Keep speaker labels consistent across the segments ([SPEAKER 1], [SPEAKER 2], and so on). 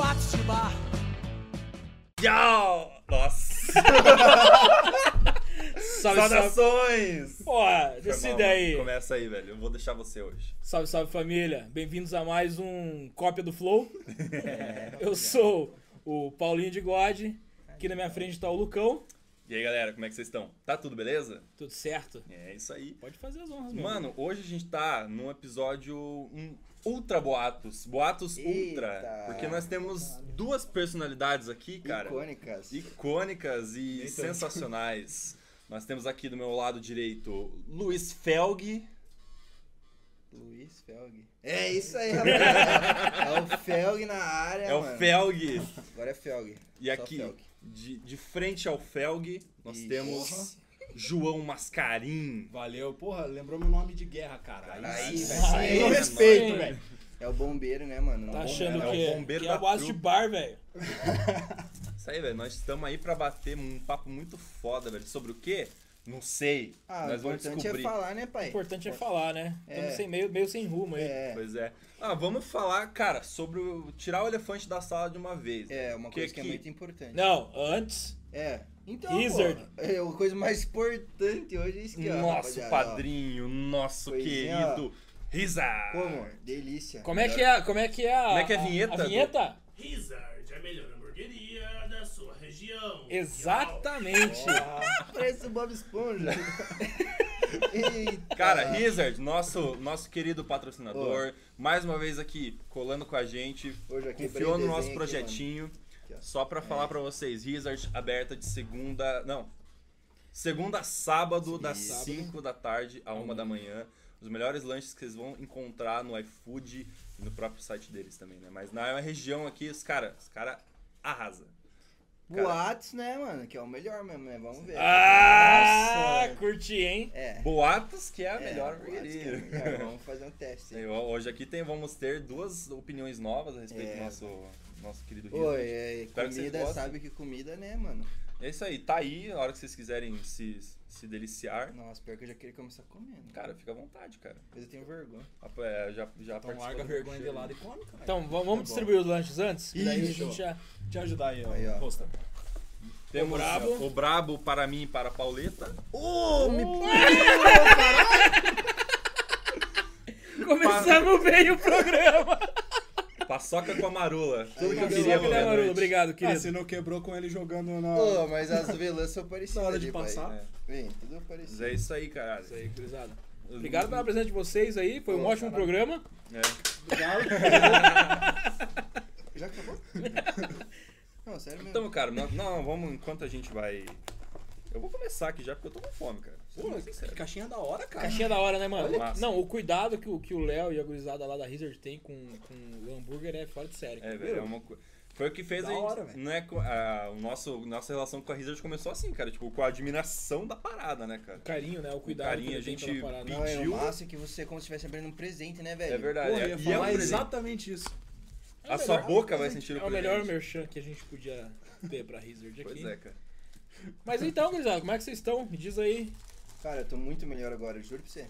[SPEAKER 1] Ratos de Bar.
[SPEAKER 2] Tchau! Nossa! salve, salve!
[SPEAKER 3] Saudações!
[SPEAKER 2] Pô,
[SPEAKER 3] Foi
[SPEAKER 2] decida
[SPEAKER 3] mal,
[SPEAKER 2] aí.
[SPEAKER 3] Começa aí, velho. Eu vou deixar você hoje.
[SPEAKER 2] Salve, salve família! Bem-vindos a mais um Cópia do Flow. Eu sou o Paulinho de God. Aqui na minha frente tá o Lucão.
[SPEAKER 3] E aí, galera, como é que vocês estão? Tá tudo beleza?
[SPEAKER 2] Tudo certo?
[SPEAKER 3] É isso aí.
[SPEAKER 2] Pode fazer as honras, meu.
[SPEAKER 3] Mano, hoje a gente tá num episódio um ultra boatos. Boatos ultra.
[SPEAKER 4] Eita.
[SPEAKER 3] Porque nós temos duas personalidades aqui, cara.
[SPEAKER 4] Icônicas.
[SPEAKER 3] Icônicas e sensacionais. Nós temos aqui do meu lado direito Luiz Felg.
[SPEAKER 4] Luiz Felg. É isso aí, rapaziada. é o Felg na área,
[SPEAKER 3] É, o
[SPEAKER 4] mano.
[SPEAKER 3] Felg.
[SPEAKER 4] Agora é Felg.
[SPEAKER 3] E
[SPEAKER 4] Só
[SPEAKER 3] aqui,
[SPEAKER 4] Felg.
[SPEAKER 3] de, de frente ao Felg, nós
[SPEAKER 4] Ixi.
[SPEAKER 3] temos João Mascarim.
[SPEAKER 5] Valeu, porra, lembrou meu nome de guerra, cara.
[SPEAKER 4] Aí,
[SPEAKER 5] Aí,
[SPEAKER 4] velho.
[SPEAKER 5] sim, aí eu
[SPEAKER 2] Aí,
[SPEAKER 5] respeito,
[SPEAKER 2] mano.
[SPEAKER 5] velho.
[SPEAKER 4] É o bombeiro, né, mano?
[SPEAKER 2] Tá
[SPEAKER 4] Bom-
[SPEAKER 2] achando
[SPEAKER 3] é o
[SPEAKER 2] que,
[SPEAKER 3] bombeiro
[SPEAKER 2] que é
[SPEAKER 3] da
[SPEAKER 2] o boato de
[SPEAKER 3] trupe.
[SPEAKER 2] bar, velho?
[SPEAKER 3] Isso aí, velho. Nós estamos aí pra bater um papo muito foda, velho. Sobre o quê? Não sei.
[SPEAKER 4] Ah, o
[SPEAKER 3] nós vamos
[SPEAKER 4] importante
[SPEAKER 3] descobrir.
[SPEAKER 4] é falar, né, pai?
[SPEAKER 2] O importante é falar, né? Estamos sem meio, meio sem rumo aí.
[SPEAKER 4] É,
[SPEAKER 3] Pois é. Ah, vamos falar, cara, sobre o- tirar o elefante da sala de uma vez.
[SPEAKER 4] é uma
[SPEAKER 3] Que
[SPEAKER 4] coisa que,
[SPEAKER 3] que-
[SPEAKER 4] é muito importante.
[SPEAKER 2] Não, antes,
[SPEAKER 4] É. Então,
[SPEAKER 2] Wizard.
[SPEAKER 4] pô, é a coisa mais importante hoje é isso aqui, ó,
[SPEAKER 3] nosso
[SPEAKER 4] rapaziada, ó.
[SPEAKER 3] padrinho, nosso
[SPEAKER 4] Coisinha, ó.
[SPEAKER 3] querido Risa.
[SPEAKER 4] Como? Delícia.
[SPEAKER 2] como é que é, como é que é a,
[SPEAKER 3] Como é que é a vinheta
[SPEAKER 2] A,
[SPEAKER 3] do-
[SPEAKER 2] vinheta?
[SPEAKER 5] Rizard, é a melhor hamburgueria da sua região.
[SPEAKER 2] Exatamente! Ah.
[SPEAKER 4] Parece o Bob Esponja. Eita.
[SPEAKER 3] Cara, Rizard, nosso, nosso querido patrocinador, mais uma vez aqui colando com a gente,
[SPEAKER 4] Hoje eu quebrei
[SPEAKER 3] confiou no
[SPEAKER 4] desenho
[SPEAKER 3] nosso
[SPEAKER 4] aqui,
[SPEAKER 3] projetinho.
[SPEAKER 4] Aqui, ó. É.
[SPEAKER 3] só pra falar pra vocês, Rizard aberta de segunda, não, segunda a sábado das
[SPEAKER 2] Sábado.
[SPEAKER 3] 5 da tarde a 1
[SPEAKER 4] Uhum.
[SPEAKER 3] da manhã. Os melhores lanches que vocês vão encontrar no iFood e no próprio site deles também, né? Mas na região aqui, os cara, os cara arrasa. cara.
[SPEAKER 4] Boatos, né, mano? Que é o melhor mesmo, né? Vamos ver.
[SPEAKER 2] Ah,
[SPEAKER 4] Nossa.
[SPEAKER 2] curti, hein?
[SPEAKER 4] É.
[SPEAKER 3] Boatos que é a
[SPEAKER 4] É,
[SPEAKER 3] melhor
[SPEAKER 4] boatos que é
[SPEAKER 3] hamburgueria.
[SPEAKER 4] melhor. Vamos fazer um teste.
[SPEAKER 3] Eu- Hoje aqui tem, vamos ter duas opiniões novas a respeito
[SPEAKER 4] É.
[SPEAKER 3] do nosso, nosso querido Rizard.
[SPEAKER 4] Oi, é,
[SPEAKER 3] Espero que vocês
[SPEAKER 4] comida,
[SPEAKER 3] gostem.
[SPEAKER 4] sabe que comida, né, mano?
[SPEAKER 3] É isso aí, tá aí, a hora que vocês quiserem se, se deliciar,
[SPEAKER 4] Nossa, pior que eu já queria começar comendo.
[SPEAKER 3] cara, fica à vontade, cara.
[SPEAKER 4] Mas eu tenho vergonha.
[SPEAKER 3] Apo- é, Já, já
[SPEAKER 5] Então
[SPEAKER 3] participou
[SPEAKER 5] larga a
[SPEAKER 3] do
[SPEAKER 5] vergonha de
[SPEAKER 3] cheiro.
[SPEAKER 5] lado e come, cara.
[SPEAKER 2] Então,
[SPEAKER 3] tá
[SPEAKER 2] va- vamos distribuir os lanches antes? Que Daí a
[SPEAKER 5] Isso.
[SPEAKER 2] gente já...
[SPEAKER 5] Te ajudar aí, ó.
[SPEAKER 4] Aí, ó.
[SPEAKER 5] Posta.
[SPEAKER 3] Temos
[SPEAKER 2] O Brabo.
[SPEAKER 3] o Brabo para mim e para a Pauleta.
[SPEAKER 4] Ô, me
[SPEAKER 2] Começamos bem o programa!
[SPEAKER 3] Paçoca com a Marula. Tudo que eu
[SPEAKER 5] Paçoca
[SPEAKER 3] queria
[SPEAKER 5] com a
[SPEAKER 3] comer à
[SPEAKER 2] Marulo,
[SPEAKER 3] noite.
[SPEAKER 2] obrigado,
[SPEAKER 5] Ah,
[SPEAKER 2] querido.
[SPEAKER 5] se não quebrou com ele jogando na,
[SPEAKER 4] Ô, mas as velãs são parecidas.
[SPEAKER 5] na hora
[SPEAKER 4] ali,
[SPEAKER 5] de
[SPEAKER 4] pai.
[SPEAKER 5] passar.
[SPEAKER 3] É.
[SPEAKER 4] Vem, tudo
[SPEAKER 3] Mas
[SPEAKER 4] parecido.
[SPEAKER 3] é isso aí, caralho.
[SPEAKER 2] Isso aí, gurizada. Obrigado pela presença de vocês aí, foi um
[SPEAKER 4] Pô,
[SPEAKER 3] tá.
[SPEAKER 2] ótimo programa.
[SPEAKER 3] É.
[SPEAKER 4] Já acabou? Não, sério mesmo.
[SPEAKER 3] Então, cara, nós- não, vamos enquanto a gente vai. Eu vou começar aqui já porque eu tô com fome, cara. Sou muito sincero.
[SPEAKER 5] caixinha da hora, cara.
[SPEAKER 2] Caixinha da hora, né, mano?
[SPEAKER 3] Olha que-
[SPEAKER 2] Não, o cuidado que o que o Léo e a gurizada lá da Rizard tem com, com o hambúrguer é fora de série.
[SPEAKER 3] É, velho, é uma co- Foi o que fez
[SPEAKER 5] Da
[SPEAKER 3] a gente.
[SPEAKER 5] hora, velho.
[SPEAKER 3] não é, co- a, o nosso, nossa relação com a Rizard começou assim, cara. Tipo, com a admiração da parada, né, cara?
[SPEAKER 2] O carinho, né? O cuidado
[SPEAKER 3] carinho,
[SPEAKER 2] que ele
[SPEAKER 3] a
[SPEAKER 2] tem
[SPEAKER 3] gente
[SPEAKER 2] pela parada.
[SPEAKER 3] pi-
[SPEAKER 4] Não, é o
[SPEAKER 3] pediu-
[SPEAKER 4] máximo que você é como se estivesse abrindo um presente, né, velho?
[SPEAKER 3] É verdade.
[SPEAKER 5] Porra, eu ia
[SPEAKER 3] E
[SPEAKER 5] falar
[SPEAKER 3] é um presente.
[SPEAKER 5] exatamente isso.
[SPEAKER 3] A sua
[SPEAKER 2] melhor-
[SPEAKER 3] boca vai sentir o
[SPEAKER 2] É o
[SPEAKER 3] presente.
[SPEAKER 2] melhor merchan que a gente podia ter pra Rizard aqui.
[SPEAKER 3] Pois é, cara.
[SPEAKER 2] Mas então, gurizada, como é que vocês estão? Me diz aí,
[SPEAKER 4] Cara, eu tô muito melhor agora, eu juro pra você.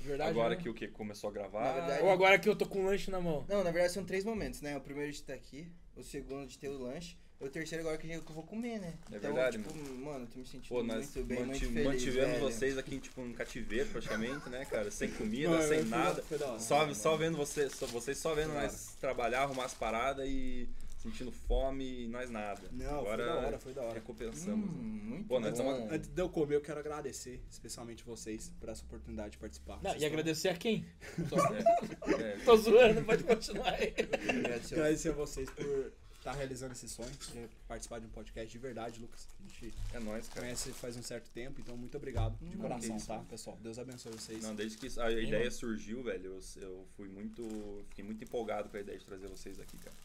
[SPEAKER 2] de verdade.
[SPEAKER 3] Agora
[SPEAKER 2] né?
[SPEAKER 3] que o que começou a
[SPEAKER 4] Na
[SPEAKER 3] gravar.
[SPEAKER 4] verdade-
[SPEAKER 2] Ou agora que eu tô com um lanche na mão.
[SPEAKER 4] Não, na verdade são três momentos, né? O primeiro de estar aqui, o segundo de ter o lanche, e o terceiro agora que eu vou comer, né?
[SPEAKER 3] É verdade,
[SPEAKER 4] tipo, mano. eu tô me sentindo
[SPEAKER 3] Pô, nós
[SPEAKER 4] muito bem,
[SPEAKER 3] manti-
[SPEAKER 4] muito feliz,
[SPEAKER 3] Tipo, mantivemos
[SPEAKER 4] velho.
[SPEAKER 3] vocês aqui, tipo, um cativeiro praticamente, né, cara? Sem comida,
[SPEAKER 5] Não,
[SPEAKER 3] sem
[SPEAKER 5] eu fui-
[SPEAKER 3] nada.
[SPEAKER 5] foi da hora.
[SPEAKER 3] Só, só vendo vocês, só, vocês só vendo
[SPEAKER 4] Claro.
[SPEAKER 3] nós trabalhar, arrumar as paradas e sentindo fome e nós nada.
[SPEAKER 5] Não,
[SPEAKER 3] Agora
[SPEAKER 5] foi da hora, foi da hora.
[SPEAKER 3] recompensamos. né?
[SPEAKER 4] Hum, muito
[SPEAKER 3] Pô,
[SPEAKER 4] bom.
[SPEAKER 3] nós estamos-
[SPEAKER 5] Antes de eu comer, eu quero agradecer especialmente vocês por essa oportunidade de participar.
[SPEAKER 2] Não,
[SPEAKER 5] Vocês
[SPEAKER 2] e
[SPEAKER 5] estão-
[SPEAKER 2] agradecer a quem?
[SPEAKER 5] Hum.
[SPEAKER 3] É, é.
[SPEAKER 2] Tô zoando, pode continuar aí.
[SPEAKER 4] Agradecer ao-
[SPEAKER 5] Agradecer a vocês por estar realizando esse sonho, de participar de um podcast de verdade, Lucas. A gente
[SPEAKER 3] É nóis, cara.
[SPEAKER 5] conhece faz um certo tempo, então muito obrigado
[SPEAKER 4] Hum,
[SPEAKER 5] de
[SPEAKER 3] Não,
[SPEAKER 5] coração,
[SPEAKER 3] que isso,
[SPEAKER 5] tá,
[SPEAKER 3] mano.
[SPEAKER 5] pessoal? Deus abençoe vocês.
[SPEAKER 3] Não, desde que isso- a ideia
[SPEAKER 2] mano.
[SPEAKER 3] surgiu, velho, eu, eu fui muito. Fiquei muito empolgado com a ideia de trazer vocês aqui, cara.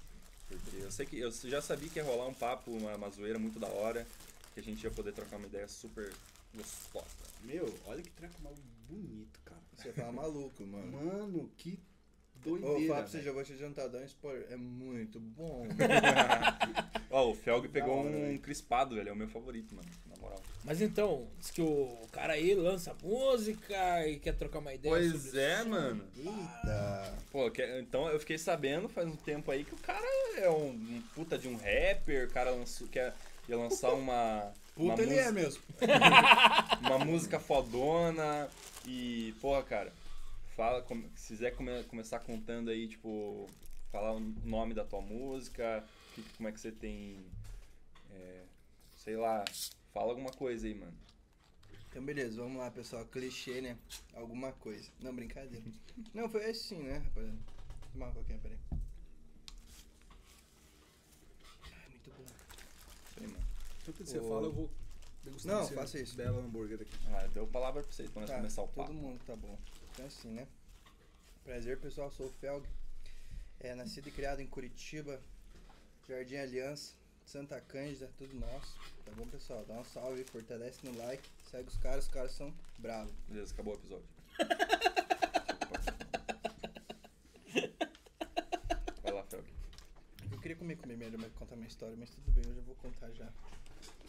[SPEAKER 3] Porque eu sei que. Eu já sabia que ia rolar um papo, uma, uma zoeira muito da hora, que a gente ia poder trocar uma ideia super gostosa.
[SPEAKER 5] Meu, olha que treco mal bonito, cara.
[SPEAKER 4] Você fala maluco, mano.
[SPEAKER 5] Mano, que
[SPEAKER 4] Ô,
[SPEAKER 5] doideira.
[SPEAKER 4] Fábio, você
[SPEAKER 5] velho.
[SPEAKER 4] já vou te jantar, dá um spoiler. É muito bom.
[SPEAKER 3] Ó, o Felg
[SPEAKER 5] Da
[SPEAKER 3] pegou
[SPEAKER 5] hora,
[SPEAKER 3] um
[SPEAKER 5] velho.
[SPEAKER 3] crispado, velho. É o meu favorito, mano. Na moral.
[SPEAKER 2] Mas então, diz que o cara aí lança música e quer trocar uma ideia.
[SPEAKER 3] Pois
[SPEAKER 2] sobre
[SPEAKER 3] é,
[SPEAKER 2] som.
[SPEAKER 3] mano.
[SPEAKER 4] Eita.
[SPEAKER 3] Pô, que- então eu fiquei sabendo faz um tempo aí que o cara é um, um puta de um rapper, o cara lançou, quer, ia lançar uma. uma
[SPEAKER 1] Puta, ele
[SPEAKER 3] música-
[SPEAKER 1] é mesmo.
[SPEAKER 3] uma música fodona e, porra, cara, fala, come- se quiser come- começar contando aí, tipo, falar o nome da tua música, que- como é que você tem, é, sei lá, fala alguma coisa aí, mano.
[SPEAKER 4] Então, beleza, vamos lá, pessoal. Clichê, né? Alguma coisa. Não, brincadeira. Não, foi assim, né, rapaziada? Vou Tomar uma coquinha, peraí. Ai, muito bom.
[SPEAKER 3] Sei, mano.
[SPEAKER 1] Tudo que você
[SPEAKER 4] Ô.
[SPEAKER 1] fala, eu vou degustar
[SPEAKER 4] Não,
[SPEAKER 1] esse
[SPEAKER 4] faça isso.
[SPEAKER 1] belo hambúrguer aqui.
[SPEAKER 3] Ah, deu palavra pra vocês pra nós
[SPEAKER 4] Tá,
[SPEAKER 3] começar o
[SPEAKER 4] todo
[SPEAKER 3] papo.
[SPEAKER 4] mundo tá bom. Então assim, né? Prazer, pessoal. Sou o Felg. É, nascido e criado em Curitiba, Jardim Aliança, Santa Cândida, tudo nosso. Tá bom, pessoal? Dá um salve, fortalece no like, segue os caras, os caras são bravos.
[SPEAKER 3] Beleza, acabou o episódio. Vai lá, Felg.
[SPEAKER 4] Eu queria comer comer melhor, mas contar minha história, mas tudo bem, eu já vou contar já.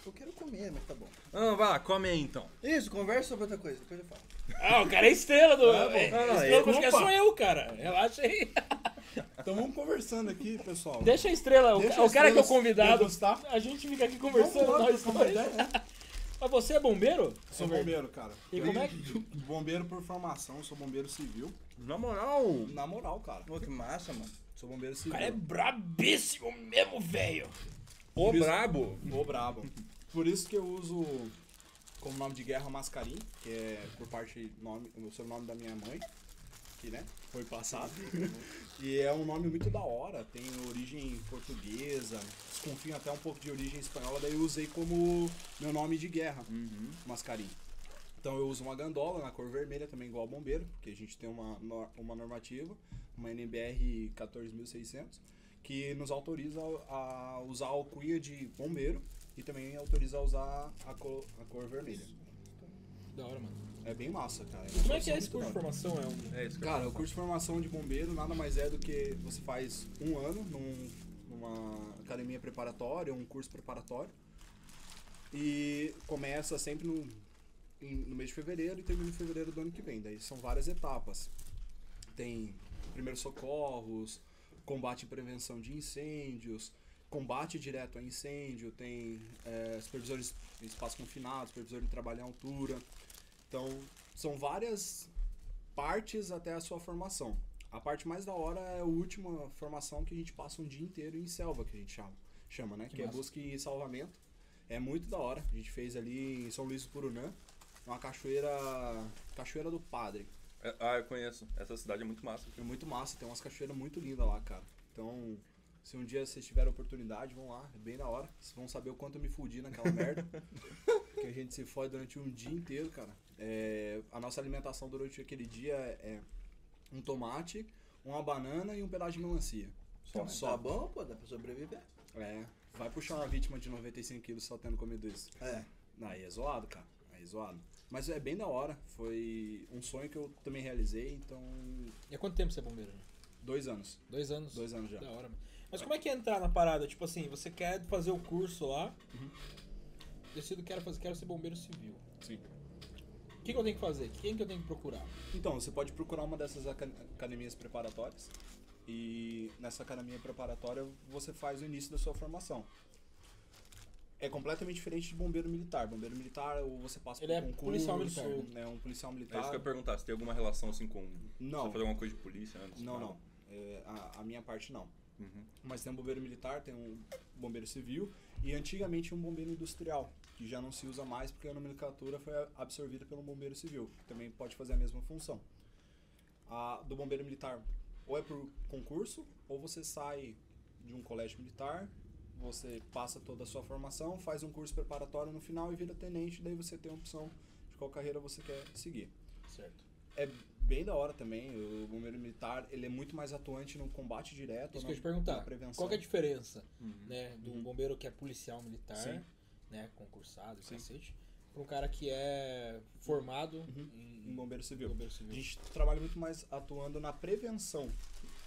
[SPEAKER 4] Eu quero comer, mas tá bom.
[SPEAKER 3] Ah, vai lá, come aí então.
[SPEAKER 4] Isso, conversa sobre outra coisa, depois eu falo.
[SPEAKER 2] Ah, o cara é estrela do.
[SPEAKER 3] Ah, bom.
[SPEAKER 2] é,
[SPEAKER 3] Não, não,
[SPEAKER 2] estrela do
[SPEAKER 3] é-
[SPEAKER 2] podcast
[SPEAKER 1] opa.
[SPEAKER 2] sou eu, cara. Relaxa aí.
[SPEAKER 1] Então vamos conversando aqui, pessoal.
[SPEAKER 2] Deixa a estrela. O,
[SPEAKER 1] Deixa
[SPEAKER 2] ca- o
[SPEAKER 1] as
[SPEAKER 2] cara que é o
[SPEAKER 1] estrelas
[SPEAKER 2] convidado.
[SPEAKER 1] degustar.
[SPEAKER 2] A gente fica aqui
[SPEAKER 1] Vamos
[SPEAKER 2] conversando.
[SPEAKER 1] logo
[SPEAKER 2] nós
[SPEAKER 1] trocar uma
[SPEAKER 2] dois.
[SPEAKER 1] ideia, né?
[SPEAKER 2] Mas você é bombeiro?
[SPEAKER 1] Sou bombeiro, cara.
[SPEAKER 2] E
[SPEAKER 1] Eu-
[SPEAKER 2] como é
[SPEAKER 1] Bombeiro por formação, sou bombeiro civil.
[SPEAKER 3] Na moral,
[SPEAKER 1] Na moral, cara.
[SPEAKER 4] Pô, que massa, mano.
[SPEAKER 1] Sou bombeiro
[SPEAKER 2] O
[SPEAKER 1] civil.
[SPEAKER 2] cara é brabíssimo mesmo, velho.
[SPEAKER 3] o
[SPEAKER 1] Isso.
[SPEAKER 3] brabo.
[SPEAKER 1] Ô, brabo. Por isso que eu uso como nome de guerra Mascarim, que é por parte nome, o sobrenome da minha mãe, que né, foi passado. e é um nome muito da hora, tem origem portuguesa, desconfio até um pouco de origem espanhola, daí eu usei como meu nome de guerra,
[SPEAKER 3] Uhum.
[SPEAKER 1] Mascarim. Então eu uso uma gandola na cor vermelha, também igual ao bombeiro, porque a gente tem uma, nor- uma normativa, uma NBR 14600, que nos autoriza a usar a alcunha de bombeiro e também autoriza a usar a cor, a cor vermelha.
[SPEAKER 2] Da hora, mano.
[SPEAKER 1] É bem massa, cara. uma
[SPEAKER 2] Como é que é
[SPEAKER 1] situação
[SPEAKER 2] esse curso
[SPEAKER 1] muito
[SPEAKER 2] de
[SPEAKER 1] da hora.
[SPEAKER 2] formação? É um.
[SPEAKER 3] É isso que eu
[SPEAKER 1] Cara, o curso de formação de bombeiro nada mais é do que você faz um ano num- numa academia preparatória, um curso preparatório. E começa sempre no, em- no mês de fevereiro e termina em fevereiro do ano que vem. Daí são várias etapas. Tem primeiros socorros, combate e prevenção de incêndios, combate direto a incêndio, tem eh, supervisores em espaço confinado, supervisor de trabalho em altura. Então, são várias partes até a sua formação. A parte mais da hora é a última formação que a gente passa um dia inteiro em selva, que a gente chama, chama né? Que,
[SPEAKER 2] Que
[SPEAKER 1] é
[SPEAKER 2] massa.
[SPEAKER 1] busca e salvamento. É muito da hora. A gente fez ali em São Luís do Purunã, uma cachoeira, cachoeira do Padre.
[SPEAKER 3] É, Ah, eu conheço. Essa cidade é muito massa.
[SPEAKER 1] É muito massa, tem umas cachoeiras muito lindas lá, cara. Então, se um dia vocês tiverem a oportunidade, vão lá, é bem da hora. Vocês vão saber o quanto eu me fudi naquela merda. que a gente se fode durante um dia inteiro, cara. É, a nossa alimentação durante aquele dia é um tomate, uma banana e um pedaço de melancia.
[SPEAKER 3] Só.
[SPEAKER 1] Só.
[SPEAKER 4] Tá bom, pô, dá pra sobreviver.
[SPEAKER 1] É, vai puxar uma vítima de 95 quilos só tendo comido isso.
[SPEAKER 4] É.
[SPEAKER 1] Aí é zoado, cara. Aí é zoado. Mas é bem da hora. Foi um sonho que eu também realizei, então.
[SPEAKER 2] E há quanto tempo você é bombeiro? né?
[SPEAKER 1] Dois anos.
[SPEAKER 2] Dois anos?
[SPEAKER 1] Dois anos já.
[SPEAKER 2] Da hora, mano. Mas como é que é entrar na parada? Tipo assim, você quer fazer o curso lá,
[SPEAKER 1] Uhum.
[SPEAKER 2] decido quero fazer, quero ser bombeiro civil.
[SPEAKER 1] Sim.
[SPEAKER 2] O que, que eu tenho que fazer? Quem que eu tenho que procurar?
[SPEAKER 1] Então, você pode procurar uma dessas aca- academias preparatórias e nessa academia preparatória você faz o início da sua formação. É completamente diferente de bombeiro militar. Bombeiro militar, ou você passa
[SPEAKER 2] Ele
[SPEAKER 1] por
[SPEAKER 2] é
[SPEAKER 1] um
[SPEAKER 2] policial
[SPEAKER 1] curso,
[SPEAKER 2] militar. né?
[SPEAKER 1] É um policial
[SPEAKER 3] É isso
[SPEAKER 1] militar.
[SPEAKER 3] que eu ia perguntar, se tem alguma relação assim com. Você
[SPEAKER 1] não,
[SPEAKER 3] fazer alguma coisa de polícia né, antes?
[SPEAKER 1] não, não. É, a, a minha parte não.
[SPEAKER 3] Uhum.
[SPEAKER 1] Mas tem um bombeiro militar, tem um bombeiro civil e antigamente um bombeiro industrial, que já não se usa mais porque a nomenclatura foi absorvida pelo bombeiro civil, que também pode fazer a mesma função. A do bombeiro militar, ou é por concurso, ou você sai de um colégio militar, você passa toda a sua formação, faz um curso preparatório no final e vira tenente, daí você tem a opção de qual carreira você quer seguir
[SPEAKER 2] Certo.
[SPEAKER 1] é bem da hora também. O bombeiro militar, ele é muito mais atuante no combate direto.
[SPEAKER 2] Isso que
[SPEAKER 1] na-
[SPEAKER 2] eu ia te
[SPEAKER 1] na
[SPEAKER 2] perguntar.
[SPEAKER 1] prevenção.
[SPEAKER 2] Qual que é a diferença,
[SPEAKER 3] Uhum.
[SPEAKER 2] né, de um bombeiro que é policial militar,
[SPEAKER 1] Sim.
[SPEAKER 2] né, concursado,
[SPEAKER 1] Sim.
[SPEAKER 2] cacete, pra um cara que é formado
[SPEAKER 1] Uhum.
[SPEAKER 2] em,
[SPEAKER 1] Um bombeiro civil.
[SPEAKER 2] bombeiro
[SPEAKER 1] A
[SPEAKER 2] civil?
[SPEAKER 1] gente trabalha muito mais atuando na
[SPEAKER 2] Hum.
[SPEAKER 1] prevenção.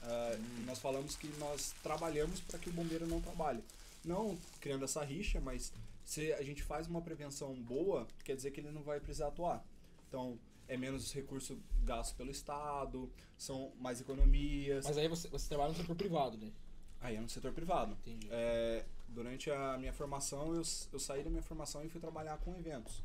[SPEAKER 1] Ah, Nós falamos que nós trabalhamos para que o bombeiro não trabalhe. não criando essa rixa, mas se a gente faz uma prevenção boa, quer dizer que ele não vai precisar atuar. Então, é menos recurso gasto pelo Estado, são mais economias.
[SPEAKER 2] Mas aí você, você trabalha no setor privado, né?
[SPEAKER 1] Aí é no setor privado.
[SPEAKER 2] Entendi.
[SPEAKER 1] É, durante a minha formação, eu, s- eu saí da minha formação e fui trabalhar com eventos.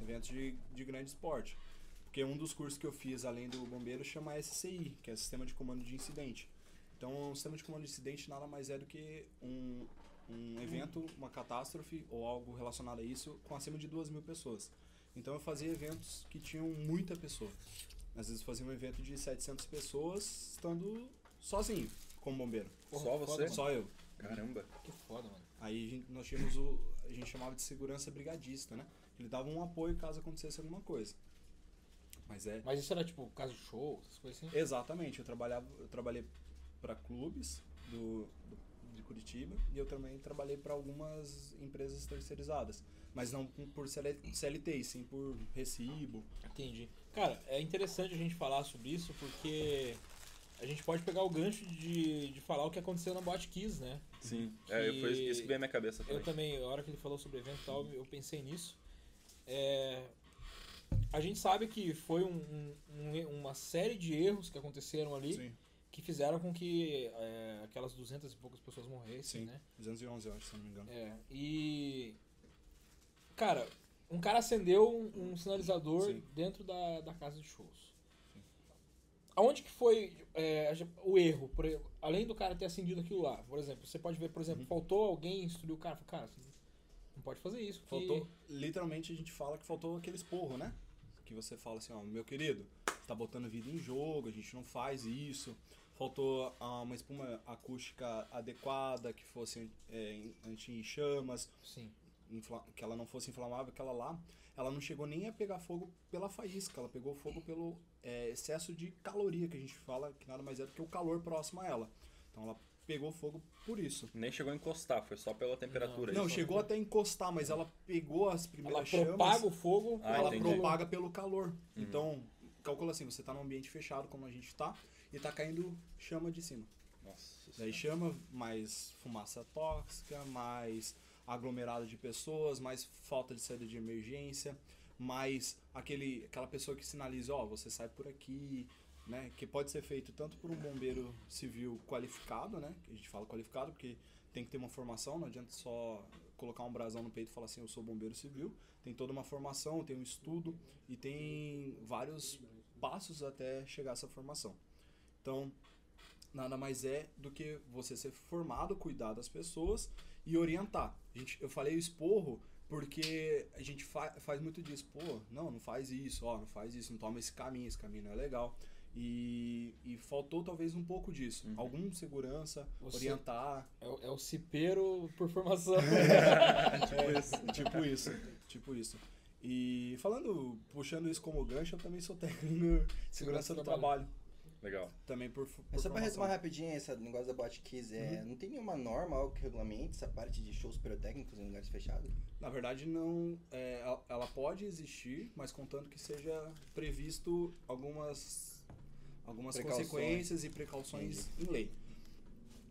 [SPEAKER 1] Eventos de, de grande esporte. Porque um dos cursos que eu fiz, além do bombeiro, chama SCI, que é Sistema de Comando de Incidente. Então, o Sistema de Comando de Incidente nada mais é do que um, um evento, uma catástrofe ou algo relacionado a isso com acima de duas mil pessoas. Então, eu fazia eventos que tinham muita pessoa. Às vezes, eu fazia um evento de 700 pessoas, estando sozinho, como bombeiro.
[SPEAKER 2] Porra,
[SPEAKER 3] Só
[SPEAKER 2] que
[SPEAKER 3] você?
[SPEAKER 2] Foda, mano.
[SPEAKER 1] Só eu.
[SPEAKER 3] Caramba.
[SPEAKER 2] Que foda, mano.
[SPEAKER 1] Aí a gente- nós tínhamos o. A gente chamava de segurança brigadista, né? Ele dava um apoio caso acontecesse alguma coisa. Mas é.
[SPEAKER 2] Mas isso era tipo caso de show, essas coisas assim?
[SPEAKER 1] Exatamente, eu, trabalhava, eu trabalhei para clubes do, do- de Curitiba e eu também trabalhei para algumas empresas terceirizadas. Mas não com- por CL CLT, e sim por recibo.
[SPEAKER 2] Entendi. Cara, é interessante a gente falar sobre isso porque a gente pode pegar o gancho de, de falar o que aconteceu na Bot Kiss, né?
[SPEAKER 3] Sim. É,
[SPEAKER 2] Que-
[SPEAKER 3] foi isso que veio à minha cabeça também.
[SPEAKER 2] Eu também, a hora que ele falou sobre o evento e tal, eu pensei nisso. É, a gente sabe que foi um- um- um- uma série de erros que aconteceram ali
[SPEAKER 1] Sim,
[SPEAKER 2] que fizeram com que é, aquelas 200 e poucas pessoas morressem,
[SPEAKER 1] Sim.
[SPEAKER 2] né?
[SPEAKER 1] 211, eu acho, se eu não me engano.
[SPEAKER 2] É, e. Cara, um cara acendeu um, um sinalizador
[SPEAKER 1] Sim.
[SPEAKER 2] dentro da, da casa de shows. Aonde que foi é, a gen- o erro? Por e- além do cara ter acendido aquilo lá, por exemplo, você pode ver, por exemplo, faltou alguém instruir o cara, falou, cara, você não pode fazer isso. que-
[SPEAKER 1] Faltou, literalmente a gente fala que faltou aquele esporro, né? Que você fala assim, ó, meu querido, tá botando vida em jogo, a gente não faz isso. Faltou ah, uma espuma acústica adequada, que fosse é, anti-chamas,
[SPEAKER 2] Sim.
[SPEAKER 1] infla- que ela não fosse inflamável, aquela lá. Ela não chegou nem a pegar fogo pela faísca, ela pegou fogo pelo é, excesso de caloria, que a gente fala que nada mais é do que o calor próximo a ela. Então ela pegou fogo por isso.
[SPEAKER 3] Nem chegou a encostar, foi só pela temperatura.
[SPEAKER 1] Não,
[SPEAKER 3] isso.
[SPEAKER 1] chegou até a encostar, mas ela pegou as
[SPEAKER 2] Ela
[SPEAKER 1] primeiras chamas.
[SPEAKER 2] propaga o fogo.
[SPEAKER 3] Ah,
[SPEAKER 1] ela
[SPEAKER 3] entendi. Hum.
[SPEAKER 1] propaga pelo calor. Então, calcula assim, você tá num ambiente fechado como a gente tá, e tá caindo chama de cima.
[SPEAKER 3] Nossa.
[SPEAKER 1] Daí chama, mais fumaça tóxica, mais aglomerado de pessoas, mais falta de saída de emergência, mais aquele, aquela pessoa que sinaliza, ó, você sai por aqui, né? Que pode ser feito tanto por um bombeiro civil qualificado, né? que A gente fala qualificado porque tem que ter uma formação, não adianta só colocar um brasão no peito e falar assim, eu sou bombeiro civil. Tem toda uma formação, tem um estudo e tem vários passos até chegar a essa formação. Então, nada mais é do que você ser formado, cuidar das pessoas e orientar. A gente, eu falei o esporro porque a gente fa- faz muito disso. Pô, não, não faz isso, ó, não faz isso, não toma esse caminho, esse caminho não é legal. E, e faltou talvez um pouco disso. Algum segurança,
[SPEAKER 2] Você-
[SPEAKER 1] orientar.
[SPEAKER 2] É, o- é o cipeiro por formação.
[SPEAKER 1] É, tipo isso. Tipo isso. E falando, puxando isso como gancho, eu também sou técnico de segurança do trabalho.
[SPEAKER 3] Legal.
[SPEAKER 1] Também por, por
[SPEAKER 4] É só pra
[SPEAKER 1] formação.
[SPEAKER 4] resumir rapidinho esse negócio da Bot Kiss, é,
[SPEAKER 3] Uhum.
[SPEAKER 4] não tem nenhuma norma, algo que regulamente essa parte de shows pirotécnicos em lugares fechados?
[SPEAKER 1] Na verdade, não. é, el- ela pode existir, mas contando que seja previsto algumas, algumas
[SPEAKER 4] Precauções.
[SPEAKER 1] consequências e precauções em lei.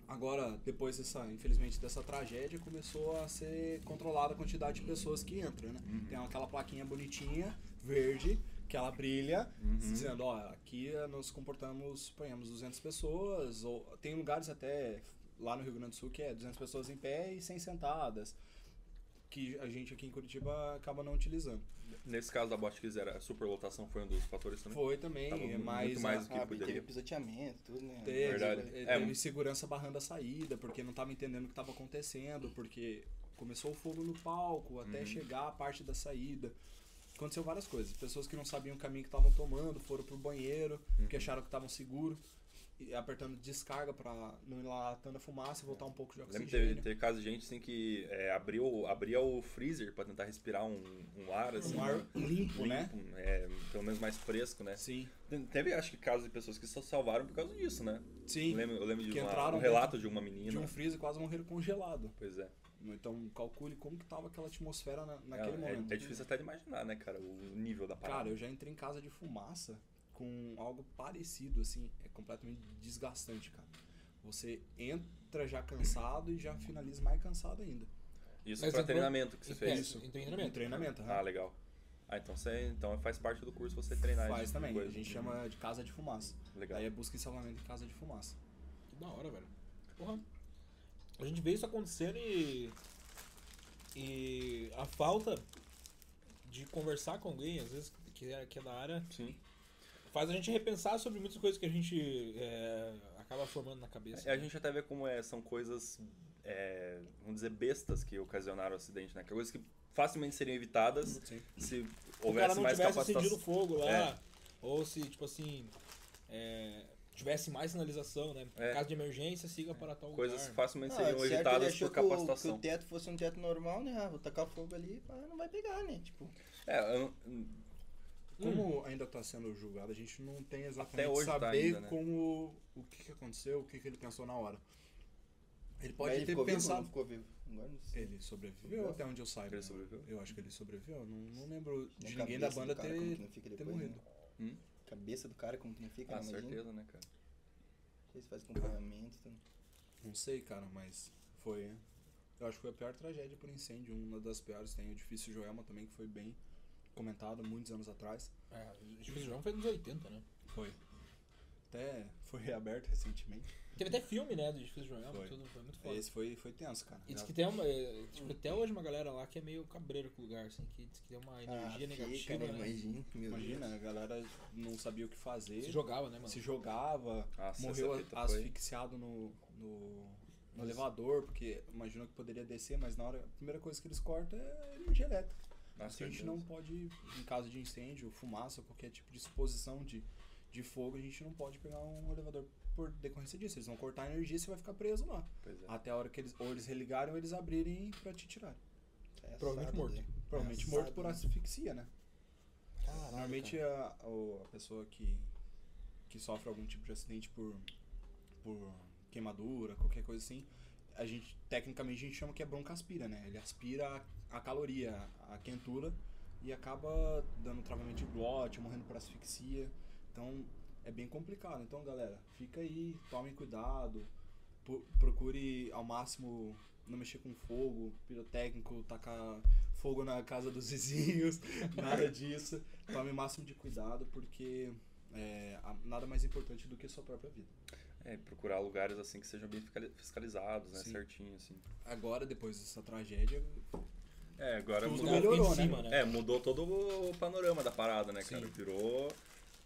[SPEAKER 1] Agora, depois dessa, infelizmente, dessa tragédia, começou a ser controlada a quantidade de pessoas que entram, né?
[SPEAKER 4] Uhum.
[SPEAKER 1] Tem aquela plaquinha bonitinha, verde, que ela brilha,
[SPEAKER 3] Uhum.
[SPEAKER 1] dizendo, ó, aqui nós comportamos, ponhamos 200 pessoas, ou tem lugares até lá no Rio Grande do Sul que é 200 pessoas em pé e 100 sentadas, que a gente aqui em Curitiba acaba não utilizando.
[SPEAKER 3] Nesse caso da Botkiss, era a superlotação foi um dos fatores também?
[SPEAKER 1] Foi também, é
[SPEAKER 3] Tava muito
[SPEAKER 1] mas
[SPEAKER 3] mais
[SPEAKER 1] a-
[SPEAKER 3] do que
[SPEAKER 4] Ah, porque
[SPEAKER 3] poderia.
[SPEAKER 4] teve pisoteamento, tudo, né?
[SPEAKER 1] Teve,
[SPEAKER 3] Verdade.
[SPEAKER 1] eh,
[SPEAKER 3] É,
[SPEAKER 1] teve
[SPEAKER 3] um-
[SPEAKER 1] segurança barrando a saída, porque não tava entendendo o que tava acontecendo, porque começou o fogo no palco, até
[SPEAKER 3] Uhum.
[SPEAKER 1] chegar a parte da saída. Aconteceu várias coisas. Pessoas que não sabiam o caminho que estavam tomando, foram pro banheiro, que
[SPEAKER 3] Uhum.
[SPEAKER 1] acharam que estavam seguros, e apertando descarga pra não enlatando a fumaça e voltar um pouco de
[SPEAKER 3] Eu Lembro que teve,
[SPEAKER 1] oxigênio.
[SPEAKER 3] teve caso de gente assim que é, abriu, abria o freezer pra tentar respirar um, um ar assim.
[SPEAKER 1] Um ar limpo, né?
[SPEAKER 3] um- é, pelo menos mais fresco, né?
[SPEAKER 1] Sim,
[SPEAKER 3] Te- Teve, acho que, casos de pessoas que só salvaram por causa disso, né?
[SPEAKER 1] sim.
[SPEAKER 3] Eu lembro, eu lembro de
[SPEAKER 1] Que
[SPEAKER 3] uma-
[SPEAKER 1] entraram
[SPEAKER 3] um relato de uma menina.
[SPEAKER 1] De um freezer quase morreram congelado.
[SPEAKER 3] Pois é.
[SPEAKER 1] Então calcule como que tava aquela atmosfera na- naquele
[SPEAKER 3] é,
[SPEAKER 1] momento.
[SPEAKER 3] é difícil até de imaginar, né, cara, o nível da parada.
[SPEAKER 1] Cara, eu já entrei em casa de fumaça com algo parecido, assim, é completamente desgastante, cara. Você entra já cansado e já finaliza mais cansado ainda.
[SPEAKER 3] Isso
[SPEAKER 2] Mas
[SPEAKER 3] pra
[SPEAKER 2] entrou-
[SPEAKER 3] treinamento que você
[SPEAKER 2] Isso,
[SPEAKER 3] fez.
[SPEAKER 2] Isso, em treinamento.
[SPEAKER 1] Em treinamento, aham.
[SPEAKER 3] Ah, legal. Ah, então você então faz parte do curso você treinar
[SPEAKER 1] Faz
[SPEAKER 3] esse tipo de
[SPEAKER 1] também. A
[SPEAKER 3] coisa.
[SPEAKER 1] gente chama de casa de fumaça.
[SPEAKER 3] Legal.
[SPEAKER 1] Aí é busca e salvamento em casa de fumaça.
[SPEAKER 2] Que da hora, velho. Porra. A gente vê isso acontecendo e. E a falta de conversar com alguém, às vezes, que é, que é da área,
[SPEAKER 3] Sim.
[SPEAKER 2] faz a gente repensar sobre muitas coisas que a gente é, acaba formando na cabeça.
[SPEAKER 3] É, A gente até vê como é, são coisas, é, vamos dizer, bestas que ocasionaram o acidente, né? Que coisas que facilmente seriam evitadas
[SPEAKER 1] Sim.
[SPEAKER 3] se
[SPEAKER 2] Se o cara
[SPEAKER 3] houvesse
[SPEAKER 2] não
[SPEAKER 3] mais
[SPEAKER 2] tivesse
[SPEAKER 3] capacitação.
[SPEAKER 2] acendido fogo lá,
[SPEAKER 3] É.
[SPEAKER 2] ou se, tipo assim, é, tivesse mais sinalização, né?
[SPEAKER 3] É.
[SPEAKER 2] Em caso de emergência, siga para tal
[SPEAKER 3] Coisas
[SPEAKER 2] lugar.
[SPEAKER 3] facilmente
[SPEAKER 4] Não, é
[SPEAKER 3] seriam
[SPEAKER 4] certo, ele
[SPEAKER 3] evitadas
[SPEAKER 4] achou
[SPEAKER 3] por
[SPEAKER 4] que o-
[SPEAKER 3] capacitação.
[SPEAKER 4] Que o teto fosse um teto normal, né? Ah, vou tacar fogo ali, pá, não vai pegar, né? Tipo,
[SPEAKER 3] É, eu não-
[SPEAKER 1] Como ainda está sendo julgado, a gente não tem exatamente
[SPEAKER 3] Hum. hoje tá
[SPEAKER 1] saber
[SPEAKER 3] ainda, né?
[SPEAKER 1] como o que, que aconteceu, o que, que ele pensou na hora. Ele
[SPEAKER 4] mas
[SPEAKER 1] pode
[SPEAKER 4] ele
[SPEAKER 1] ter
[SPEAKER 4] ficou vivo ou
[SPEAKER 1] pensado.
[SPEAKER 4] não ficou vivo. Agora não sei.
[SPEAKER 1] Ele sobreviveu até onde eu saiba.
[SPEAKER 3] Ele
[SPEAKER 1] né?
[SPEAKER 3] sobreviveu?
[SPEAKER 1] Eu acho que ele sobreviveu. Não, não lembro
[SPEAKER 3] É,
[SPEAKER 4] Na
[SPEAKER 1] de ninguém da
[SPEAKER 4] cabeça do
[SPEAKER 1] banda
[SPEAKER 4] cara,
[SPEAKER 1] ter,
[SPEAKER 4] como que não fica
[SPEAKER 1] ter
[SPEAKER 4] depois,
[SPEAKER 1] morrido.
[SPEAKER 4] né?
[SPEAKER 3] Hum?
[SPEAKER 4] Cabeça do cara, como que não fica,
[SPEAKER 3] Ah,
[SPEAKER 4] né? Imagina.
[SPEAKER 3] certeza, né, cara?
[SPEAKER 4] Eles fazem acompanhamento. Então.
[SPEAKER 1] Não sei, cara, mas foi. Eu acho que foi a pior tragédia por incêndio, uma das piores. Tem o Edifício Joelma também, que foi bem comentado muitos anos atrás.
[SPEAKER 2] É, o Juiz de João foi nos 80, né?
[SPEAKER 1] Foi. Até foi reaberto recentemente.
[SPEAKER 2] Teve até filme, né, do Juiz de João,
[SPEAKER 1] Foi.
[SPEAKER 2] tudo, foi muito foda.
[SPEAKER 1] Esse foi, foi tenso, cara.
[SPEAKER 2] E diz que tem uma. eh, Tipo, até hoje uma galera lá que é meio cabreiro com o lugar, assim, que diz que tem uma energia
[SPEAKER 4] fica,
[SPEAKER 2] negativa.
[SPEAKER 4] né?
[SPEAKER 2] né?
[SPEAKER 4] Imagina, meu
[SPEAKER 1] Imagina,
[SPEAKER 4] Deus.
[SPEAKER 1] a galera não sabia o que fazer.
[SPEAKER 2] Se jogava, né, mano?
[SPEAKER 1] se jogava,
[SPEAKER 3] Nossa,
[SPEAKER 1] morreu
[SPEAKER 3] Ah, essa fita
[SPEAKER 1] a-
[SPEAKER 3] foi-
[SPEAKER 1] asfixiado no, no, no elevador, porque imaginou que poderia descer, mas na hora a primeira coisa que eles cortam é energia elétrica.
[SPEAKER 3] Ah,
[SPEAKER 1] Porque a gente
[SPEAKER 3] certeza.
[SPEAKER 1] não pode, em caso de incêndio, fumaça, qualquer tipo de exposição de, de fogo, a gente não pode pegar um elevador por decorrência disso. Eles vão cortar a energia e você vai ficar preso lá.
[SPEAKER 3] Pois é.
[SPEAKER 1] Até a hora que eles ou eles religarem ou eles abrirem pra te tirar.
[SPEAKER 4] É
[SPEAKER 2] Provavelmente
[SPEAKER 4] assado,
[SPEAKER 2] morto.
[SPEAKER 4] né?
[SPEAKER 1] Provavelmente
[SPEAKER 4] É
[SPEAKER 1] morto
[SPEAKER 4] assado,
[SPEAKER 1] por
[SPEAKER 4] né?
[SPEAKER 1] asfixia, né?
[SPEAKER 2] Caralho,
[SPEAKER 1] Normalmente
[SPEAKER 2] cara.
[SPEAKER 1] a, o- a pessoa que, que sofre algum tipo de acidente por, por queimadura, qualquer coisa assim, a gente, tecnicamente a gente chama que é broncaspira, né? Ele aspira a, a caloria, a quentura, e acaba dando travamento de glote, morrendo por asfixia. Então é bem complicado. Então, galera, fica aí, tomem cuidado, pu- procure ao máximo não mexer com fogo, pirotécnico, tacar fogo na casa dos vizinhos, nada disso. Tome o máximo de cuidado, porque é, a- nada mais importante do que a sua própria vida.
[SPEAKER 3] É, procurar lugares assim que sejam bem fiscali- fiscalizados, né?
[SPEAKER 1] Sim.
[SPEAKER 3] Certinho, assim.
[SPEAKER 1] Agora, depois dessa tragédia,
[SPEAKER 3] É, agora
[SPEAKER 1] Tudo
[SPEAKER 2] Os
[SPEAKER 3] mudou.
[SPEAKER 2] caras
[SPEAKER 1] melhorou,
[SPEAKER 2] ficam em
[SPEAKER 1] né?
[SPEAKER 2] cima, né?
[SPEAKER 3] É, mudou todo o panorama da parada, né, cara?
[SPEAKER 1] Sim.
[SPEAKER 3] Virou.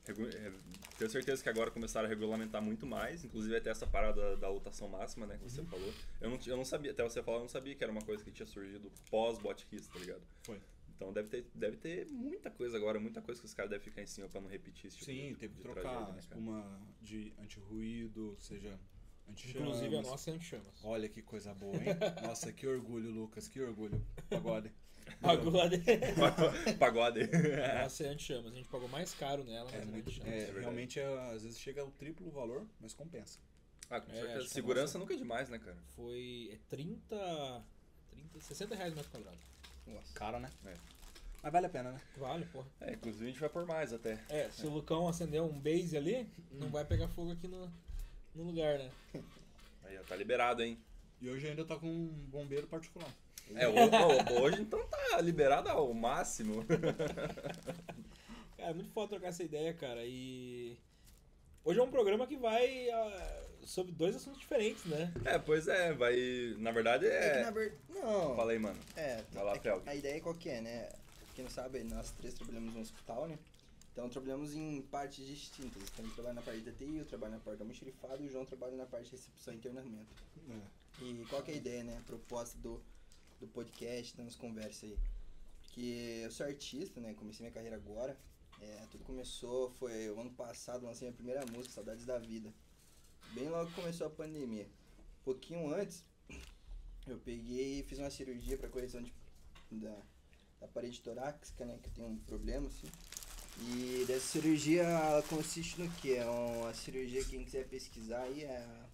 [SPEAKER 3] regu- é, Tenho certeza que agora começaram a regulamentar muito mais, inclusive até essa parada da lotação máxima, né, que você falou. Eu não, ti- eu não sabia, até você falar, eu não sabia que era uma coisa que tinha surgido pós-botkiss, tá ligado?
[SPEAKER 1] foi.
[SPEAKER 3] Então deve ter, deve ter muita coisa agora, muita coisa que os caras devem ficar em cima pra não repetir esse tipo de,
[SPEAKER 1] Sim, teve que
[SPEAKER 3] de
[SPEAKER 1] trocar tipo,
[SPEAKER 3] tragédia, né, cara?
[SPEAKER 1] espuma de antirruído, seja anti
[SPEAKER 2] Inclusive a nossa é anti-chamas.
[SPEAKER 1] Olha que coisa boa, hein? Nossa, que orgulho, Lucas, que orgulho. Pagode.
[SPEAKER 2] Agora
[SPEAKER 3] Pagode.
[SPEAKER 2] a nossa é anti-chamas. A gente pagou mais caro nela,
[SPEAKER 1] É,
[SPEAKER 2] mas é
[SPEAKER 1] muito,
[SPEAKER 2] anti-chamas.
[SPEAKER 1] é,
[SPEAKER 3] É verdade.
[SPEAKER 1] realmente, é, às vezes chega ao triplo valor, mas compensa.
[SPEAKER 3] ah, com
[SPEAKER 2] É,
[SPEAKER 3] certeza.
[SPEAKER 2] acho que a
[SPEAKER 3] Segurança nunca é demais, né, cara?
[SPEAKER 2] Foi. É 30. 30 60 reais metro quadrado.
[SPEAKER 4] Nossa.
[SPEAKER 1] Caro, né?
[SPEAKER 3] É.
[SPEAKER 1] Mas vale a pena, né?
[SPEAKER 2] Vale, porra.
[SPEAKER 3] É, inclusive a gente vai por mais até.
[SPEAKER 2] É, se o Lucão acender um base ali, não vai pegar fogo aqui no, no lugar, né?
[SPEAKER 3] Aí, ó, tá liberado, hein?
[SPEAKER 1] E hoje ainda tá com um bombeiro particular.
[SPEAKER 3] É, ho- ho- hoje então tá liberado ao máximo.
[SPEAKER 2] Cara, é muito foda trocar essa ideia, cara. E. Hoje é um programa que vai ah, sobre dois assuntos diferentes, né?
[SPEAKER 3] É, pois é, vai. Na verdade
[SPEAKER 4] É que
[SPEAKER 3] é.
[SPEAKER 4] na verdade. Não.
[SPEAKER 3] Falei, mano.
[SPEAKER 4] É,
[SPEAKER 3] Vai lá,
[SPEAKER 4] é que
[SPEAKER 3] Felg.
[SPEAKER 4] a ideia é qual que é, né? Quem não sabe, nós três trabalhamos no hospital, né? Então trabalhamos em partes distintas. Então eu trabalho na parte da TI, eu trabalho na parte do almoxerifado e o João trabalha na parte de recepção e internamento. E qual que é a ideia, né? A proposta do, do podcast, da nossa conversa aí. Que eu sou artista, né? Comecei minha carreira agora. É, tudo começou, foi o ano passado, lancei minha primeira música, Saudades da Vida. Bem logo que começou a pandemia. Um pouquinho antes, eu peguei e fiz uma cirurgia para correção de, da, da parede torácica, né? Que eu tenho um problema, assim. E dessa cirurgia, ela consiste no que? É uma cirurgia, quem quiser pesquisar aí, é a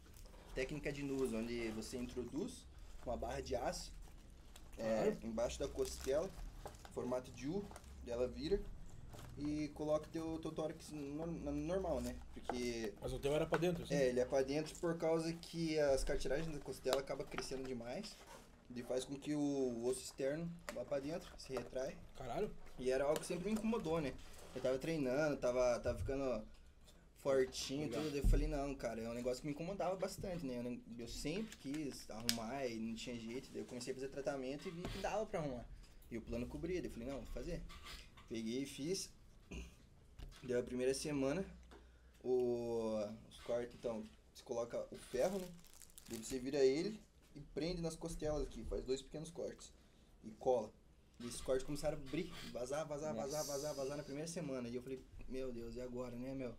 [SPEAKER 4] técnica de nus, onde você introduz uma barra de aço é, embaixo da costela, formato de U, ela vira e coloca teu, teu tórax no- no- normal, né? Porque
[SPEAKER 2] Mas o teu era pra dentro, assim.
[SPEAKER 4] É, ele é pra dentro por causa que as cartilagens da costela acabam crescendo demais. E faz com que o osso externo vá pra dentro, se retrai.
[SPEAKER 2] Caralho.
[SPEAKER 4] E era algo que sempre me incomodou, né? Eu tava treinando, tava, tava ficando fortinho e
[SPEAKER 2] Legal.
[SPEAKER 4] tudo. daí Eu falei, não, cara, é um negócio que me incomodava bastante, né? Eu, nem- eu sempre quis arrumar e não tinha jeito. Daí eu comecei a fazer tratamento e vi que dava pra arrumar. E o plano cobria. Daí eu falei, não, vou fazer. Peguei e fiz. Deu a primeira semana. O, os cortes, então, você coloca o ferro, né? Daí você vira ele e prende nas costelas aqui. Faz dois pequenos cortes. E cola. E esses cortes começaram a abrir, vazar, vazar, vazar, vazar, vazar na primeira semana. E eu falei, meu Deus, e agora, né, meu? O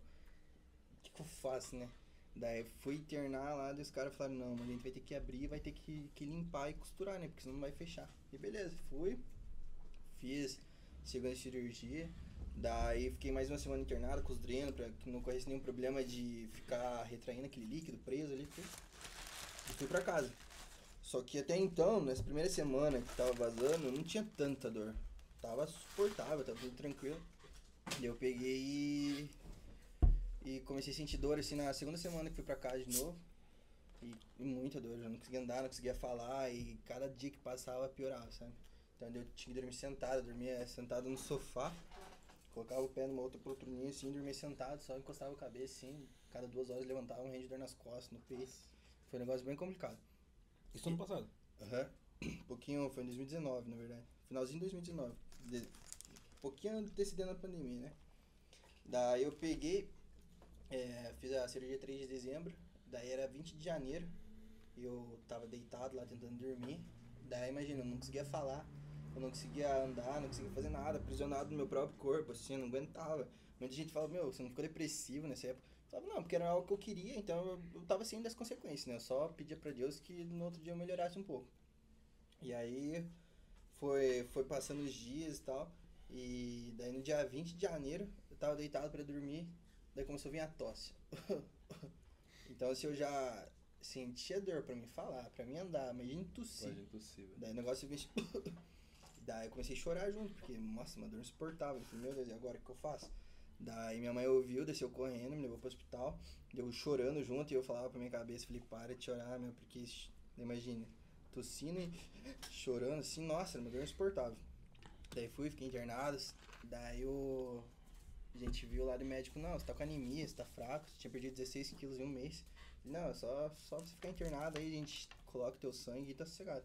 [SPEAKER 4] que, que eu faço, né? Daí eu fui internar lá, daí os caras falaram, não, mas a gente vai ter que abrir, vai ter que, que limpar e costurar, né? Porque senão não vai fechar. E beleza, fui, fiz segunda cirurgia. Daí fiquei mais uma semana internado com os drenos, pra que não corresse nenhum problema de ficar retraindo aquele líquido preso ali. Fui. E fui pra casa. Só que até então, nessa primeira semana que tava vazando, não tinha tanta dor. Tava suportável, tava tudo tranquilo. Daí eu peguei e. E comecei a sentir dor assim na segunda semana que fui pra casa de novo. E, e muita dor, eu já não conseguia andar, não conseguia falar. E cada dia que passava piorava, sabe? Então daí eu tinha que dormir sentado, eu dormia sentado no sofá. Colocava o pé numa outra poltroninha assim, dormia sentado, só encostava a cabeça assim. Cada duas horas levantava um rei de dor nas costas, no peito. Foi um negócio bem complicado.
[SPEAKER 2] Isso ano passado.
[SPEAKER 4] Aham. Um pouquinho, foi em 2019, na verdade. Finalzinho de 2019. De... um Pouquinho antecedendo a pandemia, né? Daí eu peguei, é, fiz a cirurgia 3 de dezembro, daí era 20 de janeiro, e eu tava deitado lá tentando dormir. Daí imagina, eu não conseguia falar, eu não conseguia andar, não conseguia fazer nada, aprisionado no meu próprio corpo, assim, eu não aguentava. Muita gente falava, meu, você não ficou depressivo nessa época. Eu falava, não, porque era algo que eu queria, então eu, eu tava sem das consequências, né? Eu só pedia pra Deus que no outro dia eu melhorasse um pouco. E aí foi, foi passando os dias e tal. E daí no dia 20 de janeiro, eu tava deitado pra dormir, daí começou a vir a tosse. então se eu já sentia dor pra mim falar, pra mim andar, imagina tossir.
[SPEAKER 3] Pode impossível.
[SPEAKER 4] Daí o negócio vem. Daí eu comecei a chorar junto, porque, nossa, uma dor insuportável. Eu falei, meu Deus, e agora o que eu faço? Daí minha mãe ouviu, desceu correndo, me levou pro hospital. Eu chorando junto e eu falava pra minha cabeça, falei, para de chorar, meu, porque isso- imagina, tossindo e chorando assim, nossa, era uma dor insuportável. Daí fui, fiquei internado. Daí o. A gente viu lá do médico, não, você tá com anemia, você tá fraco, você tinha perdido 16 quilos em um mês. Não, é só, só você ficar internado aí, a gente coloca o teu sangue e tá sossegado.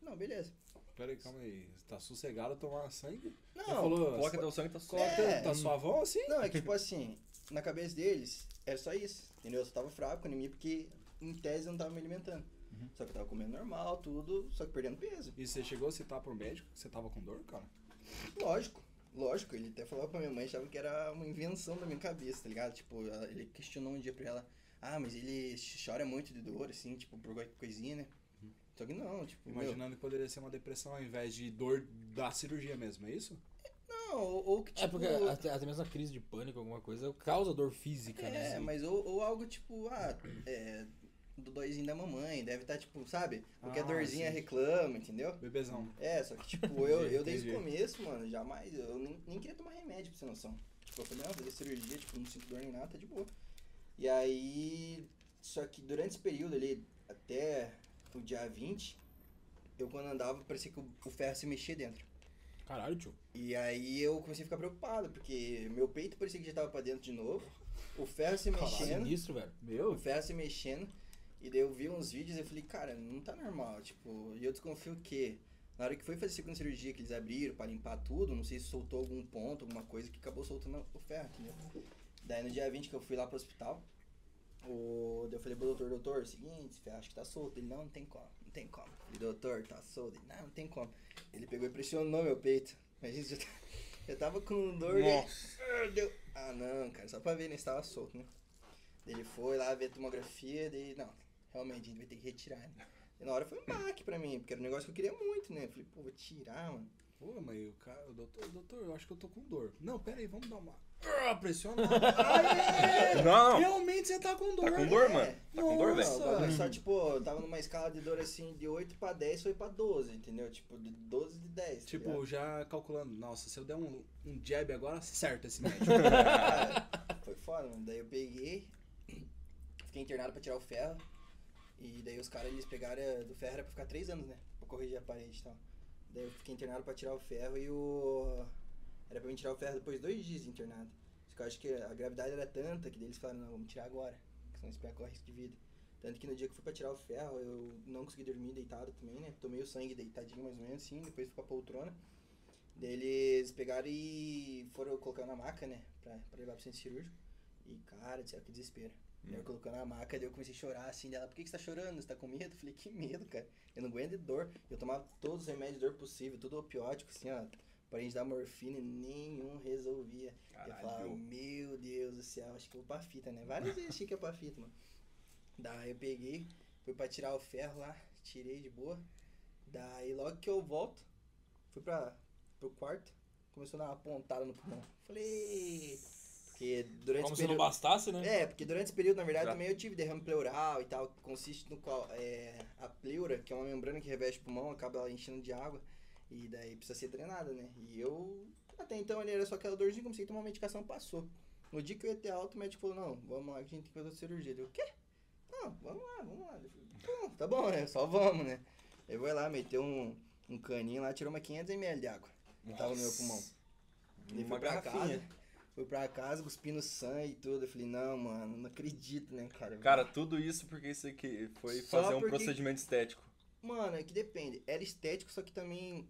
[SPEAKER 4] Não, beleza.
[SPEAKER 5] Peraí, calma aí. Você tá sossegado a tomar sangue?
[SPEAKER 4] Não,
[SPEAKER 5] Ele falou,
[SPEAKER 3] Coloca
[SPEAKER 5] "Você
[SPEAKER 3] teu sangue e tá
[SPEAKER 5] tá-
[SPEAKER 3] suave.
[SPEAKER 4] É.
[SPEAKER 5] tá suavão assim?
[SPEAKER 4] não, é que tipo assim, na cabeça deles era só isso, entendeu? Eu só tava fraco, anemia, porque em tese eu não tava me alimentando.
[SPEAKER 5] Uhum.
[SPEAKER 4] Só que eu tava comendo normal, tudo, só que perdendo peso.
[SPEAKER 5] E você chegou a citar pro médico que você tava com dor, cara?
[SPEAKER 4] Lógico, lógico, ele até falou pra minha mãe, achava que era uma invenção da minha cabeça, tá ligado? Tipo, ela- ele questionou um dia pra ela, ah, mas ele ch- chora muito de dor, assim, tipo, por qualquer coisinha, né?
[SPEAKER 5] Uhum.
[SPEAKER 4] Só que não, tipo, meu,
[SPEAKER 5] Imaginando que poderia ser uma depressão ao invés de dor da cirurgia mesmo, é isso?
[SPEAKER 4] não, ou, ou que tipo...
[SPEAKER 2] É porque até, até mesmo a crise de pânico, alguma coisa, causa dor física, né?
[SPEAKER 4] É,
[SPEAKER 5] assim.
[SPEAKER 4] mas ou, ou algo tipo, ah, é, do doizinho da mamãe, deve estar, tipo, sabe? Qualquer
[SPEAKER 5] Ah,
[SPEAKER 4] dorzinha
[SPEAKER 5] sim.
[SPEAKER 4] reclama, entendeu?
[SPEAKER 5] Bebezão.
[SPEAKER 4] É, só que, tipo, eu, eu desde o
[SPEAKER 5] Entendi.
[SPEAKER 4] começo, mano, jamais, eu nem, nem queria tomar remédio, pra você ter noção. Tipo, eu falei, não, fazer cirurgia, tipo, não sinto dor nem nada, tá de boa. E aí, só que durante esse período ali, até o dia 20, eu quando andava, parecia que o, o ferro se mexia dentro.
[SPEAKER 2] Caralho, tio.
[SPEAKER 4] E aí eu comecei a ficar preocupado, porque meu peito parecia que já tava pra dentro de novo, o ferro se
[SPEAKER 2] Caralho,
[SPEAKER 4] mexendo
[SPEAKER 2] sinistro, velho.
[SPEAKER 5] Meu?
[SPEAKER 4] o ferro se mexendo. E daí eu vi uns vídeos e eu falei, cara, não tá normal. Tipo, e eu desconfio que na hora que foi fazer a segunda cirurgia que eles abriram pra limpar tudo, não sei se soltou algum ponto, alguma coisa que acabou soltando o ferro, entendeu? Daí no dia 20 que eu fui lá pro hospital, o... daí eu falei pro doutor, doutor, é o seguinte, esse ferro acho que tá solto. Ele, não, não tem como, não tem como. Ele, doutor, tá solto. Ele, não, não tem como. Ele pegou e pressionou meu peito. Imagina, eu já tava- eu tava com dor. e- Ah, deu- Ah, não, cara, só pra ver, né, se tava solto, né? Ele foi lá ver a tomografia, daí, não, realmente a gente vai ter que retirar, né? E na hora foi um baque pra mim, porque era um negócio que eu queria muito, né? Eu falei, pô, vou tirar, mano.
[SPEAKER 5] Pô, mas o cara, o doutor, doutor, eu acho que eu tô com dor. Não, pera aí, vamos dar uma. Ah, pressiona. Aê!
[SPEAKER 3] Não!
[SPEAKER 5] Realmente você tá com dor.
[SPEAKER 3] Tá com dor,
[SPEAKER 4] É.
[SPEAKER 3] mano? Tá com dor,
[SPEAKER 4] Não,
[SPEAKER 3] velho?
[SPEAKER 4] o bagulho só, tipo, eu tava numa escala de dor assim, de 8 pra 10 foi pra 12, entendeu? Tipo, de 12 de 10. tá
[SPEAKER 5] Tipo,
[SPEAKER 4] ligado?
[SPEAKER 5] já calculando, nossa, se eu der um, um jab agora, acerta esse médico.
[SPEAKER 4] Cara, foi foda, mano. Daí eu peguei, fiquei internado pra tirar o ferro. E daí os caras, eles pegaram eh, do ferro, era pra ficar três anos, né? Pra corrigir a parede e tal. Daí eu fiquei internado pra tirar o ferro e o... Era pra mim tirar o ferro depois de dois dias de internado. Só que eu acho que a gravidade era tanta que daí eles falaram, não, vamos tirar agora. Que senão esse pé corre risco de vida. Tanto que no dia que eu fui pra tirar o ferro, eu não consegui dormir deitado também, né? Tomei o sangue deitadinho mais ou menos assim, depois fui pra poltrona. Daí eles pegaram e foram colocando na maca, né? Pra, pra levar pro centro cirúrgico. E cara, disseram que desespero. Daí Eu colocando na maca, daí eu comecei a chorar assim dela, por que, que você tá chorando? Você tá com medo? Eu falei, que medo, cara. Eu não aguento de dor. Eu tomava todos os remédios de dor possível, tudo opiótico, assim, ó. Pra gente dar morfina e nenhum resolvia. Eu falava,
[SPEAKER 3] Caralho.
[SPEAKER 4] meu Deus do céu, acho que eu vou pra fita, né? Várias vezes achei que ia pra fita, mano. Daí eu peguei, fui pra tirar o ferro lá, tirei de boa. Daí logo que eu volto, fui pra, pro quarto, começou a dar uma pontada no pulmão. Falei. Porque durante
[SPEAKER 2] Como
[SPEAKER 4] o
[SPEAKER 2] se não
[SPEAKER 4] período.
[SPEAKER 2] bastasse, né?
[SPEAKER 4] É, porque durante esse período, na verdade,
[SPEAKER 3] Já.
[SPEAKER 4] também eu tive derrame pleural e tal, que consiste no qual é, a pleura, que é uma membrana que reveste o pulmão, acaba enchendo de água, e daí precisa ser drenada, né? E eu, até então, ali era só aquela dorzinha, comecei a tomar uma medicação, passou. No dia que eu ia ter alta, o médico falou, não, vamos lá, que a gente tem que fazer outra cirurgia. Eu, o quê? Não, vamos lá, vamos lá. Eu falei, "Bom, tá bom, né? Só vamos, né? Eu vou lá, meteu um, um caninho lá, tirou uma 500ml de água. que Tava no meu pulmão. Daí
[SPEAKER 3] Uma
[SPEAKER 4] fui pra
[SPEAKER 3] garrafinha.
[SPEAKER 4] casa, fui pra casa cuspindo sangue e tudo. Eu falei, não, mano, não acredito, né, cara?
[SPEAKER 3] Cara, tudo isso porque isso aqui foi
[SPEAKER 4] Só
[SPEAKER 3] fazer um
[SPEAKER 4] porque-
[SPEAKER 3] procedimento estético.
[SPEAKER 4] Mano, é que depende. Era estético, só que também,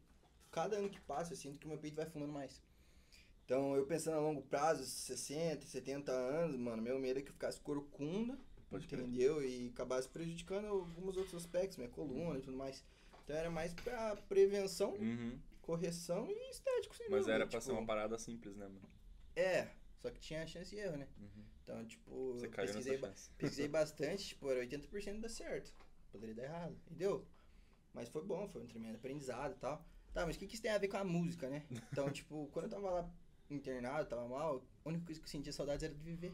[SPEAKER 4] cada ano que passa, eu sinto que o meu peito vai fumando mais. Então, eu pensando a longo prazo, 60, 70 anos, mano, meu medo é que eu ficasse corcunda,
[SPEAKER 3] Pode crer.
[SPEAKER 4] entendeu? E acabasse prejudicando alguns outros aspectos, minha coluna e tudo mais. Então, era mais pra prevenção,
[SPEAKER 3] Uhum.
[SPEAKER 4] correção e estético, sem
[SPEAKER 3] Mas
[SPEAKER 4] dúvida,
[SPEAKER 3] era pra ser
[SPEAKER 4] tipo,
[SPEAKER 3] uma parada simples, né, mano?
[SPEAKER 4] É, só que tinha chance de erro, né?
[SPEAKER 3] Uhum.
[SPEAKER 4] Então, tipo,
[SPEAKER 3] Você
[SPEAKER 4] eu
[SPEAKER 3] caiu
[SPEAKER 4] pesquisei,
[SPEAKER 3] nessa
[SPEAKER 4] ba-
[SPEAKER 3] chance.
[SPEAKER 4] pesquisei bastante, tipo, era 80% dá certo. Poderia dar errado. E deu. Mas foi bom, foi um tremendo aprendizado e tal. Tá, mas o que, que isso tem a ver com a música, né? Então, tipo, quando eu tava lá internado, tava mal, a única coisa que eu sentia saudades era de viver.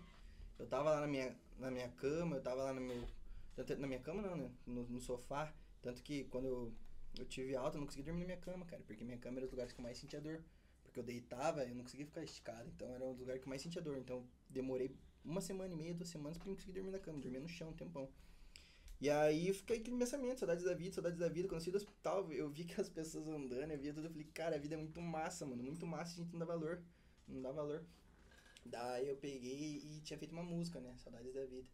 [SPEAKER 4] Eu tava lá na minha, na minha cama, eu tava lá no meu. tanto- Na minha cama não, né? No, no sofá. Tanto que quando eu, eu tive alta, eu não conseguia dormir na minha cama, cara. Porque minha cama era os lugares que eu mais sentia dor. Porque eu deitava, eu não conseguia ficar esticado. Então era o lugar que eu mais sentia dor. Então demorei uma semana e meia, duas semanas pra eu conseguir dormir na cama, dormia no chão um tempão. E aí eu fiquei aquele pensamento, saudades da vida, saudades da vida. Quando eu saí do hospital, eu vi que as pessoas andando, eu via tudo, eu falei, cara, a vida é muito massa, mano, muito massa, a gente não dá valor, não dá valor. Daí eu peguei e tinha feito uma música, né, saudades da vida.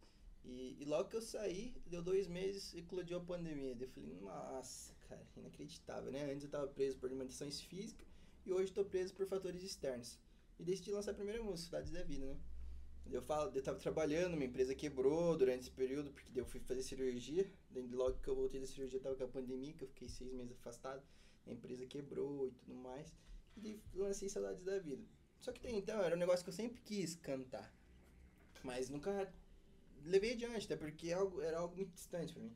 [SPEAKER 4] E, e logo que eu saí, deu dois meses e eclodiu a pandemia. Daí eu falei, nossa, cara, inacreditável, né? Antes eu tava preso por limitações físicas e hoje eu tô preso por fatores externos. E decidi lançar a primeira música, Saudades da Vida, né? Eu falo, eu tava trabalhando, minha empresa quebrou durante esse período, porque daí eu fui fazer cirurgia. Daí logo que eu voltei da cirurgia, tava com a pandemia, que eu fiquei seis meses afastado. A empresa quebrou e tudo mais. E daí lancei Saudades da Vida. Só que tem então, era um negócio que eu sempre quis cantar. Mas nunca levei adiante, até porque é algo- era algo muito distante pra mim.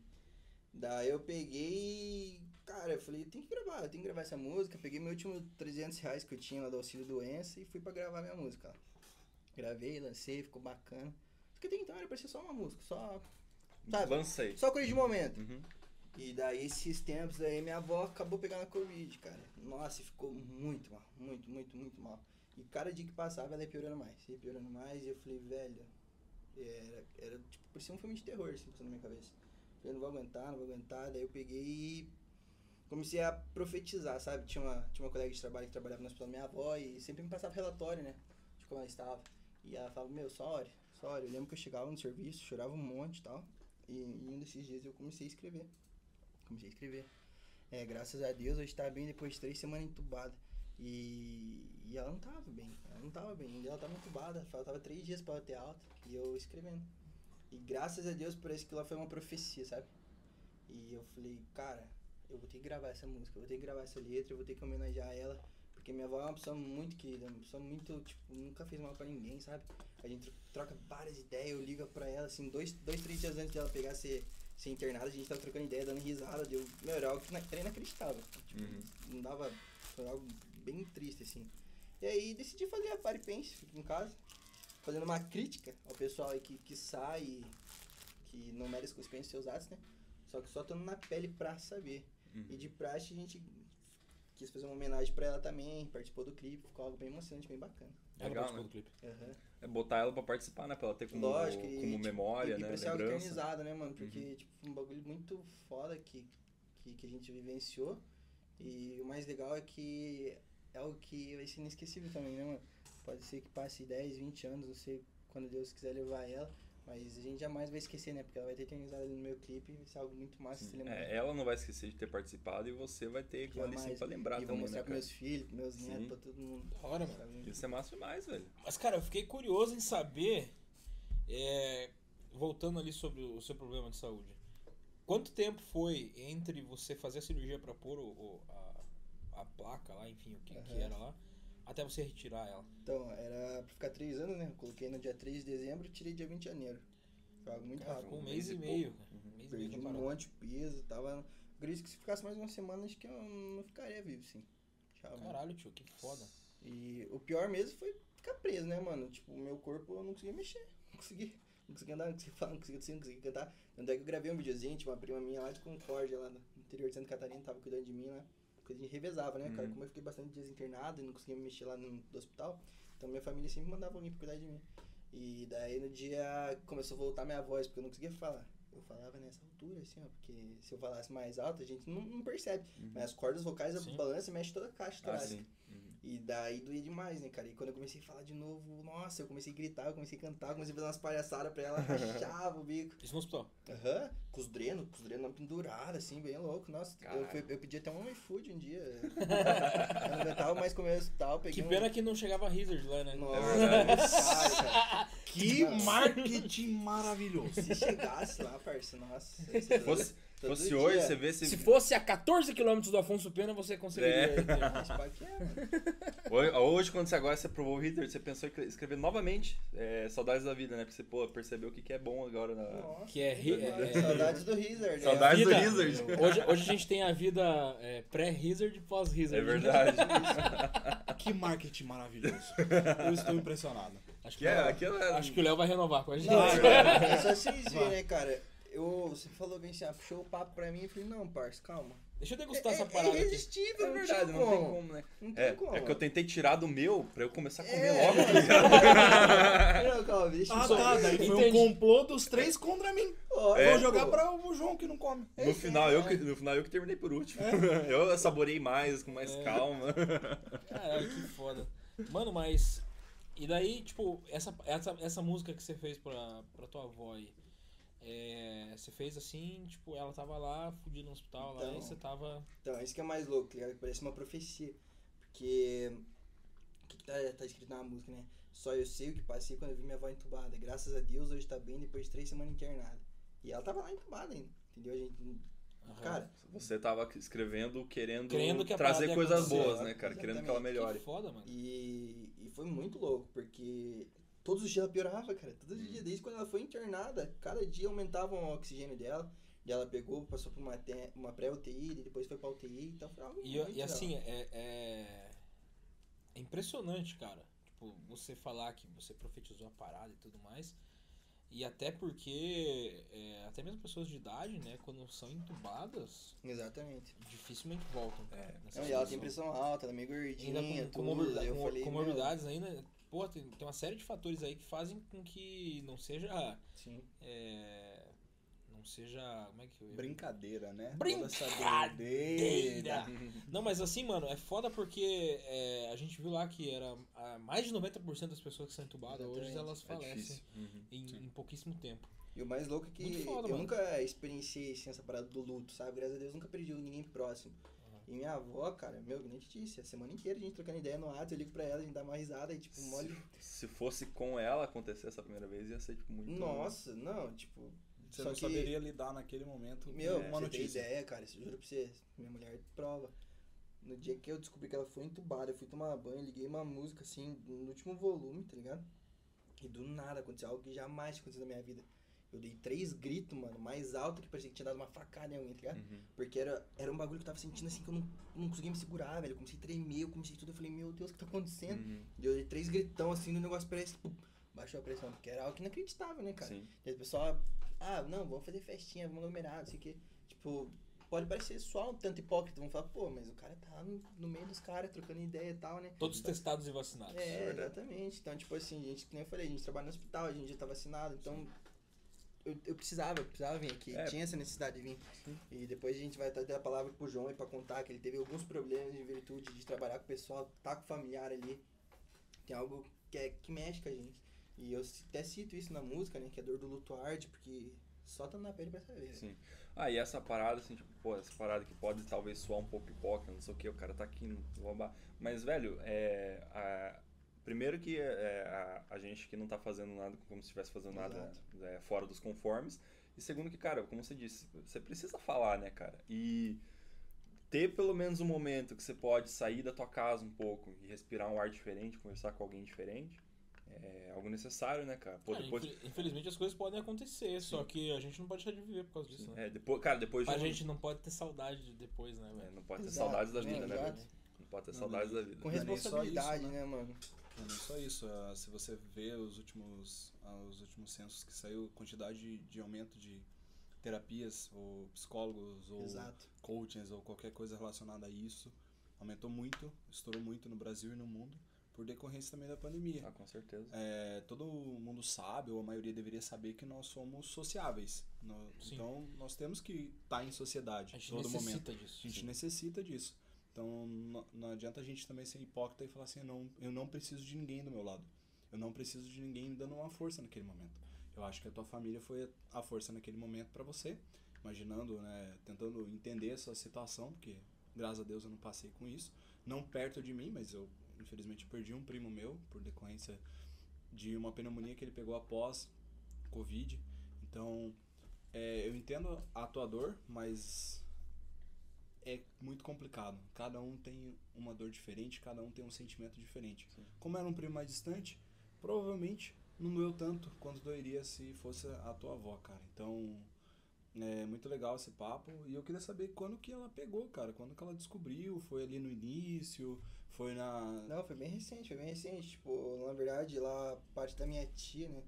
[SPEAKER 4] Daí eu peguei e, cara, eu falei, tem que gravar, eu tenho que gravar essa música. Peguei meu último 300 reais que eu tinha lá do auxílio doença e fui pra gravar minha música lá. Gravei, lancei, ficou bacana. Só que até então era pra ser só uma música, só. Sabe?
[SPEAKER 3] Lancei.
[SPEAKER 4] Só coisa de momento.
[SPEAKER 3] Uhum.
[SPEAKER 4] E daí esses tempos aí minha avó acabou pegando a Covid, cara. Nossa, e ficou muito mal, muito, muito, muito mal. E cada dia que passava ela ia piorando mais, ia piorando mais, e eu falei, velho, era, era tipo, parecia um filme de terror, assim, passando na minha cabeça. Falei, não vou aguentar, não vou aguentar. Daí eu peguei e comecei a profetizar, sabe? Tinha uma, tinha uma colega de trabalho que trabalhava no hospital da minha avó e sempre me passava relatório, né? De como ela estava. E ela falava, meu, só hora, só hora. Eu lembro que eu chegava no serviço, chorava um monte e tal. E em um desses dias eu comecei a escrever. Comecei a escrever. É, graças a Deus hoje tá bem depois de três semanas entubada. E, e ela não tava bem, ela não tava bem, ela tava entubada, faltava três dias pra ela ter alta, e eu escrevendo. E graças a Deus parece que lá foi uma profecia, sabe? E eu falei, cara, eu vou ter que gravar essa música, eu vou ter que gravar essa letra, eu vou ter que homenagear ela, porque minha avó é uma pessoa muito querida, uma pessoa muito, tipo, nunca fez mal pra ninguém, sabe? A gente troca várias ideias, eu ligo pra ela, assim, dois, dois três dias antes dela pegar ser, ser internada, a gente tava trocando ideia, dando risada, deu, meu, era algo que na- era inacreditável, tipo,
[SPEAKER 3] Uhum.
[SPEAKER 4] não dava, foi algo bem triste, assim. E aí decidi fazer a Pare e Pense, fico em casa, fazendo uma crítica ao pessoal aí que, que sai, e que não merece consequências seus atos, né? Só que só estando na pele pra saber.
[SPEAKER 3] Uhum.
[SPEAKER 4] E de praxe a gente quis fazer uma homenagem pra ela também, participou do clipe, ficou algo bem emocionante, bem bacana.
[SPEAKER 2] Ela
[SPEAKER 3] Legal,
[SPEAKER 2] participou
[SPEAKER 3] né?
[SPEAKER 2] do clipe.
[SPEAKER 4] Aham.
[SPEAKER 3] É botar ela pra participar, né? Pra ela ter como,
[SPEAKER 4] Lógico, e,
[SPEAKER 3] como
[SPEAKER 4] tipo,
[SPEAKER 3] memória,
[SPEAKER 4] e,
[SPEAKER 3] né?
[SPEAKER 4] E precisava
[SPEAKER 3] Lembrança. Uhum.
[SPEAKER 4] eternizada, né, mano? Porque, tipo, foi um bagulho muito foda que, que, que a gente vivenciou. E o mais legal é que é algo que vai ser inesquecível também, né, mano? Pode ser que passe 10, 20 anos, não sei quando Deus quiser levar ela. Mas a gente jamais vai esquecer, né? Porque ela vai ter eternizada ali no meu clipe. Vai ser algo muito massa se lembrar. um
[SPEAKER 3] É, ela não vai esquecer de ter participado e você vai ter aquilo ali sempre
[SPEAKER 4] Jamais.
[SPEAKER 3] pra lembrar
[SPEAKER 4] e vou
[SPEAKER 3] também,
[SPEAKER 4] mostrar
[SPEAKER 3] né,
[SPEAKER 4] pros
[SPEAKER 3] cara?
[SPEAKER 4] meus filhos, pros meus
[SPEAKER 3] Sim.
[SPEAKER 4] netos, pra todo mundo.
[SPEAKER 2] Da hora, mano.
[SPEAKER 4] sabe?
[SPEAKER 3] Isso é massa demais, velho.
[SPEAKER 2] Mas, cara, eu fiquei curioso em saber, é, voltando ali sobre o seu problema de saúde, quanto tempo foi entre você fazer a cirurgia pra pôr o, o- a, a placa lá, enfim, o que, que
[SPEAKER 4] Aham.
[SPEAKER 2] era lá, até você retirar ela?
[SPEAKER 4] Então, era pra ficar três anos, né? Eu coloquei no dia 3 de dezembro e tirei dia 20 de janeiro. Foi algo muito
[SPEAKER 2] Cara,
[SPEAKER 4] rápido.
[SPEAKER 2] ficou um
[SPEAKER 3] Um
[SPEAKER 2] mês
[SPEAKER 3] mês
[SPEAKER 2] e
[SPEAKER 3] e
[SPEAKER 2] meio, cara. Um mês e meio
[SPEAKER 4] Perdi
[SPEAKER 2] que eu
[SPEAKER 4] um
[SPEAKER 2] parava.
[SPEAKER 4] monte de peso, tava. Acredito um- que se ficasse mais uma semana, acho que eu não ficaria vivo, sim. Tchau, mano.
[SPEAKER 2] Caralho, tio, que foda.
[SPEAKER 4] E o pior mesmo foi ficar preso, né, mano? Tipo, o meu corpo eu não conseguia mexer. Não conseguia, não conseguia andar, não conseguia falar, não conseguia tossir, não conseguia cantar. Tanto é que eu gravei um videozinho, tipo, uma prima minha lá de Concórdia, lá no interior de Santa Catarina, tava cuidando de mim lá. Porque a gente revezava, né, cara?
[SPEAKER 3] Uhum.
[SPEAKER 4] Como eu fiquei bastante dias internado e não conseguia me mexer lá no, do hospital, então minha família sempre mandava alguém pra cuidar de mim. E daí no dia começou a voltar minha voz, porque eu não conseguia falar. Eu falava nessa altura, assim, ó, porque se eu falasse mais alto, a gente não, não percebe.
[SPEAKER 3] Uhum.
[SPEAKER 4] Mas as cordas vocais, a
[SPEAKER 2] Sim.
[SPEAKER 4] balança mexe toda a caixa
[SPEAKER 3] Ah,
[SPEAKER 4] torácica.
[SPEAKER 3] sim. Uhum.
[SPEAKER 4] E daí doía demais, né, cara? E quando eu comecei a falar de novo, nossa, eu comecei a gritar, eu comecei a cantar, eu comecei a fazer umas palhaçadas pra ela, rachava o bico.
[SPEAKER 2] Isso no hospital.
[SPEAKER 4] Aham, com os drenos, com os drenos pendurados, assim, bem louco. Nossa, eu,
[SPEAKER 3] Caralho.
[SPEAKER 4] fui- eu pedi até um iFood um dia. eu não aguentava mais comer no hospital, peguei
[SPEAKER 2] Que
[SPEAKER 4] um-
[SPEAKER 2] pena que não chegava a Hazard lá, né?
[SPEAKER 3] é
[SPEAKER 4] Nossa, cara, cara.
[SPEAKER 5] Que
[SPEAKER 4] Mano.
[SPEAKER 5] marketing maravilhoso.
[SPEAKER 4] Se chegasse lá, parça, nossa. ia ser
[SPEAKER 3] Fosse,
[SPEAKER 4] todo
[SPEAKER 3] fosse
[SPEAKER 4] dia.
[SPEAKER 3] hoje, você vê se.
[SPEAKER 2] Se fosse a 14 km do Afonso Pena, você conseguiria.
[SPEAKER 4] Mas pra quê, mano?
[SPEAKER 3] Hoje, hoje, quando você agora você provou o Hitler, você pensou em escrever novamente é, Saudades da Vida, né? Porque você pô, percebeu o que, que é bom agora na.
[SPEAKER 4] Nossa.
[SPEAKER 2] Que é, ri- é-
[SPEAKER 4] Saudades do né? Rizard.
[SPEAKER 3] Saudades do
[SPEAKER 2] Vida.
[SPEAKER 3] Lizard.
[SPEAKER 2] Hoje, hoje a gente tem a vida é, pré-Hazard e
[SPEAKER 3] É
[SPEAKER 2] pós-Hazard. né?
[SPEAKER 3] verdade.
[SPEAKER 5] Que marketing maravilhoso. Eu estou impressionado.
[SPEAKER 2] Acho que,
[SPEAKER 3] que é,
[SPEAKER 2] o-
[SPEAKER 3] aquilo é-
[SPEAKER 2] acho que o Léo vai renovar com a gente.
[SPEAKER 4] Não, é só vocês verem, né, cara? Eu, você falou bem assim, ah, puxou o papo pra mim e falei, não, parça, calma.
[SPEAKER 2] Deixa eu
[SPEAKER 4] É,
[SPEAKER 2] degustar essa
[SPEAKER 4] é
[SPEAKER 2] parada aqui.
[SPEAKER 4] irresistível, é verdade, não tem como.
[SPEAKER 3] né?
[SPEAKER 4] Não tem como.
[SPEAKER 3] É, é que eu tentei tirar do meu pra eu começar a comer
[SPEAKER 4] É.
[SPEAKER 3] logo. tá ligado?
[SPEAKER 4] Não, calma, deixa eu
[SPEAKER 5] Ah,
[SPEAKER 4] só-
[SPEAKER 5] tá. Daí foi um
[SPEAKER 2] Entendi.
[SPEAKER 5] complô dos três contra mim.
[SPEAKER 4] Ó,
[SPEAKER 3] É,
[SPEAKER 5] Vou jogar
[SPEAKER 4] pô.
[SPEAKER 5] para o João que não come.
[SPEAKER 3] No final, eu que, no final eu que terminei por último. Eu saborei mais, com mais
[SPEAKER 2] É.
[SPEAKER 3] calma.
[SPEAKER 4] é.
[SPEAKER 2] Caralho, que foda. Mano, mas. E daí, tipo, essa, essa, essa música que você fez pra, pra tua avó aí. é, você fez assim, tipo, ela tava lá, fudida no hospital lá,
[SPEAKER 4] Então.
[SPEAKER 2] e você tava.
[SPEAKER 4] Então, isso que é mais louco, tá ligado? Que Parece uma profecia. Porque. O que, que tá, tá escrito na música, né? Só eu sei o que passei quando eu vi minha avó entubada. Graças a Deus hoje tá bem depois de três semanas internada. E ela tava lá entubada ainda, entendeu? A gente.
[SPEAKER 3] Ah.
[SPEAKER 2] Aham.
[SPEAKER 4] Cara,
[SPEAKER 3] Você tava escrevendo, querendo,
[SPEAKER 2] Querendo que a parada
[SPEAKER 3] trazer
[SPEAKER 2] ia
[SPEAKER 3] coisas
[SPEAKER 2] acontecer.
[SPEAKER 3] boas, né, cara? Querendo que ela
[SPEAKER 4] Exatamente.
[SPEAKER 3] melhore.
[SPEAKER 2] Que foda, mano.
[SPEAKER 4] E, e foi muito louco, porque todos os dias ela piorava, cara. Todos
[SPEAKER 2] Uhum.
[SPEAKER 4] os dias, desde quando ela foi internada, cada dia aumentavam o oxigênio dela. E ela pegou, passou por uma, te- uma pré-UTI, depois foi pra UTI, então foi algo
[SPEAKER 2] E,
[SPEAKER 4] muito
[SPEAKER 2] e
[SPEAKER 4] da
[SPEAKER 2] assim, é, é- é impressionante, cara. Tipo, você falar que você profetizou a parada e tudo mais. E até porque, é, até mesmo pessoas de idade, né, quando são entubadas,
[SPEAKER 4] hora. Exatamente.
[SPEAKER 2] dificilmente voltam. cara, nessa
[SPEAKER 4] Não, e ela tem
[SPEAKER 2] situação.
[SPEAKER 4] pressão alta, ela é meio gordinha,
[SPEAKER 2] assim, Ainda com,
[SPEAKER 4] tudo.
[SPEAKER 2] comorbi-
[SPEAKER 4] Aí eu
[SPEAKER 2] com-
[SPEAKER 4] falei,
[SPEAKER 2] comorbidades ainda. Pô, tem, tem uma série de fatores aí que fazem com que não seja.
[SPEAKER 4] meu, Sim.
[SPEAKER 2] é, não seja. Como é que eu ia
[SPEAKER 5] Brincadeira, né?
[SPEAKER 2] Brincadeira!
[SPEAKER 5] Toda essa doideira.
[SPEAKER 3] Uhum.
[SPEAKER 2] Não, mas assim, mano, é foda porque é, a gente viu lá que era ah, mais de 90% das pessoas que são entubadas hoje
[SPEAKER 4] Exatamente.
[SPEAKER 2] elas
[SPEAKER 3] É
[SPEAKER 2] falecem
[SPEAKER 3] difícil. Uhum.
[SPEAKER 2] em, em pouquíssimo tempo.
[SPEAKER 4] E o mais louco é que
[SPEAKER 2] Muito foda,
[SPEAKER 4] eu
[SPEAKER 2] mano.
[SPEAKER 4] nunca experienciei assim, essa parada do luto, sabe? Graças a Deus nunca perdi ninguém próximo.
[SPEAKER 2] Aham.
[SPEAKER 4] E minha avó, cara, meu, que nem te disse, a semana inteira a gente trocando ideia no ato, eu ligo pra ela, a gente dá uma risada e tipo, mole
[SPEAKER 3] Se fosse com ela acontecer essa primeira vez, ia ser tipo, muito.
[SPEAKER 4] Nossa, não, tipo.
[SPEAKER 5] Você
[SPEAKER 4] só
[SPEAKER 5] não
[SPEAKER 4] que,
[SPEAKER 5] saberia lidar naquele momento
[SPEAKER 4] Meu,
[SPEAKER 5] com
[SPEAKER 4] pra
[SPEAKER 5] uma
[SPEAKER 4] você ter
[SPEAKER 5] notícia.
[SPEAKER 4] ideia, cara, isso eu juro pra você, minha mulher prova. No dia que eu descobri que ela foi entubada, eu fui tomar banho, liguei uma música assim, no último volume, tá ligado? E do nada aconteceu algo que jamais aconteceu na minha vida. Eu dei três gritos, mano, mais alto que parecia que tinha dado uma facada em alguém, tá ligado?
[SPEAKER 3] Uhum.
[SPEAKER 4] Porque era, era um bagulho que eu tava sentindo assim que eu não, não conseguia me segurar, velho. Eu comecei a tremer, eu comecei tudo, eu falei, meu Deus, o que tá acontecendo?
[SPEAKER 3] Uhum.
[SPEAKER 4] E eu dei três gritão assim, no negócio parece. pum, Baixou a pressão, porque era algo inacreditável, né, cara?
[SPEAKER 3] Sim.
[SPEAKER 4] E aí o pessoal, ah, não, vamos fazer festinha, vamos aglomerar, não sei o quê. Tipo, pode parecer só um tanto hipócrita. Vão falar, pô, mas o cara tá no, no meio dos caras, trocando ideia e tal, né?
[SPEAKER 2] Todos testados e vacinados.
[SPEAKER 3] É
[SPEAKER 4] É,
[SPEAKER 3] verdade.
[SPEAKER 4] exatamente. Então, tipo assim, a gente, que nem eu falei, a gente trabalha no hospital, a gente já tá vacinado, então eu, eu precisava, eu precisava vir aqui,
[SPEAKER 3] É.
[SPEAKER 4] tinha essa necessidade de vir. E depois a gente vai até dar a palavra pro João aí pra contar que ele teve alguns problemas em virtude de trabalhar com o pessoal, tá com o familiar ali. Tem algo que, é, que mexe com a gente. E eu até cito isso na música, né, que é a dor do luto arte, porque só tá na pele pra saber.
[SPEAKER 3] Sim. Ah, e essa parada, assim, tipo, pô, essa parada que pode talvez soar um pouco hipócrita, não sei o que, o cara tá aqui, não vou roubar. Mas, velho, é. a- primeiro que é, a, a gente que não tá fazendo nada como se estivesse fazendo nada é, fora dos conformes. E segundo que, cara, como você disse, você precisa falar, né, cara? E ter pelo menos um momento que você pode sair da tua casa um pouco e respirar um ar diferente, conversar com alguém diferente, é algo necessário, né, cara? Pô,
[SPEAKER 4] Ah,
[SPEAKER 2] Cara,
[SPEAKER 3] depois.
[SPEAKER 2] infel- Infelizmente as coisas podem acontecer, só que a gente não pode deixar de viver por causa disso, né?
[SPEAKER 3] É, depois, cara, depois de
[SPEAKER 2] A
[SPEAKER 3] um-
[SPEAKER 2] gente não pode ter saudade de depois, né,
[SPEAKER 3] É,
[SPEAKER 2] velho?
[SPEAKER 3] não pode ter
[SPEAKER 4] Exato,
[SPEAKER 3] saudades da
[SPEAKER 4] né,
[SPEAKER 3] vida, né,
[SPEAKER 4] exato.
[SPEAKER 3] velho? Não pode ter saudades da vida.
[SPEAKER 4] Com
[SPEAKER 1] Não é nem só
[SPEAKER 4] responsabilidade,
[SPEAKER 1] isso,
[SPEAKER 4] né, mano?
[SPEAKER 1] Não é só isso, ah, se você vê os últimos, ah, os últimos censos que saiu, quantidade de, de aumento de terapias, ou psicólogos, ou
[SPEAKER 4] Exato.
[SPEAKER 1] coachings, ou qualquer coisa relacionada a isso, aumentou muito, estourou muito no Brasil e no mundo, por decorrência também da pandemia.
[SPEAKER 3] Ah, com certeza.
[SPEAKER 1] É, todo mundo sabe, ou a maioria deveria saber, que nós somos sociáveis. No-
[SPEAKER 2] Sim.
[SPEAKER 1] então, nós temos que estar em sociedade
[SPEAKER 2] A gente
[SPEAKER 1] É, todo momento.
[SPEAKER 2] necessita
[SPEAKER 1] A
[SPEAKER 2] disso.
[SPEAKER 1] gente necessita disso. Então não, não adianta a gente também ser hipócrita e falar assim, não, eu não preciso de ninguém do meu lado. Eu não preciso de ninguém me dando uma força naquele momento. Eu acho que a tua família foi a força naquele momento para você, imaginando, né, tentando entender essa situação, porque graças a Deus eu não passei com isso, não perto de mim, mas eu infelizmente perdi um primo meu por decorrência de uma pneumonia que ele pegou após Covid. Então, é, eu entendo a tua dor, mas é muito complicado. Cada um tem uma dor diferente, cada um tem um sentimento diferente.
[SPEAKER 3] Sim.
[SPEAKER 1] Como era um primo mais distante, provavelmente não doeu tanto quanto doeria se fosse a tua avó, cara. Então, é muito legal esse papo. E eu queria saber quando que ela pegou, cara. Quando que ela descobriu? Foi ali no início? Foi na.
[SPEAKER 4] Não, foi bem recente, foi bem recente. Tipo, na verdade, lá parte da minha tia, né?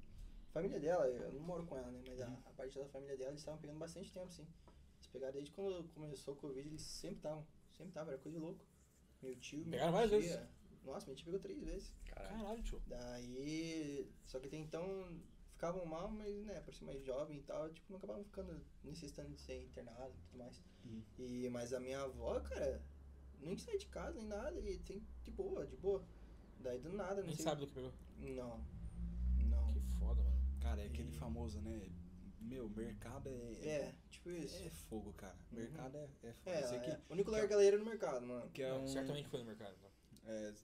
[SPEAKER 4] Família dela, eu não moro com ela, né?
[SPEAKER 2] Uhum.
[SPEAKER 4] Mas a, a parte da família dela, eles estavam pegando bastante tempo, sim. Eles pegaram desde quando começou o Covid, eles sempre estavam. Sempre estavam, era coisa de louco. Meu tio, minha
[SPEAKER 2] Pegaram várias
[SPEAKER 4] tia-
[SPEAKER 2] vezes.
[SPEAKER 4] Nossa, minha tia pegou três vezes.
[SPEAKER 3] Caralho.
[SPEAKER 2] Caralho, tio.
[SPEAKER 4] Daí, só que até então ficavam mal, mas né, por ser mais jovem e tal, tipo, não acabavam ficando necessitando de ser internado e tudo mais.
[SPEAKER 1] Uhum.
[SPEAKER 4] E, mas a minha avó, cara, nem sai de casa nem nada, e tem de boa, de boa. Daí do nada, não
[SPEAKER 2] Nem
[SPEAKER 4] sei.
[SPEAKER 2] sabe do que pegou.
[SPEAKER 4] Não. Não.
[SPEAKER 2] Que foda, mano.
[SPEAKER 1] Cara, é aquele
[SPEAKER 4] E-
[SPEAKER 1] famoso, né? Meu, mercado é.
[SPEAKER 4] É, tipo isso.
[SPEAKER 1] é fogo, cara.
[SPEAKER 4] Uhum.
[SPEAKER 1] Mercado é, é fogo.
[SPEAKER 4] É,
[SPEAKER 1] Eu sei
[SPEAKER 4] é,
[SPEAKER 1] que,
[SPEAKER 4] o único lugar galera no mercado, mano.
[SPEAKER 1] que é um.
[SPEAKER 2] Certamente foi no mercado. Então.
[SPEAKER 1] É,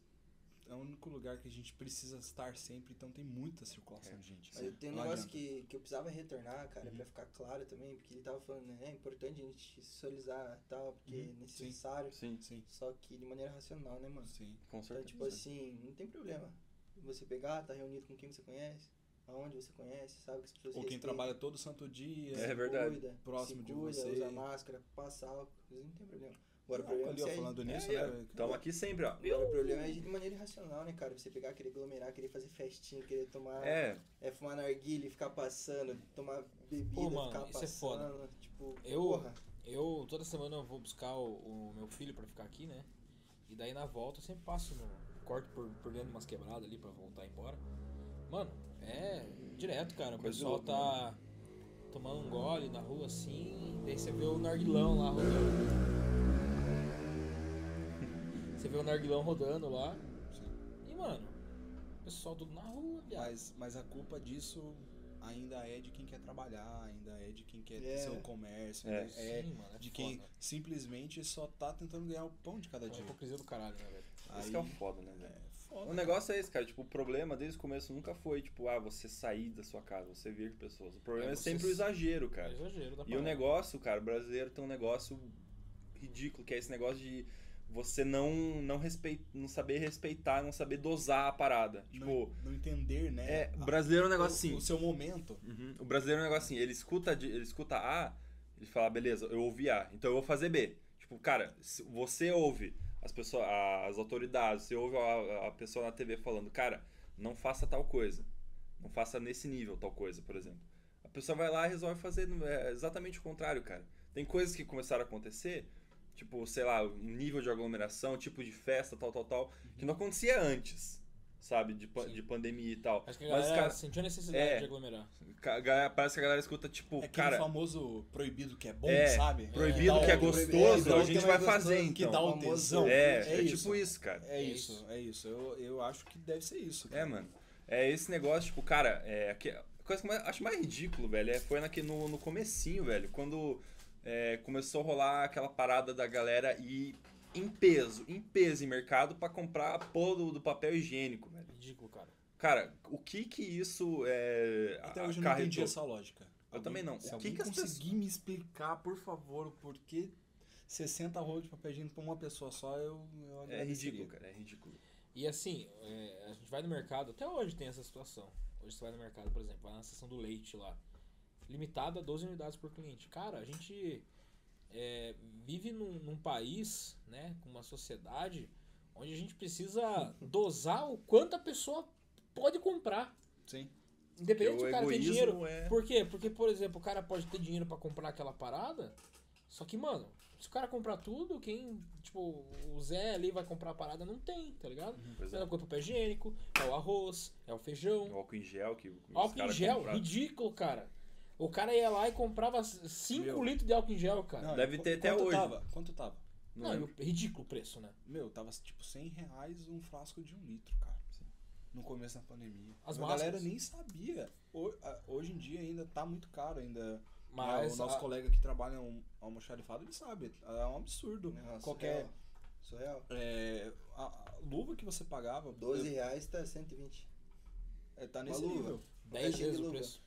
[SPEAKER 1] é o único lugar que a gente precisa estar sempre, então tem muita circulação de gente. né?
[SPEAKER 4] Mas eu tenho um
[SPEAKER 1] Não
[SPEAKER 4] negócio
[SPEAKER 1] adianta.
[SPEAKER 4] que, que eu precisava retornar, cara,
[SPEAKER 1] Uhum.
[SPEAKER 4] pra ficar claro também, porque ele tava falando, né, é importante a gente socializar e tal, porque é
[SPEAKER 1] Uhum, sim.
[SPEAKER 4] necessário.
[SPEAKER 3] Sim,
[SPEAKER 1] Sim,
[SPEAKER 4] Só que de maneira racional, né, mano?
[SPEAKER 1] sim.
[SPEAKER 3] com
[SPEAKER 4] Então,
[SPEAKER 3] certeza.
[SPEAKER 4] tipo assim, não tem problema. Você pegar, tá reunido com quem você conhece, aonde você conhece, sabe que as pessoas
[SPEAKER 1] Ou quem
[SPEAKER 4] respeitam,
[SPEAKER 1] trabalha todo santo dia.
[SPEAKER 3] É
[SPEAKER 4] se
[SPEAKER 3] verdade.
[SPEAKER 4] Cuida,
[SPEAKER 1] Próximo
[SPEAKER 4] se
[SPEAKER 1] de
[SPEAKER 4] cuida,
[SPEAKER 1] você.
[SPEAKER 4] Usa máscara, passa álcool, não tem problema. Agora o
[SPEAKER 1] Ah,
[SPEAKER 4] problema,
[SPEAKER 1] ali, ó,
[SPEAKER 4] é,
[SPEAKER 1] falando
[SPEAKER 3] É,
[SPEAKER 1] nisso,
[SPEAKER 3] e, ó,
[SPEAKER 1] né?
[SPEAKER 3] Tamo aqui sempre, ó.
[SPEAKER 4] agora o problema é de maneira irracional, né, cara? Você pegar, querer aglomerar, querer fazer festinha, querer tomar. É,
[SPEAKER 3] É,
[SPEAKER 4] fumar narguile, ficar passando, tomar bebida,
[SPEAKER 2] Pô, mano,
[SPEAKER 4] ficar
[SPEAKER 2] isso é
[SPEAKER 4] passando.
[SPEAKER 2] foda.
[SPEAKER 4] Tipo,
[SPEAKER 2] Eu-
[SPEAKER 4] porra.
[SPEAKER 2] Eu, toda semana, eu vou buscar o, o meu filho pra ficar aqui, né? E daí na volta eu sempre passo, no, corto por, por dentro umas quebradas ali pra voltar embora. Mano, é direto, cara. O
[SPEAKER 3] Coisa de
[SPEAKER 2] pessoal
[SPEAKER 3] louco, né?
[SPEAKER 2] tá tomando um gole na rua assim. Daí você vê o narguilão lá rodando. Você vê o narguilão rodando lá.
[SPEAKER 1] Sim.
[SPEAKER 2] E, mano, o pessoal tudo na rua, viado.
[SPEAKER 1] Mas, mas a culpa disso ainda é de quem quer trabalhar, ainda é de quem quer
[SPEAKER 4] É.
[SPEAKER 1] seu comércio,
[SPEAKER 3] É.
[SPEAKER 1] ainda é,
[SPEAKER 2] Sim, mano, é
[SPEAKER 1] de quem
[SPEAKER 2] foda.
[SPEAKER 1] simplesmente só tá tentando ganhar o pão de
[SPEAKER 3] tá
[SPEAKER 1] cada
[SPEAKER 2] É uma
[SPEAKER 1] dia.
[SPEAKER 2] hipocrisia do caralho, né, velho?
[SPEAKER 3] isso
[SPEAKER 1] Aí-
[SPEAKER 3] que é o foda, né, velho?
[SPEAKER 1] É
[SPEAKER 3] O
[SPEAKER 1] foda.
[SPEAKER 3] negócio é esse, cara. Tipo, o problema desde o começo nunca foi, tipo, ah, você sair da sua casa, você vir com pessoas. O problema é,
[SPEAKER 2] É, você
[SPEAKER 3] sempre o
[SPEAKER 2] s-
[SPEAKER 3] exagero,
[SPEAKER 2] É
[SPEAKER 3] cara.
[SPEAKER 2] exagero da
[SPEAKER 3] E o
[SPEAKER 2] parada.
[SPEAKER 3] negócio, cara, o brasileiro tem um negócio ridículo, que é esse negócio de você não, não, respeit... não saber respeitar, não saber dosar a parada.
[SPEAKER 1] não,
[SPEAKER 3] Tipo,
[SPEAKER 1] não entender, né?
[SPEAKER 3] é,
[SPEAKER 1] a-
[SPEAKER 3] o brasileiro é um negócio
[SPEAKER 1] o-
[SPEAKER 3] assim.
[SPEAKER 1] O seu momento.
[SPEAKER 3] Uhum. O brasileiro é um negócio assim, ele escuta, de- ele escuta A, ele fala, beleza, eu ouvi A, então eu vou fazer B. Tipo, cara, se você ouve as pessoas, a- as autoridades, você ouve a, a pessoa na TV falando, cara, não faça tal coisa. Não faça nesse nível tal coisa, por exemplo. A pessoa vai lá e resolve fazer é, exatamente o contrário, cara. Tem coisas que começaram a acontecer, tipo, sei lá, um nível de aglomeração, tipo de festa, tal, tal, tal, que não acontecia antes, sabe? De, pa-
[SPEAKER 2] Uhum. Sim.
[SPEAKER 3] de pandemia e tal.
[SPEAKER 2] Acho que a
[SPEAKER 3] Mas,
[SPEAKER 2] galera
[SPEAKER 3] cara,
[SPEAKER 2] sentiu a necessidade
[SPEAKER 3] é.
[SPEAKER 2] de aglomerar.
[SPEAKER 3] ca- galera- parece que a galera escuta, tipo,
[SPEAKER 1] É aquele
[SPEAKER 3] cara,
[SPEAKER 1] famoso proibido que é bom,
[SPEAKER 3] É,
[SPEAKER 1] sabe?
[SPEAKER 3] proibido
[SPEAKER 1] Dá
[SPEAKER 3] que é
[SPEAKER 1] o-
[SPEAKER 3] gostoso,
[SPEAKER 1] dá o
[SPEAKER 3] a gente
[SPEAKER 1] que
[SPEAKER 3] vai
[SPEAKER 1] é gostoso,
[SPEAKER 3] fazer,
[SPEAKER 1] Que dá
[SPEAKER 3] então.
[SPEAKER 1] o tesão.
[SPEAKER 3] É, é,
[SPEAKER 1] isso.
[SPEAKER 3] tipo isso, cara.
[SPEAKER 1] É
[SPEAKER 2] É
[SPEAKER 1] isso,
[SPEAKER 2] isso.
[SPEAKER 1] é isso. Eu, eu acho que deve ser isso.
[SPEAKER 3] É,
[SPEAKER 1] cara.
[SPEAKER 3] mano. É esse negócio, tipo, cara, é. Que, a coisa que eu mais- acho mais ridículo, velho, é, foi naque, no, no comecinho, velho. Quando é, começou a rolar aquela parada da galera ir em peso, em peso em mercado pra comprar a porra do, do papel higiênico, velho.
[SPEAKER 2] Ridículo, cara.
[SPEAKER 3] Cara, o que que isso é.
[SPEAKER 1] Até hoje eu não
[SPEAKER 3] acarretou?
[SPEAKER 1] entendi essa lógica.
[SPEAKER 3] Eu também não.
[SPEAKER 1] Se
[SPEAKER 3] O
[SPEAKER 1] alguém
[SPEAKER 3] que que as
[SPEAKER 1] conseguir
[SPEAKER 3] pessoas-
[SPEAKER 1] me explicar, por favor, o porquê 60 rolos de papel higiênico pra uma pessoa só, eu, eu
[SPEAKER 3] É
[SPEAKER 1] agradeceria.
[SPEAKER 3] ridículo, cara, é ridículo.
[SPEAKER 2] E assim, é, a gente vai no mercado, até hoje tem essa situação. Hoje você vai no mercado, por exemplo, vai na seção do leite lá. Limitada a 12 unidades por cliente. Cara, a gente é, vive num, num país, né, com uma sociedade onde a gente precisa dosar o quanto a pessoa pode comprar.
[SPEAKER 1] Sim.
[SPEAKER 3] Porque
[SPEAKER 2] Independente se
[SPEAKER 3] o
[SPEAKER 2] o cara tem dinheiro.
[SPEAKER 3] egoísmo é.
[SPEAKER 2] Por quê? Porque, por exemplo, o cara pode ter dinheiro pra comprar aquela parada, só que, mano, se o cara comprar tudo, quem, tipo, o Zé ali vai comprar a parada, não tem, tá ligado?
[SPEAKER 3] Pois
[SPEAKER 2] É
[SPEAKER 3] é.
[SPEAKER 2] o papel higiênico, é o arroz, é o
[SPEAKER 3] O
[SPEAKER 2] feijão.
[SPEAKER 3] álcool em gel que. os
[SPEAKER 2] álcool em
[SPEAKER 3] caras
[SPEAKER 2] gel, é
[SPEAKER 3] compraram.
[SPEAKER 2] ridículo, cara. O cara ia lá e comprava 5
[SPEAKER 1] Meu.
[SPEAKER 2] litros de álcool em gel, cara.
[SPEAKER 1] Não,
[SPEAKER 3] Deve
[SPEAKER 1] qu-
[SPEAKER 3] ter até
[SPEAKER 1] quanto
[SPEAKER 3] hoje.
[SPEAKER 1] Tava? Quanto tava?
[SPEAKER 3] Não é
[SPEAKER 2] Não, e
[SPEAKER 3] lembro.
[SPEAKER 1] é.
[SPEAKER 2] o ridículo o preço, né?
[SPEAKER 1] Meu, tava tipo 100 reais um frasco de um litro, cara. No começo da pandemia.
[SPEAKER 2] As
[SPEAKER 1] a
[SPEAKER 2] máscaras.
[SPEAKER 1] galera nem sabia. Ho- a- Hoje em dia ainda tá muito caro ainda. É,
[SPEAKER 2] Mas
[SPEAKER 1] o nosso
[SPEAKER 2] a-
[SPEAKER 1] colega que trabalha um almoxarifado, ele sabe. É um absurdo.
[SPEAKER 4] Nossa,
[SPEAKER 2] um-
[SPEAKER 1] Qualquer
[SPEAKER 4] Surreal. surreal.
[SPEAKER 1] é, a, a luva que você pagava,
[SPEAKER 4] 12 reais tá 120.
[SPEAKER 1] é, tá nesse
[SPEAKER 4] uma luva.
[SPEAKER 1] nível.
[SPEAKER 2] 10
[SPEAKER 4] Proteção de
[SPEAKER 2] vezes o
[SPEAKER 4] luva.
[SPEAKER 2] preço.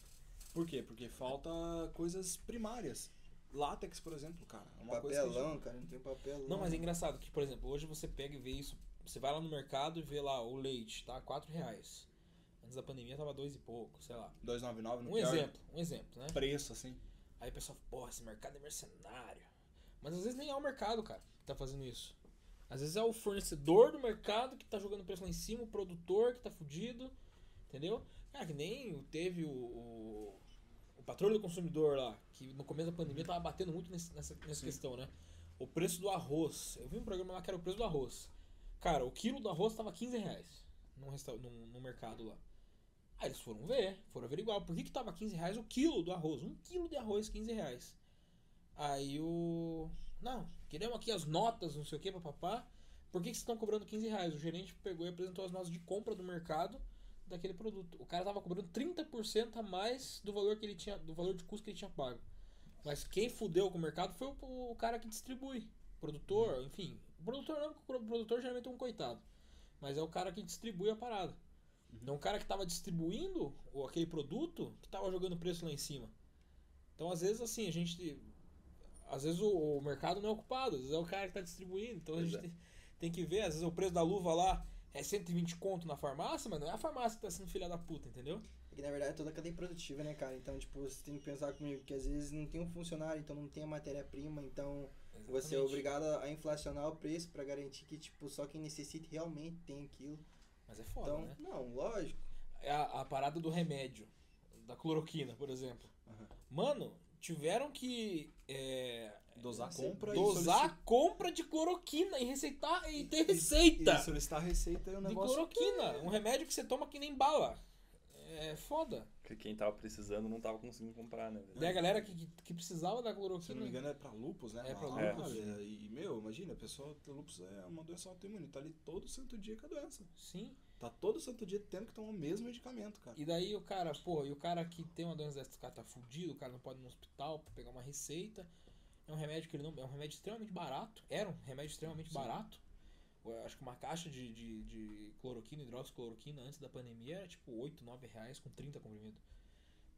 [SPEAKER 1] Por quê? Porque falta coisas primárias. Látex, por exemplo, cara. É uma coisa que
[SPEAKER 4] papelão, cara, não tem um papelão.
[SPEAKER 2] Não, mas é engraçado que, por exemplo, hoje você pega e vê isso. Você vai lá no mercado e vê lá o leite, tá? 4 reais. Antes da pandemia tava dois e pouco, sei lá.
[SPEAKER 1] 299 no
[SPEAKER 2] Um
[SPEAKER 1] pior
[SPEAKER 2] exemplo, um exemplo, né?
[SPEAKER 1] preço, assim.
[SPEAKER 2] Aí o pessoal, porra, esse mercado é mercenário. Mas às vezes nem é o mercado, cara, que tá fazendo isso. Às vezes é o fornecedor do mercado que tá jogando preço lá em cima, o produtor que tá fudido, entendeu? Cara, que nem teve o, o, o patrulho do consumidor lá, que no começo da pandemia tava batendo muito nesse- nessa, nessa questão, né? O preço do arroz. Eu vi um programa lá que era o preço do arroz. Cara, o quilo do arroz tava 15 reais num, resta- num, num mercado lá. Aí eles foram ver, foram averiguar por que, que tava 15 reais o quilo do arroz. Um quilo de arroz, 15 reais. Aí o. Não, queremos aqui as notas, não sei o que, papapá. Por que, que vocês estão cobrando 15 reais? O gerente pegou e apresentou as notas de compra do mercado daquele produto. O cara tava cobrando 30% a mais do valor que ele tinha. Do valor de custo que ele tinha pago. Mas quem fudeu com o mercado foi o, o cara que distribui.
[SPEAKER 4] Hum.
[SPEAKER 2] Produtor, enfim. O produtor não, porque o produtor geralmente é um coitado. Mas é o cara que distribui a parada.
[SPEAKER 4] Uhum.
[SPEAKER 2] Então o cara que tava distribuindo o, aquele produto que tava jogando preço lá em cima. Então às vezes assim, a gente. Às vezes o, o mercado não é ocupado, às vezes é o cara que tá distribuindo. Então a
[SPEAKER 3] Pois
[SPEAKER 4] é.
[SPEAKER 2] gente tem, tem que ver, às vezes o preço da luva lá é 120 conto na farmácia, mas não é a farmácia que tá sendo filha da puta, entendeu?
[SPEAKER 4] É que na verdade é toda a cadeia produtiva, né, cara? Então, tipo, você tem que pensar comigo que às vezes não tem um funcionário, então não tem a matéria-prima, então você é
[SPEAKER 2] Exatamente.
[SPEAKER 4] obrigado a inflacionar o preço pra garantir que, tipo, só quem necessita realmente tem aquilo.
[SPEAKER 2] Mas é foda,
[SPEAKER 4] Então,
[SPEAKER 2] né?
[SPEAKER 4] não, lógico.
[SPEAKER 2] É a, a parada do remédio, da cloroquina, por exemplo.
[SPEAKER 1] Aham.
[SPEAKER 2] Mano, tiveram que. é,
[SPEAKER 1] Dosar
[SPEAKER 4] Você
[SPEAKER 1] compra
[SPEAKER 2] dosar
[SPEAKER 1] e
[SPEAKER 2] a compra de cloroquina e receitar e ter
[SPEAKER 1] solicita-
[SPEAKER 2] receita.
[SPEAKER 1] E solicitar receita é um
[SPEAKER 2] de
[SPEAKER 1] negócio...
[SPEAKER 2] cloroquina, um remédio que você toma que nem bala. É foda.
[SPEAKER 3] Porque quem tava precisando não tava conseguindo comprar, né? velho?
[SPEAKER 2] Daí a galera que, que- que precisava da
[SPEAKER 1] Uhum. Se eu não
[SPEAKER 2] cloroquina.
[SPEAKER 1] me engano, é pra lupus, né?
[SPEAKER 2] É pra
[SPEAKER 1] Uma
[SPEAKER 3] lupus.
[SPEAKER 1] área. E, meu, imagina, a pessoa, lupus é uma doença autoimune. Tá ali todo santo dia com a doença.
[SPEAKER 2] Sim.
[SPEAKER 1] Tá todo santo dia tendo que tomar o mesmo medicamento, cara.
[SPEAKER 2] E daí o cara, pô, e o cara que tem uma doença dessa, o cara tá fudido, o cara não pode ir no hospital pra pegar uma receita. É um remédio que ele não. É um remédio extremamente barato. Era um remédio extremamente barato. Eu acho que uma caixa de, de, de cloroquina, hidroxicloroquina antes da pandemia era tipo 8, 9 reais com 30 comprimidos.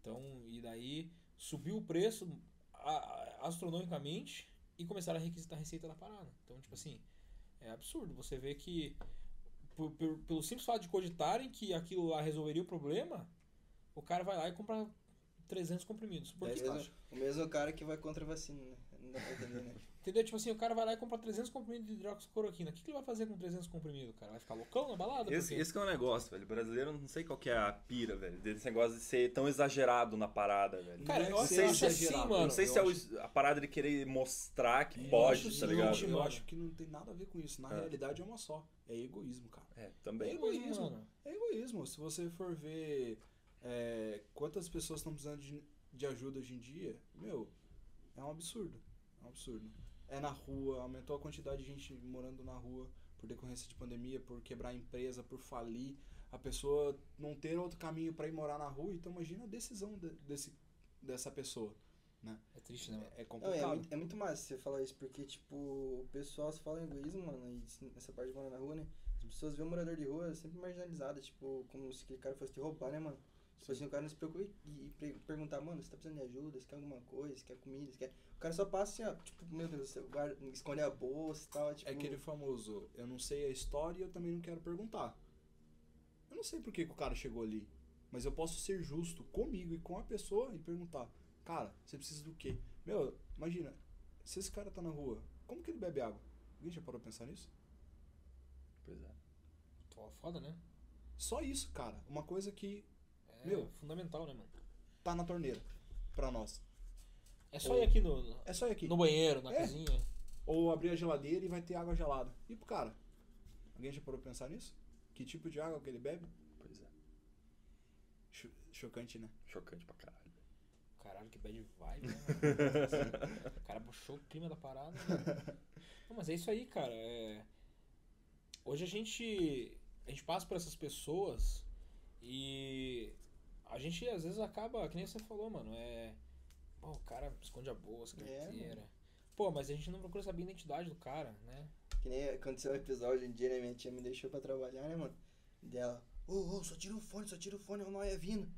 [SPEAKER 2] Então, e daí subiu o preço a- a- astronomicamente e começaram a requisitar a receita da parada. Então, tipo assim, é absurdo. Você vê que por- por- pelo simples fato de cogitarem que aquilo lá resolveria o problema, o cara vai lá e compra 300 comprimidos. Por
[SPEAKER 4] Dez
[SPEAKER 2] quê?
[SPEAKER 1] É
[SPEAKER 4] vezes O mesmo cara que vai contra a vacina, né? Não dá pra entender, né?
[SPEAKER 2] Entendeu? Tipo assim, o cara vai lá e compra 300 comprimidos de hidroxicloroquina. O que, que ele vai fazer com 300 comprimidos, cara? Vai ficar loucão na balada?
[SPEAKER 3] Esse,
[SPEAKER 2] Porque-
[SPEAKER 3] esse que é o negócio, velho. O brasileiro, não sei qual que é a pira, velho. Desse negócio de ser tão exagerado na parada, velho.
[SPEAKER 2] Cara, eu
[SPEAKER 1] Não
[SPEAKER 2] acho,
[SPEAKER 1] sei
[SPEAKER 2] eu
[SPEAKER 1] se
[SPEAKER 2] acho
[SPEAKER 1] é
[SPEAKER 2] assim,
[SPEAKER 1] gerado,
[SPEAKER 2] mano.
[SPEAKER 3] não sei
[SPEAKER 1] eu
[SPEAKER 3] se é o-
[SPEAKER 1] acho-
[SPEAKER 3] a parada de querer mostrar que
[SPEAKER 1] Eu acho
[SPEAKER 3] pode, tá
[SPEAKER 1] que
[SPEAKER 3] ligado?
[SPEAKER 1] não, Eu
[SPEAKER 2] mano?
[SPEAKER 1] acho que não tem nada a ver com isso. Na
[SPEAKER 3] É.
[SPEAKER 1] realidade é uma só. É egoísmo, cara.
[SPEAKER 3] É,
[SPEAKER 2] É
[SPEAKER 3] também.
[SPEAKER 2] egoísmo,
[SPEAKER 1] egoísmo.
[SPEAKER 2] mano.
[SPEAKER 1] É egoísmo. Se você for ver é, quantas pessoas estão precisando de, de ajuda hoje em dia, meu, é um absurdo. É um absurdo. É na rua, aumentou a quantidade de gente morando na rua por decorrência de pandemia, por quebrar a empresa, por falir, a pessoa não ter outro caminho pra ir morar na rua. Então imagina a decisão de- desse, dessa pessoa.
[SPEAKER 2] É triste, né, mano?
[SPEAKER 1] É
[SPEAKER 4] Não, é,
[SPEAKER 1] complicado.
[SPEAKER 4] muito, é muito massa você falar isso, porque, tipo, o pessoal se fala em egoísmo, mano, e se- nessa parte de morar na rua, né? As pessoas veem o morador de rua sempre marginalizado, tipo, como se aquele cara fosse te roubar, né, mano? Tipo assim, o cara não se preocupa e, e pre- perguntar, mano, você tá precisando de ajuda, você quer alguma coisa, você quer comida, você quer... O cara só passa assim, ó, tipo, meu Deus, você guarda, esconde a bolsa e tal, tipo...
[SPEAKER 1] É aquele famoso, eu não sei a história e eu também não quero perguntar. Eu não sei por que, que o cara chegou ali, mas eu posso ser justo comigo e com a pessoa e perguntar, cara, você precisa do quê? Meu, imagina, se esse cara tá na rua, como que ele bebe água? Alguém já parou pra pensar nisso?
[SPEAKER 3] Pois é.
[SPEAKER 2] Tô foda, né?
[SPEAKER 1] Só isso, cara. Uma coisa que
[SPEAKER 2] É
[SPEAKER 1] Meu.
[SPEAKER 2] fundamental, né, mano?
[SPEAKER 1] tá na torneira pra nós.
[SPEAKER 2] É só ir aqui no, no-
[SPEAKER 1] É só ir aqui.
[SPEAKER 2] no banheiro, na
[SPEAKER 1] É.
[SPEAKER 2] cozinha.
[SPEAKER 1] Ou abrir a geladeira e vai ter água gelada. E pro cara, alguém já parou pra pensar nisso? Que tipo de água que ele bebe?
[SPEAKER 3] Pois é.
[SPEAKER 1] Cho- chocante, né?
[SPEAKER 3] Chocante pra caralho.
[SPEAKER 2] Caralho, que bad vibe, né? mano? o cara puxou o clima da parada. né? Não, mas é isso aí, cara. é- Hoje a gente, a gente passa por essas pessoas e a gente às vezes acaba, que nem você falou, mano, é... Pô, o cara esconde a bolsa, a
[SPEAKER 4] É,
[SPEAKER 2] carteira. Pô, mas a gente não procura saber a identidade do cara, né?
[SPEAKER 4] Que nem aconteceu um episódio um dia, né? Minha tia me deixou pra trabalhar, né, mano? Dela, ô, ô, só tira o fone, só tira o fone, é o Noia vindo.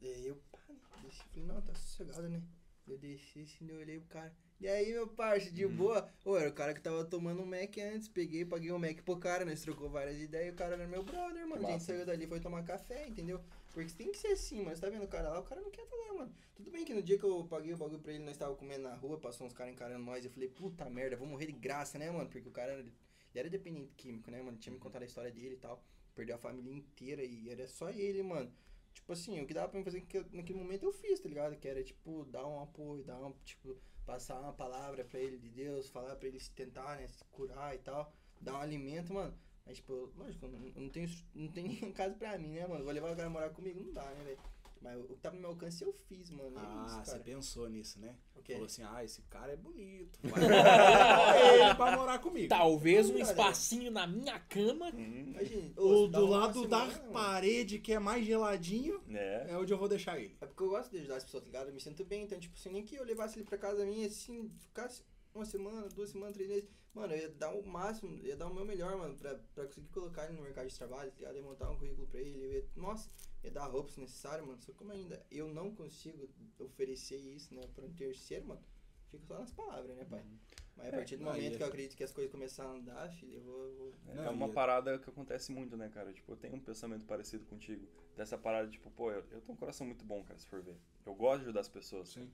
[SPEAKER 4] Daí eu, pá, né? Desci, falei, não, tá sossegado, né? Eu desci, assim, eu olhei pro cara. E aí, meu parça, de boa? Ô, era o cara que tava tomando um Mac antes, peguei, paguei um Mac pro cara, nós trocou várias ideias, e o cara era meu brother, mano. A gente
[SPEAKER 3] massa.
[SPEAKER 4] saiu dali, foi tomar café, entendeu? Porque tem que ser assim, mano. Você tá vendo o cara lá, o cara não quer tá lá, mano. Tudo bem que no dia que eu paguei o bagulho pra ele, nós tava comendo na rua, passou uns caras encarando nós. Eu falei, puta merda, vou morrer de graça, né, mano? Porque o cara, ele era dependente químico, né, mano? Tinha me contado a história dele e tal. Perdeu a família inteira e era só ele, mano. Tipo assim, o que dava pra mim fazer que eu- naquele momento eu fiz, tá ligado? Que era, tipo, dar um apoio, dar um, tipo, passar uma palavra pra ele de Deus, falar pra ele se tentar, né, se curar e tal. Dar um alimento, mano. Mas, tipo, lógico, eu não, eu não tenho, estru- não tem nenhum caso pra mim, né, mano? Vou levar o cara a morar comigo? Não dá, né, velho? Mas o que tá no meu alcance eu fiz, mano. É
[SPEAKER 1] Ah,
[SPEAKER 4] isso,
[SPEAKER 1] você
[SPEAKER 4] cara.
[SPEAKER 1] pensou nisso, né?
[SPEAKER 4] O quê?
[SPEAKER 1] Falou assim, ah, esse cara é bonito. Vai levar ele pra morar comigo.
[SPEAKER 4] Tá.
[SPEAKER 2] Talvez um
[SPEAKER 4] Cara,
[SPEAKER 2] espacinho na minha cama.
[SPEAKER 1] Hum.
[SPEAKER 4] Imagina,
[SPEAKER 1] O
[SPEAKER 4] ô, dá
[SPEAKER 1] né? do
[SPEAKER 4] uma
[SPEAKER 1] lado da
[SPEAKER 4] semana, mano.
[SPEAKER 1] parede que é mais geladinho
[SPEAKER 3] É.
[SPEAKER 1] é onde eu vou deixar ele.
[SPEAKER 4] É porque eu gosto de ajudar as pessoas, tá ligado? Eu me sinto bem, então, tipo, assim, nem que eu levasse ele pra casa minha, assim, ficasse uma semana, duas semanas, três meses, mano, eu ia dar o máximo, ia dar o meu melhor, mano, pra, pra conseguir colocar ele no mercado de trabalho, tá ligado? Ia montar um currículo pra ele, eu ia, nossa, ia dar a roupa se necessário, mano, só que como ainda eu não consigo oferecer isso, né, pra um terceiro, mano, fica só nas palavras, né, pai?
[SPEAKER 3] Uhum.
[SPEAKER 4] Mas a partir do
[SPEAKER 1] aí
[SPEAKER 4] momento
[SPEAKER 1] é-
[SPEAKER 4] que eu acredito que as coisas começaram a andar, filho, eu vou... eu vou-
[SPEAKER 3] É
[SPEAKER 1] Não,
[SPEAKER 3] uma
[SPEAKER 1] e-
[SPEAKER 3] parada que acontece muito, né, cara? Tipo, eu tenho um pensamento parecido contigo. Dessa parada, tipo, pô, eu, eu tenho um coração muito bom, cara, se for ver. Eu gosto de ajudar as pessoas.
[SPEAKER 1] Sim.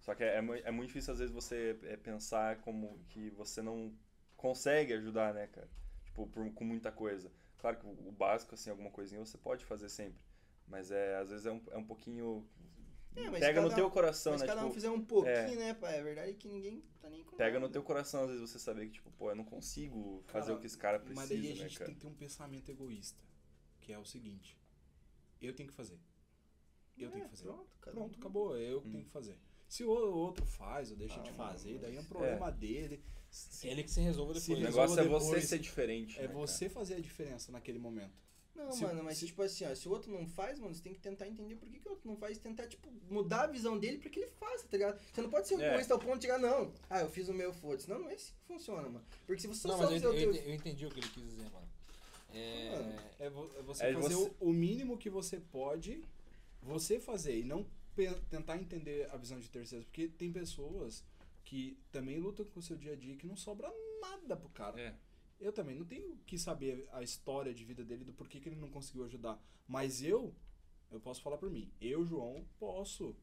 [SPEAKER 3] Só que é, é mui- é muito difícil, às vezes, você é, pensar como que você não consegue ajudar, né, cara? Tipo, por- com muita coisa. Claro que o, o básico, assim, alguma coisinha você pode fazer sempre. Mas é, às vezes é um, é um pouquinho.
[SPEAKER 4] É, mas
[SPEAKER 3] pega no
[SPEAKER 4] cada-
[SPEAKER 3] teu coração,
[SPEAKER 4] Mas
[SPEAKER 3] né?
[SPEAKER 4] cada um
[SPEAKER 3] Tipo,
[SPEAKER 4] fizer um pouquinho,
[SPEAKER 3] é.
[SPEAKER 4] né, pai? A verdade é que ninguém tá nem com
[SPEAKER 3] pega no
[SPEAKER 4] nada.
[SPEAKER 3] teu coração, às vezes, você saber que, tipo, pô, eu não consigo fazer
[SPEAKER 1] Cara,
[SPEAKER 3] o que esse cara precisa,
[SPEAKER 1] Mas daí
[SPEAKER 3] né,
[SPEAKER 1] a gente
[SPEAKER 3] cara?
[SPEAKER 1] tem que ter um pensamento egoísta, que é o seguinte: eu tenho que fazer. Eu
[SPEAKER 4] É,
[SPEAKER 1] tenho que fazer. Pronto,
[SPEAKER 4] Pronto, cara.
[SPEAKER 1] acabou, eu que tenho que fazer. Se o outro faz ou deixa
[SPEAKER 4] Ah,
[SPEAKER 1] de
[SPEAKER 4] mano,
[SPEAKER 1] fazer,
[SPEAKER 4] mas-
[SPEAKER 1] daí é um problema dele. Se-
[SPEAKER 2] Ele que se resolva
[SPEAKER 1] Se
[SPEAKER 2] depois.
[SPEAKER 3] O negócio
[SPEAKER 1] resolva
[SPEAKER 3] é você
[SPEAKER 1] depois.
[SPEAKER 3] ser diferente.
[SPEAKER 1] É
[SPEAKER 3] né,
[SPEAKER 1] você fazer a diferença naquele momento.
[SPEAKER 4] Não,
[SPEAKER 1] Se-
[SPEAKER 4] mano, mas
[SPEAKER 1] se-
[SPEAKER 4] tipo assim, ó, se o outro não faz, mano, você tem que tentar entender por que, que o outro não faz, tentar, tipo, mudar a visão dele pra que ele faça, tá ligado? Você não pode ser
[SPEAKER 3] É.
[SPEAKER 4] egoísta ao ponto de chegar, não, ah, eu fiz o meu, foda-se. Não, não é assim que funciona, mano. Porque se você
[SPEAKER 2] Não,
[SPEAKER 4] só
[SPEAKER 2] mas eu,
[SPEAKER 4] fizer o
[SPEAKER 2] ent-
[SPEAKER 4] teu...
[SPEAKER 2] eu ent- eu entendi o que ele quis dizer, mano. É,
[SPEAKER 4] Mano,
[SPEAKER 1] É, vo- é você
[SPEAKER 3] É
[SPEAKER 1] fazer
[SPEAKER 3] você-
[SPEAKER 1] O, o mínimo que você pode, você fazer e não pe- tentar entender a visão de terceiros, porque tem pessoas que também lutam com o seu dia a dia que não sobra nada pro cara.
[SPEAKER 3] cara? É.
[SPEAKER 1] Eu também não tenho que saber a história de vida dele, do porquê que ele não conseguiu ajudar. Mas eu, eu posso falar por mim. Eu, João, posso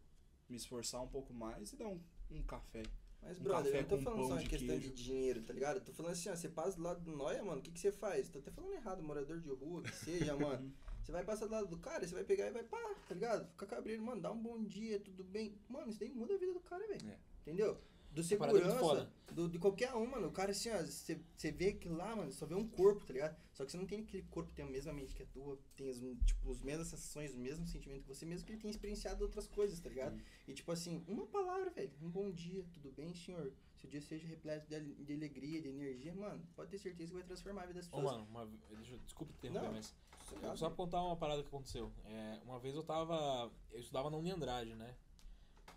[SPEAKER 1] me esforçar um pouco mais e dar um, um café.
[SPEAKER 4] Mas,
[SPEAKER 1] Um
[SPEAKER 4] brother, eu
[SPEAKER 1] café
[SPEAKER 4] não tô
[SPEAKER 1] com
[SPEAKER 4] falando
[SPEAKER 1] pão
[SPEAKER 4] só em
[SPEAKER 1] de
[SPEAKER 4] questão de
[SPEAKER 1] queijo.
[SPEAKER 4] dinheiro, tá ligado? Eu tô falando assim, ó, você passa do lado do Noia, mano, o que, que você faz? Tô até falando errado, morador de rua, que seja, mano. Você vai passar do lado do cara, você vai pegar e vai pá, tá ligado? Fica cabreiro, mano, dá um bom dia, tudo bem. Mano, isso daí muda a vida do cara, velho.
[SPEAKER 3] É.
[SPEAKER 4] Entendeu? Do
[SPEAKER 2] parada é muito
[SPEAKER 4] segurança,
[SPEAKER 2] foda.
[SPEAKER 4] do, de qualquer um, mano. O cara assim, ó, você você vê aquilo lá, mano, só vê um corpo, tá ligado? Só que você não tem aquele corpo que tem a mesma mente que a tua, tem as, tipo, os mesmas sensações, o mesmo sentimento que você, mesmo que ele tenha experienciado outras coisas, tá ligado? E tipo assim, uma palavra, velho. Um bom dia, tudo bem, senhor? Se o dia seja repleto de, ale- de alegria, de energia, mano, pode ter certeza que vai transformar a vida das
[SPEAKER 2] Ô, mano,
[SPEAKER 4] pessoas.
[SPEAKER 2] uma, deixa, eu- desculpa interromper,
[SPEAKER 4] Não.
[SPEAKER 2] mas
[SPEAKER 4] tá
[SPEAKER 2] Eu
[SPEAKER 4] ligado?
[SPEAKER 2] só apontar uma parada que aconteceu. É, uma vez eu tava. Eu estudava na Uniandrade, né?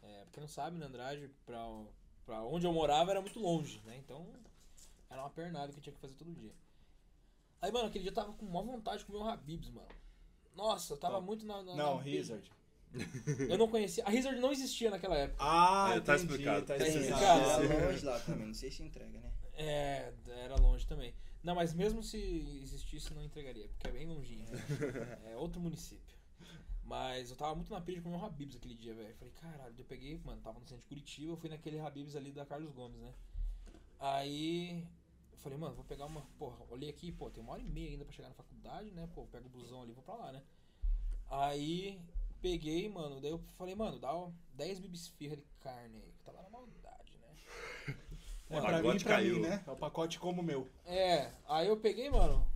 [SPEAKER 2] É, pra quem não sabe, Uniandrade, pra, pra onde eu morava era muito longe, né? Então era uma pernada que eu tinha que fazer todo dia. Aí, mano, aquele dia eu tava com maior vontade de comer um Habibs, mano. Nossa, eu tava
[SPEAKER 1] Top.
[SPEAKER 2] muito na. na
[SPEAKER 1] Não,
[SPEAKER 2] na-
[SPEAKER 1] Rizard.
[SPEAKER 2] Eu não conhecia. A Rizard não existia naquela época.
[SPEAKER 1] Ah,
[SPEAKER 3] É,
[SPEAKER 1] entendi,
[SPEAKER 3] tá
[SPEAKER 1] tá
[SPEAKER 3] explicado.
[SPEAKER 1] explicado.
[SPEAKER 3] Tá
[SPEAKER 4] Tem,
[SPEAKER 2] explicado.
[SPEAKER 4] tá
[SPEAKER 3] Sim.
[SPEAKER 4] longe lá também, não sei se entrega, né?
[SPEAKER 2] É, era longe também. Não, mas mesmo se existisse, não entregaria, porque é bem longinho. É outro município. Mas eu tava muito na pilha de comer um Habibs aquele dia, velho. Falei, caralho, eu peguei, mano, tava no centro de Curitiba, eu fui naquele Habibs ali da Carlos Gomes, né? Aí eu falei, mano, vou pegar uma. Porra, olhei aqui, pô, tem uma hora e meia ainda pra chegar na faculdade, né? Pô, eu pego o busão ali e vou pra lá, né? Aí peguei, mano, daí eu falei, mano, dá ó, 10 bibisfirra de carne aí, que tava na maldade, né?
[SPEAKER 1] É,
[SPEAKER 3] O
[SPEAKER 1] pra mim,
[SPEAKER 3] pacote
[SPEAKER 1] pra
[SPEAKER 3] caiu.
[SPEAKER 1] mim, né? É o pacote como o meu.
[SPEAKER 2] É, aí eu peguei, mano.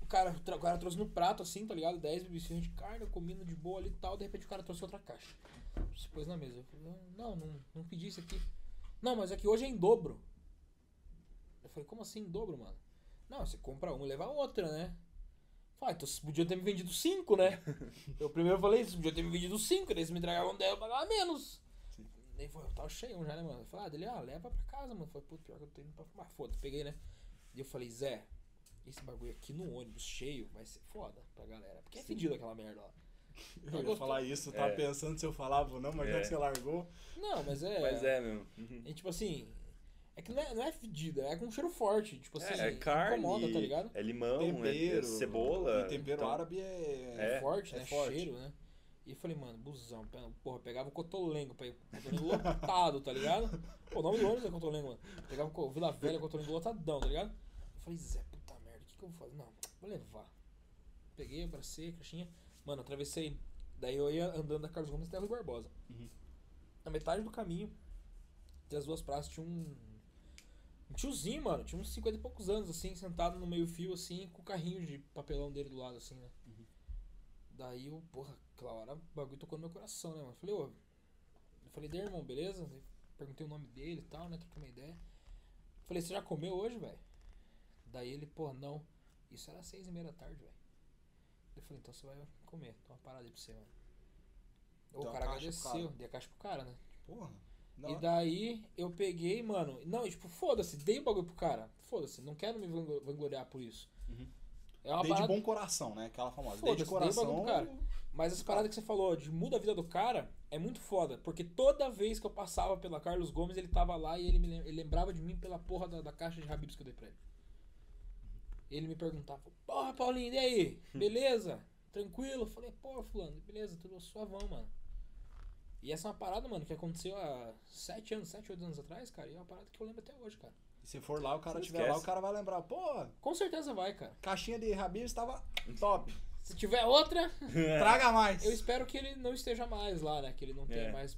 [SPEAKER 2] O cara, o cara trouxe no prato, assim, tá ligado? 10 bibicinhos de carne, eu comendo de boa ali e tal. De repente o cara trouxe outra caixa. Se pôs na mesa. Eu falei, não, não, não pedi isso aqui. Não, mas é que hoje é em dobro. Eu falei, como assim em dobro, mano? Não, você compra uma e leva outra, né? Falei, então você podia ter me vendido cinco, né? eu primeiro falei, você podia ter me vendido cinco, daí eles me entregavam 10, eu pagava menos.
[SPEAKER 1] Sim.
[SPEAKER 2] Daí foi, eu tava cheião já, né, mano? Eu falei, ah, dele, ah, leva pra casa, mano. Foi, pô, pior que eu tô indo pra fumar. Foda, peguei, né? E eu falei, Zé, esse bagulho aqui no ônibus cheio vai ser foda pra galera. Porque é fedido aquela merda lá.
[SPEAKER 1] Eu ia
[SPEAKER 2] gostou?
[SPEAKER 1] falar isso, tava
[SPEAKER 3] É.
[SPEAKER 1] pensando se eu falava ou não, mas já
[SPEAKER 3] É.
[SPEAKER 1] que você largou.
[SPEAKER 2] Não, mas é.
[SPEAKER 3] Mas é mesmo. Uhum.
[SPEAKER 2] E tipo assim. É que não é, não é fedida, é com cheiro forte. Tipo assim,
[SPEAKER 3] É, é carne,
[SPEAKER 2] incomoda, tá ligado?
[SPEAKER 3] é limão, é- é,
[SPEAKER 1] Tempero.
[SPEAKER 3] cebola.
[SPEAKER 1] E tempero
[SPEAKER 3] então-
[SPEAKER 1] árabe é.
[SPEAKER 3] É,
[SPEAKER 2] forte,
[SPEAKER 1] é
[SPEAKER 2] né?
[SPEAKER 1] forte.
[SPEAKER 2] Cheiro, né? E eu falei, mano, busão. pe- Porra, pegava o Cotolengo, pe- Cotolengo lotado, tá ligado? Pô, o nome do ônibus é Cotolengo, mano. Pegava o Vila Velha, Cotolengo lotadão, tá ligado? Eu falei, Zé, puta merda, o que, que eu vou fazer? Não, vou levar. Peguei, abracei a caixinha. Mano, atravessei. Daí eu ia andando da Carlos Gomes até a Rui Barbosa.
[SPEAKER 1] Uhum.
[SPEAKER 2] Na metade do caminho, entre as duas praças, tinha um. Um tiozinho, mano, tinha uns 50 e poucos anos, assim, sentado no meio-fio, assim, com o carrinho de papelão dele do lado, assim, né?
[SPEAKER 1] Uhum.
[SPEAKER 2] Daí eu, porra, aquela hora o bagulho tocou no meu coração, né, mano? Falei, ô. Eu falei, daí, irmão, beleza? Daí Perguntei o nome dele e tal, né? Troquei uma ideia. Falei, você já comeu hoje, velho? Daí ele, pô, não. Isso era seis e meia da tarde, velho. Eu falei, então você vai comer. Toma uma parada aí pra você, mano.
[SPEAKER 1] Deu
[SPEAKER 2] o
[SPEAKER 1] a
[SPEAKER 2] cara
[SPEAKER 1] caixa pro
[SPEAKER 2] agradeceu,
[SPEAKER 1] cara.
[SPEAKER 2] dei a caixa pro cara, né?
[SPEAKER 1] Porra.
[SPEAKER 2] E
[SPEAKER 1] Não,
[SPEAKER 2] daí eu peguei, mano. Não, e tipo, foda-se, dei o bagulho pro cara. Foda-se, não quero me vanglo- vangloriar por isso.
[SPEAKER 1] Uhum.
[SPEAKER 2] É uma
[SPEAKER 1] dei de
[SPEAKER 2] parada.
[SPEAKER 1] bom coração, né? Aquela famosa. Dei
[SPEAKER 2] Foda-se,
[SPEAKER 1] de
[SPEAKER 2] dei bagulho
[SPEAKER 1] coração.
[SPEAKER 2] pro cara. Mas essa parada que você falou de muda a vida do cara é muito foda, porque toda vez que eu passava pela Carlos Gomes, ele tava lá e ele, me lem- ele lembrava de mim pela porra da, da caixa de Habibs que eu dei pra ele. Ele me perguntava, porra, Paulinho, e aí? Beleza? Tranquilo? Eu falei, porra, fulano, beleza, tudo suavão, mano. E essa é uma parada, mano, que aconteceu há sete anos, sete, oito anos atrás, cara, e é uma parada que eu lembro até hoje, cara.
[SPEAKER 1] E se for lá, o cara
[SPEAKER 3] Não
[SPEAKER 1] estiver lá,
[SPEAKER 3] esquece.
[SPEAKER 1] o cara vai lembrar. Pô,
[SPEAKER 2] Com certeza vai, cara.
[SPEAKER 1] caixinha de rabinho estava top.
[SPEAKER 2] Se tiver outra,
[SPEAKER 3] É.
[SPEAKER 1] Traga mais.
[SPEAKER 2] Eu espero que ele não esteja mais lá, né? Que ele não tenha
[SPEAKER 3] É.
[SPEAKER 2] mais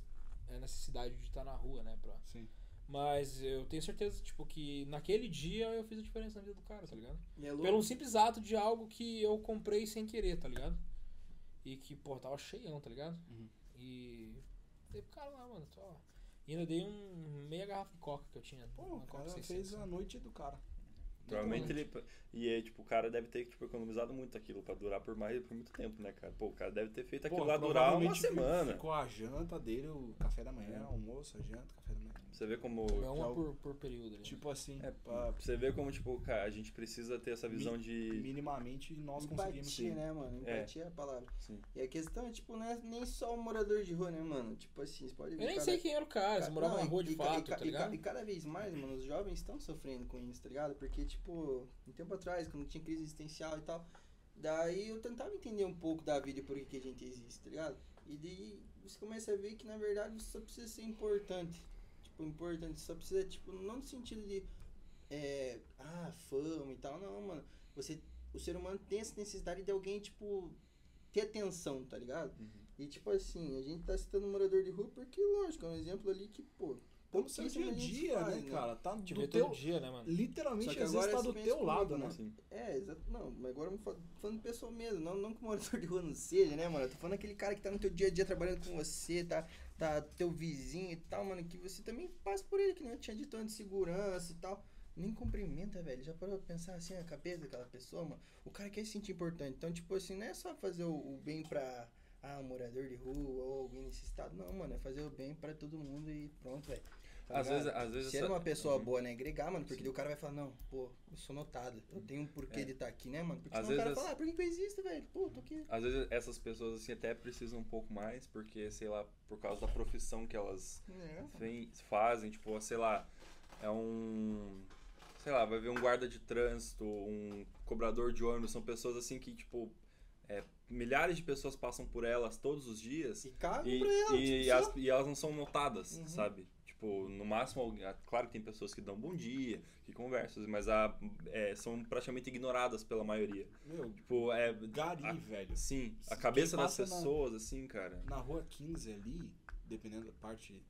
[SPEAKER 2] é, necessidade de estar na rua, né? Pra...
[SPEAKER 1] Sim.
[SPEAKER 2] Mas eu tenho certeza, tipo, que naquele dia eu fiz a diferença na vida do cara, tá ligado?
[SPEAKER 4] E é louco.
[SPEAKER 2] Pelo um simples ato de algo que eu comprei sem querer, tá ligado? E que, pô, tava cheião, tá ligado?
[SPEAKER 4] Uhum.
[SPEAKER 2] E. Dei pro cara lá, mano. Só... E ainda dei um meia garrafa de coca que eu tinha.
[SPEAKER 1] Pô,
[SPEAKER 2] uma
[SPEAKER 1] o
[SPEAKER 2] Coca
[SPEAKER 1] cara
[SPEAKER 2] 600,
[SPEAKER 1] fez
[SPEAKER 2] né?
[SPEAKER 1] a noite do cara.
[SPEAKER 3] Provavelmente ele. E é, tipo, o cara deve ter tipo, economizado muito aquilo pra durar por mais por muito tempo, né, cara? Pô, o cara deve ter feito aquilo
[SPEAKER 1] Pô,
[SPEAKER 3] lá durar uma
[SPEAKER 1] provavelmente
[SPEAKER 3] semana.
[SPEAKER 1] Ficou a janta dele, o café da manhã,
[SPEAKER 3] É.
[SPEAKER 1] almoço, a janta, café da manhã.
[SPEAKER 3] Você vê como.
[SPEAKER 2] Comeu
[SPEAKER 1] é
[SPEAKER 2] uma
[SPEAKER 1] o-
[SPEAKER 2] por, por período ali.
[SPEAKER 1] Tipo assim,
[SPEAKER 3] É,
[SPEAKER 1] pra-
[SPEAKER 3] Você vê como, tipo, cara, a gente precisa ter essa visão de.
[SPEAKER 1] minimamente nós conseguimos
[SPEAKER 4] Empatia,
[SPEAKER 1] ter.
[SPEAKER 4] né, mano?
[SPEAKER 3] É.
[SPEAKER 4] Empatia é a palavra.
[SPEAKER 3] Sim.
[SPEAKER 4] E a questão é, tipo, não é nem só o morador de rua, né, mano? Tipo assim, você pode ver.
[SPEAKER 2] eu nem
[SPEAKER 4] cada-
[SPEAKER 2] sei quem era o cara, se
[SPEAKER 4] Ca-
[SPEAKER 2] morava
[SPEAKER 4] não,
[SPEAKER 2] na rua de
[SPEAKER 4] e ca- e
[SPEAKER 2] fato, tá
[SPEAKER 4] ca- e ca-
[SPEAKER 2] ligado?
[SPEAKER 4] E cada vez mais, mano, os jovens estão sofrendo com isso, tá ligado? Porque, tipo, um tempo atrás, quando tinha crise existencial e tal, daí eu tentava entender um pouco da vida e por que, que a gente existe, tá ligado? E daí você começa a ver que, na verdade, você só precisa ser importante. Tipo importante. Só precisa, tipo, não no sentido de. É, ah, fama e tal. Não, mano. Você, o ser humano tem essa necessidade de alguém, tipo, ter atenção, tá ligado?
[SPEAKER 3] Uhum.
[SPEAKER 4] E, tipo, assim, a gente tá citando um morador de rua porque, lógico, é um exemplo ali que, pô.
[SPEAKER 1] Tá no seu dia
[SPEAKER 4] pouquíssima
[SPEAKER 1] a
[SPEAKER 4] é gente
[SPEAKER 1] dia,
[SPEAKER 4] faz,
[SPEAKER 1] né, cara? Tá
[SPEAKER 2] Te
[SPEAKER 1] do
[SPEAKER 2] vê todo
[SPEAKER 1] teu.
[SPEAKER 2] dia, né, mano?
[SPEAKER 1] Literalmente,
[SPEAKER 4] Só que
[SPEAKER 1] às vezes
[SPEAKER 4] agora
[SPEAKER 1] tá
[SPEAKER 4] esse
[SPEAKER 1] do
[SPEAKER 4] mês
[SPEAKER 1] teu
[SPEAKER 4] comigo,
[SPEAKER 1] lado,
[SPEAKER 4] né?
[SPEAKER 1] mano.
[SPEAKER 3] Sim.
[SPEAKER 4] É, exato. Não, mas agora eu falo- falando de pessoa mesmo, não, não que o morador de rua não seja, né, mano? Eu tô falando aquele cara que tá no teu dia a dia trabalhando com você, tá, tá teu vizinho e tal, mano, que você também passa por ele, que não tinha dito antes segurança e tal. Nem cumprimenta, velho. Já parou pra pensar assim na cabeça daquela pessoa, mano? O cara quer se sentir importante. Então, tipo assim, não é só fazer o, o bem pra. Ah, um morador de rua ou alguém necessitado. Não, mano, é fazer o bem pra todo mundo e pronto, velho. Tá
[SPEAKER 3] Às
[SPEAKER 4] ligado?
[SPEAKER 3] vezes, às vezes
[SPEAKER 4] Ser
[SPEAKER 3] essa-
[SPEAKER 4] uma pessoa
[SPEAKER 3] Uhum.
[SPEAKER 4] boa, né? Agregar, mano, porque daí o cara vai falar, não, pô, eu sou notado, eu tenho um porquê
[SPEAKER 3] É.
[SPEAKER 4] de estar aqui, né, mano? Porque
[SPEAKER 3] Às
[SPEAKER 4] senão o cara
[SPEAKER 3] vezes-
[SPEAKER 4] fala, ah, por que que eu existo, velho? Pô, tô aqui.
[SPEAKER 3] Às vezes essas pessoas assim até precisam um pouco mais, porque, sei lá, por causa da profissão que elas
[SPEAKER 4] né?
[SPEAKER 3] fe- fazem, tipo, sei lá, é um. Sei lá, vai ver um guarda de trânsito, um cobrador de ônibus, são pessoas assim que, tipo, é, milhares de pessoas passam por elas todos os dias.
[SPEAKER 4] E cabe
[SPEAKER 3] E,
[SPEAKER 4] pra
[SPEAKER 1] é,
[SPEAKER 4] ela,
[SPEAKER 3] e
[SPEAKER 4] tipo,
[SPEAKER 3] as-
[SPEAKER 4] só-
[SPEAKER 3] e elas não são notadas,
[SPEAKER 4] Uhum.
[SPEAKER 3] sabe? Tipo, no máximo, alguém- ah, claro que tem pessoas que dão bom dia, que conversam, mas a, é, são praticamente ignoradas pela maioria.
[SPEAKER 1] Meu,
[SPEAKER 3] Tipo, é.
[SPEAKER 1] gari,
[SPEAKER 4] Ah.
[SPEAKER 3] a-
[SPEAKER 1] velho.
[SPEAKER 3] Sim, a
[SPEAKER 1] Quem
[SPEAKER 3] cabeça das
[SPEAKER 1] passa na-
[SPEAKER 3] pessoas, assim, cara.
[SPEAKER 1] Na rua 15 ali, dependendo da parte.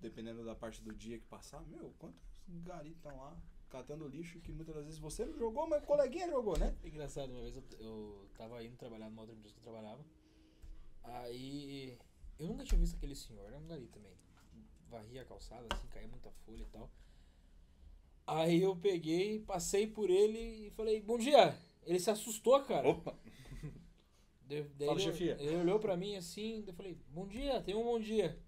[SPEAKER 1] Dependendo da parte do dia que passar, meu, quantos garis estão lá catando lixo que muitas das vezes você não jogou, mas o coleguinha jogou, né?
[SPEAKER 2] É Engraçado, uma vez eu, eu tava indo trabalhar numa outra empresa que eu trabalhava. Aí. Eu nunca tinha visto aquele senhor, era um gari também. Varria a calçada, assim, caía muita folha e tal. Aí eu peguei, passei por ele e falei, bom dia! Ele se assustou, cara.
[SPEAKER 3] Opa!
[SPEAKER 2] Da- daí
[SPEAKER 5] Fala,
[SPEAKER 2] ele,
[SPEAKER 5] chefia.
[SPEAKER 2] ele olhou pra mim assim, daí eu falei, bom dia, tem um bom dia.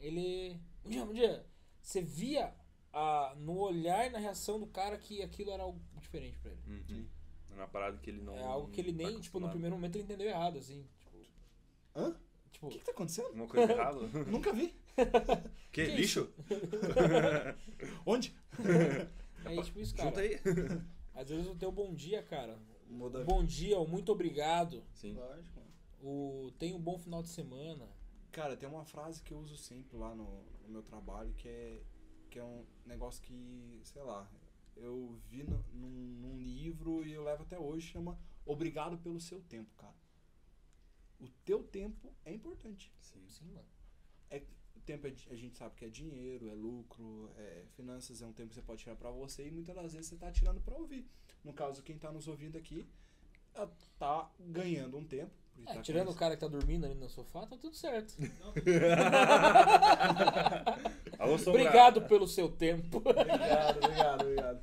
[SPEAKER 2] Ele. Bom dia, bom dia. Você via a, no olhar e na reação do cara que aquilo era algo diferente pra ele.
[SPEAKER 3] Uhum.
[SPEAKER 1] Sim.
[SPEAKER 3] É uma parada que ele não.
[SPEAKER 2] é algo que ele
[SPEAKER 3] não tá
[SPEAKER 2] nem, tipo, no
[SPEAKER 3] acostumado.
[SPEAKER 2] primeiro momento ele entendeu errado, assim. Tipo.
[SPEAKER 1] Hã?
[SPEAKER 2] Tipo,
[SPEAKER 1] O que, que tá acontecendo?
[SPEAKER 3] Uma coisa errada?
[SPEAKER 1] Nunca vi.
[SPEAKER 3] que?
[SPEAKER 2] Que
[SPEAKER 3] Lixo?
[SPEAKER 1] Onde?
[SPEAKER 2] é tipo isso,
[SPEAKER 3] Junta
[SPEAKER 2] cara.
[SPEAKER 3] aí.
[SPEAKER 2] Às vezes o teu bom dia, cara.
[SPEAKER 1] Muda.
[SPEAKER 2] o Bom dia, o muito obrigado.
[SPEAKER 3] Sim.
[SPEAKER 4] Lógico, mano.
[SPEAKER 2] O tem um bom final de semana.
[SPEAKER 1] Cara, tem uma frase que eu uso sempre lá no, no meu trabalho que é, que é um negócio que, sei lá, eu vi no- num, num livro e eu levo até hoje, chama Obrigado pelo seu tempo, cara. O teu tempo é importante.
[SPEAKER 3] Sim.
[SPEAKER 2] Sim, mano.
[SPEAKER 1] O tempo é di- a gente sabe que é dinheiro, é lucro, é finanças, é um tempo que você pode tirar pra você e muitas das vezes você tá tirando pra ouvir. No caso, quem tá nos ouvindo aqui ah, tá ganhando um tempo. porque
[SPEAKER 2] É,
[SPEAKER 1] tá
[SPEAKER 2] tirando o
[SPEAKER 1] conhecendo-
[SPEAKER 2] cara que tá dormindo ali no sofá, tá tudo certo.
[SPEAKER 3] Alô, Sombra.
[SPEAKER 2] obrigado pelo seu tempo.
[SPEAKER 1] Obrigado, obrigado, obrigado.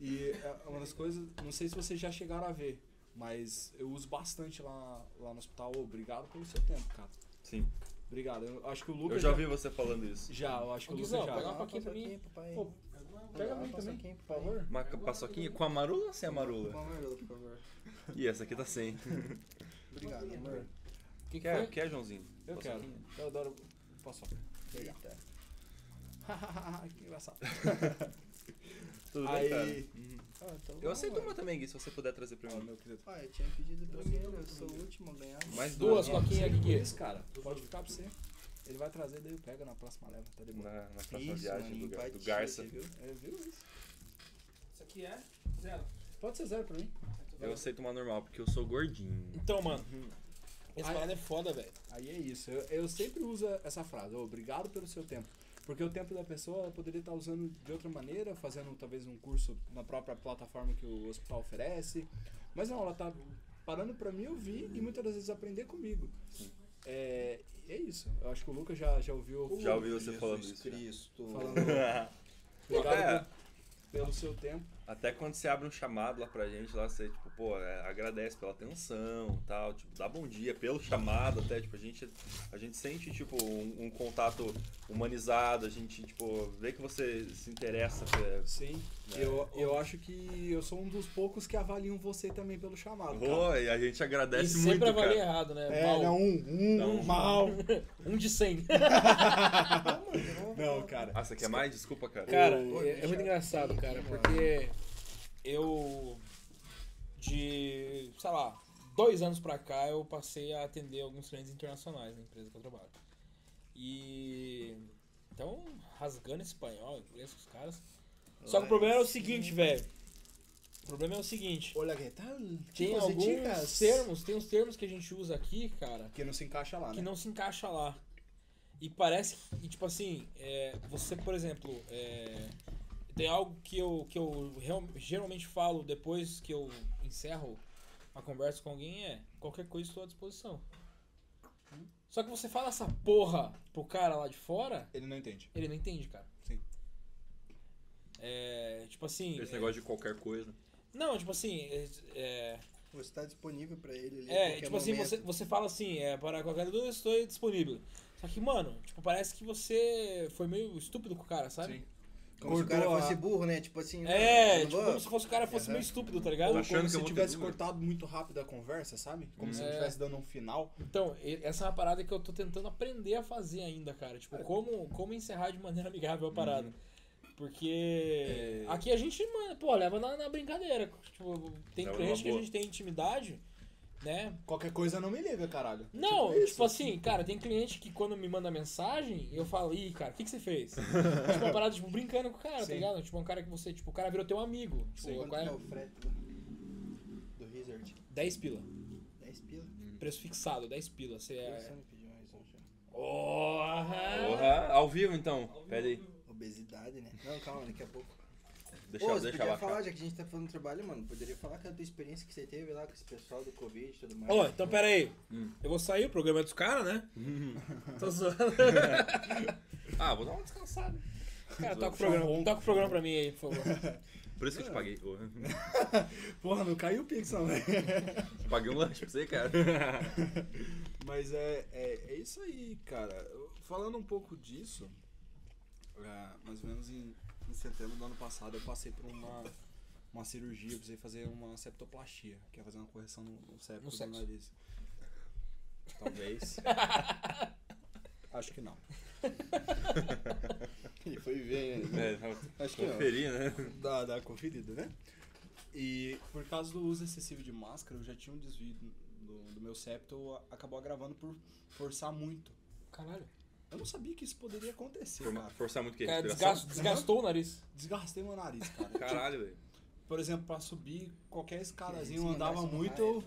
[SPEAKER 1] E é uma das coisas, não sei se vocês já chegaram a ver, mas eu uso bastante lá, lá no hospital. Obrigado pelo seu tempo, cara.
[SPEAKER 3] Sim.
[SPEAKER 1] Obrigado. Eu acho que o
[SPEAKER 3] Eu
[SPEAKER 1] Lucas.
[SPEAKER 3] já ouvi você falando isso.
[SPEAKER 1] Já, eu acho que
[SPEAKER 2] Ô,
[SPEAKER 1] o Lucas
[SPEAKER 2] Guizão, pega
[SPEAKER 1] já.
[SPEAKER 2] uma paquinha pra mim.
[SPEAKER 4] papai.
[SPEAKER 1] Pô, Pega pra mim também, por favor.
[SPEAKER 3] Uma paçoquinha com a marula ou sem a
[SPEAKER 4] Com
[SPEAKER 3] marula?
[SPEAKER 4] a Marula, por favor.
[SPEAKER 3] Ih, essa aqui tá sem.
[SPEAKER 4] Obrigado, amor.
[SPEAKER 2] O que, que
[SPEAKER 3] Quer,
[SPEAKER 2] foi?
[SPEAKER 3] quer Joãozinho?
[SPEAKER 1] Eu quero.
[SPEAKER 3] Paçoquinha?
[SPEAKER 1] Eu adoro paçoca. Legal.
[SPEAKER 4] Eita.
[SPEAKER 1] que engraçado.
[SPEAKER 3] Tudo bem,
[SPEAKER 1] Aí-
[SPEAKER 3] cara? Uhum.
[SPEAKER 4] Ah, então
[SPEAKER 3] Eu
[SPEAKER 4] vamos,
[SPEAKER 3] aceito
[SPEAKER 4] mano.
[SPEAKER 3] uma também, Gui, se você puder trazer pra
[SPEAKER 1] Ó,
[SPEAKER 3] mim.
[SPEAKER 1] meu querido.
[SPEAKER 4] Ah, eu tinha pedido primeiro, eu sou o último a ganhar. mano.
[SPEAKER 3] Mais
[SPEAKER 2] Duas
[SPEAKER 3] duas.
[SPEAKER 2] coquinhas
[SPEAKER 1] Sempre
[SPEAKER 2] aqui,
[SPEAKER 1] por
[SPEAKER 2] Gui.
[SPEAKER 1] isso, cara. Pode ficar pra você. Ele vai trazer, daí eu pego na próxima leva, tá de boa.
[SPEAKER 3] né? Na, na próxima
[SPEAKER 4] Isso,
[SPEAKER 3] viagem
[SPEAKER 4] mano,
[SPEAKER 3] do, Gar- do
[SPEAKER 4] empatia,
[SPEAKER 3] Garça.
[SPEAKER 4] você viu?
[SPEAKER 1] É, viu isso?
[SPEAKER 2] Isso aqui é zero.
[SPEAKER 1] Pode ser zero pra mim.
[SPEAKER 3] Eu aceito uma normal, porque eu sou gordinho.
[SPEAKER 2] Então, mano,
[SPEAKER 3] Uhum.
[SPEAKER 2] essa
[SPEAKER 1] Ai.
[SPEAKER 2] parada é foda, velho.
[SPEAKER 1] Aí é isso. Eu, eu sempre uso essa frase, "Ô, obrigado pelo seu tempo. Porque o tempo da pessoa ela poderia estar usando de outra maneira, fazendo talvez um curso na própria plataforma que o hospital oferece. Mas não, ela tá parando pra me ouvir e muitas das vezes aprender comigo. É, é isso. Eu acho que o Lucas já, já ouviu eu
[SPEAKER 3] Já ouvi você falando
[SPEAKER 4] Jesus
[SPEAKER 3] isso, né? já.
[SPEAKER 4] Cristo.
[SPEAKER 1] falando obrigado
[SPEAKER 3] É,
[SPEAKER 1] pelo seu tempo.
[SPEAKER 3] até quando você abre um chamado lá pra gente, lá você, tipo, pô, é, agradece pela atenção e tal, tipo, dá bom dia pelo chamado até, tipo, a gente, a gente sente, tipo, um, um contato humanizado, a gente, tipo, vê que você se interessa. é,
[SPEAKER 1] Sim. Eu, eu acho que eu sou um dos poucos que avaliam você também pelo chamado. cara.
[SPEAKER 3] Pô, Ah, e a gente
[SPEAKER 2] E
[SPEAKER 3] agradece muito,
[SPEAKER 2] sempre avalia
[SPEAKER 3] cara.
[SPEAKER 2] errado, né?
[SPEAKER 1] É,
[SPEAKER 2] Mal.
[SPEAKER 1] não, um, um,
[SPEAKER 3] Não.
[SPEAKER 1] mal.
[SPEAKER 2] Um de 100.
[SPEAKER 1] Não, cara.
[SPEAKER 3] Ah, você quer mais? Desculpa, cara.
[SPEAKER 2] Cara,
[SPEAKER 1] Ô,
[SPEAKER 2] é, é muito engraçado, cara, porque eu. De. sei lá, dois anos pra cá eu passei a atender alguns clientes internacionais na empresa que eu trabalho. E. Então, rasgando espanhol, inglês com os caras. Só que o problema é o seguinte, velho. O problema é o seguinte.
[SPEAKER 1] Olha que tal?
[SPEAKER 2] Tem
[SPEAKER 1] Tipos e
[SPEAKER 2] alguns
[SPEAKER 1] dicas.
[SPEAKER 2] termos, tem uns termos que a gente usa aqui, cara,
[SPEAKER 1] Que não se encaixa lá,
[SPEAKER 2] que
[SPEAKER 1] né?
[SPEAKER 2] não se encaixa lá. E parece que, e tipo assim, é, você, por exemplo, é, tem algo que eu, que eu real- geralmente falo depois que eu encerro uma conversa com alguém é qualquer coisa estou à disposição.
[SPEAKER 1] Hum?
[SPEAKER 2] Só que você fala essa porra pro cara lá de fora,
[SPEAKER 1] Ele não entende.
[SPEAKER 2] ele não entende, cara.
[SPEAKER 1] Sim.
[SPEAKER 2] É, tipo assim.
[SPEAKER 3] Esse
[SPEAKER 2] é,
[SPEAKER 3] negócio de qualquer coisa.
[SPEAKER 2] Não, tipo assim. é, é,
[SPEAKER 4] Você tá disponível pra ele ali. a
[SPEAKER 2] É,
[SPEAKER 4] qualquer
[SPEAKER 2] tipo assim,
[SPEAKER 4] momento.
[SPEAKER 2] você, você fala assim, é, para qualquer dúvida estou disponível. Só que, mano, tipo, parece que você foi meio estúpido com o cara, sabe?
[SPEAKER 1] Sim.
[SPEAKER 4] Como se o
[SPEAKER 5] Cortou
[SPEAKER 4] cara
[SPEAKER 5] a-
[SPEAKER 4] fosse burro, né? Tipo assim.
[SPEAKER 2] É,
[SPEAKER 4] eu não
[SPEAKER 2] tipo,
[SPEAKER 4] vou-
[SPEAKER 2] como se fosse o cara fosse
[SPEAKER 4] Aham.
[SPEAKER 2] meio estúpido, tá
[SPEAKER 1] Ou
[SPEAKER 2] ligado?
[SPEAKER 3] Achando
[SPEAKER 1] como
[SPEAKER 3] que eu
[SPEAKER 1] se
[SPEAKER 3] vou ter
[SPEAKER 1] tivesse
[SPEAKER 3] dúvida.
[SPEAKER 1] cortado muito rápido a conversa, sabe? Como se
[SPEAKER 2] É.
[SPEAKER 1] não estivesse dando um final.
[SPEAKER 2] Então, e- essa é uma parada que eu tô tentando aprender a fazer ainda, cara. Tipo, como, como encerrar de maneira amigável a parada. Porque
[SPEAKER 1] É.
[SPEAKER 2] aqui a gente, mano, pô, leva na, na brincadeira. Tipo, tem
[SPEAKER 3] Leva
[SPEAKER 2] cliente
[SPEAKER 3] numa
[SPEAKER 2] que a
[SPEAKER 3] boa.
[SPEAKER 2] gente tem intimidade, né?
[SPEAKER 1] Qualquer coisa não me liga, caralho. É
[SPEAKER 2] Não,
[SPEAKER 1] tipo
[SPEAKER 2] tipo,
[SPEAKER 1] isso.
[SPEAKER 2] assim, cara, tem cliente que quando me manda mensagem, eu falo, ih, cara, o que, que você fez? tipo, uma parada, tipo, brincando com o cara, tá
[SPEAKER 1] Sim.
[SPEAKER 2] ligado? Tipo, um cara que você, tipo, o cara virou teu amigo. Tipo,
[SPEAKER 1] Sim.
[SPEAKER 2] o
[SPEAKER 4] Quanto
[SPEAKER 2] cara-
[SPEAKER 4] que é o frete do- do Resort?
[SPEAKER 2] 10 pila.
[SPEAKER 4] 10 pila?
[SPEAKER 2] Preço fixado, 10 pila. Você é.
[SPEAKER 4] Pensando em pedir um Resort.
[SPEAKER 2] Porra!
[SPEAKER 3] Porra, ao vivo então. Pera aí.
[SPEAKER 4] Obesidade, né? Não, calma, daqui a pouco.
[SPEAKER 3] Deixa,
[SPEAKER 4] Pô, você
[SPEAKER 3] deixa
[SPEAKER 4] podia
[SPEAKER 3] lá.
[SPEAKER 4] falar,
[SPEAKER 3] Cara.
[SPEAKER 4] já que a gente tá falando de trabalho, mano. Poderia falar que a tua experiência que você teve lá com esse pessoal do Covid e tudo mais.
[SPEAKER 2] Ó, então pera aí.
[SPEAKER 3] Hum.
[SPEAKER 2] Eu vou sair, o programa é dos caras, né? Tô zoando.
[SPEAKER 3] Ah, vou dar uma descansada.
[SPEAKER 2] Cara, toca o
[SPEAKER 1] Só um
[SPEAKER 2] programa,
[SPEAKER 1] ronco.
[SPEAKER 2] toca o programa pra mim aí, por favor.
[SPEAKER 3] Por isso que eu te paguei. Porra.
[SPEAKER 1] Porra, não caiu o Pix, não, velho.
[SPEAKER 3] Paguei um lanche pra você, cara.
[SPEAKER 1] Mas é, é, é isso aí, cara. Eu- Falando um pouco disso, é, mais ou menos em, em setembro do ano passado, eu passei por uma, uma cirurgia, eu precisei fazer uma septoplastia, que é fazer uma correção no, no septo
[SPEAKER 2] No
[SPEAKER 1] do
[SPEAKER 2] sexo.
[SPEAKER 1] nariz. Talvez. Acho que não.
[SPEAKER 4] Ele foi ver, né?
[SPEAKER 3] É, não,
[SPEAKER 1] Acho que não.
[SPEAKER 3] conferi, né?
[SPEAKER 1] da, da conferida, né? E por causa do uso excessivo de máscara, eu já tinha um desvio do, do meu septo, a- acabou agravando por forçar muito.
[SPEAKER 2] Caralho.
[SPEAKER 1] Eu não sabia que isso poderia acontecer,
[SPEAKER 3] Forma-
[SPEAKER 1] cara.
[SPEAKER 3] Forçar muito o quê?
[SPEAKER 2] Cara,
[SPEAKER 3] Respiração?
[SPEAKER 2] desgas- desgastou o nariz.
[SPEAKER 1] Desgastei meu nariz, cara.
[SPEAKER 3] Caralho, velho.
[SPEAKER 1] Tipo, por exemplo, pra subir qualquer escadazinha, eu
[SPEAKER 4] Esse
[SPEAKER 1] andava
[SPEAKER 4] negócio
[SPEAKER 1] muito,
[SPEAKER 4] não
[SPEAKER 1] eu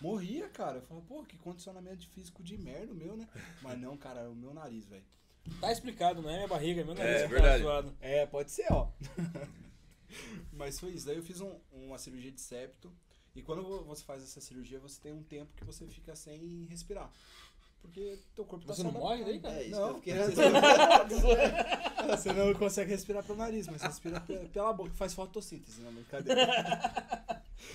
[SPEAKER 1] morria, cara. Eu falava, pô, que condicionamento físico de merda o meu, né? Mas não, cara, era o meu nariz, velho.
[SPEAKER 2] Tá explicado, não é minha barriga, é meu nariz que
[SPEAKER 3] É,
[SPEAKER 2] tá
[SPEAKER 3] verdade.
[SPEAKER 2] zoado.
[SPEAKER 1] É, pode ser, ó. Mas foi isso. Daí eu fiz um- uma cirurgia de septo. E quando vo- você faz essa cirurgia, você tem um tempo que você fica sem respirar. Porque teu corpo tá
[SPEAKER 2] Você não
[SPEAKER 1] se
[SPEAKER 2] morre daí,
[SPEAKER 1] adaptando.
[SPEAKER 2] cara?
[SPEAKER 4] É isso
[SPEAKER 1] Não,
[SPEAKER 4] que eu
[SPEAKER 1] você,
[SPEAKER 4] fiquei
[SPEAKER 1] não- você não consegue respirar pelo nariz, mas respira pe- pela boca. Faz fotossíntese, não, brincadeira.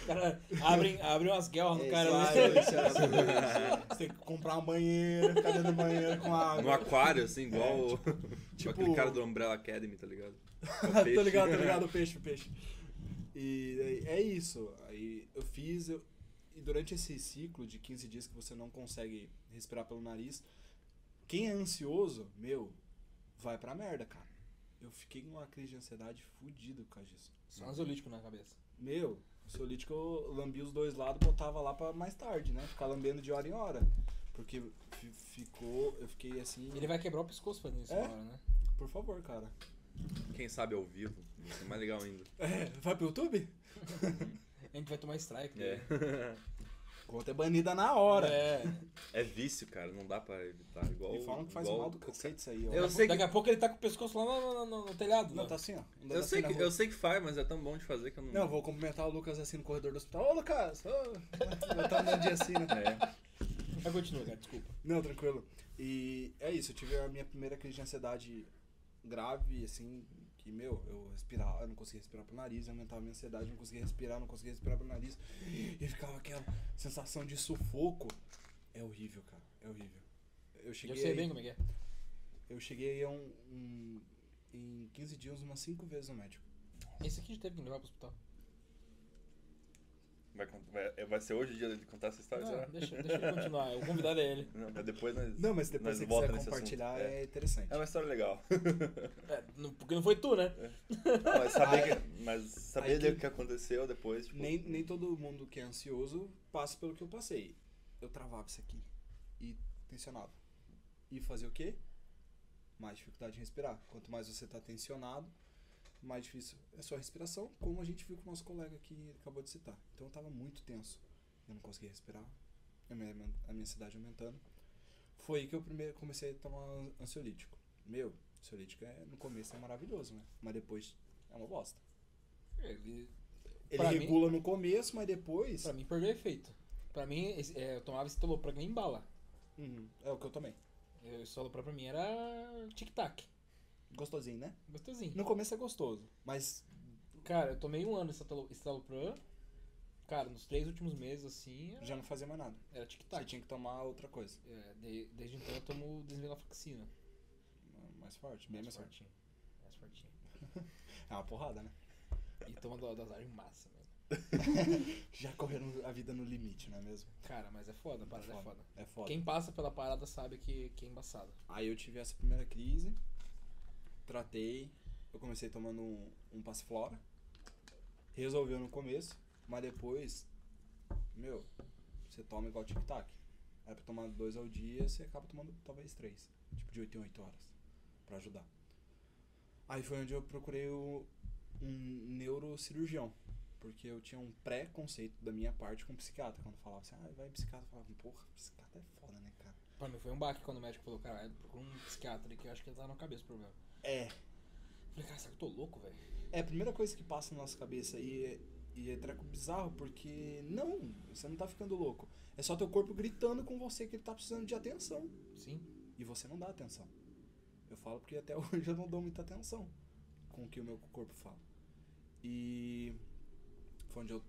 [SPEAKER 2] Cara, abrem, abrem umas guerras no
[SPEAKER 4] É,
[SPEAKER 2] cara
[SPEAKER 4] isso
[SPEAKER 2] lá.
[SPEAKER 4] aí, isso aí, isso aí.
[SPEAKER 1] Você tem que comprar uma banheira, ficar dentro do banheiro com
[SPEAKER 3] No
[SPEAKER 1] água.
[SPEAKER 3] aquário, assim, igual o-
[SPEAKER 1] tipo-
[SPEAKER 3] aquele cara do Umbrella Academy, tá ligado?
[SPEAKER 1] tô ligado, tô ligado, o peixe, o peixe. E daí, é isso. Aí eu fiz, eu- e durante esse ciclo de 15 dias que você não consegue respirar pelo nariz, quem é ansioso, meu, vai pra merda, cara. Eu fiquei com uma crise de ansiedade fudida por causa disso.
[SPEAKER 2] Só um ansiolítico na cabeça.
[SPEAKER 1] Meu, o solítico eu lambi os dois lados botava lá pra mais tarde, né? Ficar lambendo de hora em hora. Porque fi- ficou, eu fiquei assim.
[SPEAKER 2] Ele vai quebrar o pescoço fazendo isso
[SPEAKER 1] É?
[SPEAKER 2] agora, né?
[SPEAKER 1] Por favor, cara.
[SPEAKER 3] Quem sabe ao vivo. Isso é mais legal ainda.
[SPEAKER 1] É, vai pro YouTube?
[SPEAKER 2] A gente vai tomar strike. né?
[SPEAKER 3] É.
[SPEAKER 1] Conta é banida na hora.
[SPEAKER 2] É.
[SPEAKER 3] É vício, cara, não dá pra evitar. Igual,
[SPEAKER 1] E falam que faz
[SPEAKER 3] igual-
[SPEAKER 1] mal do cacete isso aí, ó.
[SPEAKER 3] Eu sei que
[SPEAKER 2] Daqui a pouco ele tá com o pescoço lá no, no- no- no telhado.
[SPEAKER 1] Não,
[SPEAKER 2] né?
[SPEAKER 1] tá assim, ó. Andando
[SPEAKER 3] Eu
[SPEAKER 1] assim
[SPEAKER 3] sei,
[SPEAKER 1] na
[SPEAKER 3] que,
[SPEAKER 1] rua.
[SPEAKER 3] eu sei que faz, mas é tão bom de fazer que eu não.
[SPEAKER 1] Não, eu vou cumprimentar o Lucas assim no corredor do hospital. Ô, Lucas! Ô! Eu tava andando de assim, né?
[SPEAKER 3] É.
[SPEAKER 2] Mas continua, cara, desculpa.
[SPEAKER 1] Não, tranquilo. E é isso, eu tive a minha primeira crise de ansiedade grave, assim, que, meu, eu respirava, eu não conseguia respirar pro nariz, aumentava a minha ansiedade, não conseguia respirar, não conseguia respirar pro nariz. E ficava aquela sensação de sufoco. É horrível, cara, é horrível. Eu
[SPEAKER 2] Eu
[SPEAKER 1] cheguei,
[SPEAKER 2] sei
[SPEAKER 1] aí-
[SPEAKER 2] bem como é que é.
[SPEAKER 1] eu cheguei a um, um- em 15 dias umas 5 vezes no médico.
[SPEAKER 2] Esse aqui já teve que levar pro hospital.
[SPEAKER 3] Vai, cont- vai- vai ser hoje o dia dele contar essa
[SPEAKER 1] Tá,
[SPEAKER 3] história, será?
[SPEAKER 2] Não, deixa, deixa ele continuar. O convidado é ele.
[SPEAKER 3] Não, mas depois nós.
[SPEAKER 1] Não, mas depois
[SPEAKER 3] nós
[SPEAKER 1] se você
[SPEAKER 3] volta
[SPEAKER 1] quiser
[SPEAKER 3] nesse
[SPEAKER 1] compartilhar,
[SPEAKER 3] assunto.
[SPEAKER 1] é interessante.
[SPEAKER 3] É uma história legal.
[SPEAKER 2] É, não- porque não foi tu, né?
[SPEAKER 3] Não, mas saber,
[SPEAKER 1] Aí-
[SPEAKER 3] que, mas saber
[SPEAKER 1] aí que-
[SPEAKER 3] do que aconteceu depois, tipo,
[SPEAKER 1] Nem, nem todo mundo que é ansioso passa pelo que eu passei. Eu travava isso aqui. E tensionava. E fazia o quê? mais dificuldade em respirar. Quanto mais você está tensionado, mais difícil é sua respiração, como a gente viu com o nosso colega que acabou de citar. Então eu estava muito tenso, eu não conseguia respirar, a minha, a minha ansiedade aumentando. Foi aí que eu primeiro comecei a tomar ansiolítico. Meu, ansiolítico é, no começo é maravilhoso, né? Mas depois é uma bosta.
[SPEAKER 2] Ele,
[SPEAKER 1] Ele
[SPEAKER 2] Pra mim-
[SPEAKER 1] regula no começo, mas depois.
[SPEAKER 2] É, pra mim, perdeu efeito. Pra mim, esse- é, eu tomava estalopram em bala.
[SPEAKER 1] Uhum, é o que eu tomei.
[SPEAKER 2] Eu- Estalopram pra mim era tic-tac.
[SPEAKER 1] Gostosinho, né?
[SPEAKER 2] Gostosinho.
[SPEAKER 1] No começo é gostoso, mas
[SPEAKER 2] Cara, eu tomei um ano estalo- estalopram. Cara, nos três últimos meses, assim,
[SPEAKER 1] já não fazia mais nada.
[SPEAKER 2] era
[SPEAKER 1] Você
[SPEAKER 2] tic-tac.
[SPEAKER 1] tinha que tomar outra coisa.
[SPEAKER 2] É, de- desde então eu tomo desvenlafaxina.
[SPEAKER 1] Mais forte, É. bem mais, forte.
[SPEAKER 2] fortinho. Mais fortinho.
[SPEAKER 1] É uma porrada, né?
[SPEAKER 2] E toma do- dosagem massa mesmo.
[SPEAKER 1] Já correram a vida no limite, não é mesmo?
[SPEAKER 2] Cara, mas é foda, a parada é foda.
[SPEAKER 1] É foda.
[SPEAKER 2] Quem passa pela parada sabe que, que é embaçado.
[SPEAKER 1] Aí eu tive essa primeira crise, tratei, eu comecei tomando um, um passiflora, resolveu no começo, mas depois, meu, você toma igual tic-tac. Era pra tomar dois ao dia, você acaba tomando talvez três, tipo de 8 em 8 horas, pra ajudar. Aí foi onde eu procurei o, um neurocirurgião, porque eu tinha um pré-conceito da minha parte com psiquiatra. Quando falava assim, ah, vai psiquiatra, eu falava, porra, psiquiatra é foda, né, cara?
[SPEAKER 2] Pra mim foi um baque quando o médico falou, cara, procura um psiquiatra aí que eu acho que tá na cabeça o problema.
[SPEAKER 1] É,
[SPEAKER 2] Eu falei, cara, será que eu tô louco, velho?
[SPEAKER 1] É a primeira coisa que passa na nossa cabeça e é, e é treco bizarro porque não, você não tá ficando louco. É só teu corpo gritando com você que ele tá precisando de atenção
[SPEAKER 2] Sim.
[SPEAKER 1] e você não dá atenção. Eu falo porque até hoje eu não dou muita atenção com o que o meu corpo fala. E foi onde eu,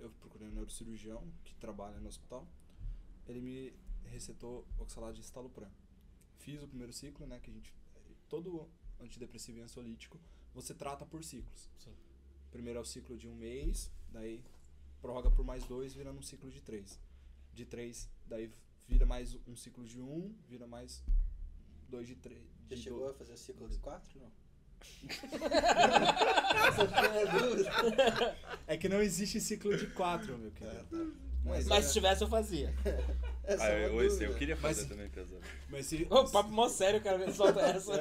[SPEAKER 1] eu procurei um neurocirurgião que trabalha no hospital. Ele me recetou oxalato de estalopram. Fiz o primeiro ciclo, né, que a gente todo antidepressivo e ansiolítico você trata por ciclos.
[SPEAKER 2] Sim.
[SPEAKER 1] Primeiro é o ciclo de um mês, daí prorroga por mais dois, virando um ciclo de três. De três, daí vira mais um ciclo de um, vira mais dois de três.
[SPEAKER 4] Já
[SPEAKER 1] de
[SPEAKER 4] chegou
[SPEAKER 1] dois.
[SPEAKER 4] a fazer o ciclo de quatro? Não. Essa foi a dúvida.
[SPEAKER 1] É que não existe ciclo de quatro, meu querido. Mas,
[SPEAKER 2] Mas se tivesse eu fazia.
[SPEAKER 4] Essa
[SPEAKER 3] Ah,
[SPEAKER 4] é
[SPEAKER 3] eu,
[SPEAKER 4] uma
[SPEAKER 3] esse
[SPEAKER 4] dúvida.
[SPEAKER 3] eu queria fazer
[SPEAKER 1] Mas-
[SPEAKER 3] também, pesado.
[SPEAKER 1] mas se,
[SPEAKER 2] Ô, papo mó sério, cara, solta essa.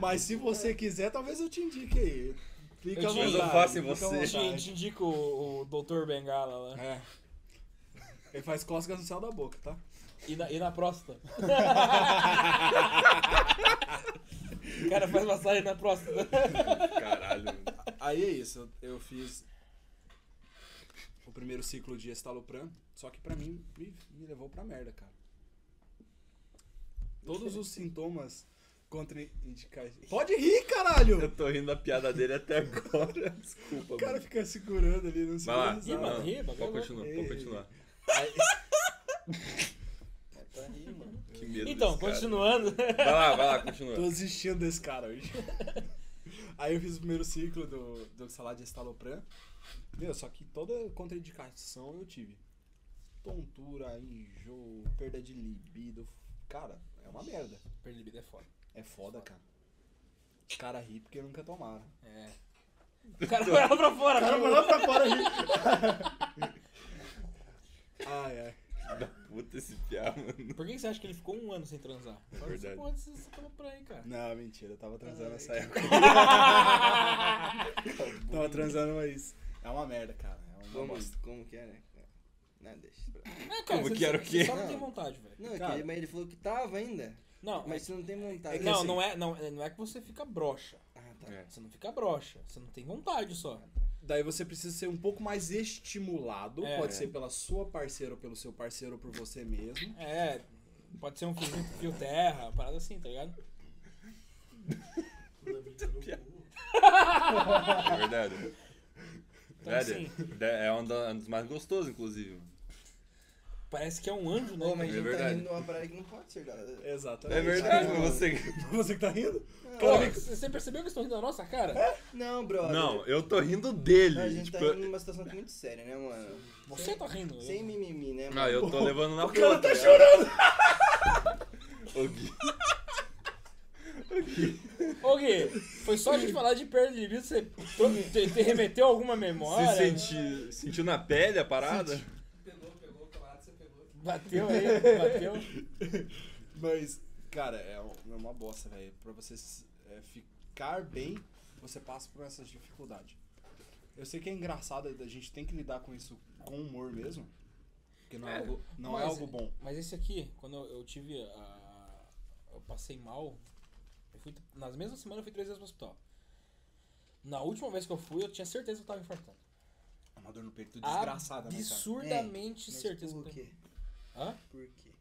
[SPEAKER 1] mas se você quiser, talvez eu te indique aí. Fica
[SPEAKER 2] Eu
[SPEAKER 1] à
[SPEAKER 2] te- Mas
[SPEAKER 1] vontade.
[SPEAKER 2] eu
[SPEAKER 3] faço em
[SPEAKER 1] fica à
[SPEAKER 3] você.
[SPEAKER 2] Eu te,
[SPEAKER 1] vontade.
[SPEAKER 2] te indico o, o Dr. Bengala lá.
[SPEAKER 1] É. Ele faz cócegas no céu da boca, tá?
[SPEAKER 2] E na, e na próstata. o cara faz massagem na próstata.
[SPEAKER 3] Caralho.
[SPEAKER 1] Aí é isso, eu- eu fiz o primeiro ciclo de estalopram, só que pra mim me, me levou pra merda, cara. Todos os sintomas contraindicados. Pode rir, caralho!
[SPEAKER 3] Eu tô rindo da piada dele até agora. Desculpa,
[SPEAKER 1] O cara
[SPEAKER 3] mano.
[SPEAKER 1] fica segurando ali, não se
[SPEAKER 3] Vai lá.
[SPEAKER 1] organizar.
[SPEAKER 2] Ih, mano,
[SPEAKER 3] Não,
[SPEAKER 2] ri, bagulho é
[SPEAKER 3] Pode
[SPEAKER 2] louco.
[SPEAKER 3] continuar,
[SPEAKER 1] Ei.
[SPEAKER 3] pode continuar.
[SPEAKER 1] Aí-
[SPEAKER 4] É pra rir, mano.
[SPEAKER 3] Que medo
[SPEAKER 2] Então,
[SPEAKER 3] desse cara.
[SPEAKER 2] continuando.
[SPEAKER 3] Vai lá, vai lá, continua.
[SPEAKER 1] Tô desistindo desse cara hoje. Aí eu fiz o primeiro ciclo do, do salário de estalopram. Meu, só que toda contraindicação eu tive. Tontura, enjoo, perda de libido. Cara, é uma merda.
[SPEAKER 2] Perdibido é foda.
[SPEAKER 1] É foda, cara. Os caras ri porque nunca tomaram.
[SPEAKER 2] É. O cara vai lá pra fora,
[SPEAKER 3] né?
[SPEAKER 1] Cara,
[SPEAKER 2] viu?
[SPEAKER 1] vai lá pra fora rir. Ai, ai.
[SPEAKER 3] Puta esse piá, mano.
[SPEAKER 2] Por que que você acha que ele ficou um ano sem transar? Fala assim, essa
[SPEAKER 3] É Verdade.
[SPEAKER 2] porra desse estalopram aí, cara. É,
[SPEAKER 1] Não, mentira, eu tava transando
[SPEAKER 4] Ai.
[SPEAKER 1] nessa época. tava transando, mas. É uma merda, cara. É uma
[SPEAKER 4] Como,
[SPEAKER 1] bosta.
[SPEAKER 4] como que é, né? Não, deixa. pra-
[SPEAKER 2] É, cara,
[SPEAKER 3] Como
[SPEAKER 2] você-
[SPEAKER 3] que era o
[SPEAKER 2] você
[SPEAKER 3] quê?
[SPEAKER 2] Só não tem
[SPEAKER 4] Não.
[SPEAKER 2] vontade, velho.
[SPEAKER 4] Não, é que
[SPEAKER 1] Cara.
[SPEAKER 4] ele- mas ele falou que tava ainda.
[SPEAKER 2] Não,
[SPEAKER 4] Mas você não tem vontade.
[SPEAKER 2] não,
[SPEAKER 4] assim.
[SPEAKER 2] não, é, não, é- não é que você fica broxa.
[SPEAKER 4] Ah, tá.
[SPEAKER 3] É.
[SPEAKER 2] Você não fica broxa. Você não tem vontade só.
[SPEAKER 1] Daí você precisa ser um pouco mais estimulado.
[SPEAKER 2] É.
[SPEAKER 1] Pode ser pela sua parceira ou pelo seu parceiro ou por você mesmo.
[SPEAKER 2] É, pode ser um fiozinho com fio terra, parada assim, tá ligado?
[SPEAKER 3] É verdade. Verdade.
[SPEAKER 2] assim-
[SPEAKER 3] É um da- um dos mais gostosos, inclusive. mano.
[SPEAKER 2] Parece que é um anjo, né?
[SPEAKER 4] Ô, mas
[SPEAKER 3] É
[SPEAKER 4] a gente tá
[SPEAKER 3] verdade.
[SPEAKER 4] rindo de uma parada que não pode ser, galera.
[SPEAKER 1] Exatamente.
[SPEAKER 3] É verdade,
[SPEAKER 4] mano.
[SPEAKER 3] mas você.
[SPEAKER 1] Você que tá rindo?
[SPEAKER 2] Pô, você percebeu que eles estão rindo da nossa cara?
[SPEAKER 4] É? Não, brother.
[SPEAKER 3] Não, eu tô rindo dele.
[SPEAKER 4] A gente tá
[SPEAKER 3] tipo,
[SPEAKER 4] indo numa situação muito séria, né, mano?
[SPEAKER 2] Você tá rindo.
[SPEAKER 4] Sem
[SPEAKER 2] eu-
[SPEAKER 4] mimimi, né, mano?
[SPEAKER 3] Ah, eu tô levando na
[SPEAKER 1] O cara tá
[SPEAKER 3] né?
[SPEAKER 1] chorando.
[SPEAKER 3] O Gui-
[SPEAKER 2] Ô, Gui, foi só a gente falar de perda de libido, você tro- te, te remeteu a alguma memória?
[SPEAKER 3] Se
[SPEAKER 2] né?
[SPEAKER 3] senti, sentiu na pele a parada?
[SPEAKER 2] Bateu aí, bateu.
[SPEAKER 1] Mas, Cara, é um- é uma bosta, velho. Pra você s- é, ficar bem, você passa por essas dificuldades. Eu sei que é engraçado, a gente tem que lidar com isso com humor mesmo. Porque não é,
[SPEAKER 2] É,
[SPEAKER 1] algo, não é
[SPEAKER 2] mas-
[SPEAKER 1] algo bom.
[SPEAKER 2] Mas esse aqui, quando eu, eu tive a. Eu passei mal. Eu fui, nas mesmas semanas eu fui três vezes pro hospital. Na última vez que eu fui, eu tinha certeza que eu tava infartando.
[SPEAKER 1] É uma dor no peito desgraçada, né, cara? tipo,
[SPEAKER 2] Absurdamente
[SPEAKER 4] Mas
[SPEAKER 2] certeza
[SPEAKER 4] Por
[SPEAKER 2] que eu
[SPEAKER 4] quê?
[SPEAKER 2] tava. Hã?
[SPEAKER 4] Por quê?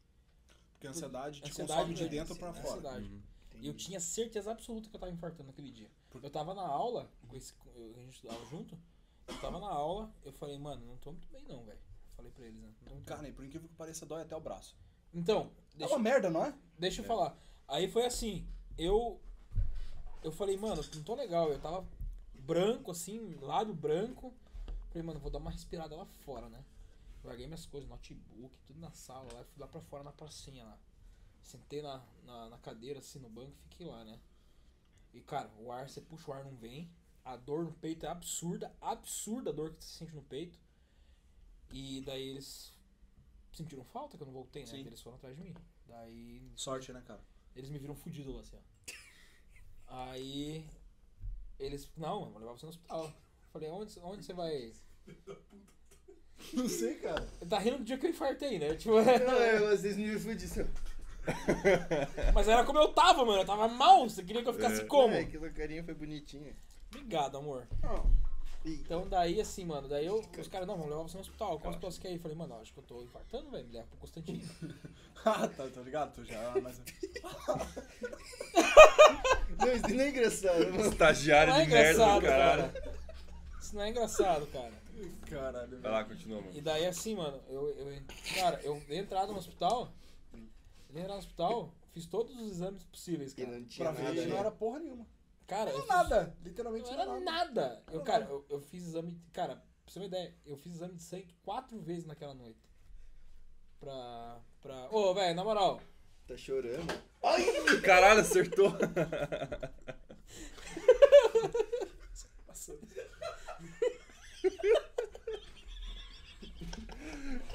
[SPEAKER 1] Porque a ansiedade te
[SPEAKER 2] Ansiedade,
[SPEAKER 1] consome de
[SPEAKER 2] né?
[SPEAKER 1] dentro pra
[SPEAKER 4] Ansiedade.
[SPEAKER 1] fora.
[SPEAKER 2] Ansiedade. E
[SPEAKER 4] Entendi.
[SPEAKER 2] eu tinha certeza absoluta que eu tava infartando naquele dia.
[SPEAKER 1] Por-
[SPEAKER 2] Eu tava na aula, com esse, com- eu- a gente estudava junto, eu tava na aula, eu falei, mano, não tô muito bem não, velho. Falei pra eles, né? Não tô muito bem.
[SPEAKER 1] Cara, e por incrível que pareça, dói até o braço.
[SPEAKER 2] Então,
[SPEAKER 1] É
[SPEAKER 2] deixa,
[SPEAKER 1] uma merda, não é?
[SPEAKER 2] deixa eu falar. Aí foi assim, eu. Eu falei, mano, não tô legal, eu tava branco, assim, lábio branco. Falei, mano, vou dar uma respirada lá fora, né? Larguei minhas coisas, notebook, tudo na sala lá, fui lá pra fora na pracinha lá. Sentei na, na, na cadeira, assim, no banco e fiquei lá, né? E, cara, o ar, você puxa o ar, não vem. A dor no peito é absurda, absurda a dor que você sente no peito. E daí eles sentiram falta que eu não voltei, né?
[SPEAKER 1] Sim.
[SPEAKER 2] Eles foram atrás de mim. Daí
[SPEAKER 1] Sorte, né, cara?
[SPEAKER 2] eles me viram fudido lá, assim, ó. Aí. Eles. Não, mano, vou levar você no hospital. Eu Falei, onde, onde você vai.
[SPEAKER 1] Não sei, cara.
[SPEAKER 2] Tá rindo do dia que eu infartei, né? Tipo,
[SPEAKER 4] Não, é, vocês me fudiram.
[SPEAKER 2] mas era como eu tava, mano. Eu tava mal. Você queria que eu ficasse como?
[SPEAKER 4] É, aquela carinha foi bonitinha.
[SPEAKER 2] Obrigado, amor. Então daí, assim, mano, daí eu, os caras, não, vamos levar você no hospital. Qual hospital você quer ir? Eu Falei, mano, acho que eu tô infartando, velho. Me leva pro Constantino.
[SPEAKER 1] ah, tá, tá ligado? Tu já, mas...
[SPEAKER 4] Não, isso não é engraçado, mano.
[SPEAKER 3] Estagiário
[SPEAKER 2] Não é
[SPEAKER 3] de merda
[SPEAKER 2] engraçado,
[SPEAKER 3] do caralho.
[SPEAKER 2] cara. Isso não é engraçado, cara.
[SPEAKER 1] Caralho,
[SPEAKER 3] Vai
[SPEAKER 1] velho.
[SPEAKER 3] lá, continua,
[SPEAKER 2] E
[SPEAKER 3] mano.
[SPEAKER 2] daí assim, mano, eu, eu cara, eu dei entrada no hospital, dei entrada no hospital, fiz todos os exames possíveis,
[SPEAKER 4] E
[SPEAKER 2] cara.
[SPEAKER 4] não tinha
[SPEAKER 1] Pra
[SPEAKER 4] nada.
[SPEAKER 1] ver, não
[SPEAKER 4] né?
[SPEAKER 1] era porra nenhuma.
[SPEAKER 2] Cara, eu
[SPEAKER 1] Não
[SPEAKER 2] fiz-
[SPEAKER 1] nada. Literalmente
[SPEAKER 2] não
[SPEAKER 1] não
[SPEAKER 2] era nada. Eu, cara, eu, eu fiz exame, cara, pra você ter uma ideia, eu fiz exame de sangue quatro vezes naquela noite. Pra, pra, ô, velho, na moral,
[SPEAKER 4] Tá chorando.
[SPEAKER 3] Caralho, acertou.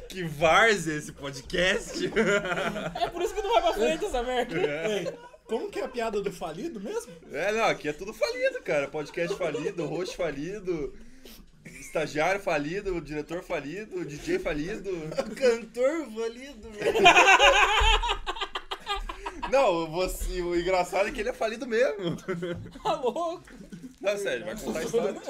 [SPEAKER 3] que várzea esse podcast.
[SPEAKER 2] é por isso que não vai pra frente essa merda.
[SPEAKER 1] Ei, como que é a piada do falido mesmo?
[SPEAKER 3] É, não, aqui é tudo falido, cara. Podcast falido, host falido, estagiário falido, diretor falido, DJ falido.
[SPEAKER 4] Cantor valido, velho.
[SPEAKER 3] Não, você, o engraçado é que ele é falido mesmo.
[SPEAKER 2] Tá louco?
[SPEAKER 3] Não, sério, vai contar a história.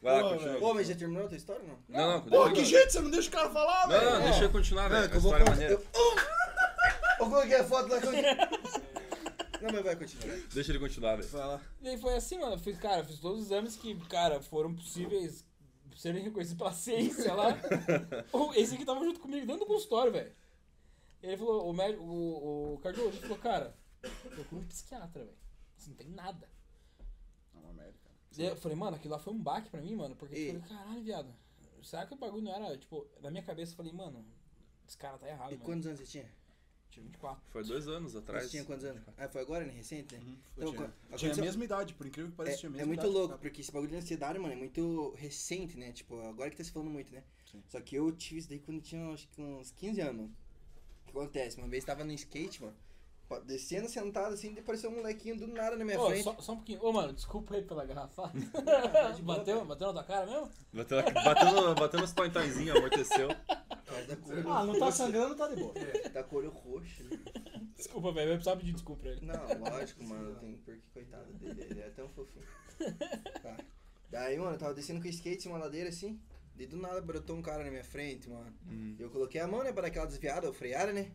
[SPEAKER 3] Vai lá,
[SPEAKER 1] Pô,
[SPEAKER 3] continua.
[SPEAKER 4] Ô, mas já terminou a tua história ou não?
[SPEAKER 3] Não, não,
[SPEAKER 1] Pô, que jeito, você não deixa o cara falar,
[SPEAKER 3] Não,
[SPEAKER 1] velho.
[SPEAKER 3] não, deixa eu continuar, velho.
[SPEAKER 4] que
[SPEAKER 3] A
[SPEAKER 4] eu "Oh!" vou
[SPEAKER 3] história é
[SPEAKER 4] contar-
[SPEAKER 3] maneira.
[SPEAKER 4] Eu coloquei a foto lá é que eu... Não, mas vai continuar.
[SPEAKER 3] Deixa ele continuar, velho.
[SPEAKER 1] Vai lá.
[SPEAKER 2] Daí foi assim, mano. Eu fiz, cara, eu fiz todos os exames que, cara, foram possíveis serem reconhecidos pela ciência lá. O- Esse aqui tava junto comigo dentro do consultório, velho. Ele falou, o médico, o, o cardiologista falou, cara, procura um psiquiatra, velho. Você não tem nada.
[SPEAKER 1] É uma merda, cara.
[SPEAKER 2] Daí eu falei, mano, aquilo lá foi um baque pra mim, mano. Porque
[SPEAKER 4] E-
[SPEAKER 2] eu falei, caralho, viado. Será que o bagulho não era, tipo, na minha cabeça eu falei, mano, esse cara tá errado,
[SPEAKER 4] E
[SPEAKER 2] mano.
[SPEAKER 4] quantos anos você tinha?
[SPEAKER 2] Tinha 24.
[SPEAKER 3] Foi dois anos atrás.
[SPEAKER 4] Você tinha quantos anos? Ah, foi agora, né? Recente, né? Então,
[SPEAKER 1] Eu Uhum. tinha,
[SPEAKER 4] co-
[SPEAKER 1] tinha a
[SPEAKER 4] aconteceu-
[SPEAKER 1] mesma idade, por incrível que pareça, tinha a
[SPEAKER 4] É,
[SPEAKER 1] mesma
[SPEAKER 4] é muito
[SPEAKER 1] idade, tá?
[SPEAKER 4] louco,
[SPEAKER 1] cara.
[SPEAKER 4] porque esse bagulho de ansiedade, mano, é muito recente, né? Tipo, agora que tá se falando muito, né?
[SPEAKER 1] Sim.
[SPEAKER 4] Só que eu tive isso daí quando eu tinha acho que uns 15 anos, mano. O que acontece? Uma vez tava no skate, mano. pa- Descendo, sentado assim, e apareceu um molequinho do nada na minha
[SPEAKER 2] Ô,
[SPEAKER 4] frente.
[SPEAKER 2] só, só um pouquinho. Ô, mano, desculpa aí pela garrafada. bateu, bateu na tua cara mesmo?
[SPEAKER 3] Bateu, bateu, bateu nos pointazinhos, amorteceu.
[SPEAKER 4] Cara, da cor,
[SPEAKER 1] Ah, não tá sangrando, tá de boa.
[SPEAKER 4] da cor roxa. né?
[SPEAKER 2] Desculpa, velho, eu precisava pedir desculpa pra ele.
[SPEAKER 4] Não, lógico, mano. Tem, porque coitado dele, ele é tão fofinho. Tá. Daí, mano, eu tava descendo com o skate, uma ladeira assim. Daí do nada brotou um cara na minha frente, mano. Eu coloquei a mão, né, para aquela desviada, ou freada, né?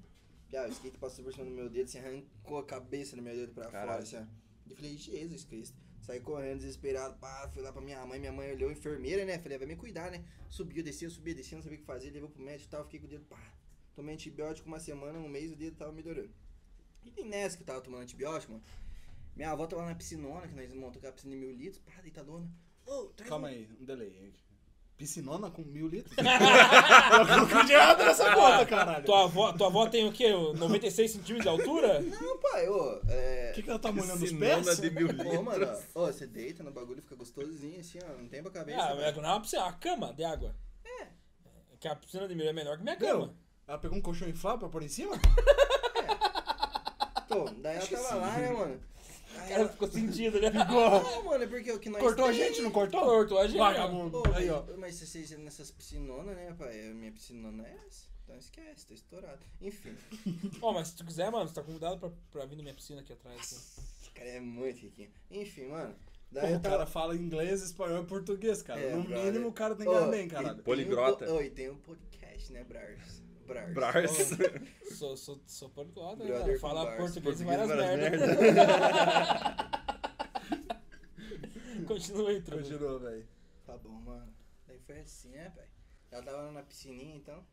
[SPEAKER 4] Já, o skate passou por cima do meu dedo, se arrancou a cabeça do meu dedo pra fora,
[SPEAKER 3] Caralho.
[SPEAKER 4] assim, ó. E eu falei, Jesus Cristo. Saí correndo, desesperado, pá, fui lá pra minha mãe, minha mãe olhou, enfermeira, né? Falei, vai me cuidar, né? Subiu, desceu, subia, desceu, não sabia o que fazer, levou pro médico e tal, fiquei com o dedo, pá. Tomei antibiótico uma semana, um mês, o dedo tava melhorando. E nem nessa que eu tava tomando antibiótico, mano. Minha avó tava na piscinona, que nós montamos aquela piscina de mil litros, pá, deitadona. Ô, traz
[SPEAKER 1] Calma aí, um delay. Piscinona com mil litros?
[SPEAKER 2] Cuidado
[SPEAKER 1] nessa conta, caralho.
[SPEAKER 2] Tua avó, tua avó tem o quê? 96 centímetros de altura?
[SPEAKER 4] Não, pai, ô, é...
[SPEAKER 1] O que, que ela tá molhando os
[SPEAKER 3] Sinona
[SPEAKER 1] pés?
[SPEAKER 3] de mil
[SPEAKER 4] Ô, mano,
[SPEAKER 3] litros.
[SPEAKER 4] ó, você deita no bagulho, fica gostosinho, assim, ó, não tem pra cabeça.
[SPEAKER 2] Ah,
[SPEAKER 4] né?
[SPEAKER 2] mas não é uma piscina, é uma cama de água. É. Que a piscina de milho é menor que minha
[SPEAKER 1] Meu,
[SPEAKER 2] cama.
[SPEAKER 1] ela pegou um colchão inflável pra pôr em cima?
[SPEAKER 4] Tô, daí ela tava lá, né, mano?
[SPEAKER 2] O
[SPEAKER 4] Aí
[SPEAKER 2] cara
[SPEAKER 4] ela...
[SPEAKER 2] ficou sentido, né?
[SPEAKER 4] Ah, mano, é porque o que nós
[SPEAKER 5] Cortou a
[SPEAKER 4] tem-
[SPEAKER 5] gente, não cortou?
[SPEAKER 2] Torto, a gente.
[SPEAKER 5] Vagabundo.
[SPEAKER 4] Ô,
[SPEAKER 2] Aí,
[SPEAKER 4] mas-
[SPEAKER 2] ó.
[SPEAKER 4] Mas vocês iam nessas piscinonas, né, pai? A minha piscinona é essa. Então esquece, tá estourado. Enfim,
[SPEAKER 2] Ó, mas se tu quiser, mano, você tá convidado pra, pra vir na minha piscina aqui atrás. assim.
[SPEAKER 4] esse cara é muito riquinho. Enfim, mano.
[SPEAKER 1] Pô,
[SPEAKER 4] Daí eu
[SPEAKER 1] o cara
[SPEAKER 4] tava...
[SPEAKER 1] fala inglês, espanhol e português, cara.
[SPEAKER 4] É,
[SPEAKER 1] no
[SPEAKER 4] brother.
[SPEAKER 1] mínimo o cara tem que ganhar
[SPEAKER 4] Ô,
[SPEAKER 1] bem,
[SPEAKER 4] e
[SPEAKER 1] caralho.
[SPEAKER 4] tem um
[SPEAKER 3] Poligrota.
[SPEAKER 4] po- Ô, e tem um podcast, né, Brars? Brars.
[SPEAKER 3] Brars.
[SPEAKER 2] Sou, sou, sou poliglota, né,
[SPEAKER 4] Brother
[SPEAKER 2] cara?
[SPEAKER 4] com
[SPEAKER 2] Falar
[SPEAKER 4] bars.
[SPEAKER 2] português e
[SPEAKER 3] Português
[SPEAKER 2] várias
[SPEAKER 3] e várias
[SPEAKER 2] merdas. Continua aí, Truco.
[SPEAKER 1] Continua, velho.
[SPEAKER 4] Tá bom, mano. Daí foi assim, né, pai? Ela tava na piscininha, então.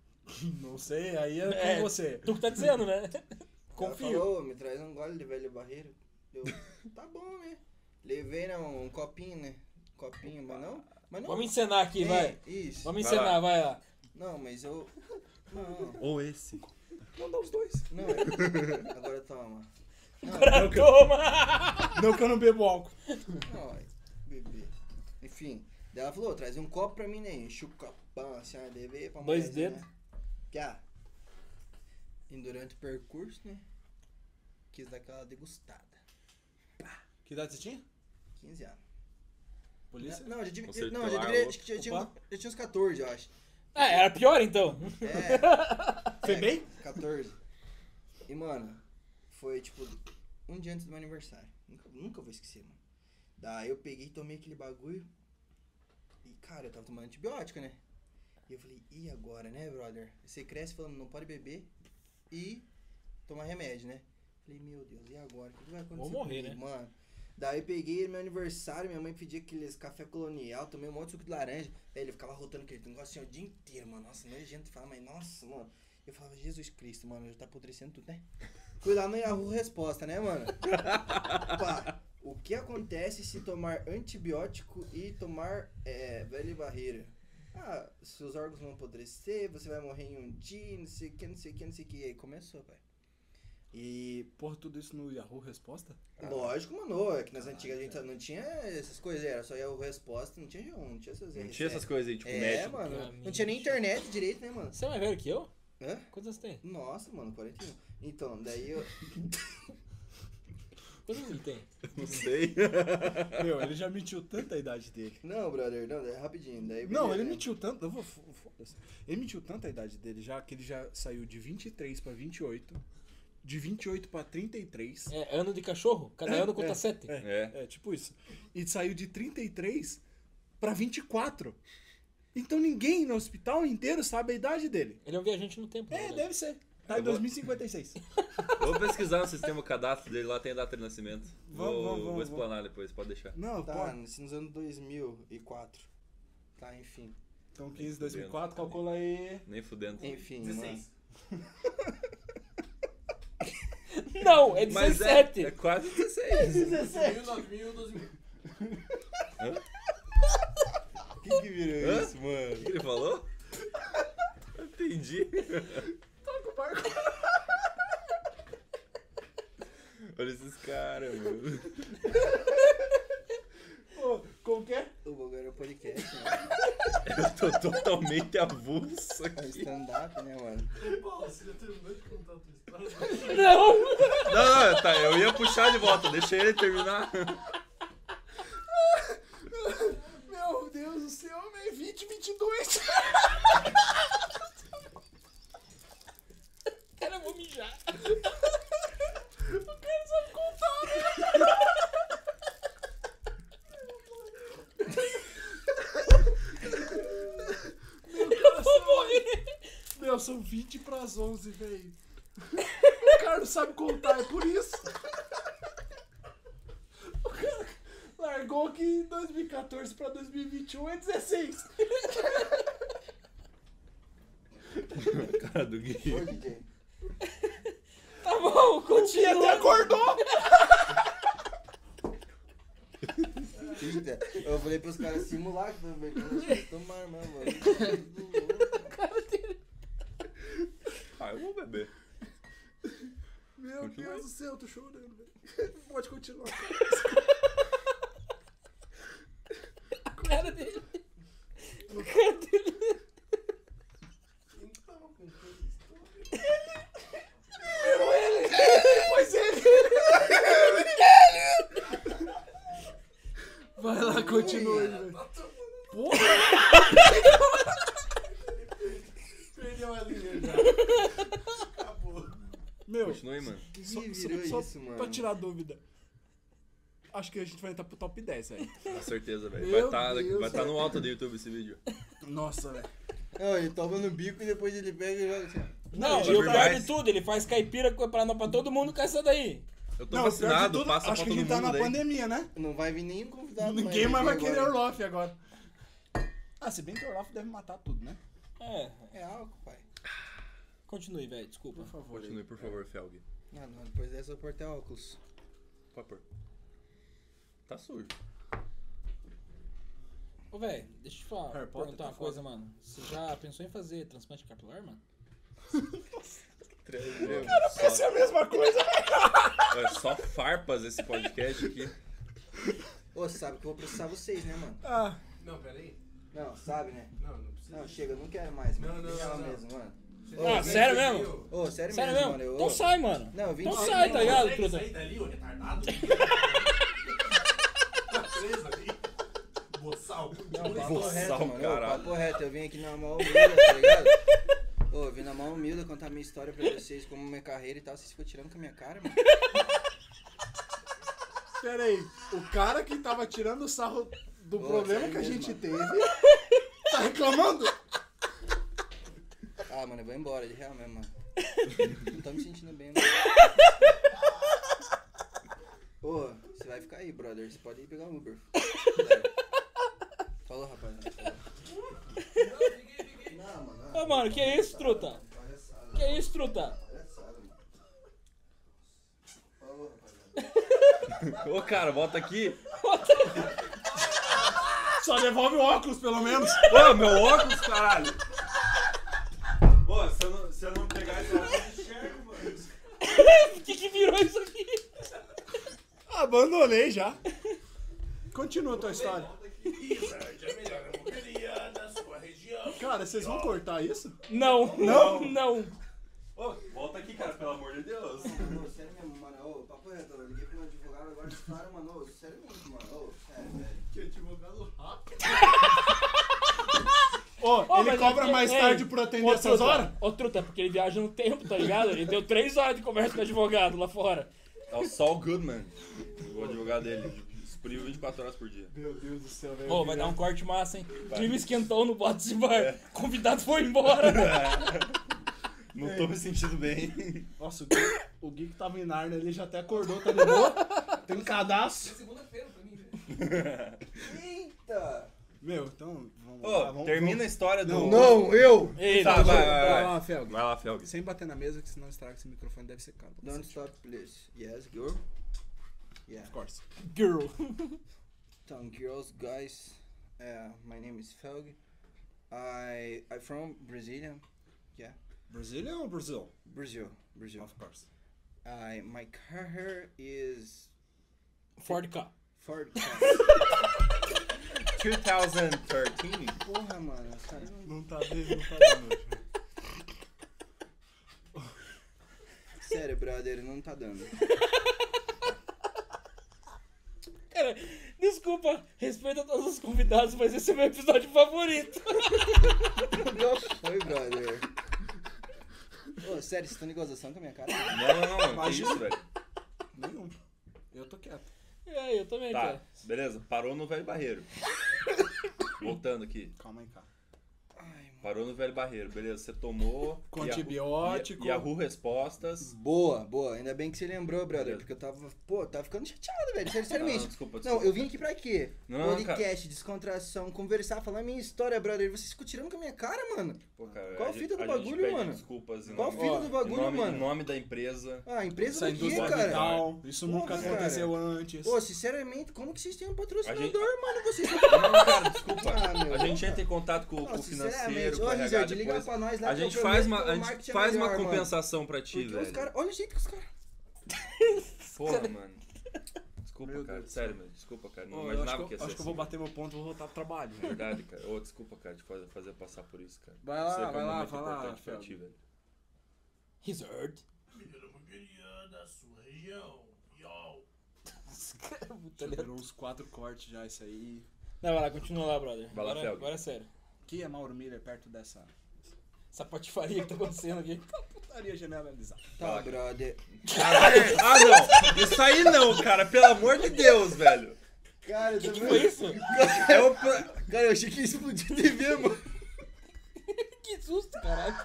[SPEAKER 1] Não sei, aí é com
[SPEAKER 2] É.
[SPEAKER 1] você.
[SPEAKER 2] Tu que tá dizendo, né?
[SPEAKER 4] Ela
[SPEAKER 2] Confio.
[SPEAKER 4] falou, "Ô, me traz um gole de velho barreiro. Eu, tá bom, né? Levei, né, um copinho, né? Copinho, mas não. Mas não.
[SPEAKER 2] Vamos encenar aqui,
[SPEAKER 4] É,
[SPEAKER 2] vai.
[SPEAKER 4] Isso.
[SPEAKER 2] Vamos
[SPEAKER 3] Vai lá.
[SPEAKER 2] encenar, vai lá.
[SPEAKER 4] Não, mas eu. Não,
[SPEAKER 3] Ou esse.
[SPEAKER 1] Manda os dois.
[SPEAKER 4] não. é- Agora toma. Não,
[SPEAKER 2] Pra toma!
[SPEAKER 1] Não que eu não bebo álcool.
[SPEAKER 4] não, é, bebê. Enfim, daí ela falou, traz um copo pra mim, né? Enchi o copão, assim, ó, levei pra
[SPEAKER 2] Dois
[SPEAKER 4] mulherzinha,
[SPEAKER 2] dedos.
[SPEAKER 4] né? Que, ah, e durante o percurso, né? Quis dar aquela degustada.
[SPEAKER 1] Que idade você tinha?
[SPEAKER 4] 15 anos.
[SPEAKER 1] Polícia?
[SPEAKER 4] Não, eu já tive.
[SPEAKER 3] Conceito
[SPEAKER 4] não, eu já
[SPEAKER 3] lá,
[SPEAKER 4] devia.
[SPEAKER 3] outro.
[SPEAKER 4] já tinha,
[SPEAKER 2] Opa.
[SPEAKER 4] eu tinha uns 14, eu acho.
[SPEAKER 2] Ah, era pior então.
[SPEAKER 4] É.
[SPEAKER 1] Foi bem?
[SPEAKER 4] 14. E, mano, foi tipo um dia antes do meu aniversário. Nunca, nunca vou esquecer, mano. Daí eu peguei e tomei aquele bagulho. E, cara, eu tava tomando antibiótico, né? E eu falei, e agora, né, brother? Você cresce falando, não pode beber e tomar remédio, né? Falei, meu Deus, e agora? O que vai acontecer?
[SPEAKER 2] morrer,
[SPEAKER 4] comigo, Mano. Daí eu peguei meu aniversário, minha mãe pedia aqueles café colonial, tomei um monte de suco de laranja. Daí ele ficava rotando aquele negócio assim, o dia inteiro, mano. Nossa, nojento. Falava, mas nossa, mano. Eu falava, Jesus Cristo, mano, já tá apodrecendo tudo, né? Fui lá no Yahoo Resposta, né, mano? Pá, o que acontece se tomar antibiótico e tomar é, velha barreira? Ah, seus órgãos vão apodrecer, você vai morrer em um dia, não sei o que, não sei o que, não sei o que. E aí começou, pai. E,
[SPEAKER 1] Porra, tudo isso no Yahoo Resposta?
[SPEAKER 4] lógico, mano, é que
[SPEAKER 1] Ah,
[SPEAKER 4] nas antigas a
[SPEAKER 1] tá.
[SPEAKER 4] gente não tinha essas coisas, era só Yahoo Resposta, não tinha G1, não tinha essas
[SPEAKER 3] Não tinha essas coisas aí, tipo,
[SPEAKER 4] É,
[SPEAKER 3] médico.
[SPEAKER 4] mano,
[SPEAKER 2] Pra
[SPEAKER 4] não tinha nem
[SPEAKER 2] mim.
[SPEAKER 4] internet direito, né, mano?
[SPEAKER 2] Você é mais velho que eu?
[SPEAKER 4] Hã?
[SPEAKER 2] Quantos anos tem?
[SPEAKER 4] Nossa, mano, 41. Então, daí eu.
[SPEAKER 2] Quantos anos ele tem?
[SPEAKER 3] Não sei.
[SPEAKER 1] Meu, ele já mentiu tanta a idade dele.
[SPEAKER 4] Não, brother, não, daí é rapidinho. Daí
[SPEAKER 1] Não,
[SPEAKER 4] beleza,
[SPEAKER 1] ele é.
[SPEAKER 4] né?
[SPEAKER 1] mentiu tanto. Eu vou. fo- Foda-se. Ele mentiu tanto a idade dele já que ele já saiu de 23 pra 28. De 28 pra 33.
[SPEAKER 2] É ano de cachorro? Cada ano conta sete.
[SPEAKER 3] É.
[SPEAKER 1] É, tipo isso. E saiu de 33 pra 24. Então ninguém no hospital inteiro sabe a idade dele.
[SPEAKER 2] Ele é um viajante no tempo. na
[SPEAKER 1] É,
[SPEAKER 2] verdade.
[SPEAKER 1] deve ser. Tá em
[SPEAKER 3] Eu vou-
[SPEAKER 1] 2056.
[SPEAKER 3] Vou pesquisar no sistema cadastro dele, lá tem a data de nascimento.
[SPEAKER 1] Vamos,
[SPEAKER 3] vou,
[SPEAKER 1] vamos, vamos,
[SPEAKER 3] vou explanar depois, pode deixar.
[SPEAKER 1] Não,
[SPEAKER 4] Tá,
[SPEAKER 1] pô.
[SPEAKER 4] isso nos anos 2004. Tá, enfim.
[SPEAKER 1] Então 15, 2004, calcula aí.
[SPEAKER 3] Nem fudendo.
[SPEAKER 4] Enfim, mano.
[SPEAKER 2] Não, é
[SPEAKER 3] Mas
[SPEAKER 2] 17.
[SPEAKER 3] é, é quase 16.
[SPEAKER 4] 17!
[SPEAKER 5] 2000,
[SPEAKER 4] O que que virou
[SPEAKER 3] Hã?
[SPEAKER 4] isso, mano?
[SPEAKER 3] O que ele falou? Não Entendi. Olha esses caras, mano.
[SPEAKER 1] Pô, como que é?
[SPEAKER 4] O bagulho era podcast, mano.
[SPEAKER 3] Eu tô totalmente avulso
[SPEAKER 4] É
[SPEAKER 3] aqui.
[SPEAKER 4] stand-up, né, mano?
[SPEAKER 2] Não!
[SPEAKER 3] Não, não, tá, eu ia puxar de volta, deixa ele terminar.
[SPEAKER 1] Meu Deus do céu, homem, 20, 22.
[SPEAKER 2] Cara, eu vou mijar. O cara sabe
[SPEAKER 1] um né?
[SPEAKER 2] contar. Eu vou morrer.
[SPEAKER 1] Meu, são 20 pras 11, velho. O cara não sabe contar, é por isso. O cara largou que em 2014 pra 2021 é 16.
[SPEAKER 3] Cara do Gui.
[SPEAKER 4] Ô, DJ.
[SPEAKER 2] Tá bom,
[SPEAKER 1] E até
[SPEAKER 2] continua.
[SPEAKER 1] acordou.
[SPEAKER 4] Eita, Eu falei pros caras simular que tava bebendo. Tomar, mano, mano.
[SPEAKER 3] Ah, eu vou beber.
[SPEAKER 1] Meu Deus do céu, eu tô chorando, velho. Pode continuar.
[SPEAKER 2] A cara dele. A cara dele.
[SPEAKER 1] Então, Primeiro ele, depois ele. Vai lá, continue, velho. Porra!
[SPEAKER 6] Perdeu a linha já. Acabou.
[SPEAKER 1] Meu,
[SPEAKER 3] Continue, mano.
[SPEAKER 4] Que
[SPEAKER 1] só,
[SPEAKER 4] virou
[SPEAKER 1] só,
[SPEAKER 4] isso,
[SPEAKER 1] só
[SPEAKER 4] mano?
[SPEAKER 1] pra tirar dúvida. Acho que a gente vai entrar pro top 10, velho.
[SPEAKER 3] Com certeza, velho. Vai
[SPEAKER 1] Meu
[SPEAKER 3] estar
[SPEAKER 1] Deus,
[SPEAKER 3] vai tá no alto do YouTube esse vídeo.
[SPEAKER 1] Nossa, velho.
[SPEAKER 4] Não, ele toma no bico e depois ele pega e joga assim.
[SPEAKER 2] Não,
[SPEAKER 3] Não,
[SPEAKER 2] e o
[SPEAKER 3] mas-
[SPEAKER 2] pior de tudo, ele faz caipira com Paraná pra todo mundo com essa daí.
[SPEAKER 3] Eu tô vacinado, passa pra
[SPEAKER 1] acho que a
[SPEAKER 3] todo
[SPEAKER 1] gente tá
[SPEAKER 3] mundo
[SPEAKER 1] na
[SPEAKER 3] daí.
[SPEAKER 1] pandemia, né?
[SPEAKER 4] ó. Não vai vir nenhum convidado.
[SPEAKER 1] Ninguém mais vai
[SPEAKER 4] aqui
[SPEAKER 1] querer
[SPEAKER 4] Tá agora.
[SPEAKER 1] Orloff agora. Ah, se bem que Orloff deve matar tudo, né?
[SPEAKER 2] É,
[SPEAKER 4] É álcool, pai.
[SPEAKER 2] continue, velho, desculpa.
[SPEAKER 1] Por favor.
[SPEAKER 3] Continue, por favor, Felg.
[SPEAKER 4] Não, não, depois dessa eu portei é, óculos.
[SPEAKER 3] Pode pôr. Tá sujo.
[SPEAKER 2] Ô, velho, deixa eu te falar,
[SPEAKER 1] Harry Potter
[SPEAKER 2] perguntar
[SPEAKER 1] tá
[SPEAKER 2] uma coisa, mano. Você já pensou em fazer transplante capilar, mano?
[SPEAKER 1] Essa é a mesma coisa.
[SPEAKER 3] É só farpas esse podcast aqui.
[SPEAKER 4] Ô, sabe que eu vou processar vocês, né, mano?
[SPEAKER 1] Ah,
[SPEAKER 6] Não, peraí.
[SPEAKER 4] Não, sabe, né?
[SPEAKER 6] Não, não precisa.
[SPEAKER 4] Não, chega, eu não quero mais, mano.
[SPEAKER 6] Não, não,
[SPEAKER 4] Deixa
[SPEAKER 6] não,
[SPEAKER 4] ela
[SPEAKER 6] não.
[SPEAKER 4] mesmo, mano.
[SPEAKER 6] Você-
[SPEAKER 2] Ah,
[SPEAKER 6] você
[SPEAKER 2] sério
[SPEAKER 6] viu?
[SPEAKER 2] mesmo?
[SPEAKER 4] Ô, sério,
[SPEAKER 2] Sério
[SPEAKER 4] mesmo,
[SPEAKER 2] mesmo?
[SPEAKER 4] mano. eu-
[SPEAKER 2] Então sai, mano.
[SPEAKER 4] Não, eu vim
[SPEAKER 2] Então
[SPEAKER 4] de-
[SPEAKER 2] sai, tá ligado,
[SPEAKER 6] Consegue
[SPEAKER 2] truta?
[SPEAKER 6] sair dali, ô retardado? Tá preso ali. Boçal.
[SPEAKER 4] Não, papo
[SPEAKER 3] Boçal,
[SPEAKER 4] reto, mano. Ô,
[SPEAKER 3] caralho.
[SPEAKER 4] papo reto, eu vim aqui na mão humilde, tá ligado? Ô, eu vim na mão humilde contar minha história pra vocês, como minha carreira e tal. Vocês ficam tirando com a minha cara, mano.
[SPEAKER 1] pera aí. O cara que tava tirando o sarro do
[SPEAKER 4] Ô,
[SPEAKER 1] problema
[SPEAKER 4] sério
[SPEAKER 1] que a
[SPEAKER 4] é mesmo,
[SPEAKER 1] gente
[SPEAKER 4] mano.
[SPEAKER 1] teve tá reclamando?
[SPEAKER 4] Ah, mano, eu vou embora, de real mesmo, mano. Não tô me sentindo bem, mano. Ô, você vai ficar aí, brother. Você pode ir pegar um Uber. Falou, rapaz. Não, mano.
[SPEAKER 2] Ô, mano, que é isso, truta? Que é isso, truta?
[SPEAKER 3] Ô, cara, volta aqui.
[SPEAKER 1] Só devolve o óculos, pelo menos.
[SPEAKER 3] Ô, meu óculos, caralho.
[SPEAKER 6] Ô, se eu não- se eu não pegar esse óculos, eu enxergo, mano.
[SPEAKER 2] O que que virou isso aqui?
[SPEAKER 1] Abandonei já. Continua a tua história.
[SPEAKER 6] Islândia, a melhor hamburgueria da sua região.
[SPEAKER 1] Cara, vocês vão cortar isso?
[SPEAKER 2] Não, não, não.
[SPEAKER 6] Ô, volta aqui, cara, pelo amor de Deus.
[SPEAKER 4] Mano, sério mesmo, mano. Ô, papo reto, eu liguei pro meu advogado agora eles falaram, mano. Ô, sério mesmo, mano. Ô, sério, velho.
[SPEAKER 6] Que advogado rápido.
[SPEAKER 1] Ô,
[SPEAKER 2] Ô,
[SPEAKER 1] ele
[SPEAKER 2] mas
[SPEAKER 1] cobra
[SPEAKER 2] aqui-
[SPEAKER 1] mais
[SPEAKER 2] ei,
[SPEAKER 1] tarde por atender
[SPEAKER 2] ô,
[SPEAKER 1] essas
[SPEAKER 2] truta,
[SPEAKER 1] horas?
[SPEAKER 2] Ô, truta, é porque ele viaja no tempo, tá ligado? Ele deu três horas de conversa com o advogado lá fora.
[SPEAKER 3] É o Saul Goodman, o advogado dele. Disponível 24 horas por dia.
[SPEAKER 1] Meu Deus do céu, velho.
[SPEAKER 2] Ô, vai dar um corte massa, hein? Clima esquentou um no bote de
[SPEAKER 1] É.
[SPEAKER 2] bar. Convidado foi embora. né?
[SPEAKER 3] Não tô me sentindo bem.
[SPEAKER 1] Nossa, o Gui, o Gui que tava em Narnia, ele já até acordou, tá ligado? Tem um cadastro.
[SPEAKER 6] Segunda-feira pra mim, gente.
[SPEAKER 4] Eita!
[SPEAKER 1] Meu, então, vamos
[SPEAKER 3] Ô,
[SPEAKER 1] lá, vamos-
[SPEAKER 3] termina a história do...
[SPEAKER 1] Não,
[SPEAKER 4] eu!
[SPEAKER 2] Tá Ei,
[SPEAKER 3] Tá,
[SPEAKER 2] não,
[SPEAKER 3] vai,
[SPEAKER 1] Vai
[SPEAKER 3] vai, vai.
[SPEAKER 1] lá, Felg.
[SPEAKER 3] Vai lá, Felg.
[SPEAKER 1] Sem bater na mesa, que senão estraga esse microfone, deve ser caro.
[SPEAKER 4] Don't stop, please. Yes, girl? Yeah.
[SPEAKER 1] Of course.
[SPEAKER 2] girl.
[SPEAKER 4] Então, girls, guys, uh, my name is Felg. I I'm from Brazilian. Yeah,
[SPEAKER 1] Brasília ou Brasil?
[SPEAKER 4] Brazil, Brazil.
[SPEAKER 1] Of course.
[SPEAKER 4] I my car here is
[SPEAKER 2] Ford K.
[SPEAKER 4] Ford. Ka.
[SPEAKER 3] 2013.
[SPEAKER 4] Porra, mano, os caras não-
[SPEAKER 1] Não tá bem, não tá bem.
[SPEAKER 4] Sério, brother, não tá dando.
[SPEAKER 2] Cara, desculpa, respeita todos os convidados, mas esse é meu episódio favorito.
[SPEAKER 4] Não foi, brother. Ô, sério, vocês estão de gozação com a minha cara?
[SPEAKER 3] Não, não, não. Que isso, velho.
[SPEAKER 1] Nenhum. Eu tô quieto.
[SPEAKER 2] É, eu também,
[SPEAKER 3] Tá,
[SPEAKER 2] cara.
[SPEAKER 3] beleza. Parou no velho barreiro. Voltando aqui.
[SPEAKER 1] Calma aí, cara.
[SPEAKER 4] Ai, mano.
[SPEAKER 3] Parou no velho barreiro, beleza. Você tomou...
[SPEAKER 1] Com
[SPEAKER 3] Yahoo-
[SPEAKER 1] antibiótico.
[SPEAKER 3] Yahoo Respostas.
[SPEAKER 4] Boa, boa. Ainda bem que você lembrou, brother, porque eu tava, pô, tava ficando chateado, velho. Sério,
[SPEAKER 3] Não,
[SPEAKER 4] seriamente.
[SPEAKER 3] Ah, desculpa,
[SPEAKER 4] Não,
[SPEAKER 3] desculpa.
[SPEAKER 4] eu vim aqui pra quê?
[SPEAKER 3] Não,
[SPEAKER 4] Podcast, descontração, conversar, falar minha história, brother. Vocês ficam tirando com a minha cara, mano.
[SPEAKER 3] Pô, cara,
[SPEAKER 4] Qual a
[SPEAKER 3] gente-
[SPEAKER 4] fita do
[SPEAKER 3] gente
[SPEAKER 4] bagulho,
[SPEAKER 3] pede
[SPEAKER 4] mano?
[SPEAKER 3] Desculpas em
[SPEAKER 4] Qual a
[SPEAKER 3] nome-
[SPEAKER 4] fita
[SPEAKER 3] ó,
[SPEAKER 4] do bagulho,
[SPEAKER 3] em nome,
[SPEAKER 4] mano?
[SPEAKER 3] Em nome da empresa.
[SPEAKER 4] Ah, empresa
[SPEAKER 1] Essa
[SPEAKER 4] do quê,
[SPEAKER 1] indústria
[SPEAKER 4] cara?
[SPEAKER 1] vital, isso
[SPEAKER 4] Porra,
[SPEAKER 1] nunca
[SPEAKER 4] cara.
[SPEAKER 1] aconteceu antes.
[SPEAKER 4] Ô, sinceramente, como que vocês têm um patrocinador,
[SPEAKER 3] A gente-
[SPEAKER 4] mano? Vocês
[SPEAKER 3] Não, cara, desculpa.
[SPEAKER 4] Ah, meu,
[SPEAKER 3] a gente
[SPEAKER 4] não,
[SPEAKER 3] entra em contato com, com
[SPEAKER 4] Não,
[SPEAKER 3] o financeiro,
[SPEAKER 4] sinceramente.
[SPEAKER 3] com o
[SPEAKER 4] Ô,
[SPEAKER 3] RH
[SPEAKER 4] Rizard, liga
[SPEAKER 3] depois.
[SPEAKER 4] pra nós né? lá
[SPEAKER 3] A
[SPEAKER 4] que eu
[SPEAKER 3] gente faz
[SPEAKER 4] prometo
[SPEAKER 3] uma,
[SPEAKER 4] que o
[SPEAKER 3] a gente
[SPEAKER 4] marketing é
[SPEAKER 3] faz uma
[SPEAKER 4] melhor, mano.
[SPEAKER 3] compensação pra ti,
[SPEAKER 4] Porque
[SPEAKER 3] velho.
[SPEAKER 4] os caras. Olha o jeito que os caras.
[SPEAKER 3] Porra, mano. Desculpa,
[SPEAKER 1] Meu
[SPEAKER 3] cara.
[SPEAKER 1] Deus.
[SPEAKER 3] Sério, mano. Desculpa, cara. Não
[SPEAKER 1] Ô, eu acho
[SPEAKER 3] imaginava
[SPEAKER 1] que,
[SPEAKER 3] que ia
[SPEAKER 1] eu,
[SPEAKER 3] ser
[SPEAKER 1] acho que eu
[SPEAKER 3] assim.
[SPEAKER 1] vou bater meu ponto e vou voltar pro trabalho. né? velho.
[SPEAKER 3] Verdade, cara. Ô, desculpa, cara, de fazer, fazer passar por isso, cara.
[SPEAKER 1] Vai lá,
[SPEAKER 3] Sei que é um
[SPEAKER 1] vai lá,
[SPEAKER 3] momento
[SPEAKER 1] vai lá,
[SPEAKER 3] importante pra
[SPEAKER 1] Fábio.
[SPEAKER 3] ti, velho.
[SPEAKER 2] Resort.
[SPEAKER 6] Melhor hamburgueria da sua região. Yo.
[SPEAKER 2] Esse cara é muito tá
[SPEAKER 1] Já
[SPEAKER 2] ligado?
[SPEAKER 1] virou uns quatro cortes já, isso aí.
[SPEAKER 2] Não, vai lá, continua lá, brother.
[SPEAKER 3] Vai lá,
[SPEAKER 2] agora,
[SPEAKER 3] Felg.
[SPEAKER 2] agora é sério.
[SPEAKER 1] Que é Mauro Miller perto dessa
[SPEAKER 2] Essa patifaria que tá acontecendo aqui.
[SPEAKER 1] putaria generalizada.
[SPEAKER 4] Tá, brother.
[SPEAKER 3] Ah, não! Isso aí não, cara, pelo amor de Deus, velho!
[SPEAKER 4] Cara, eu
[SPEAKER 2] O que foi isso?
[SPEAKER 3] É o. pro-
[SPEAKER 4] Cara, eu achei que ia explodir a TV, mano.
[SPEAKER 2] Que susto, caralho.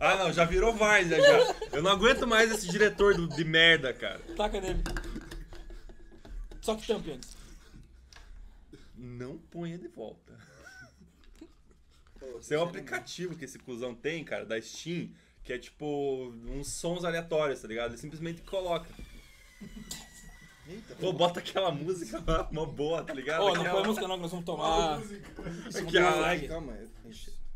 [SPEAKER 3] Ah, não, já virou várzea já. Eu não aguento mais esse diretor do- de merda, cara.
[SPEAKER 2] Taca nele. Só que tampe antes.
[SPEAKER 3] Não ponha de volta. Isso é um aplicativo que esse cuzão tem, cara, da Steam, que é tipo uns sons aleatórios, tá ligado? Ele simplesmente coloca.
[SPEAKER 4] Eita,
[SPEAKER 3] Pô, bota aquela música lá, uma boa, tá ligado?
[SPEAKER 2] Ó, não
[SPEAKER 3] Aquela-
[SPEAKER 2] põe música não, que nós vamos tomar.
[SPEAKER 3] Aquela-
[SPEAKER 2] flag.
[SPEAKER 4] calma.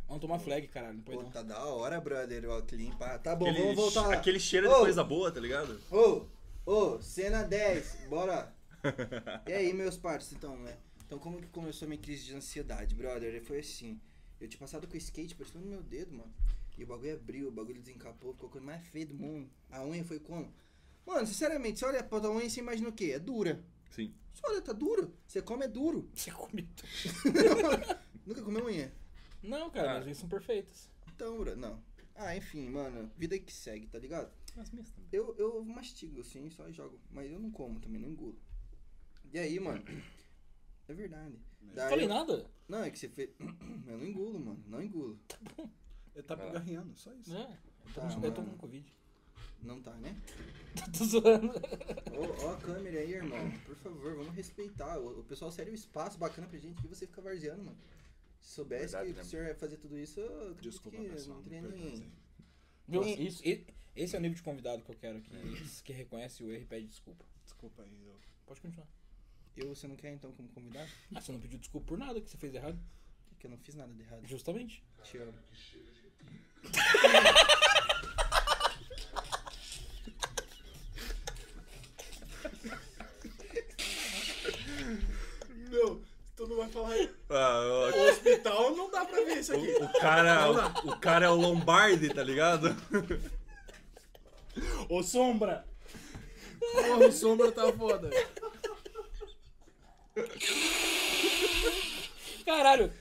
[SPEAKER 2] Vamos tomar flag, caralho. Não põe
[SPEAKER 4] Pô,
[SPEAKER 2] não.
[SPEAKER 4] tá da hora, brother, o clean. pá. Tá bom,
[SPEAKER 3] Aquele,
[SPEAKER 4] vamos voltar lá.
[SPEAKER 3] aquele cheiro de
[SPEAKER 4] Ô.
[SPEAKER 3] coisa boa, tá ligado?
[SPEAKER 4] Ô, ô, cena 10, bora. E aí, meus parceiros, então, né? Então, como que começou a minha crise de ansiedade, brother? Foi assim, eu tinha passado com o skate por cima do meu dedo, mano. E o bagulho abriu, o bagulho desencapou, ficou a coisa mais feia do mundo. A unha foi como? Mano, sinceramente, você olha pra tua unha e você imagina o quê? É dura.
[SPEAKER 3] Sim.
[SPEAKER 4] Você olha, tá duro. Você come, é duro.
[SPEAKER 2] Você come tudo.
[SPEAKER 4] Nunca comeu unha?
[SPEAKER 2] Não, cara,
[SPEAKER 3] Cara.
[SPEAKER 2] mas eles são perfeitos.
[SPEAKER 4] Então, bro, não. Ah, enfim, mano, vida que segue, tá ligado?
[SPEAKER 3] As minhas também.
[SPEAKER 4] Eu, eu mastigo, assim, só e jogo. Mas eu não como também, não engulo. E aí, mano? É verdade.
[SPEAKER 2] Não
[SPEAKER 4] Daí
[SPEAKER 2] falei
[SPEAKER 4] eu-
[SPEAKER 2] nada.
[SPEAKER 1] Tá,
[SPEAKER 4] Não, é que você fez. Eu não engulo, mano. Não engulo.
[SPEAKER 1] Ele tá pigarreando, só isso.
[SPEAKER 2] né?
[SPEAKER 4] Tá,
[SPEAKER 2] Eu tô
[SPEAKER 4] mano.
[SPEAKER 2] com Covid.
[SPEAKER 4] Não tá, né?
[SPEAKER 2] Tô zoando.
[SPEAKER 4] Ó, ó a câmera aí, irmão. Por favor, vamos respeitar. O, o pessoal sério um espaço bacana pra gente que você fica varzeando, mano. Se soubesse
[SPEAKER 3] Verdade,
[SPEAKER 4] que
[SPEAKER 3] né?
[SPEAKER 4] o senhor ia fazer tudo isso, eu acredito
[SPEAKER 1] Desculpa,
[SPEAKER 4] que não
[SPEAKER 1] pessoal. me
[SPEAKER 4] teria
[SPEAKER 1] perdoe,
[SPEAKER 4] nem.
[SPEAKER 1] mas
[SPEAKER 2] Viu?
[SPEAKER 4] Sim.
[SPEAKER 2] Isso, e- esse é o nível de convidado que eu quero que, que reconhece o erro e pede desculpa.
[SPEAKER 1] aí, Desculpa aí. Eu...
[SPEAKER 2] Pode continuar.
[SPEAKER 4] Eu, você não quer então como convidado?
[SPEAKER 2] Ah, você não pediu desculpa por nada que você fez errado.
[SPEAKER 4] Que eu não fiz nada de errado.
[SPEAKER 2] Justamente.
[SPEAKER 4] Te amo.
[SPEAKER 1] Meu, tu não vai falar
[SPEAKER 3] Ah, ó,
[SPEAKER 1] hospital, não dá pra ver isso
[SPEAKER 3] o, o cara, o, o cara é o Lombardi, tá ligado?
[SPEAKER 1] Ô, Sombra! Porra, o Sombra tá foda.
[SPEAKER 2] Caralho,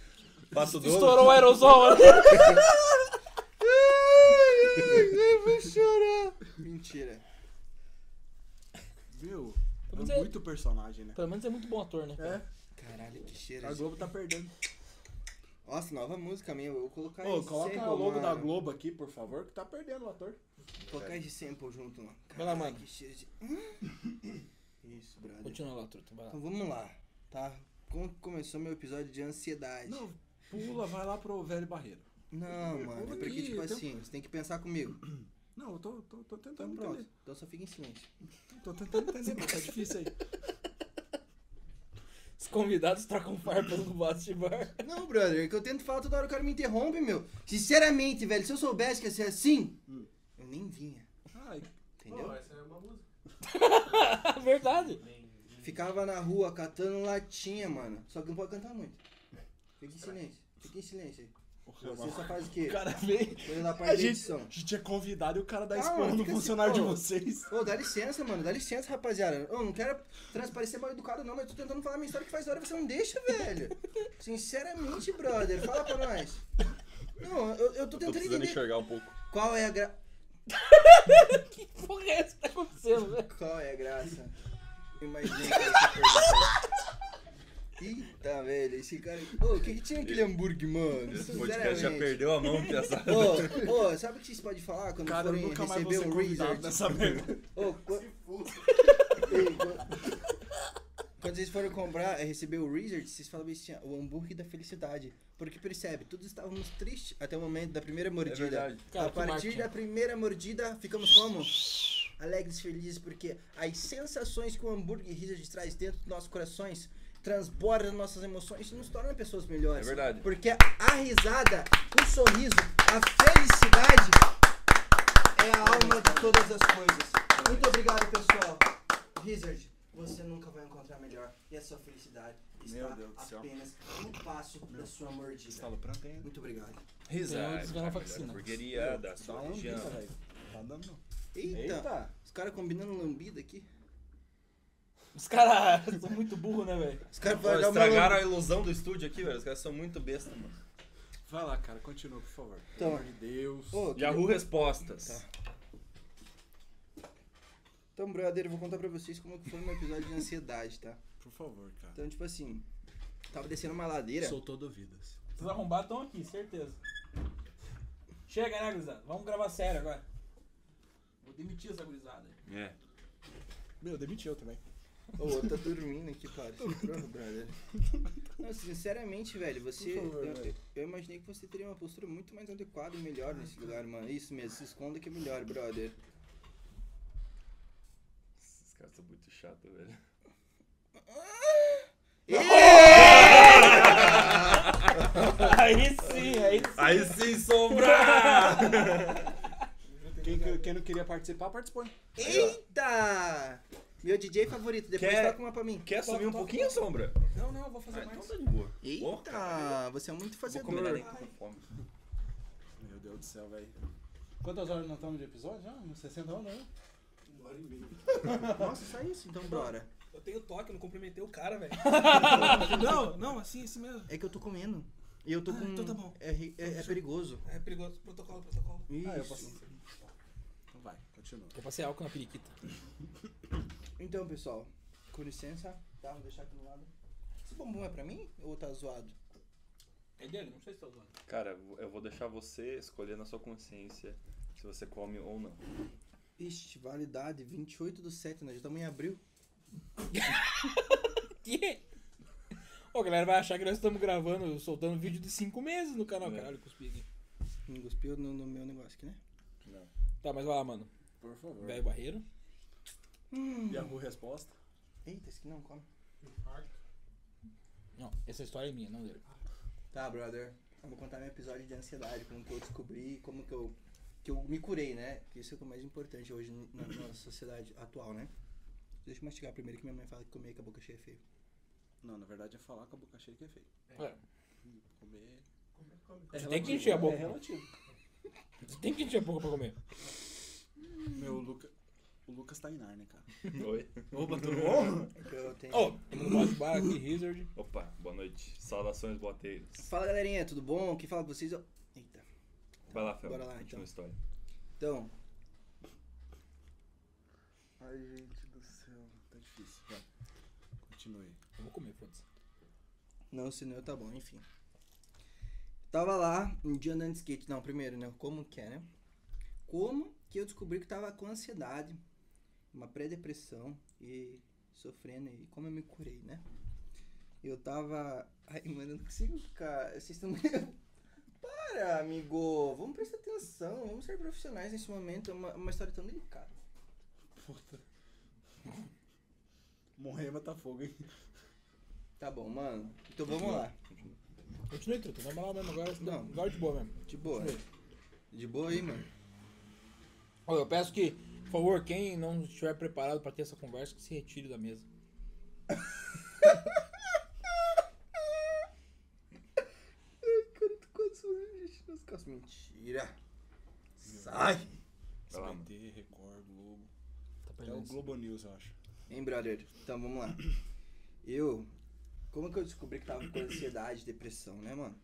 [SPEAKER 3] Passo Doble.
[SPEAKER 2] estourou o aerosol. né?
[SPEAKER 4] Eu vou chorar. Mentira.
[SPEAKER 1] Meu,
[SPEAKER 2] Vamos
[SPEAKER 1] é
[SPEAKER 2] ver.
[SPEAKER 1] muito personagem, né?
[SPEAKER 2] Pelo menos é muito bom ator, né?
[SPEAKER 1] É,
[SPEAKER 4] Caralho, que cheiro.
[SPEAKER 1] a Globo tá perdendo.
[SPEAKER 4] Nossa, nova música minha, eu vou colocar
[SPEAKER 1] Ô,
[SPEAKER 4] esse
[SPEAKER 1] coloca
[SPEAKER 4] sample,
[SPEAKER 1] o logo
[SPEAKER 4] mano.
[SPEAKER 1] da Globo aqui, por favor, que tá perdendo o ator.
[SPEAKER 4] Vou Colocar esse sample junto, mano.
[SPEAKER 2] Vai lá, mano.
[SPEAKER 4] Que cheiro de... Hum? Isso, brother.
[SPEAKER 2] Continua lá, truta. Vai lá.
[SPEAKER 4] Então vamos lá, tá? Como que começou meu episódio de ansiedade?
[SPEAKER 1] Não, pula, vai lá pro velho barreiro.
[SPEAKER 4] Não, mano, é
[SPEAKER 1] Pula
[SPEAKER 4] porque,
[SPEAKER 1] aqui,
[SPEAKER 4] tipo
[SPEAKER 1] então-
[SPEAKER 4] assim, você tem que pensar comigo.
[SPEAKER 1] Não, eu tô, tô, tô tentando
[SPEAKER 4] Então
[SPEAKER 1] entender.
[SPEAKER 4] pronto, então só fica em silêncio.
[SPEAKER 1] Tô tentando entender, mas tá difícil aí.
[SPEAKER 2] Os convidados trocam farpas no vaso de bar.
[SPEAKER 4] Não, brother, é que eu tento falar toda hora, o cara me interrompe, meu. Sinceramente, velho, se eu soubesse que ia ser assim,
[SPEAKER 1] Hum.
[SPEAKER 4] eu nem vinha,
[SPEAKER 1] Ai,
[SPEAKER 4] entendeu?
[SPEAKER 6] essa é uma música.
[SPEAKER 2] É verdade.
[SPEAKER 4] Ficava na rua catando latinha, mano. Só que não pode cantar muito. Fica em silêncio, fica em silêncio aí. Você só faz o quê?
[SPEAKER 1] o cara veio.
[SPEAKER 4] Coisa da
[SPEAKER 1] A
[SPEAKER 4] parte da
[SPEAKER 1] gente,
[SPEAKER 4] edição.
[SPEAKER 1] a gente é convidado e o cara dá
[SPEAKER 4] Ah,
[SPEAKER 1] spoiler no
[SPEAKER 4] fica assim,
[SPEAKER 1] funcionário de
[SPEAKER 4] pô.
[SPEAKER 1] vocês.
[SPEAKER 4] Ô, dá licença, mano, dá licença, rapaziada. Eu não quero transparecer mal educado, não, mas eu tô tentando falar minha história que faz hora e você não deixa, velho. Sinceramente, brother, fala pra nós. Não, eu, eu tô
[SPEAKER 3] Tô
[SPEAKER 4] tentando
[SPEAKER 3] precisando
[SPEAKER 4] entender
[SPEAKER 3] enxergar um pouco.
[SPEAKER 4] qual é a gra...
[SPEAKER 2] Que porra é essa que tá acontecendo, velho?
[SPEAKER 4] Qual é a graça? Imagina que essa pergunta. Eita, velho, esse cara. Ô, o que, que tinha aquele hambúrguer, mano?
[SPEAKER 3] Esse podcast já
[SPEAKER 4] Sinceramente.
[SPEAKER 3] perdeu a mão, piazada.
[SPEAKER 4] Ô, ô, sabe o que vocês podem falar quando
[SPEAKER 1] Cara, eu
[SPEAKER 4] forem
[SPEAKER 1] nunca mais vou
[SPEAKER 4] receber
[SPEAKER 1] ser
[SPEAKER 4] um
[SPEAKER 1] convidado
[SPEAKER 4] Wizard?
[SPEAKER 1] nessa merda.
[SPEAKER 4] Ô, qu- Ei, qu- Quando vocês forem comprar, eh, receber o Wizard, vocês falam assim, ó, o hambúrguer da felicidade. Porque percebe, todos estávamos tristes até o momento da primeira
[SPEAKER 3] É
[SPEAKER 4] mordida.
[SPEAKER 3] verdade.
[SPEAKER 2] Cara,
[SPEAKER 4] a
[SPEAKER 2] que
[SPEAKER 4] partir
[SPEAKER 2] marketing.
[SPEAKER 4] da primeira mordida, ficamos como? Alegres, felizes, porque as sensações que o hambúrguer Wizard traz dentro dos nossos corações transbordam nossas emoções e nos tornam pessoas melhores.
[SPEAKER 3] É verdade.
[SPEAKER 4] Porque a risada, o sorriso, a felicidade é a alma de todas as coisas. Muito obrigado, pessoal. Wizard, você nunca vai encontrar melhor. E a sua felicidade está
[SPEAKER 1] Meu Deus do céu. tá
[SPEAKER 4] apenas um passo da sua mordida.
[SPEAKER 1] Estalo pra tem.
[SPEAKER 4] Muito obrigado.
[SPEAKER 2] Tem
[SPEAKER 3] Risada.
[SPEAKER 2] onde ganhar vacina.
[SPEAKER 3] Hamburgueria da
[SPEAKER 1] Dá
[SPEAKER 3] sua
[SPEAKER 1] uma
[SPEAKER 3] região.
[SPEAKER 1] lambida, velho. Tá dando não.
[SPEAKER 4] Eita, os caras combinando lambida aqui.
[SPEAKER 2] Os caras são muito burros, né, velho?
[SPEAKER 4] Os caras
[SPEAKER 3] Pô,
[SPEAKER 4] falaram, já,
[SPEAKER 3] estragaram
[SPEAKER 4] mano,
[SPEAKER 3] a ilusão do estúdio aqui, velho. Os caras são muito besta, mano.
[SPEAKER 1] Vai lá, cara, continua, por favor.
[SPEAKER 4] Então.
[SPEAKER 1] Pelo amor de Deus.
[SPEAKER 4] Ô,
[SPEAKER 3] Yahoo Respostas.
[SPEAKER 4] Então, brother, eu vou contar pra vocês como que foi meu episódio de ansiedade, tá?
[SPEAKER 1] Por favor, cara.
[SPEAKER 4] Então, tipo assim, tava descendo uma ladeira.
[SPEAKER 1] Sou todo vidas.
[SPEAKER 2] Os arrombados estão aqui, certeza. Chega, né, gurizada? Vamos gravar sério agora. Vou demitir essa gurizada.
[SPEAKER 3] É.
[SPEAKER 1] Meu, demitiu também.
[SPEAKER 4] Ô, tá dormindo aqui, cara. Porra, brother. Não, sinceramente, velho, você.
[SPEAKER 1] Por favor,
[SPEAKER 4] eu,
[SPEAKER 1] velho.
[SPEAKER 4] eu imaginei que você teria uma postura muito mais adequada e melhor nesse lugar, mano. Isso mesmo, se esconda que é melhor, brother.
[SPEAKER 3] Esses caras são muito chatos, velho.
[SPEAKER 2] Aí sim, aí sim.
[SPEAKER 3] Aí sim, sombra!
[SPEAKER 1] Quem, que- quem não queria participar, participou. hein?
[SPEAKER 4] Eita! Meu DJ favorito, depois
[SPEAKER 3] Quer-
[SPEAKER 4] toca uma pra mim.
[SPEAKER 3] Quer subir um pouquinho, sombra?
[SPEAKER 2] Não, não, eu vou
[SPEAKER 3] Ah,
[SPEAKER 2] fazer
[SPEAKER 3] então
[SPEAKER 2] mais.
[SPEAKER 3] tá de boa. Ô, cara,
[SPEAKER 4] Eita! Você é muito
[SPEAKER 3] Vou
[SPEAKER 4] fazedor.
[SPEAKER 3] combinar nem tô com fome.
[SPEAKER 1] Meu Deus do céu, velho. Quantas horas nós estamos de episódio? Já? Uns 60 horas, né?
[SPEAKER 4] Nossa, só isso, então bora.
[SPEAKER 7] Eu tenho toque, eu não cumprimentei o cara, velho. não, não, assim, isso mesmo.
[SPEAKER 4] É que eu tô comendo. E eu tô
[SPEAKER 7] Ah,
[SPEAKER 4] com.
[SPEAKER 7] então tá bom.
[SPEAKER 4] É, ri- é, é perigoso.
[SPEAKER 7] É perigoso. Protocolo, protocolo.
[SPEAKER 4] Isso.
[SPEAKER 1] Ah, eu posso. Então vai, continua.
[SPEAKER 2] Eu passei álcool na periquita.
[SPEAKER 4] Então, pessoal, com licença, tá? Vou deixar aqui no lado. Esse bombom é pra mim ou tá zoado?
[SPEAKER 2] É dele? Não sei se tá usando.
[SPEAKER 3] Cara, eu vou deixar você escolher na sua consciência se você come ou não.
[SPEAKER 4] Ixi, validade, 28 do 7, nós já estamos em abril.
[SPEAKER 2] Que? Ô, galera vai achar que nós estamos gravando, soltando vídeo de 5 meses no canal.
[SPEAKER 3] É.
[SPEAKER 2] Caralho, cuspi aqui.
[SPEAKER 4] Não Hum, cuspiu no, no meu negócio aqui, né?
[SPEAKER 2] Tá, mas vai lá, mano.
[SPEAKER 1] Por favor.
[SPEAKER 2] Velho Barreiro.
[SPEAKER 4] Hum.
[SPEAKER 1] Yahoo resposta.
[SPEAKER 4] Eita, esse aqui não come.
[SPEAKER 2] Não, essa história é minha, não dele.
[SPEAKER 4] Tá, brother. Eu vou contar meu episódio de ansiedade, como que eu descobri, como que eu, que eu me curei, né? Que isso é o que é mais importante hoje na, na sociedade atual, né? Deixa eu mastigar primeiro que minha mãe fala que comer com a boca cheia é feio.
[SPEAKER 1] Não, na verdade é falar com a boca cheia que é feio.
[SPEAKER 2] É.
[SPEAKER 1] Comer.
[SPEAKER 2] Você tem que encher a boca.
[SPEAKER 1] É relativo.
[SPEAKER 2] Você tem que encher a boca pra comer.
[SPEAKER 1] Meu, o Luca. O Lucas tá em nar, né, cara?
[SPEAKER 3] Oi.
[SPEAKER 1] Opa, tudo bom?
[SPEAKER 4] É que eu tenho...
[SPEAKER 2] Ô, tem um boss bar aqui, Hazard.
[SPEAKER 3] Opa, boa noite. Saudações, boteiros.
[SPEAKER 4] Fala galerinha, tudo bom? Quem fala com vocês? é o- Eita.
[SPEAKER 3] Vai lá, Fel.
[SPEAKER 4] Bora lá,
[SPEAKER 3] continua
[SPEAKER 4] então.
[SPEAKER 3] a história.
[SPEAKER 4] Então,
[SPEAKER 1] Ai, gente do céu. Tá difícil. Vai. Continue.
[SPEAKER 2] Eu vou comer, foda-se.
[SPEAKER 4] Não, se não, tá bom, enfim. Tava lá, um dia andando de skate. Não, primeiro, né? Como que é, né? Como que eu descobri que tava com ansiedade, uma pré-depressão e sofrendo e como eu me curei, né? Eu tava. Ai, mano, eu não consigo ficar. Vocês estão. Para, amigo! Vamos prestar atenção, vamos ser profissionais nesse momento. É uma, uma história tão delicada.
[SPEAKER 1] Puta. Morrer matar fogo, hein?
[SPEAKER 4] Tá bom, mano. Então vamos lá.
[SPEAKER 2] Continue, Truta. Vai lá mesmo agora. Não.
[SPEAKER 4] Não.
[SPEAKER 2] Agora de boa mesmo.
[SPEAKER 4] De boa. De boa aí, mano.
[SPEAKER 2] Ô, eu peço que, por favor, quem não estiver preparado pra ter essa conversa, que se retire da mesa.
[SPEAKER 4] Cara, tu quase fazendo xixi nas calças. Mentira. Sai.
[SPEAKER 3] Vai lá, mano.
[SPEAKER 1] SBT, Record, Globo.
[SPEAKER 2] Tá
[SPEAKER 1] Até o
[SPEAKER 2] perdendo.
[SPEAKER 1] Globo News, eu acho.
[SPEAKER 4] Hein, brother? Então, vamos lá. Eu... Como que eu descobri que tava com ansiedade, depressão, né, mano?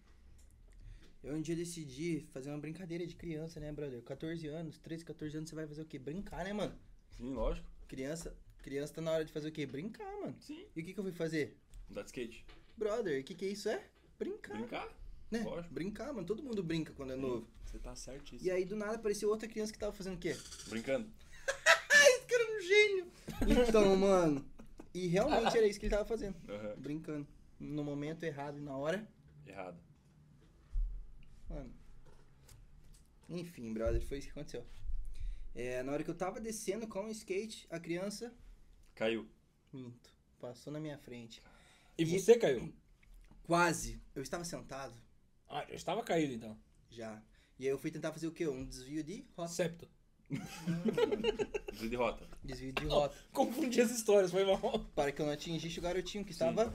[SPEAKER 4] Eu um dia decidi fazer uma brincadeira de criança, né, brother? 14 anos, 13, 14 anos, você vai fazer o quê? Brincar, né, mano?
[SPEAKER 3] Sim, lógico.
[SPEAKER 4] Criança... Criança tá na hora de fazer o quê? Brincar, mano.
[SPEAKER 3] Sim.
[SPEAKER 4] E o que que eu fui fazer?
[SPEAKER 3] Andar de skate.
[SPEAKER 4] Brother, o que que isso é? Brincar,
[SPEAKER 3] Brincar.
[SPEAKER 4] né?
[SPEAKER 3] lógico.
[SPEAKER 4] Brincar, mano. Todo mundo brinca quando é novo.
[SPEAKER 1] Você tá certíssimo.
[SPEAKER 4] E aí, do nada, apareceu outra criança que tava fazendo o quê?
[SPEAKER 3] Brincando.
[SPEAKER 4] Esse cara é um gênio. Então, mano. E realmente era isso que ele tava fazendo.
[SPEAKER 3] Aham.
[SPEAKER 4] Brincando. No momento errado e na hora.
[SPEAKER 3] Errado.
[SPEAKER 4] Mano. Enfim, brother, foi isso que aconteceu. É, na hora que eu tava descendo com o skate, a criança.
[SPEAKER 3] Caiu.
[SPEAKER 4] Minto. Passou na minha frente.
[SPEAKER 2] E você caiu?
[SPEAKER 4] Quase. Eu estava sentado
[SPEAKER 2] Ah, eu estava caído então.
[SPEAKER 4] já. E aí eu fui tentar fazer o quê? Um desvio de rota.
[SPEAKER 2] Septo.
[SPEAKER 3] De derrota.
[SPEAKER 4] Desvio de rota.
[SPEAKER 2] Confundi as histórias, foi mal.
[SPEAKER 4] Para que eu não atingisse o garotinho que estava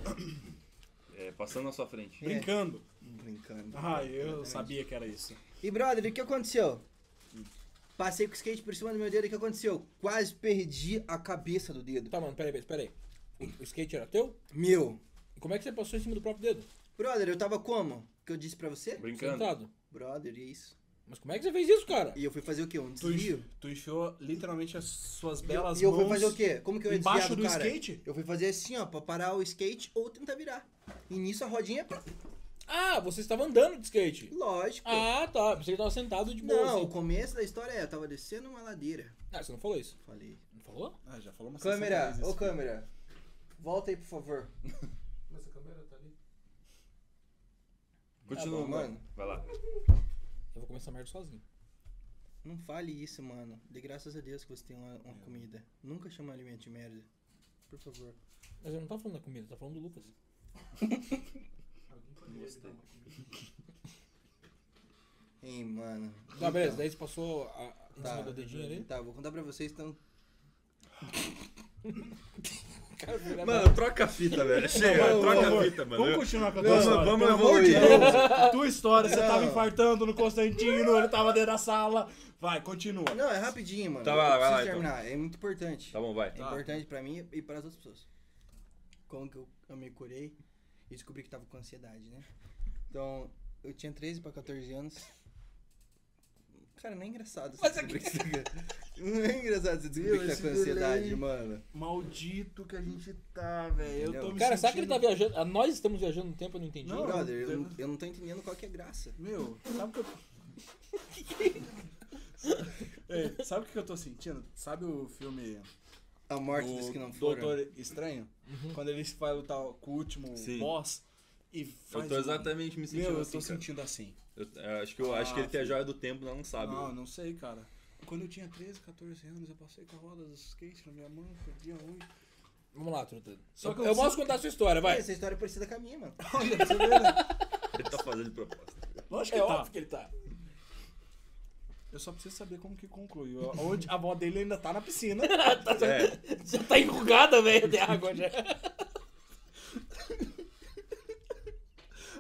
[SPEAKER 3] É, passando na sua frente.
[SPEAKER 1] Brincando.
[SPEAKER 4] brincando.
[SPEAKER 1] Ah, eu sabia que era isso.
[SPEAKER 4] E brother, o que aconteceu? Passei com o skate por cima do meu dedo, o que aconteceu? Quase perdi a cabeça do dedo.
[SPEAKER 2] Tá, mano, peraí, peraí, peraí. O skate era teu?
[SPEAKER 4] Meu.
[SPEAKER 2] E como é que você passou em cima do próprio dedo?
[SPEAKER 4] Brother, eu tava como? Que eu disse pra você?
[SPEAKER 3] Brincando.
[SPEAKER 2] Sentado.
[SPEAKER 4] Brother, e isso.
[SPEAKER 2] Mas como é que você fez isso, cara?
[SPEAKER 4] E eu fui fazer o quê? Um
[SPEAKER 1] Tu,
[SPEAKER 4] desvio?
[SPEAKER 1] enchi- tu enfiou literalmente as suas
[SPEAKER 4] E eu-
[SPEAKER 1] belas
[SPEAKER 4] e eu
[SPEAKER 1] mãos
[SPEAKER 4] fui fazer o quê? Como que eu ia desviar
[SPEAKER 1] embaixo
[SPEAKER 4] do
[SPEAKER 1] do
[SPEAKER 4] cara?
[SPEAKER 1] skate?
[SPEAKER 4] Eu fui fazer assim, ó, pra parar o skate ou tentar virar. E nisso a rodinha, pá,
[SPEAKER 2] Ah, você estava andando de skate.
[SPEAKER 4] lógico.
[SPEAKER 2] Ah, tá. Você estava sentado de boa.
[SPEAKER 4] não, o
[SPEAKER 2] assim.
[SPEAKER 4] começo da história é, eu tava descendo uma ladeira.
[SPEAKER 2] Ah, você não falou isso.
[SPEAKER 4] Falei.
[SPEAKER 2] Não falou?
[SPEAKER 1] Ah, já falou uma
[SPEAKER 4] Câmera, ô
[SPEAKER 1] o
[SPEAKER 4] câmera. Volta aí, por favor.
[SPEAKER 7] Mas a câmera tá ali.
[SPEAKER 4] Continua, Tá mano.
[SPEAKER 3] Vai lá.
[SPEAKER 2] Eu vou começar a merda sozinho.
[SPEAKER 4] Não fale isso, mano. De graças a Deus que você tem uma, uma comida. Nunca chama alimento de merda. Por favor.
[SPEAKER 2] Mas eu não tava falando da comida, eu tava falando do Lucas.
[SPEAKER 4] Hein, mano.
[SPEAKER 2] Tá, beleza. Daí você passou a, em cima do dedinho ali.
[SPEAKER 4] Tá, vou contar pra vocês então.
[SPEAKER 2] Cara, filha da-
[SPEAKER 3] Mano, troca a fita, velho. Chega, troca a fita, mano.
[SPEAKER 1] Vamos continuar com a tua
[SPEAKER 3] Vamos,
[SPEAKER 1] história.
[SPEAKER 3] vamos
[SPEAKER 1] Pelo amor de
[SPEAKER 3] evoluir.
[SPEAKER 1] Deus. Tua história, você
[SPEAKER 4] Não.
[SPEAKER 1] tava infartando no Constantino, ele tava dentro da sala. Vai, continua.
[SPEAKER 4] Não, é rapidinho, mano.
[SPEAKER 3] Tá, vai lá,
[SPEAKER 4] Eu
[SPEAKER 3] vai lá,
[SPEAKER 4] preciso terminar. É muito importante.
[SPEAKER 3] Tá bom, vai.
[SPEAKER 4] É importante pra mim e para as outras pessoas. Como que eu, eu me curei e descobri que tava com ansiedade, né? Então, eu tinha 13 pra 14 anos. Cara, não é engraçado. Mas aqui... tá Não é engraçado você descobrir
[SPEAKER 1] Meu,
[SPEAKER 4] que tá
[SPEAKER 1] esse
[SPEAKER 4] com ansiedade,
[SPEAKER 1] delay.
[SPEAKER 4] mano.
[SPEAKER 1] Maldito que a gente tá, velho. Eu tô
[SPEAKER 4] Entendeu?
[SPEAKER 1] me
[SPEAKER 2] Cara,
[SPEAKER 1] sentindo...
[SPEAKER 2] será que ele tá viajando? Ah, Nós estamos viajando no tempo, eu não entendi.
[SPEAKER 1] Não,
[SPEAKER 4] Brother, eu,
[SPEAKER 1] eu-
[SPEAKER 4] não- eu não tô entendendo qual que é a graça.
[SPEAKER 1] Meu, sabe o que eu... Ei, sabe o que eu tô sentindo? Sabe o filme
[SPEAKER 4] A morte
[SPEAKER 1] do
[SPEAKER 4] dos que não foram.
[SPEAKER 1] Doutor Estranho? Quando ele vai lutar com o último
[SPEAKER 3] Sim.
[SPEAKER 1] boss e faz...
[SPEAKER 3] Eu tô
[SPEAKER 1] um-
[SPEAKER 3] exatamente me sentindo
[SPEAKER 1] Meu, eu
[SPEAKER 3] assim,
[SPEAKER 1] tô
[SPEAKER 3] cara.
[SPEAKER 1] sentindo assim.
[SPEAKER 3] Eu- eu acho que, eu, acho que ele tem a joia do tempo, não sabe.
[SPEAKER 1] Não, não sei, cara. Quando eu tinha 13, 14 anos, eu passei com a roda dos skate na minha mão, um perdi a unha.
[SPEAKER 2] Vamos lá, Truta.
[SPEAKER 1] Só
[SPEAKER 2] eu,
[SPEAKER 1] que eu
[SPEAKER 2] eu posso
[SPEAKER 1] preciso-
[SPEAKER 2] contar a sua história, vai.
[SPEAKER 4] Essa história é parecida com a minha, mano.
[SPEAKER 1] Olha, pra você vê, né?
[SPEAKER 3] Ele tá fazendo de proposta.
[SPEAKER 1] Lógico
[SPEAKER 2] É
[SPEAKER 1] que tá.
[SPEAKER 2] óbvio que ele tá.
[SPEAKER 1] Eu só preciso saber como que conclui. Onde a avó dele ainda tá na piscina.
[SPEAKER 3] É,
[SPEAKER 2] Já tá enrugada, velho, de água já.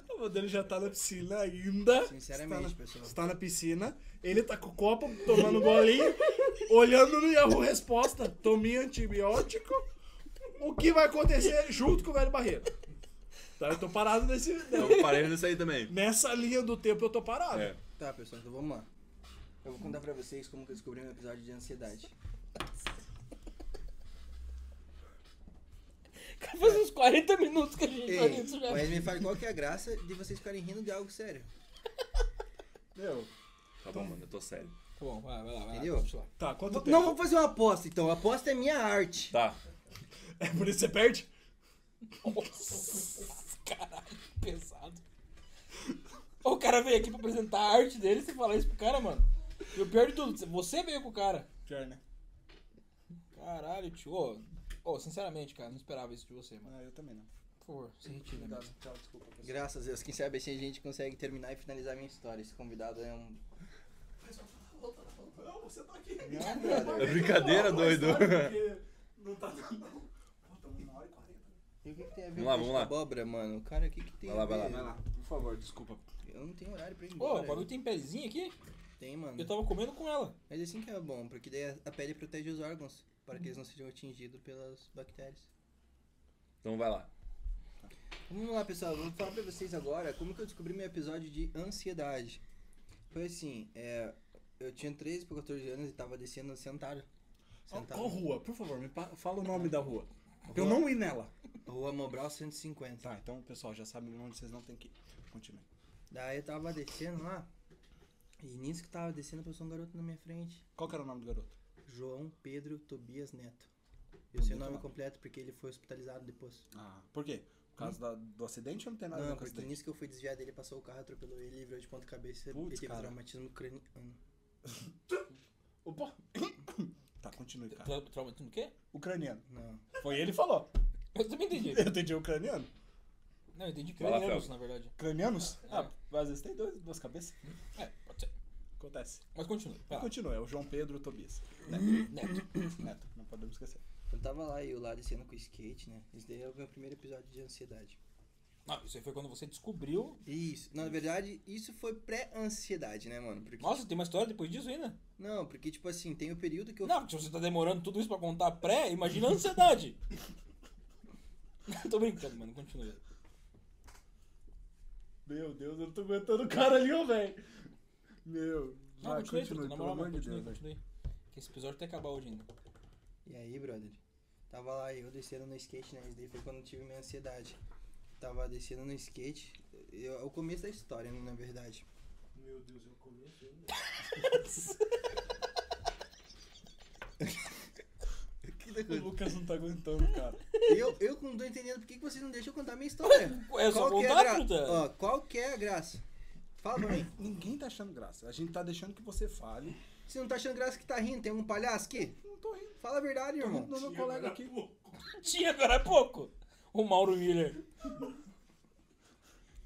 [SPEAKER 1] A avó dele já tá na piscina ainda.
[SPEAKER 4] Sinceramente,
[SPEAKER 1] Está na,
[SPEAKER 4] pessoal.
[SPEAKER 1] está tá na piscina, ele tá com o copo, tomando um golinho, olhando no Yahoo Resposta, tomei antibiótico. O que vai acontecer junto com o velho Barreiro? Tá, eu tô parado nesse,
[SPEAKER 3] eu parei nisso aí também.
[SPEAKER 1] nessa linha do tempo, eu tô parado.
[SPEAKER 3] É.
[SPEAKER 4] Tá, pessoal, então vamos lá. Eu vou contar pra vocês como que eu descobri meu episódio de ansiedade.
[SPEAKER 2] Cara, faz uns 40 minutos que a gente tá
[SPEAKER 4] Ei,
[SPEAKER 2] nisso já.
[SPEAKER 4] mas me fale qual que é a graça de vocês ficarem rindo de algo sério.
[SPEAKER 1] Meu,
[SPEAKER 3] Tá bom, mano, eu tô sério.
[SPEAKER 2] Tá bom, vai, vai lá, vai
[SPEAKER 3] Ah,
[SPEAKER 2] lá.
[SPEAKER 4] Entendeu?
[SPEAKER 2] deixa eu lá.
[SPEAKER 1] tá, quanto tempo?
[SPEAKER 4] Não, vamos fazer uma aposta então. A aposta é minha arte.
[SPEAKER 3] Tá.
[SPEAKER 1] É por isso que você perde?
[SPEAKER 2] Nossa, caralho, que pesado. O cara veio aqui pra apresentar a arte dele e você falar isso pro cara, mano. E o pior de tudo, você veio pro cara.
[SPEAKER 1] Pior, né?
[SPEAKER 2] Caralho, tio. Ô, ô, sinceramente, cara, não esperava isso de você, mano.
[SPEAKER 1] Ah, eu também não. Tá,
[SPEAKER 2] Por favor, se né? retira, mano.
[SPEAKER 4] Graças a Deus, quem sabe assim a gente consegue terminar e finalizar a minha história. Esse convidado é um.
[SPEAKER 1] Não, você tá aqui. é
[SPEAKER 3] É brincadeira, doido.
[SPEAKER 1] Não tá não. Pô, tamo na hora e quarenta.
[SPEAKER 4] E o que, que tem a ver
[SPEAKER 3] Vamos lá,
[SPEAKER 4] com
[SPEAKER 3] vamos
[SPEAKER 4] essa
[SPEAKER 3] lá.
[SPEAKER 4] abóbora, mano? Cara, o que, que tem
[SPEAKER 3] Vai lá,
[SPEAKER 4] a ver?
[SPEAKER 3] vai lá.
[SPEAKER 1] Vai lá, por favor, desculpa.
[SPEAKER 4] Eu não tenho horário pra ir
[SPEAKER 2] Ô,
[SPEAKER 4] embora.
[SPEAKER 2] o bagulho tem pelezinha aqui?
[SPEAKER 4] Tem, mano.
[SPEAKER 2] Eu tava comendo com ela.
[SPEAKER 4] Mas assim que é bom, porque daí a- a pele protege os órgãos, para que eles não sejam atingidos pelas bactérias.
[SPEAKER 3] Então vai lá.
[SPEAKER 4] Vamos lá, pessoal. Vou falar pra vocês agora como que eu descobri meu episódio de ansiedade. Foi assim, é, eu tinha 13 para 14 anos e tava descendo sentado.
[SPEAKER 1] Qual-
[SPEAKER 4] Sentado.
[SPEAKER 1] Qual rua? Por favor, me pa- fala o nome da rua. Pra eu não ir nela.
[SPEAKER 4] Rua Mobral 150.
[SPEAKER 1] Tá, então, pessoal, já sabe onde vocês não tem que ir. Continue.
[SPEAKER 4] Daí eu tava descendo lá. E nisso que eu tava descendo, passou um garoto na minha frente.
[SPEAKER 1] Qual que era o nome do garoto?
[SPEAKER 4] João Pedro Tobias Neto. Eu sei o nome completo porque ele foi hospitalizado depois.
[SPEAKER 1] Ah, por quê? Por causa da- do acidente ou não tem nada a ver
[SPEAKER 4] Não,
[SPEAKER 1] com o
[SPEAKER 4] porque
[SPEAKER 1] acidente?
[SPEAKER 4] nisso que eu fui desviar dele, passou o carro, atropelou ele, virou de ponta cabeça
[SPEAKER 1] Putz,
[SPEAKER 4] e teve
[SPEAKER 1] cara.
[SPEAKER 4] traumatismo craniano.
[SPEAKER 1] Opa! tá, continue, cara.
[SPEAKER 2] Tra- Traumatismo o quê?
[SPEAKER 1] Ucraniano.
[SPEAKER 4] Não.
[SPEAKER 1] Foi ele que falou.
[SPEAKER 2] Eu também entendi.
[SPEAKER 1] Eu entendi ucraniano.
[SPEAKER 2] Não, eu entendi que
[SPEAKER 3] Vai lá,
[SPEAKER 2] cranianos,
[SPEAKER 3] Fel.
[SPEAKER 2] na verdade.
[SPEAKER 1] Ucranianos?
[SPEAKER 2] É.
[SPEAKER 1] Ah, às vezes tem dois, duas cabeças.
[SPEAKER 2] É, pode ser.
[SPEAKER 1] Acontece.
[SPEAKER 2] Mas continua. vai lá.
[SPEAKER 1] Continua, é o João Pedro Tobias.
[SPEAKER 2] Neto.
[SPEAKER 1] Neto, não podemos esquecer.
[SPEAKER 4] Eu tava lá e eu lá descendo com o skate, né? Esse daí é o meu primeiro episódio de ansiedade.
[SPEAKER 2] Não, isso aí foi quando você descobriu.
[SPEAKER 4] Isso. Na verdade, isso foi pré-ansiedade, né, mano? Porque,
[SPEAKER 2] Nossa, tem uma história depois disso ainda?
[SPEAKER 4] Não, porque, tipo assim, tem o período que eu.
[SPEAKER 2] Não, porque se você tá demorando tudo isso pra contar pré, imagina a ansiedade. Tô brincando, mano. Continua.
[SPEAKER 1] Meu Deus, eu não tô aguentando o cara ali, ó, velho. Meu.
[SPEAKER 2] Não,
[SPEAKER 1] vai,
[SPEAKER 2] continue,
[SPEAKER 1] continue,
[SPEAKER 2] continue, na
[SPEAKER 1] pelo
[SPEAKER 2] moral,
[SPEAKER 1] amor
[SPEAKER 2] mano,
[SPEAKER 1] de
[SPEAKER 2] continue,
[SPEAKER 1] Deus, velho.
[SPEAKER 2] continue. Que esse episódio tem que acabar hoje ainda.
[SPEAKER 4] E aí, brother? Tava lá eu descendo no skate, né? Isso daí foi quando eu tive minha ansiedade. Tava descendo no skate. Eu, é o começo da história, né, na verdade.
[SPEAKER 6] Meu Deus, eu começo ainda.
[SPEAKER 1] O Lucas não tá aguentando, cara.
[SPEAKER 4] Eu, eu que não tô entendendo por que que vocês não deixam eu contar a minha história.
[SPEAKER 2] É só
[SPEAKER 4] Qual que é,
[SPEAKER 2] contar,
[SPEAKER 4] a gra...
[SPEAKER 2] puta.
[SPEAKER 4] Ó, qual que é a graça? Fala pra mim.
[SPEAKER 1] Ninguém tá achando graça. A gente tá deixando que você fale.
[SPEAKER 4] Você não tá achando graça que tá rindo? Tem um palhaço aqui?
[SPEAKER 1] Não tô rindo.
[SPEAKER 4] Fala a verdade,
[SPEAKER 1] Tô
[SPEAKER 4] irmão.
[SPEAKER 1] rindo do meu colega aqui.
[SPEAKER 2] Tinha agora há pouco. O Mauro Miller.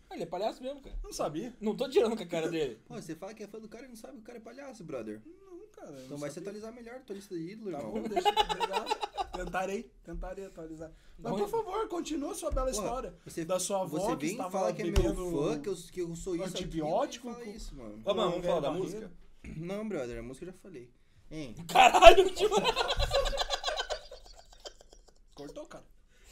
[SPEAKER 2] Ah, Ele é palhaço mesmo, cara.
[SPEAKER 1] Não sabia.
[SPEAKER 2] Não tô tirando com a cara dele.
[SPEAKER 4] Pô, você fala que é fã do cara e não sabe que o cara é palhaço, brother.
[SPEAKER 1] Não, cara. eu
[SPEAKER 4] Então
[SPEAKER 1] Hum, não tá
[SPEAKER 4] vai se
[SPEAKER 1] sabia.
[SPEAKER 4] atualizar melhor, tua lista de ídolo,
[SPEAKER 1] Tá
[SPEAKER 4] irmão.
[SPEAKER 1] bom, deixa obrigado. Tentarei, tentarei atualizar. Mas
[SPEAKER 2] Bom,
[SPEAKER 1] por favor, continua sua bela história.
[SPEAKER 4] Você,
[SPEAKER 1] da sua avó
[SPEAKER 4] você
[SPEAKER 1] que
[SPEAKER 4] vem e
[SPEAKER 1] estava
[SPEAKER 4] fala que é meu
[SPEAKER 1] bebendo
[SPEAKER 4] fã, que eu, que eu sou isso. aquilo,
[SPEAKER 1] antibiótico,
[SPEAKER 4] e Fala
[SPEAKER 1] cu-
[SPEAKER 4] isso, mano.
[SPEAKER 3] Ó, mano, vamos falar da
[SPEAKER 1] Velho
[SPEAKER 3] música?
[SPEAKER 4] Não, brother, a música eu já falei. Hein?
[SPEAKER 2] Caralho, tipo.
[SPEAKER 1] Cortou, cara.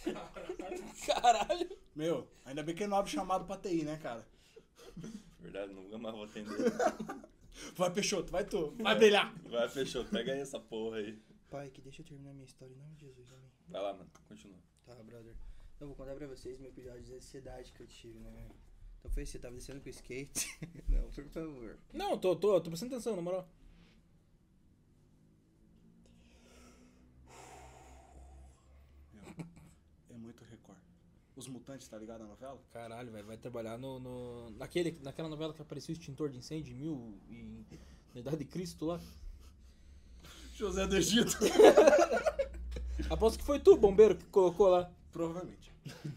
[SPEAKER 2] Caralho.
[SPEAKER 1] Meu, ainda bem que não abre chamado pra TI, né, cara?
[SPEAKER 3] Verdade, nunca mais vou atender.
[SPEAKER 1] Vai, Peixoto, vai tu. Vai brilhar.
[SPEAKER 3] Vai, fechou. Pega aí essa porra aí.
[SPEAKER 4] Pai, que deixa eu terminar minha história em nome de Jesus, amém.
[SPEAKER 3] Vai lá, mano. Continua.
[SPEAKER 4] Tá, brother. Eu vou contar pra vocês meu episódio de ansiedade que eu tive, né? Então foi assim, eu tava descendo com o skate. Não, por favor.
[SPEAKER 2] Não, tô, tô, tô prestando atenção, na moral.
[SPEAKER 1] É muito recorde. Os mutantes, tá ligado na novela?
[SPEAKER 2] Caralho, velho, vai trabalhar no. no naquele, naquela novela que apareceu o extintor de incêndio em mil. Em, na Idade de Cristo lá.
[SPEAKER 1] José do Egito.
[SPEAKER 2] Aposto que foi tu, bombeiro, que colocou lá.
[SPEAKER 1] Provavelmente. Meu,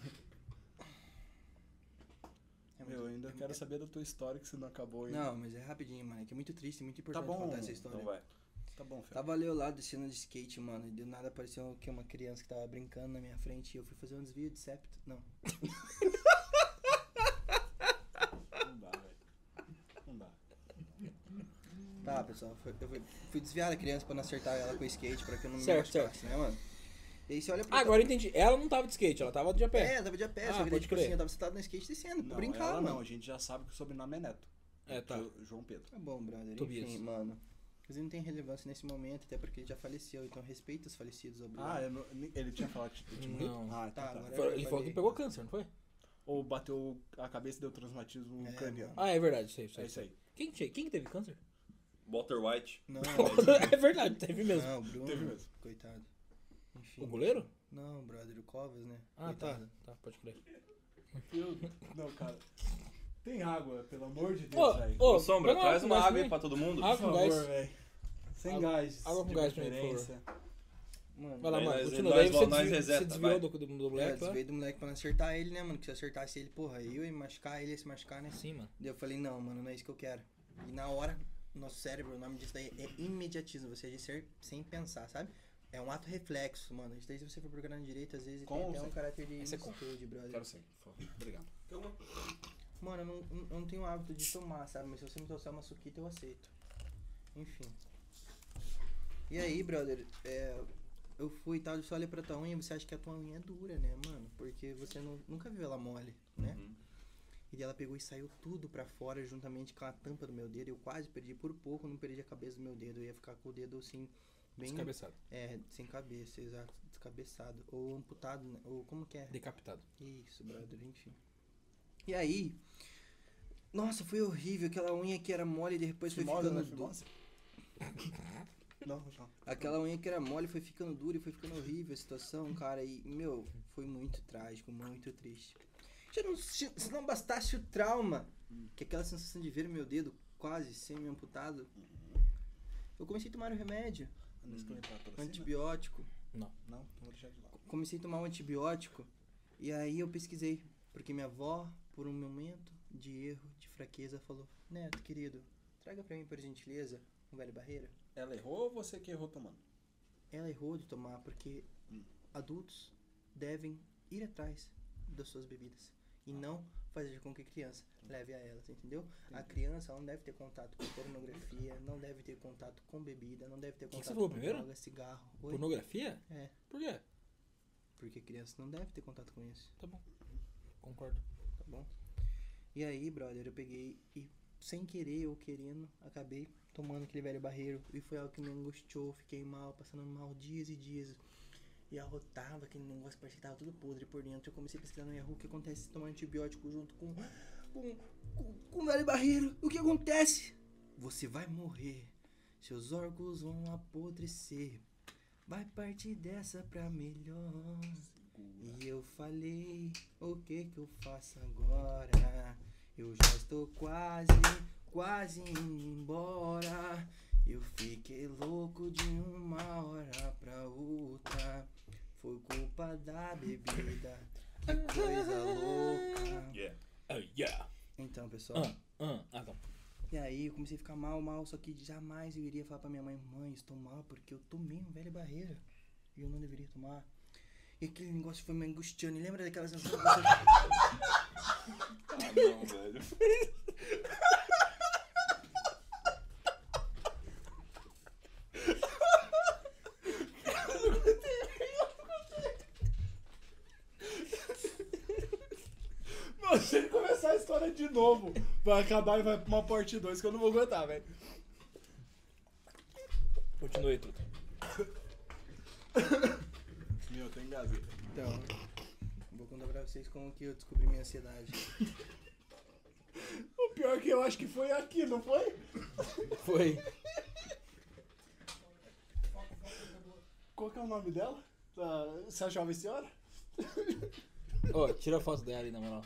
[SPEAKER 4] É muito-
[SPEAKER 1] eu ainda quero saber da tua história que você não acabou ainda.
[SPEAKER 4] Não, mas é rapidinho, mano. É que é muito triste, muito importante
[SPEAKER 1] Tá bom,
[SPEAKER 4] contar essa história.
[SPEAKER 3] Então vai.
[SPEAKER 1] Tá bom, Fê.
[SPEAKER 4] Tava ali eu lá descendo de skate, mano, e do nada apareceu um que uma criança que tava brincando na minha frente e eu fui fazer um desvio de septo. Não.
[SPEAKER 1] Não dá, velho. Não dá.
[SPEAKER 4] Tá, pessoal, foi- eu fui, fui desviar a criança pra não acertar ela com o skate, pra que eu não me
[SPEAKER 2] Certo,
[SPEAKER 4] machucasse, né, mano? E aí você olha pra
[SPEAKER 2] Ah, agora eu entendi. Ela não tava de skate, ela tava de a pé.
[SPEAKER 4] É, tava de a pé,
[SPEAKER 2] Ah,
[SPEAKER 4] só que daí,
[SPEAKER 2] pode
[SPEAKER 4] tipo
[SPEAKER 2] crer.
[SPEAKER 4] assim, eu tava sentado no skate descendo, pra
[SPEAKER 1] Não,
[SPEAKER 4] brincar,
[SPEAKER 1] ela
[SPEAKER 4] mano.
[SPEAKER 1] não. tipo, A gente já sabe que o sobrenome é Neto.
[SPEAKER 2] É, tá.
[SPEAKER 1] Jo- João Pedro.
[SPEAKER 4] Tá bom, brother.
[SPEAKER 2] Tobias.
[SPEAKER 4] Enfim, mano. Mas ele não tem relevância nesse momento, até porque ele já faleceu, então respeita os falecidos, obrigado.
[SPEAKER 1] Ah, eu não- ele tinha falado que tinha morrido?
[SPEAKER 2] Não.
[SPEAKER 1] Ah, então
[SPEAKER 4] Tá,
[SPEAKER 1] tá.
[SPEAKER 4] agora-
[SPEAKER 2] Foi- Ele falou que pegou câncer, não foi?
[SPEAKER 1] Ou bateu a cabeça e deu transmatismo
[SPEAKER 4] É,
[SPEAKER 1] craniano.
[SPEAKER 2] Ah, é verdade, sei,
[SPEAKER 1] É
[SPEAKER 2] sei.
[SPEAKER 1] isso aí.
[SPEAKER 2] Quem, que- quem que teve câncer?
[SPEAKER 3] Walter White.
[SPEAKER 4] Não,
[SPEAKER 2] é verdade, teve mesmo.
[SPEAKER 4] não, o Bruno,
[SPEAKER 1] Teve mesmo.
[SPEAKER 4] coitado. Enfim.
[SPEAKER 2] O goleiro?
[SPEAKER 4] Não, brother, o Covas, né?
[SPEAKER 2] Ah, tá.
[SPEAKER 4] Coitado.
[SPEAKER 2] Tá, pode crer.
[SPEAKER 1] Eu- Não, cara. Tem água, pelo amor de
[SPEAKER 2] Ô,
[SPEAKER 1] Deus, velho.
[SPEAKER 2] ô,
[SPEAKER 3] Ô, Sombra,
[SPEAKER 2] pega
[SPEAKER 3] traz uma
[SPEAKER 2] gás
[SPEAKER 3] água aí
[SPEAKER 2] também.
[SPEAKER 3] pra todo mundo.
[SPEAKER 1] Por
[SPEAKER 2] água com gás.
[SPEAKER 1] favor, velho. Sem
[SPEAKER 2] Água-
[SPEAKER 1] gás.
[SPEAKER 2] água com
[SPEAKER 1] de
[SPEAKER 2] gás pra mim, por
[SPEAKER 1] preferência.
[SPEAKER 4] Mano,
[SPEAKER 2] Vai lá,
[SPEAKER 3] Aí
[SPEAKER 2] mano,
[SPEAKER 3] nós-
[SPEAKER 2] continua.
[SPEAKER 3] nós
[SPEAKER 2] Daí você
[SPEAKER 3] volta, nós
[SPEAKER 2] desvi- você
[SPEAKER 3] reseta,
[SPEAKER 2] desviou
[SPEAKER 3] vai.
[SPEAKER 2] do, do, do
[SPEAKER 4] É, eu
[SPEAKER 2] moleque lá?
[SPEAKER 4] desviei do moleque pra não acertar ele, né, mano? Que se eu acertasse ele, porra, eu ia me machucar, ele ia se machucar, né?
[SPEAKER 2] Sim, mano.
[SPEAKER 4] Daí eu falei, não, mano, não é isso que eu quero. E na hora, o nosso cérebro, o nome disso daí é imediatismo, você agir ser- sem pensar, sabe? É um ato reflexo, mano. Isso daí, se você for procurar no direito, às vezes
[SPEAKER 1] Com
[SPEAKER 4] tem
[SPEAKER 1] ou
[SPEAKER 4] até um
[SPEAKER 1] sem?
[SPEAKER 4] caráter de
[SPEAKER 2] Essa é com.
[SPEAKER 4] estude, brother.
[SPEAKER 1] Quero sim, por favor. Obrigado.
[SPEAKER 4] Mano, eu não, eu não tenho o hábito de tomar, sabe? Mas se você me trouxer uma suquita, eu aceito. Enfim. E aí, brother, é, eu fui e tal, você olha pra tua unha, você acha que a tua unha é dura, né, mano? Porque você nu- nunca viu ela mole, né?
[SPEAKER 3] Uhum.
[SPEAKER 4] E ela pegou e saiu tudo pra fora, juntamente com a tampa do meu dedo. Eu quase perdi, por pouco, não perdi a cabeça do meu dedo. Eu ia ficar com o dedo, assim, bem...
[SPEAKER 2] Descabeçado.
[SPEAKER 4] É, sem cabeça, exato. Descabeçado. Ou amputado, né? Ou como que é?
[SPEAKER 2] Decapitado.
[SPEAKER 4] Isso, brother, enfim. E aí? Nossa, foi horrível. Aquela unha que era mole e depois foi
[SPEAKER 1] Fimose,
[SPEAKER 4] ficando
[SPEAKER 1] né?
[SPEAKER 4] dura.
[SPEAKER 1] Fimose? Não, não.
[SPEAKER 4] Aquela unha que era mole foi ficando dura e foi ficando horrível a situação, cara. E, meu, foi muito trágico, muito triste. Já não, se se não bastasse o trauma, que aquela sensação de ver meu dedo quase semi-amputado, eu comecei a tomar o remédio,
[SPEAKER 1] Nestlé
[SPEAKER 4] né?
[SPEAKER 2] Hum.
[SPEAKER 1] patrocina?
[SPEAKER 4] antibiótico.
[SPEAKER 1] Não, então vou deixar de lado.
[SPEAKER 4] comecei a tomar um antibiótico e aí eu pesquisei, porque minha avó, por um momento de erro, de fraqueza, falou: "Neto, querido, traga pra mim por gentileza um velho barreira".
[SPEAKER 1] Ela errou ou você que errou tomando?
[SPEAKER 4] Ela errou de tomar porque adultos devem ir atrás das suas bebidas e não fazer com que a criança leve a elas, entendeu? A criança ela não deve ter contato com pornografia, não deve ter contato com bebida, não deve ter
[SPEAKER 2] que que
[SPEAKER 4] contato
[SPEAKER 2] você falou
[SPEAKER 4] com
[SPEAKER 2] primeiro?
[SPEAKER 4] droga, cigarro. Oi?
[SPEAKER 2] Pornografia?
[SPEAKER 4] É.
[SPEAKER 2] Por quê?
[SPEAKER 4] Porque criança não deve ter contato com isso.
[SPEAKER 2] Tá bom. Concordo.
[SPEAKER 4] Tá bom. E aí, brother, eu peguei e, sem querer ou querendo, acabei tomando aquele velho barreiro. E foi algo que me angustiou, fiquei mal, passando mal dias e dias. E arrotava aquele negócio, parecia que tava tudo podre por dentro. Eu comecei a pesquisar no Yahoo o que acontece se tomar antibiótico junto com, com, com, com o velho barreiro. O que acontece? Você vai morrer. Seus órgãos vão apodrecer. Vai partir dessa pra melhor. E eu falei, o que que eu faço agora? Eu já estou quase, quase indo embora. Eu fiquei louco de uma hora pra outra. Foi culpa da bebida. Que coisa louca.
[SPEAKER 2] Ah, yeah.
[SPEAKER 4] Então, pessoal.
[SPEAKER 2] Ah, ah, ah, tá.
[SPEAKER 4] E aí eu comecei a ficar mal, mal, só que jamais eu iria falar pra minha mãe, mãe, estou mal porque eu tomei um velho barreira e eu não deveria tomar. E aquele negócio foi me angustiando. E lembra daquela sensação que você...
[SPEAKER 3] Ah, não, velho.
[SPEAKER 1] Mano, se ele começar a história de novo, vai acabar e vai pra uma parte 2 que eu não vou aguentar, velho.
[SPEAKER 2] Continue, Tuto.
[SPEAKER 1] Meu, eu tô engasgado.
[SPEAKER 4] Então, vou contar pra vocês como que eu descobri minha ansiedade.
[SPEAKER 1] O pior é que eu acho que foi aqui, não foi?
[SPEAKER 2] Foi.
[SPEAKER 1] Qual que é o nome dela? Da- Essa jovem senhora?
[SPEAKER 2] Ó, tira a foto dela aí, na moral.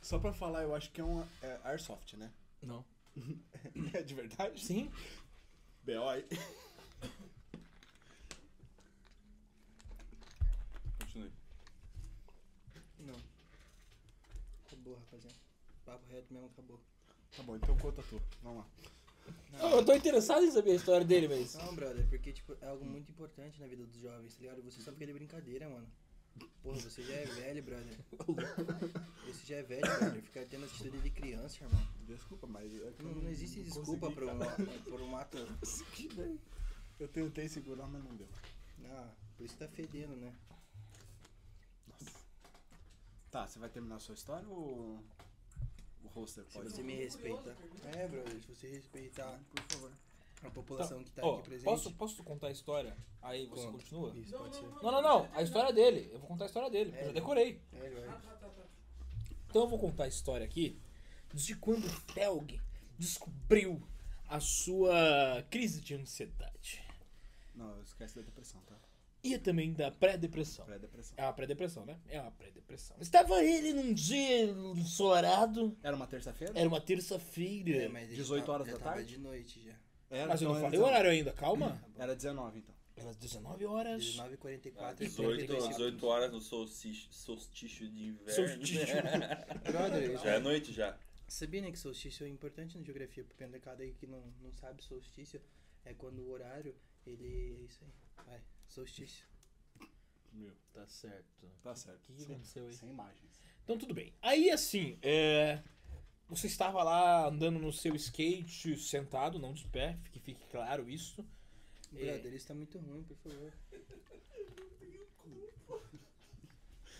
[SPEAKER 1] Só pra falar, eu acho que é uma é Airsoft, né?
[SPEAKER 2] Não.
[SPEAKER 1] É de verdade?
[SPEAKER 2] Sim?
[SPEAKER 1] B.O. aí.
[SPEAKER 3] Continue.
[SPEAKER 4] Não. Acabou, rapaziada. Papo reto mesmo, acabou.
[SPEAKER 1] Tá bom, então conta tu. Vamos lá.
[SPEAKER 2] Eu eu tô interessado em saber a história dele, mas.
[SPEAKER 4] Não, brother, porque tipo, é algo muito importante na vida dos jovens, tá ligado? Você só fica de brincadeira, mano. Porra, você já é velho, brother. Você já é velho, brother. Ficar tendo atitude de criança, irmão.
[SPEAKER 1] Desculpa, mas. é que eu
[SPEAKER 4] Não, não existe
[SPEAKER 1] não
[SPEAKER 4] desculpa
[SPEAKER 1] consegui,
[SPEAKER 4] por um,
[SPEAKER 1] cara.
[SPEAKER 4] por um ato.
[SPEAKER 1] Eu tentei segurar, mas não deu.
[SPEAKER 4] Ah, por isso tá fedendo, né?
[SPEAKER 1] Tá, você vai terminar a sua história ou. O roster
[SPEAKER 4] Se
[SPEAKER 1] pode.
[SPEAKER 4] você me respeitar. É, brother, se você respeitar
[SPEAKER 1] Por favor.
[SPEAKER 4] a população que tá
[SPEAKER 2] Ó,
[SPEAKER 4] aqui presente.
[SPEAKER 2] posso, posso contar a história? Aí você
[SPEAKER 4] Conta.
[SPEAKER 2] continua?
[SPEAKER 4] Isso, pode ser.
[SPEAKER 2] Não, não, não. A história dele. Eu vou contar a história dele. porque
[SPEAKER 4] É,
[SPEAKER 2] eu já
[SPEAKER 4] né?
[SPEAKER 2] decorei.
[SPEAKER 4] É, ele vai.
[SPEAKER 2] Então eu vou contar a história aqui de quando o Telg descobriu a sua crise de ansiedade.
[SPEAKER 1] Não, esquece da depressão, tá?
[SPEAKER 2] E também da pré-depressão.
[SPEAKER 1] Pré-depressão.
[SPEAKER 2] É uma pré-depressão, né? É uma pré-depressão. Estava ele num dia ensolarado.
[SPEAKER 1] Era uma terça-feira?
[SPEAKER 2] Era uma terça-feira.
[SPEAKER 4] É, mas ele
[SPEAKER 1] 18
[SPEAKER 4] tá-
[SPEAKER 1] horas
[SPEAKER 4] já
[SPEAKER 1] da
[SPEAKER 4] tava
[SPEAKER 1] tarde?
[SPEAKER 4] de noite já.
[SPEAKER 1] Era,
[SPEAKER 2] Mas eu não
[SPEAKER 1] então era
[SPEAKER 2] falei o
[SPEAKER 1] 19.
[SPEAKER 2] horário ainda, calma.
[SPEAKER 1] Era 19, então.
[SPEAKER 2] Era às 19 horas. Tá,
[SPEAKER 4] 19h44 e
[SPEAKER 3] 18,
[SPEAKER 4] 35.
[SPEAKER 3] 18 horas no solstício, solstício de inverno.
[SPEAKER 2] Solstício.
[SPEAKER 4] Brother, eu
[SPEAKER 3] Já é noite já.
[SPEAKER 4] Sabia, né, que solstício é importante na geografia, pro pendecado aí que não, não sabe solstício, é quando o horário, ele é isso aí. Vai, solstício.
[SPEAKER 1] Meu,
[SPEAKER 2] Tá certo.
[SPEAKER 1] tá certo.
[SPEAKER 2] que
[SPEAKER 1] Sem-
[SPEAKER 2] aconteceu aí?
[SPEAKER 1] Sem imagens.
[SPEAKER 2] Então tudo bem. Aí assim, é, você estava lá andando no seu skate sentado, não de pé, que fique claro isso.
[SPEAKER 4] Brother, isso tá muito ruim, por favor.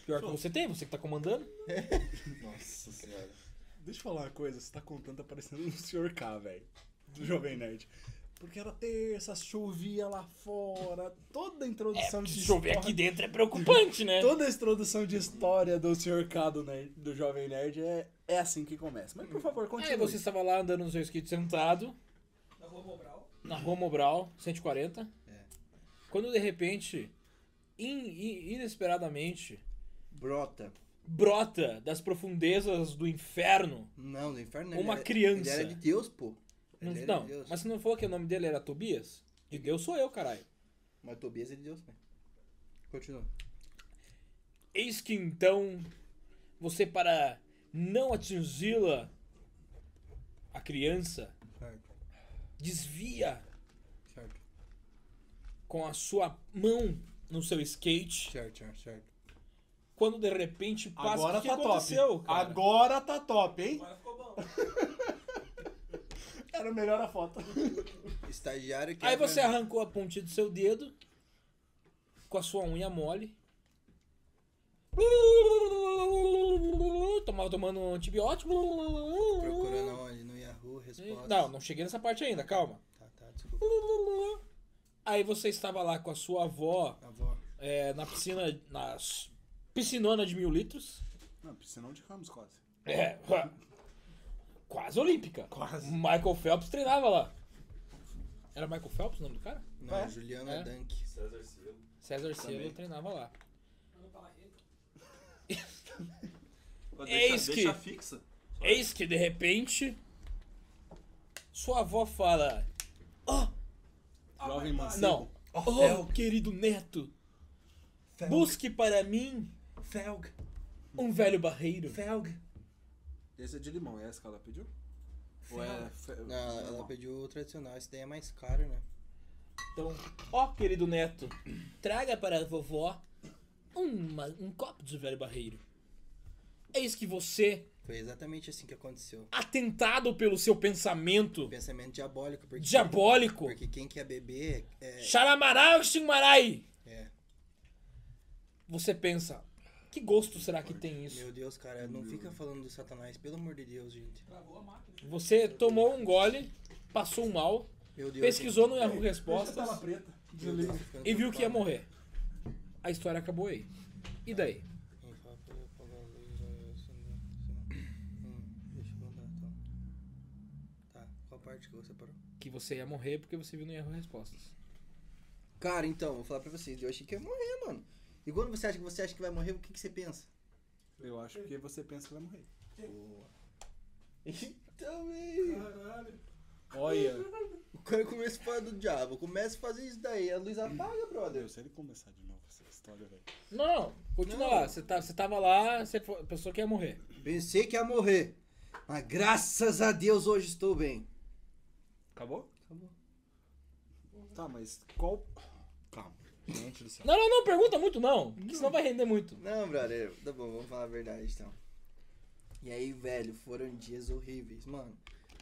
[SPEAKER 2] Pior que você tem, você que tá comandando.
[SPEAKER 3] Nossa senhora.
[SPEAKER 1] Deixa eu falar uma coisa, você tá contando, tá parecendo um Sr. K, velho. Do Jovem Nerd. Porque era terça, chovia lá fora, toda a introdução de
[SPEAKER 2] Se chover aqui
[SPEAKER 1] história-
[SPEAKER 2] dentro é preocupante, né?
[SPEAKER 1] Toda a introdução de história do Sr. K do, nerd, do Jovem Nerd é, é assim que começa. Mas por favor,
[SPEAKER 2] Aí
[SPEAKER 1] continue.
[SPEAKER 2] você estava lá andando no seu skate sentado,
[SPEAKER 7] Da Rua Mobral.
[SPEAKER 2] na rua Mobral, 140.
[SPEAKER 4] É.
[SPEAKER 2] Quando de repente, in- in- inesperadamente,
[SPEAKER 4] Brota.
[SPEAKER 2] brota das profundezas do inferno.
[SPEAKER 4] Não, do inferno não.
[SPEAKER 2] Uma
[SPEAKER 4] ele era-
[SPEAKER 2] criança.
[SPEAKER 4] Ele era de Deus, pô. Ele
[SPEAKER 2] Não,
[SPEAKER 4] era
[SPEAKER 2] não,
[SPEAKER 4] de Deus.
[SPEAKER 2] mas você não falou que o nome dele era Tobias? De Deus sou eu, caralho.
[SPEAKER 4] Mas Tobias é de Deus, né? Continua.
[SPEAKER 2] Eis que então você para não atingi-la a criança
[SPEAKER 4] Certo,
[SPEAKER 2] desvia
[SPEAKER 4] certo,
[SPEAKER 2] com a sua mão no seu skate
[SPEAKER 4] certo, certo, certo.
[SPEAKER 2] quando de repente passa
[SPEAKER 1] Agora
[SPEAKER 2] o que
[SPEAKER 1] tá
[SPEAKER 2] que aconteceu,
[SPEAKER 1] top.
[SPEAKER 2] cara?
[SPEAKER 1] Agora tá top, hein?
[SPEAKER 7] Agora ficou bom.
[SPEAKER 1] Era melhor a foto.
[SPEAKER 4] Estagiário que
[SPEAKER 1] é
[SPEAKER 2] Aí você arrancou a ponte do seu dedo com a sua unha mole. Tomava tomando um antibiótico.
[SPEAKER 4] Procurando aonde? No Yahoo, resposta.
[SPEAKER 2] Uh! Não, não cheguei nessa parte ainda, calma.
[SPEAKER 4] Tá, tá, desculpa.
[SPEAKER 2] Aí você estava lá com a sua avó
[SPEAKER 4] Avó.
[SPEAKER 2] é, na piscina, na piscinona de mil litros.
[SPEAKER 1] Não, piscinão de Ramos quase.
[SPEAKER 2] É, quase olímpica. Quase. Michael Phelps treinava lá. Era Michael Phelps o nome do cara?
[SPEAKER 4] Não, Juliana
[SPEAKER 2] É.
[SPEAKER 4] Dunk.
[SPEAKER 3] César Cielo.
[SPEAKER 2] César Cielo treinava lá.
[SPEAKER 3] Pô,
[SPEAKER 2] Eis
[SPEAKER 3] Deixa,
[SPEAKER 2] É que-
[SPEAKER 3] deixa fixa.
[SPEAKER 2] Eis que de repente sua avó fala:
[SPEAKER 1] Jovem mancebo.
[SPEAKER 2] Não, oh, querido neto, busque para mim
[SPEAKER 7] Felg,
[SPEAKER 2] um velho barreiro.
[SPEAKER 7] Felg.
[SPEAKER 1] Esse é de limão, é essa que ela pediu? Ou é. fe-
[SPEAKER 4] Não, ela
[SPEAKER 1] normal?
[SPEAKER 4] pediu o tradicional. Esse daí é mais caro, né?
[SPEAKER 2] Então, ó querido neto, traga para a vovó uma- um copo de velho barreiro. Eis que você,
[SPEAKER 4] Foi exatamente assim que aconteceu. Um
[SPEAKER 2] atentado pelo seu pensamento
[SPEAKER 4] Pensamento diabólico. Porque,
[SPEAKER 2] diabólico,
[SPEAKER 4] Porque quem quer beber é...
[SPEAKER 2] Xaramarai ou Xingmarai,
[SPEAKER 4] é.
[SPEAKER 2] você pensa, que gosto será que tem isso?
[SPEAKER 4] Meu Deus, cara, não fica falando do satanás, pelo amor de Deus, gente.
[SPEAKER 2] Você tomou um gole, passou um mal,
[SPEAKER 4] Meu Deus.
[SPEAKER 2] pesquisou no Yahoo
[SPEAKER 1] Deixa a
[SPEAKER 2] Respostas
[SPEAKER 1] tela preta.
[SPEAKER 4] gente. Meu Deus, tô ficando
[SPEAKER 2] e viu que ia
[SPEAKER 4] preocupado.
[SPEAKER 2] morrer. A história acabou aí. E daí?
[SPEAKER 4] Quem fala pra eu apagar a luz, aí eu acendo- acendo. Hum, Deixa eu mandar, então. Tá, qual parte que você parou?
[SPEAKER 2] Que você ia morrer porque você viu no Yahoo Respostas.
[SPEAKER 4] Cara, então, vou falar pra vocês. Eu achei que ia morrer, mano. E quando você acha que você acha que vai morrer, o que, que você pensa?
[SPEAKER 1] Eu acho que você pensa que vai morrer.
[SPEAKER 4] Boa. Então, velho.
[SPEAKER 1] Olha,
[SPEAKER 4] O cara começa a falar do diabo. Começa a fazer isso daí. A luz apaga, brother.
[SPEAKER 1] Deus, se ele começar de novo essa história, velho.
[SPEAKER 2] Não, não, continua lá. Você, tá, você tava lá, você foi- pensou que ia morrer.
[SPEAKER 4] Pensei que ia morrer. Mas graças a Deus hoje estou bem.
[SPEAKER 1] Acabou?
[SPEAKER 4] Acabou.
[SPEAKER 1] Tá, mas qual. Calma. Gente do céu.
[SPEAKER 2] Não, não, não, pergunta muito não, porque senão vai render muito.
[SPEAKER 4] Não, brother, tá bom, vamos falar a verdade então. E aí, velho, foram dias horríveis, mano.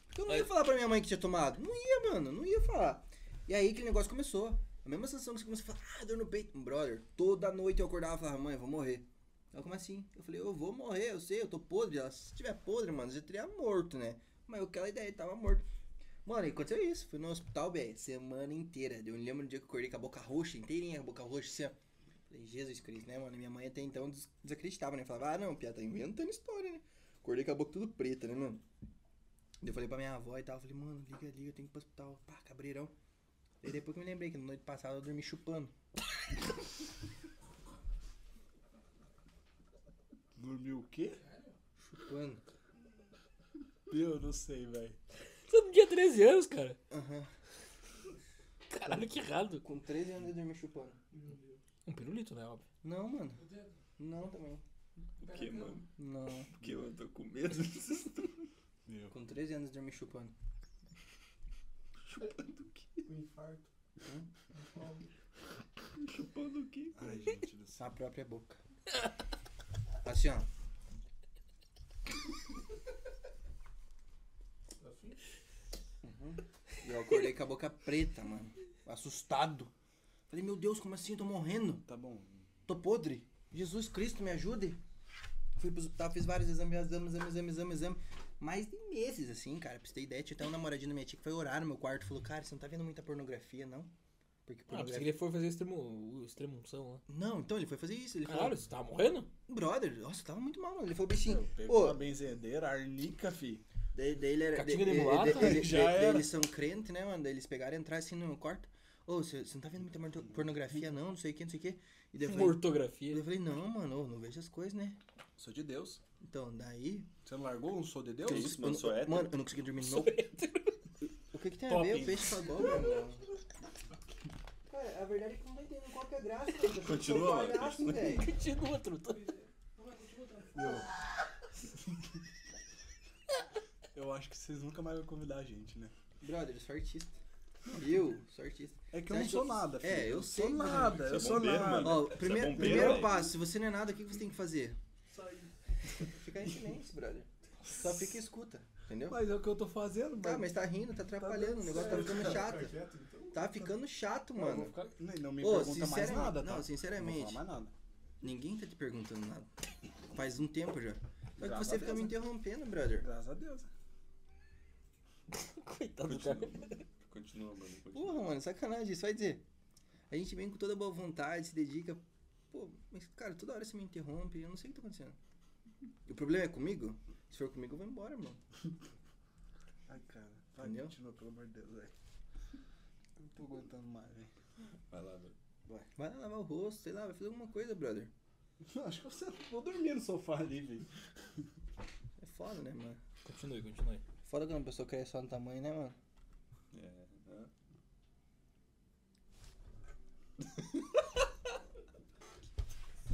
[SPEAKER 4] Porque eu não ia falar pra minha mãe que tinha tomado. Não ia, mano, não ia falar. E aí aquele negócio começou. A mesma sensação que você começa a falar, ah, dor no peito. Brother, toda noite eu acordava e falava, mãe, eu vou morrer. Ela, como assim? Eu falei, eu vou morrer, eu sei, eu tô podre. Ela, se tiver podre, mano, eu já teria morto, né? Mas eu aquela ideia, tava morto. Mano, e aconteceu isso. Fui no hospital, velho, semana inteira. Eu lembro do dia que eu acordei com a boca roxa inteirinha, a boca roxa assim, ó. Falei, Jesus Cristo, né, mano? Minha mãe até então des- desacreditava, né? Falava, ah, não, piada, tá inventando história, né? Acordei com a boca tudo preta, né, mano? Daí eu falei pra minha avó e tal, falei, mano, liga, liga, eu tenho que ir pro hospital. Pá, cabreirão. Daí depois que eu me lembrei que na noite passada eu dormi chupando.
[SPEAKER 1] Dormiu o quê?
[SPEAKER 4] Chupando.
[SPEAKER 1] Eu não sei, velho.
[SPEAKER 2] Você é não tinha 13 anos, cara.
[SPEAKER 4] Aham.
[SPEAKER 2] Caralho, que errado.
[SPEAKER 4] Com 13 anos eu dormi chupando.
[SPEAKER 2] Um pirulito, né, óbvio.
[SPEAKER 4] Não, mano. Não também.
[SPEAKER 3] O que, mano?
[SPEAKER 4] Não.
[SPEAKER 3] Porque eu tô com medo.
[SPEAKER 1] Meu.
[SPEAKER 4] Com 13 anos eu dormi chupando.
[SPEAKER 3] Chupando o quê?
[SPEAKER 1] Ai, gente do céu.
[SPEAKER 4] Na própria boca. Assim, ó. Uhum. E Eu acordei com a boca preta, mano. Assustado. Falei, meu Deus, como assim? Eu tô morrendo.
[SPEAKER 1] Tá bom.
[SPEAKER 4] Tô podre. Jesus Cristo, me ajude. Fui pro hospital, fiz vários exames, exames, exames, exames, exames, exames. Mais de meses, assim, cara. Pra você ter ideia, tinha até um namoradinho da minha tia que foi orar no meu quarto. Falou, cara, você não tá vendo muita pornografia, não? Porque
[SPEAKER 2] Ah, pensei
[SPEAKER 4] pornografia...
[SPEAKER 2] que ele foi fazer extremo, o extremunção lá.
[SPEAKER 4] Não, então ele foi fazer isso. Ele falou,
[SPEAKER 2] Caralho, você tava morrendo?
[SPEAKER 4] brother, nossa, eu tava muito mal, mano. Ele falou bichinho.
[SPEAKER 1] Pegou
[SPEAKER 4] Ô,
[SPEAKER 1] uma benzedeira, arnica, fi.
[SPEAKER 4] Daí, daí ele era.
[SPEAKER 2] Catinga de
[SPEAKER 4] daí- daí-
[SPEAKER 2] mulata? né?
[SPEAKER 4] daí- daí-
[SPEAKER 1] Já
[SPEAKER 4] daí
[SPEAKER 1] era.
[SPEAKER 4] eles são crentes, né, mano? Daí eles pegaram e entraram assim no quarto. Ô, você você não tá vendo muita morto- pornografia, não? Não sei o que, não sei o que. E daí eu falei, daí eu
[SPEAKER 2] Ortografia.
[SPEAKER 4] falei, não, mano, ô, não vejo as coisas, né?
[SPEAKER 1] Sou de Deus.
[SPEAKER 4] Então, daí.
[SPEAKER 1] Você não largou um sou de Deus?
[SPEAKER 3] Que É isso, mano?
[SPEAKER 4] não-
[SPEAKER 3] Sou hétero.
[SPEAKER 4] mano, eu não consegui dormir de novo. O que que tem
[SPEAKER 2] Top,
[SPEAKER 4] a ver
[SPEAKER 2] hein?
[SPEAKER 4] o peixe com a cobra, mano? Cara, a verdade é que não tá entendendo qual que é a graça.
[SPEAKER 3] Continua, sou mano. palhaço,
[SPEAKER 4] velho.
[SPEAKER 2] Continua, truta.
[SPEAKER 1] Eu acho que vocês nunca mais vão convidar a gente, né?
[SPEAKER 4] Brother, eu sou artista. Eu sou artista.
[SPEAKER 1] É que eu não
[SPEAKER 4] Você
[SPEAKER 1] sou
[SPEAKER 4] acha-
[SPEAKER 1] nada, filho.
[SPEAKER 4] É, eu sei,
[SPEAKER 1] sou
[SPEAKER 4] mano.
[SPEAKER 1] nada,
[SPEAKER 3] Você
[SPEAKER 1] eu
[SPEAKER 3] é
[SPEAKER 1] sou
[SPEAKER 3] bombeiro,
[SPEAKER 1] nada.
[SPEAKER 3] mano?
[SPEAKER 4] Ó,
[SPEAKER 3] Você é
[SPEAKER 4] primeiro,
[SPEAKER 3] bombeiro,
[SPEAKER 4] primeiro
[SPEAKER 3] velho?
[SPEAKER 4] passo, se você não é nada, o que que você tem que fazer? Sair. Ficar em silêncio, brother. Só fica e escuta. entendeu?
[SPEAKER 5] Mas é o que eu tô fazendo,
[SPEAKER 4] Tá,
[SPEAKER 5] mano.
[SPEAKER 4] mas tá rindo, tá atrapalhando, o negócio tá ficando chato.
[SPEAKER 6] então?
[SPEAKER 4] Tá ficando chato,
[SPEAKER 1] Não, eu vou
[SPEAKER 4] mano.
[SPEAKER 1] ficar- não, não me
[SPEAKER 4] Ô,
[SPEAKER 1] pergunta mais
[SPEAKER 4] sinceramente-
[SPEAKER 1] nada, tá?
[SPEAKER 4] não, sinceramente.
[SPEAKER 1] Não vou falar mais nada.
[SPEAKER 4] Ninguém tá te perguntando nada. Faz um tempo já. Só que
[SPEAKER 1] Graças
[SPEAKER 4] você
[SPEAKER 1] a
[SPEAKER 4] fica
[SPEAKER 1] Deus,
[SPEAKER 4] me
[SPEAKER 1] né?
[SPEAKER 4] interrompendo, brother.
[SPEAKER 1] Graças a Deus.
[SPEAKER 2] Coitado Tá do cara.
[SPEAKER 3] Continua, mano. Continua.
[SPEAKER 4] Porra, mano, sacanagem, isso vai dizer. A gente vem com toda boa vontade, se dedica. Pô, mas cara, toda hora você me interrompe, eu não sei o que tá acontecendo. E o problema é comigo? Se for comigo, eu vou embora, mano.
[SPEAKER 5] Ai, cara. Vai,
[SPEAKER 4] Entendeu?
[SPEAKER 5] continua, pelo amor de Deus, velho. Não tô aguentando mais, velho.
[SPEAKER 3] Vai lá, velho.
[SPEAKER 4] Vai lá lavar o rosto, sei lá, vai fazer alguma coisa, brother.
[SPEAKER 1] Acho que você vou dormir no sofá ali, velho.
[SPEAKER 4] É foda, né, mano?
[SPEAKER 2] Continue, continue.
[SPEAKER 4] Foda quando a pessoa cresce só no tamanho, né, mano?
[SPEAKER 3] É. hã?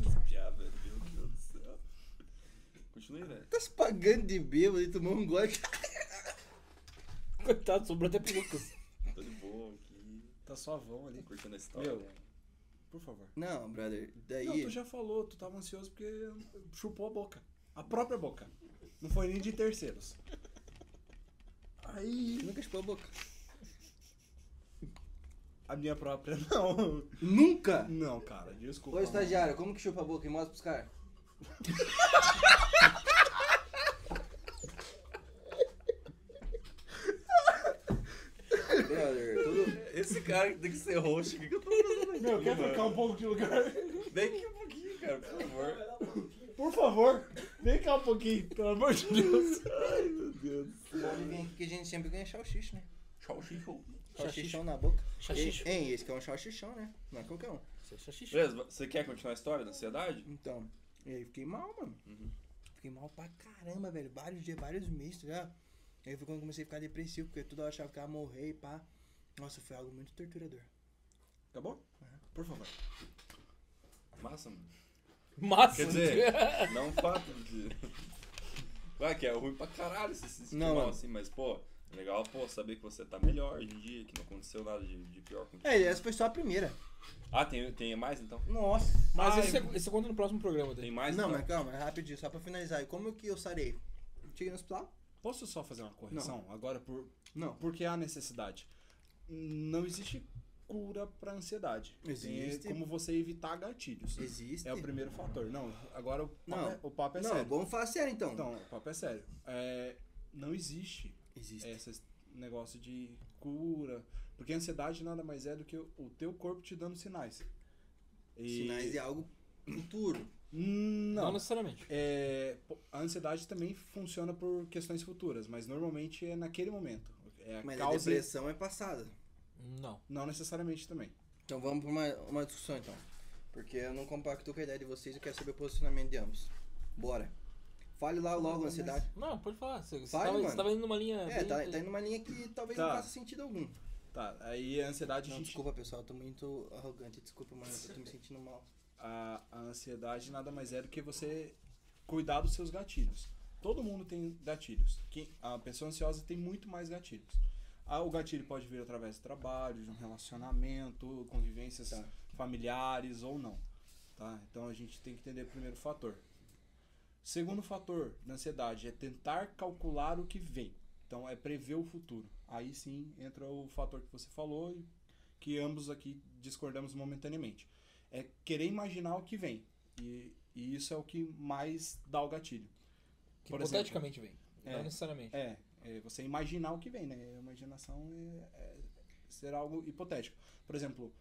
[SPEAKER 3] Essas piadas, meu Deus do céu. né? Continue, velho.
[SPEAKER 4] Tá se pagando de bêbado e tomou um gole.
[SPEAKER 2] Coitado, sobrou até pro Lucas.
[SPEAKER 3] Tô de boa aqui.
[SPEAKER 1] Tá suavão ali.
[SPEAKER 3] Curtindo a história.
[SPEAKER 1] Meu. Por favor.
[SPEAKER 4] Não, brother, daí.
[SPEAKER 1] Não, tu já falou, tu tava ansioso porque chupou a boca. A própria boca. Não foi nem de terceiros. Aí.
[SPEAKER 4] Nunca chupou a boca.
[SPEAKER 1] A minha própria, não.
[SPEAKER 4] Nunca!
[SPEAKER 1] Não, cara, desculpa.
[SPEAKER 4] Ô, estagiário, como que chupa a boca e mostra pros caras? Brother, tudo.
[SPEAKER 3] Esse cara que tem que ser host, o que, que eu tô fazendo aqui? Meu,
[SPEAKER 1] Quer trocar um pouco de lugar?
[SPEAKER 3] Vem aqui um pouquinho, cara, por favor.
[SPEAKER 1] Por favor, vem cá um pouquinho, pelo amor de Deus.
[SPEAKER 4] Pode vir aqui que a gente sempre ganha xalxixe, né?
[SPEAKER 3] Tchau, xixi.
[SPEAKER 4] Xalxichão na boca.
[SPEAKER 2] Xaxixo.
[SPEAKER 4] Ei, Hein, esse que é um xalxichão, né? Não é qualquer um.
[SPEAKER 2] Xaxixo.
[SPEAKER 3] Beleza, você quer continuar a história da ansiedade?
[SPEAKER 4] Então, e aí fiquei mal, mano.
[SPEAKER 1] Uhum.
[SPEAKER 4] Fiquei mal pra caramba, velho. Vários dias, vários meses já. Aí foi quando eu comecei a ficar depressivo, porque toda hora eu achava que eu ia morrer e pá. Nossa, foi algo muito torturador.
[SPEAKER 1] Acabou? Tá Por favor.
[SPEAKER 3] Massa, mano.
[SPEAKER 2] Massa.
[SPEAKER 3] Quer dizer, não o fato de. Vai, que é ruim pra caralho se se sentir
[SPEAKER 4] Não,
[SPEAKER 3] mal
[SPEAKER 4] mano.
[SPEAKER 3] assim, mas pô, é legal, pô, saber que você tá melhor hoje em dia, que não aconteceu nada de, de pior com
[SPEAKER 4] É, essa foi só a primeira.
[SPEAKER 3] Ah, tem, tem mais então?
[SPEAKER 4] Nossa.
[SPEAKER 2] Mas
[SPEAKER 3] Ai,
[SPEAKER 2] esse, você- esse conta no próximo programa
[SPEAKER 3] Tem
[SPEAKER 2] daí.
[SPEAKER 3] mais
[SPEAKER 4] não,
[SPEAKER 3] então?
[SPEAKER 4] mas calma, rapidinho, só pra finalizar. E como que eu sarei? Cheguei no hospital?
[SPEAKER 1] Posso só fazer uma correção agora por
[SPEAKER 4] Não.
[SPEAKER 1] porque há necessidade. Não existe cura para ansiedade. Tem
[SPEAKER 4] Existe.
[SPEAKER 1] como você evitar gatilhos.
[SPEAKER 4] Existe.
[SPEAKER 1] É o primeiro fator. Não, agora o papo
[SPEAKER 4] Não.
[SPEAKER 1] é, o papo é
[SPEAKER 4] Não,
[SPEAKER 1] sério.
[SPEAKER 4] vamos falar sério então.
[SPEAKER 1] Então, o papo é sério. É, não existe
[SPEAKER 4] Existe.
[SPEAKER 1] esse negócio de cura. Porque a ansiedade nada mais é do que o, o teu corpo te dando sinais. é, E-
[SPEAKER 4] Sinais de algo futuro.
[SPEAKER 2] Não,
[SPEAKER 1] Não,
[SPEAKER 2] necessariamente.
[SPEAKER 1] é, po- a ansiedade também funciona por questões futuras, mas normalmente é naquele momento. É a
[SPEAKER 4] Mas a
[SPEAKER 1] causa.
[SPEAKER 4] depressão é passada.
[SPEAKER 2] Não.
[SPEAKER 1] Não necessariamente também.
[SPEAKER 4] Então vamos pra uma, uma discussão então. Porque eu não compacto com a ideia de vocês e quero saber o posicionamento de ambos. Bora. Fale lá logo a ansiedade.
[SPEAKER 2] Não, pode falar. Você, você
[SPEAKER 4] Vai,
[SPEAKER 2] tava,
[SPEAKER 4] mano.
[SPEAKER 2] você tava indo numa linha.
[SPEAKER 4] É,
[SPEAKER 2] bem-
[SPEAKER 4] tá, tá indo numa linha que talvez
[SPEAKER 1] Tá.
[SPEAKER 4] não faça sentido algum.
[SPEAKER 1] Tá, aí a ansiedade. a
[SPEAKER 4] Não,
[SPEAKER 1] gente-
[SPEAKER 4] desculpa pessoal, eu tô muito arrogante, desculpa, mano, eu tô me sentindo mal.
[SPEAKER 1] a, a ansiedade nada mais é do que você cuidar dos seus gatilhos. Todo mundo tem gatilhos. Quem, a pessoa ansiosa tem muito mais gatilhos. Ah, o gatilho pode vir através do trabalho, de um relacionamento, convivências
[SPEAKER 4] Tá.
[SPEAKER 1] familiares ou não. Tá? Então a gente tem que entender o primeiro fator. Segundo fator da ansiedade é tentar calcular o que vem. Então é prever o futuro. Aí sim entra o fator que você falou e que ambos aqui discordamos momentaneamente é querer imaginar o que vem. E, e isso é o que mais dá o gatilho.
[SPEAKER 2] que
[SPEAKER 1] por exemplo.
[SPEAKER 2] hipoteticamente vem.
[SPEAKER 1] É.
[SPEAKER 2] Não necessariamente.
[SPEAKER 1] É, é você imaginar o que vem, né? A imaginação é, é ser algo hipotético. Por exemplo,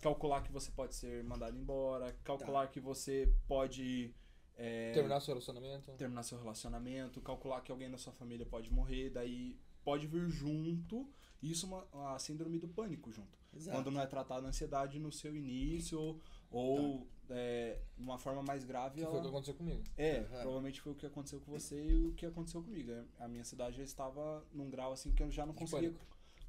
[SPEAKER 1] calcular que você pode ser mandado embora, calcular
[SPEAKER 2] Tá.
[SPEAKER 1] que você pode é,
[SPEAKER 2] Terminar seu relacionamento.
[SPEAKER 1] terminar seu relacionamento, calcular que alguém da sua família pode morrer, daí pode vir junto. Isso é uma, a síndrome do pânico junto. quando não é tratada a ansiedade no seu início ou é, de uma forma mais grave
[SPEAKER 2] Tá. Que foi o que
[SPEAKER 1] ela...
[SPEAKER 2] aconteceu comigo.
[SPEAKER 1] é
[SPEAKER 4] Aham.
[SPEAKER 1] provavelmente foi o que aconteceu com você e o que aconteceu comigo né? a minha ansiedade já estava num grau assim que eu já não
[SPEAKER 2] De
[SPEAKER 1] conseguia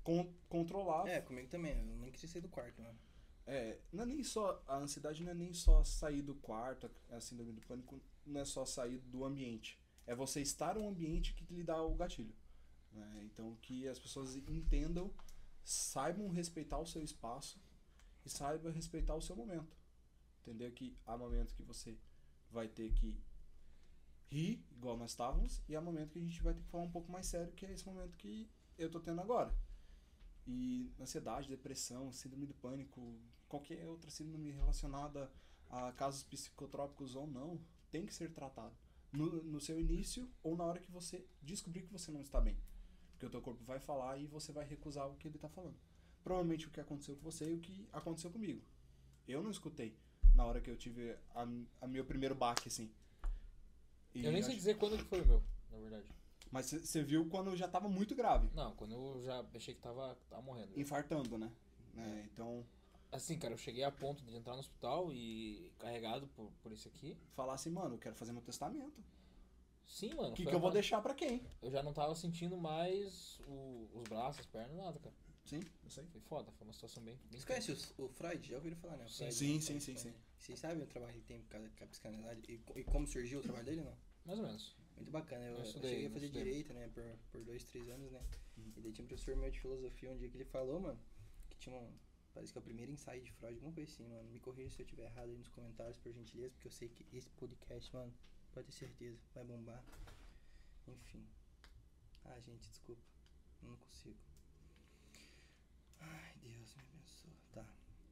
[SPEAKER 1] con- controlar
[SPEAKER 4] É, comigo também, eu nem queria sair do quarto, mano.
[SPEAKER 1] É, não é nem só a ansiedade não é nem só sair do quarto a a síndrome do pânico não é só sair do ambiente é você estar em um ambiente que lhe dá o gatilho né? então que as pessoas entendam saibam respeitar o seu espaço e saibam respeitar o seu momento entender que há momentos que você vai ter que rir, igual nós estávamos, e é o momento que a gente vai ter que falar um pouco mais sério, que é esse momento que eu tô tendo agora. E ansiedade, depressão, síndrome do pânico, qualquer outra síndrome relacionada a casos psicotrópicos ou não, tem que ser tratado. No, no seu início ou na hora que você descobrir que você não está bem. Porque o teu corpo vai falar e você vai recusar o que ele está falando. Provavelmente o que aconteceu com você e o que aconteceu comigo. Eu não escutei na hora que eu tive a, a meu primeiro baque, assim. E
[SPEAKER 2] Eu nem sei
[SPEAKER 1] acho-
[SPEAKER 2] dizer quando que foi o meu, na verdade.
[SPEAKER 1] Mas você viu quando já tava muito grave.
[SPEAKER 2] Não, quando eu já achei que tava, tava morrendo.
[SPEAKER 1] Infartando, né?
[SPEAKER 4] É.
[SPEAKER 1] né? Então,
[SPEAKER 2] Assim, cara, eu cheguei a ponto de entrar no hospital e carregado por, por isso aqui.
[SPEAKER 1] falar assim, mano, eu quero fazer meu testamento.
[SPEAKER 2] Sim,
[SPEAKER 4] Tá
[SPEAKER 2] mano.
[SPEAKER 1] O que,
[SPEAKER 2] foi
[SPEAKER 1] que eu vou
[SPEAKER 2] uma-
[SPEAKER 1] deixar pra quem?
[SPEAKER 2] Eu já não tava sentindo mais o- os braços, as pernas, nada, cara.
[SPEAKER 1] Sim, eu sei.
[SPEAKER 2] Foi foda, foi uma situação bem. bem
[SPEAKER 4] Vocês conhecem o, o Freud? Já ouviram falar, né? O Freud.
[SPEAKER 1] Sim, sim, sim, sim.
[SPEAKER 4] Vocês sabem o trabalho que ele tem por causa da psicanalidade e, co- e como surgiu o trabalho dele, não?
[SPEAKER 2] Mais ou menos.
[SPEAKER 4] Muito bacana. Eu,
[SPEAKER 2] Eu
[SPEAKER 4] eu
[SPEAKER 2] estudei,
[SPEAKER 4] cheguei a
[SPEAKER 2] eu
[SPEAKER 4] fazer
[SPEAKER 2] estudei. Uhum.
[SPEAKER 4] direito, né? Por, por dois, três anos, né? E daí tinha um professor meu de filosofia um dia que ele falou, mano, que tinha um. Parece que é o primeiro ensaio de Freud, alguma coisa assim, mano. Me corrija se eu tiver errado aí nos comentários, por gentileza, porque eu sei que esse podcast, mano, pode ter certeza, vai bombar. Enfim. Ah, gente, desculpa. Eu Não consigo. Ai, Deus, me abençoa. Tá.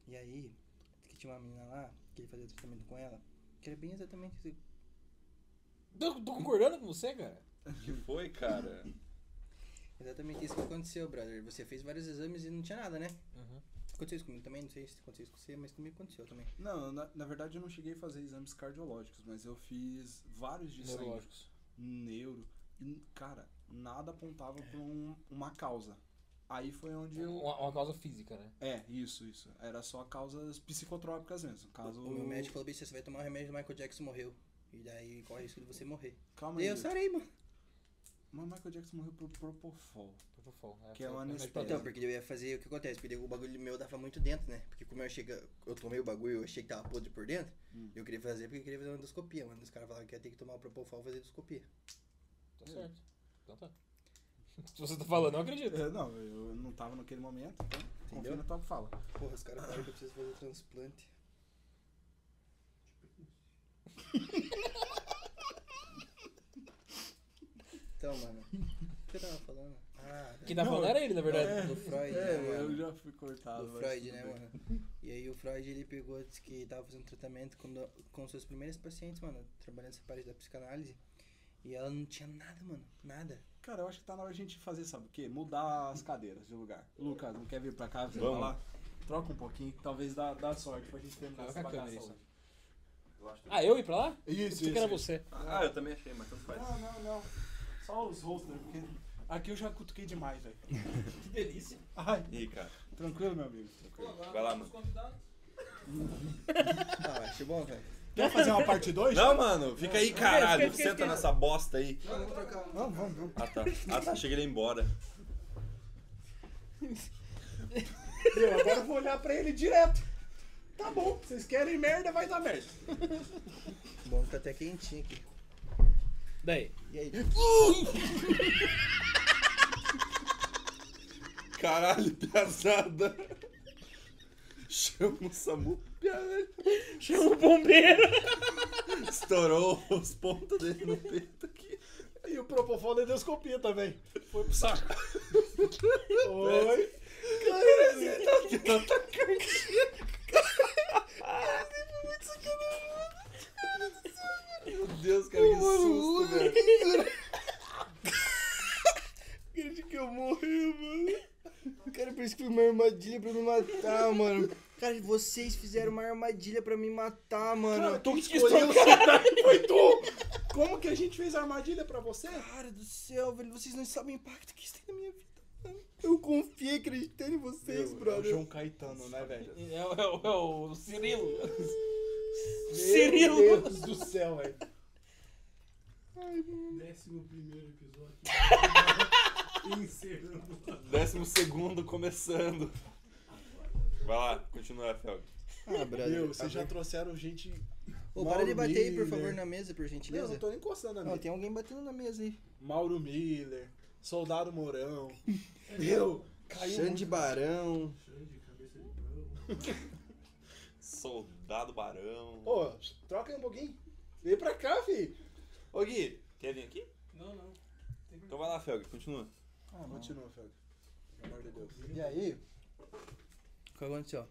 [SPEAKER 4] E aí, que tinha uma menina lá, que ele fazia tratamento com ela, que era bem exatamente isso
[SPEAKER 2] Tô, tô concordando com você, cara.
[SPEAKER 3] Que foi, cara?
[SPEAKER 4] Exatamente isso que aconteceu, brother. Você fez vários exames e não tinha nada, né?
[SPEAKER 2] Uhum.
[SPEAKER 4] Aconteceu isso comigo também, não sei se aconteceu isso com você, mas comigo aconteceu também.
[SPEAKER 1] Não, na, na verdade eu não cheguei a fazer exames cardiológicos, mas eu fiz vários de sangue.
[SPEAKER 2] Neurológicos.
[SPEAKER 1] Neuro. E, cara, nada apontava pra um- uma causa. Aí foi onde eu.
[SPEAKER 2] É Uma, uma causa física, né?
[SPEAKER 1] É, isso, isso. Era só causas psicotrópicas mesmo. Caso.
[SPEAKER 4] O meu médico falou, bicho, você vai tomar o remédio do Michael Jackson morreu. E daí corre o risco de você morrer.
[SPEAKER 1] Calma
[SPEAKER 4] E
[SPEAKER 1] aí.
[SPEAKER 4] eu sarei, mano.
[SPEAKER 1] Mas Michael Jackson morreu pro Propofol.
[SPEAKER 2] Propofol.
[SPEAKER 1] Que é
[SPEAKER 2] foi-
[SPEAKER 1] um
[SPEAKER 2] foi remédio pra
[SPEAKER 1] anestésico.
[SPEAKER 4] Então, porque eu ia fazer o que acontece, porque daí o bagulho meu dava muito dentro, né? Porque como eu chega, eu tomei o bagulho, eu achei que tava podre por dentro, eu queria fazer porque eu queria fazer uma endoscopia, mano. Os caras falaram que ia ter que tomar o Propofol e fazer endoscopia.
[SPEAKER 2] Tá certo. Então tá. Se você tá falando, eu acredito.
[SPEAKER 1] É, não, eu não tava naquele momento, então confia
[SPEAKER 4] Entendeu?
[SPEAKER 1] no tal que fala.
[SPEAKER 4] Porra, os caras falaram que eu preciso fazer transplante. Então, mano, o que eu tava falando? Ah,
[SPEAKER 2] Quem tá
[SPEAKER 1] Não,
[SPEAKER 2] falando era ele, na verdade.
[SPEAKER 4] do Freud, né,
[SPEAKER 1] É,
[SPEAKER 4] mano?
[SPEAKER 1] eu já fui cortado.
[SPEAKER 4] do
[SPEAKER 1] mas
[SPEAKER 4] Freud,
[SPEAKER 1] tudo
[SPEAKER 4] né,
[SPEAKER 1] bem.
[SPEAKER 4] mano? E aí o Freud, ele pegou, disse que tava fazendo um tratamento com, do- com seus primeiros pacientes, mano, trabalhando essa parte da psicanálise. E ela não tinha nada, mano, nada.
[SPEAKER 1] Cara, eu acho que tá na hora de a gente fazer, sabe o quê? Mudar as cadeiras de lugar. Lucas, não quer vir pra cá, vir pra
[SPEAKER 3] Vamos.
[SPEAKER 1] lá? Troca um pouquinho, que talvez dá, dá sorte pra gente terminar
[SPEAKER 2] Coloca
[SPEAKER 1] essa
[SPEAKER 2] a câmera
[SPEAKER 1] bagaça
[SPEAKER 2] aí, só.
[SPEAKER 1] hoje.
[SPEAKER 2] Ah, eu ir pra lá?
[SPEAKER 1] Isso,
[SPEAKER 2] Pensei
[SPEAKER 1] isso.
[SPEAKER 2] que era
[SPEAKER 1] isso.
[SPEAKER 2] você.
[SPEAKER 3] Ah, eu também achei, mas tanto faz.
[SPEAKER 1] Não, não, não. Só os holsters, porque aqui eu já cutuquei demais, velho.
[SPEAKER 7] Que delícia.
[SPEAKER 1] Ai,
[SPEAKER 3] Ih, cara.
[SPEAKER 1] tranquilo, meu amigo.
[SPEAKER 7] Pô, agora
[SPEAKER 3] Vai lá,
[SPEAKER 7] vamos convidar.
[SPEAKER 4] Ah, achei bom, velho.
[SPEAKER 1] Quer fazer uma parte 2?
[SPEAKER 3] Não, mano, fica aí, caralho.
[SPEAKER 7] esquece, esquece,
[SPEAKER 3] Senta
[SPEAKER 7] esquece.
[SPEAKER 3] nessa bosta aí.
[SPEAKER 4] Vamos trocar.
[SPEAKER 1] Vamos, vamos, vamos.
[SPEAKER 3] Ah, tá. Ah, tá. Cheguei ele embora.
[SPEAKER 1] Meu, agora eu vou olhar pra ele direto. Tá bom, vocês querem merda, vai dar merda.
[SPEAKER 4] Bom, tá até quentinho aqui.
[SPEAKER 2] Daí.
[SPEAKER 4] E aí,
[SPEAKER 3] Caralho, pesada. Chama o Samu.
[SPEAKER 2] Chama o bombeiro.
[SPEAKER 3] Estourou os pontos dele no peito aqui.
[SPEAKER 1] E o Propofol da endoscopia também. Foi pro saco. Oi.
[SPEAKER 3] Meu Deus, cara, que susto, velho.
[SPEAKER 4] Acredito que eu morri, mano. O cara perseguiu uma armadilha pra me matar, mano. Cara, vocês fizeram uma armadilha pra me matar, mano.
[SPEAKER 1] tu que escolheu o sotaque, foi tu. Como que a gente fez a armadilha pra você?
[SPEAKER 4] Cara do céu, velho, vocês não sabem o impacto que isso tem na minha vida, mano. Eu confiei, acreditei em vocês, brother.
[SPEAKER 1] é Caetano, né, velho?
[SPEAKER 2] É, o- é o- é o Cirilo.
[SPEAKER 1] Meu
[SPEAKER 2] Cirilo.
[SPEAKER 1] Deus do céu, velho.
[SPEAKER 6] Décimo primeiro episódio. Encerramos.
[SPEAKER 3] Décimo segundo começando. Vai lá, continua, Felg.
[SPEAKER 4] Ah, brother.
[SPEAKER 1] Meu, vocês já trouxeram gente...
[SPEAKER 4] Ô, para de
[SPEAKER 1] Mauro
[SPEAKER 4] bater aí, por
[SPEAKER 1] Miller.
[SPEAKER 4] favor, na mesa, por
[SPEAKER 1] Meu, eu né? não
[SPEAKER 4] gentileza.
[SPEAKER 1] tô nem encostando na
[SPEAKER 4] Ó,
[SPEAKER 1] mesa.
[SPEAKER 4] tem alguém batendo na mesa aí.
[SPEAKER 1] Mauro Miller, Soldado Mourão. Meu, caiu
[SPEAKER 4] Xande Barão.
[SPEAKER 3] Soldado Barão.
[SPEAKER 1] Ô, troca aí um pouquinho. Vem pra cá, fi.
[SPEAKER 3] Ô Gui, quer vir aqui?
[SPEAKER 7] Não, não.
[SPEAKER 3] Então vai lá, Felg, continua.
[SPEAKER 1] Ah, continua, Fábio. Pelo amor de Deus.
[SPEAKER 4] E aí? O que aconteceu?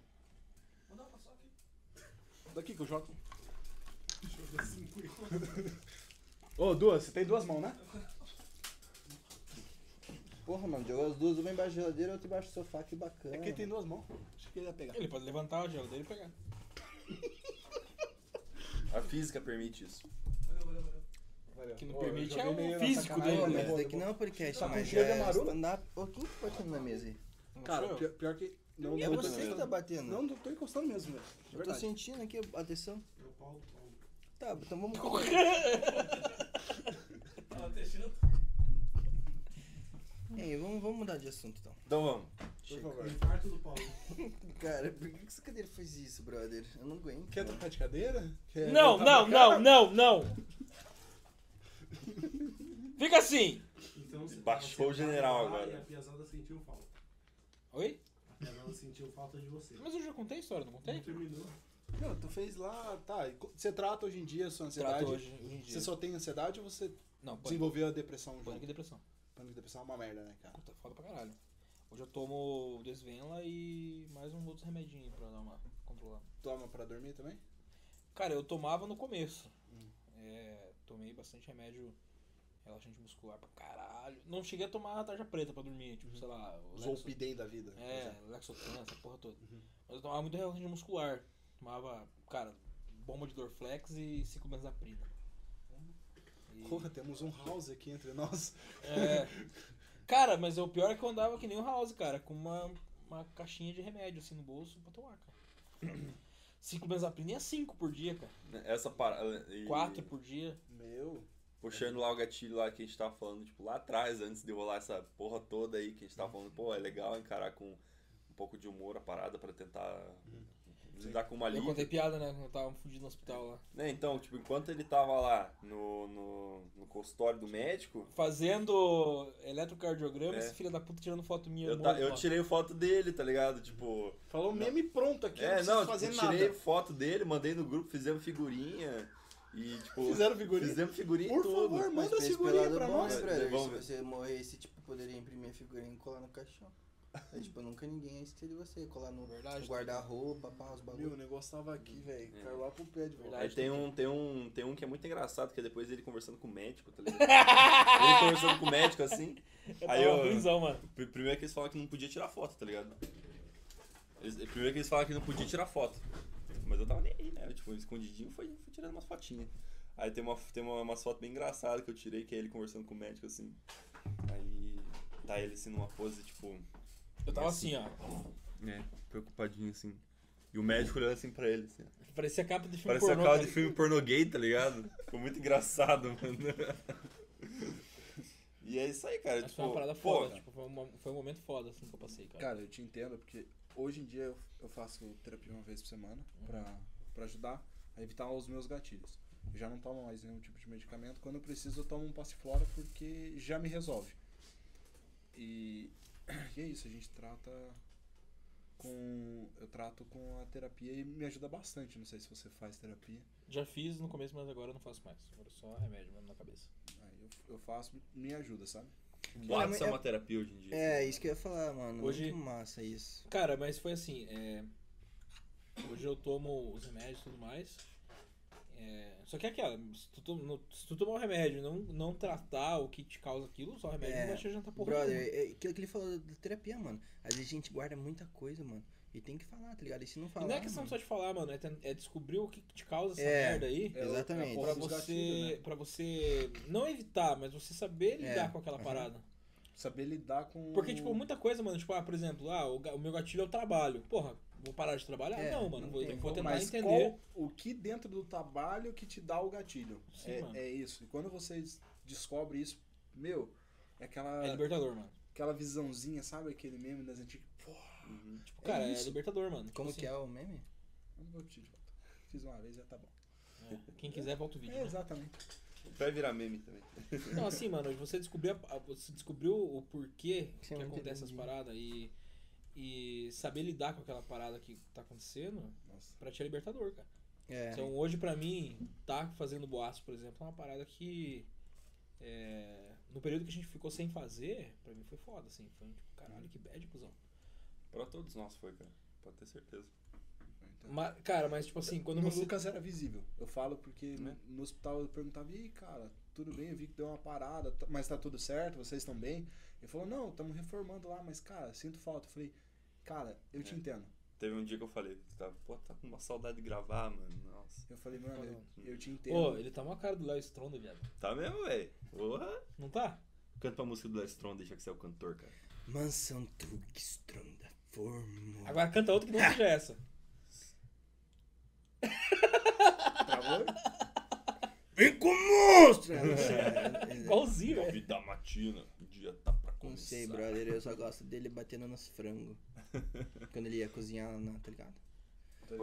[SPEAKER 7] Manda passar aqui.
[SPEAKER 1] Daqui que eu jogo. Ô, duas, você tem duas mãos, né?
[SPEAKER 4] Porra, mano, jogou as duas, uma embaixo da geladeira e outra embaixo do sofá, que bacana.
[SPEAKER 1] É que ele tem duas mãos. Acho que ele ia pegar.
[SPEAKER 2] Ele pode levantar o gelo dele e pegar.
[SPEAKER 3] A física permite isso.
[SPEAKER 7] Valeu, valeu, valeu.
[SPEAKER 1] Valeu.
[SPEAKER 2] Que não
[SPEAKER 1] Ô,
[SPEAKER 2] permite
[SPEAKER 1] eu joguei
[SPEAKER 2] é o
[SPEAKER 1] meio na
[SPEAKER 4] Tá
[SPEAKER 2] físico
[SPEAKER 1] sacanagem,
[SPEAKER 2] dele,
[SPEAKER 1] né?
[SPEAKER 2] né?
[SPEAKER 4] Mas daqui não é um podcast,
[SPEAKER 1] Tá com
[SPEAKER 4] mas
[SPEAKER 1] cheiro de
[SPEAKER 4] é
[SPEAKER 1] amarula?
[SPEAKER 4] stand-up. Ô, quem que tá batendo na mesa aí?
[SPEAKER 2] Não
[SPEAKER 1] Cara,
[SPEAKER 2] sou eu?
[SPEAKER 1] pior, pior que. Não,
[SPEAKER 4] É
[SPEAKER 1] não tô
[SPEAKER 4] você que tá
[SPEAKER 1] encostando.
[SPEAKER 4] batendo.
[SPEAKER 1] Não, não tô encostando mesmo, velho. De
[SPEAKER 4] Eu tô
[SPEAKER 1] verdade.
[SPEAKER 4] sentindo aqui a atenção.
[SPEAKER 7] Meu pau, pau.
[SPEAKER 4] Tá, então vamos.
[SPEAKER 7] Ela tá cheirando.
[SPEAKER 4] Ei, vamos, vamos mudar de assunto então.
[SPEAKER 3] Então vamos.
[SPEAKER 1] Por favor.
[SPEAKER 7] Infarto do pau.
[SPEAKER 4] Cara, por que que essa cadeira fez isso, brother? Eu não aguento.
[SPEAKER 1] Quer trocar de cadeira? Quer
[SPEAKER 2] Não,
[SPEAKER 1] levantar
[SPEAKER 2] não,
[SPEAKER 1] da cara?
[SPEAKER 2] não, não, não. Fica assim.
[SPEAKER 7] Então, você
[SPEAKER 3] Baixou
[SPEAKER 7] tava
[SPEAKER 3] o general
[SPEAKER 7] sentado lá
[SPEAKER 3] agora.
[SPEAKER 7] E a piazada sentiu falta.
[SPEAKER 2] Oi?
[SPEAKER 7] A piazada sentiu falta de você.
[SPEAKER 2] Mas eu já contei a história, não contei?
[SPEAKER 1] Hum.
[SPEAKER 7] Não terminou.
[SPEAKER 1] Não, tu fez lá. Tá, e co- você trata hoje em dia a sua ansiedade?
[SPEAKER 2] Trato hoje, hoje em dia.
[SPEAKER 1] Você só tem ansiedade ou você
[SPEAKER 2] Não, pânico,
[SPEAKER 1] desenvolveu a depressão
[SPEAKER 2] pânico e
[SPEAKER 1] junto?
[SPEAKER 2] depressão.
[SPEAKER 1] Pânico e depressão é uma merda, né, cara?
[SPEAKER 2] Puta, foda pra caralho. Hoje eu tomo desvenla e mais um outro remedinho aí pra dar uma controlada.
[SPEAKER 1] Toma pra dormir também?
[SPEAKER 2] Cara, eu tomava no começo.
[SPEAKER 1] Hum.
[SPEAKER 2] É, tomei bastante remédio relaxante muscular pra caralho. Não cheguei a tomar a tarja preta pra dormir, tipo, sei lá, o Lexo-
[SPEAKER 1] Zolpidem da vida.
[SPEAKER 2] É, Lexotan, essa porra toda. Mas eu tomava muito relaxante muscular. Tomava, cara, bomba de Dorflex e 5 benzaprina. E-
[SPEAKER 1] Porra, temos um house aqui entre nós.
[SPEAKER 2] É. Cara, mas o pior é que eu andava que nem o House, cara, com uma, uma caixinha de remédio assim no bolso pra tomar, cara. Cinco benzaprina é cinco por dia, cara.
[SPEAKER 3] Essa parada. e-
[SPEAKER 2] Quatro por dia.
[SPEAKER 1] Meu.
[SPEAKER 3] Puxando lá o gatilho lá que a gente tava falando, tipo, lá atrás, antes de rolar essa porra toda aí, que a gente tava falando, pô, é legal encarar com um pouco de humor a parada pra tentar lidar com uma
[SPEAKER 2] Eu contei
[SPEAKER 3] linha.
[SPEAKER 2] piada, né? Quando eu tava fudido no hospital lá.
[SPEAKER 3] Né, então, tipo, enquanto ele tava lá no, no, no consultório do médico,
[SPEAKER 2] Fazendo eletrocardiograma,
[SPEAKER 3] É.
[SPEAKER 2] esse filho da puta tirando um foto minha.
[SPEAKER 3] eu,
[SPEAKER 2] morto
[SPEAKER 3] ta- eu
[SPEAKER 2] lá.
[SPEAKER 3] tirei foto dele, tá ligado? Tipo,
[SPEAKER 1] Falou meme pronto aqui,
[SPEAKER 3] é,
[SPEAKER 1] não preciso
[SPEAKER 3] não, tipo,
[SPEAKER 1] fazer
[SPEAKER 3] eu
[SPEAKER 1] nada.
[SPEAKER 3] tirei foto dele, mandei no grupo, fizemos figurinha e, tipo,
[SPEAKER 1] Fizeram figurinha?
[SPEAKER 3] fizemos figurinha e
[SPEAKER 1] Por
[SPEAKER 3] tudo.
[SPEAKER 1] favor,
[SPEAKER 4] Mas
[SPEAKER 1] manda a
[SPEAKER 4] pra esse
[SPEAKER 1] figurinha
[SPEAKER 4] pelado
[SPEAKER 1] pra
[SPEAKER 4] é bom,
[SPEAKER 1] nós.
[SPEAKER 4] né, brother?
[SPEAKER 3] Vamos
[SPEAKER 4] Se
[SPEAKER 3] ver.
[SPEAKER 4] você morresse, tipo, poderia imprimir a figurinha e colar no caixão. Aí, tipo, nunca ninguém ia esquecer de você. Colar no
[SPEAKER 2] Verdade,
[SPEAKER 4] guarda-roupa, pá, os
[SPEAKER 1] Meu, o
[SPEAKER 4] bagulho.
[SPEAKER 1] negócio tava aqui, velho.
[SPEAKER 3] É.
[SPEAKER 1] Caiu lá pro pé de volta.
[SPEAKER 2] Verdade. né?
[SPEAKER 3] Aí tem um, tem, um, tem um que é muito engraçado, que é depois ele conversando com o médico, tá ligado? ele conversando com o médico assim.
[SPEAKER 2] Eu
[SPEAKER 3] aí
[SPEAKER 2] tava
[SPEAKER 3] eu-
[SPEAKER 2] ruimzão, mano.
[SPEAKER 3] Pri- Primeiro que eles falam que não podia tirar foto, tá ligado? Eles- primeiro que eles falam que não podia tirar foto. Mas eu tava nem aí, né? Eu, tipo, escondidinho, fui, fui tirando umas fotinhas. Aí tem, uma, tem uma, umas fotos bem engraçadas que eu tirei, que é ele conversando com o médico, assim. Aí tá ele, assim, numa pose, tipo...
[SPEAKER 2] Eu tava assim, ó.
[SPEAKER 3] É, preocupadinho, assim. E o médico olhando assim pra ele, assim. ó.
[SPEAKER 2] Parecia capa de filme
[SPEAKER 3] Parece a
[SPEAKER 2] pornô.
[SPEAKER 3] cara de
[SPEAKER 2] cara.
[SPEAKER 3] filme pornô gay, tá ligado? Ficou muito engraçado, mano. E é isso aí, cara.
[SPEAKER 2] Mas
[SPEAKER 3] tipo,
[SPEAKER 2] foi uma parada
[SPEAKER 3] pô,
[SPEAKER 2] foda. Tipo, foi, um, foi um momento foda, assim, que eu passei, cara.
[SPEAKER 1] Cara, eu te entendo, porque hoje em dia eu, eu faço terapia uma vez por semana pra, pra ajudar a evitar os meus gatilhos. Eu já não tomo mais nenhum tipo de medicamento. Quando eu preciso, eu tomo um passiflora porque já me resolve. E, e é isso, a gente trata com. Eu trato com a terapia e me ajuda bastante. Não sei se você faz terapia.
[SPEAKER 2] Já fiz no começo, mas agora eu não faço mais. Agora é só remédio mesmo na cabeça.
[SPEAKER 1] Aí eu, eu faço, me ajuda, sabe?
[SPEAKER 3] Boatos é uma terapia hoje em dia.
[SPEAKER 4] É, isso que eu ia falar, mano.
[SPEAKER 2] Hoje-
[SPEAKER 4] Muito massa isso.
[SPEAKER 2] Cara, mas foi assim, é... Hoje eu tomo os remédios e tudo mais. É... Só que é aquela, se tu, tom- no- se tu tomar o remédio e não, não tratar o que te causa aquilo, só o remédio
[SPEAKER 4] É,
[SPEAKER 2] não vai te adiantar porra
[SPEAKER 4] Brother,
[SPEAKER 2] nenhuma.
[SPEAKER 4] é aquilo que ele falou da terapia, mano. Às vezes a gente guarda muita coisa, mano. E tem que falar, tá ligado? E se não
[SPEAKER 2] E
[SPEAKER 4] falar.
[SPEAKER 2] não é questão
[SPEAKER 4] mano,
[SPEAKER 2] só de falar, mano, é, ten- é descobrir o que que te causa essa
[SPEAKER 4] É,
[SPEAKER 2] merda aí.
[SPEAKER 1] É,
[SPEAKER 4] Exatamente.
[SPEAKER 1] o-
[SPEAKER 2] Pra
[SPEAKER 1] é
[SPEAKER 2] você,
[SPEAKER 1] os gatilhos, né?
[SPEAKER 2] pra você não evitar, mas você saber lidar
[SPEAKER 4] É,
[SPEAKER 2] com aquela
[SPEAKER 4] aham.
[SPEAKER 2] parada.
[SPEAKER 1] Saber lidar com.
[SPEAKER 2] Porque, tipo, muita coisa, mano, tipo, ah, por exemplo, ah, o, ga- o meu gatilho é o trabalho. Porra, vou parar de trabalhar?
[SPEAKER 4] É,
[SPEAKER 2] não, mano,
[SPEAKER 4] não
[SPEAKER 2] vou,
[SPEAKER 4] tem
[SPEAKER 2] vou
[SPEAKER 4] como,
[SPEAKER 2] tentar
[SPEAKER 1] Mas
[SPEAKER 2] entender.
[SPEAKER 1] qual- o que dentro do trabalho que te dá o gatilho?
[SPEAKER 2] Sim,
[SPEAKER 1] é,
[SPEAKER 2] mano.
[SPEAKER 1] é isso. E quando vocês descobrem isso, meu, é aquela,
[SPEAKER 2] É libertador, mano.
[SPEAKER 1] aquela visãozinha, sabe? Aquele meme das antigas. Pô,
[SPEAKER 3] Uhum.
[SPEAKER 2] Tipo, cara, é,
[SPEAKER 1] isso.
[SPEAKER 2] libertador, mano.
[SPEAKER 4] Como
[SPEAKER 2] Tipo
[SPEAKER 4] que é o meme?
[SPEAKER 1] eu não vou te de volta. Fiz uma vez, já tá bom.
[SPEAKER 2] É, Quem quiser, volta o vídeo.
[SPEAKER 1] É,
[SPEAKER 2] né?
[SPEAKER 1] exatamente.
[SPEAKER 3] Vai virar meme também.
[SPEAKER 2] Não, assim, mano, você descobriu, a- a- você descobriu o porquê
[SPEAKER 4] Sim,
[SPEAKER 2] que
[SPEAKER 4] eu
[SPEAKER 2] acontece essas
[SPEAKER 4] entendi.
[SPEAKER 2] paradas e, e saber lidar com aquela parada que tá acontecendo
[SPEAKER 1] Nossa.
[SPEAKER 2] pra ti é libertador, cara.
[SPEAKER 4] É.
[SPEAKER 2] Então hoje pra mim, tá fazendo boatos, por exemplo, é uma parada que. é, no período que a gente ficou sem fazer, pra mim foi foda, assim. Foi tipo, caralho, que bad, cuzão.
[SPEAKER 3] Pra todos nós foi, cara. Pode ter certeza.
[SPEAKER 2] Ma- cara, mas tipo assim, quando
[SPEAKER 1] no
[SPEAKER 2] você.
[SPEAKER 1] Lucas era visível. Eu falo porque no-
[SPEAKER 3] Né?
[SPEAKER 1] no hospital eu perguntava, e cara, tudo bem? Eu vi que deu uma parada, tá- mas tá tudo certo? Vocês estão bem? Ele falou, não, estamos reformando lá, mas cara, sinto falta. Eu falei, cara, eu te
[SPEAKER 3] É.
[SPEAKER 1] entendo.
[SPEAKER 3] Teve um dia que eu falei, tá, pô, tá com uma saudade de gravar, mano. Nossa.
[SPEAKER 1] Eu falei, mano, eu, eu te entendo.
[SPEAKER 2] Ô, ele tá uma cara do Léo Stronda, viado.
[SPEAKER 3] Tá mesmo, velho? Porra!
[SPEAKER 2] Não tá?
[SPEAKER 3] Canta pra música do Léo Stron, deixa que você é o cantor, cara.
[SPEAKER 4] Mansão Tugstrom da Formo.
[SPEAKER 2] Agora canta outra que não seja essa.
[SPEAKER 1] Travou?
[SPEAKER 4] Vem com monstro!
[SPEAKER 2] Igualzinho, velho.
[SPEAKER 3] Vida matina, o dia tá pra começar.
[SPEAKER 4] é? Não sei, brother. Eu só gosto dele batendo nos frangos. Quando ele ia cozinhar, lá, tá ligado?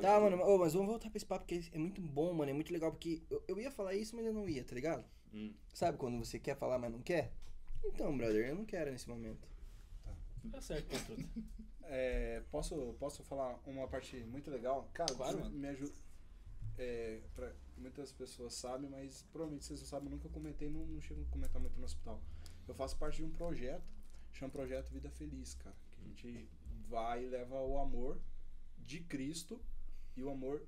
[SPEAKER 4] Tá, mano, ô, mas vamos voltar pra esse papo, porque é muito bom, mano. É muito legal, porque eu, eu ia falar isso, mas eu não ia, tá ligado?
[SPEAKER 3] Hum.
[SPEAKER 4] Sabe quando você quer falar, mas não quer? Então, brother, eu não quero nesse momento.
[SPEAKER 2] Tá certo, Petruta.
[SPEAKER 1] É, posso, posso falar uma parte muito legal? Cara,
[SPEAKER 2] Claro,
[SPEAKER 1] isso
[SPEAKER 2] mano.
[SPEAKER 1] me ajuda. É, pra- muitas pessoas sabem, mas provavelmente vocês não sabem, eu nunca comentei, não, não chego a comentar muito no hospital. Eu faço parte de um projeto, chama Projeto Vida Feliz, cara. Que a gente vai e leva o amor de Cristo e o amor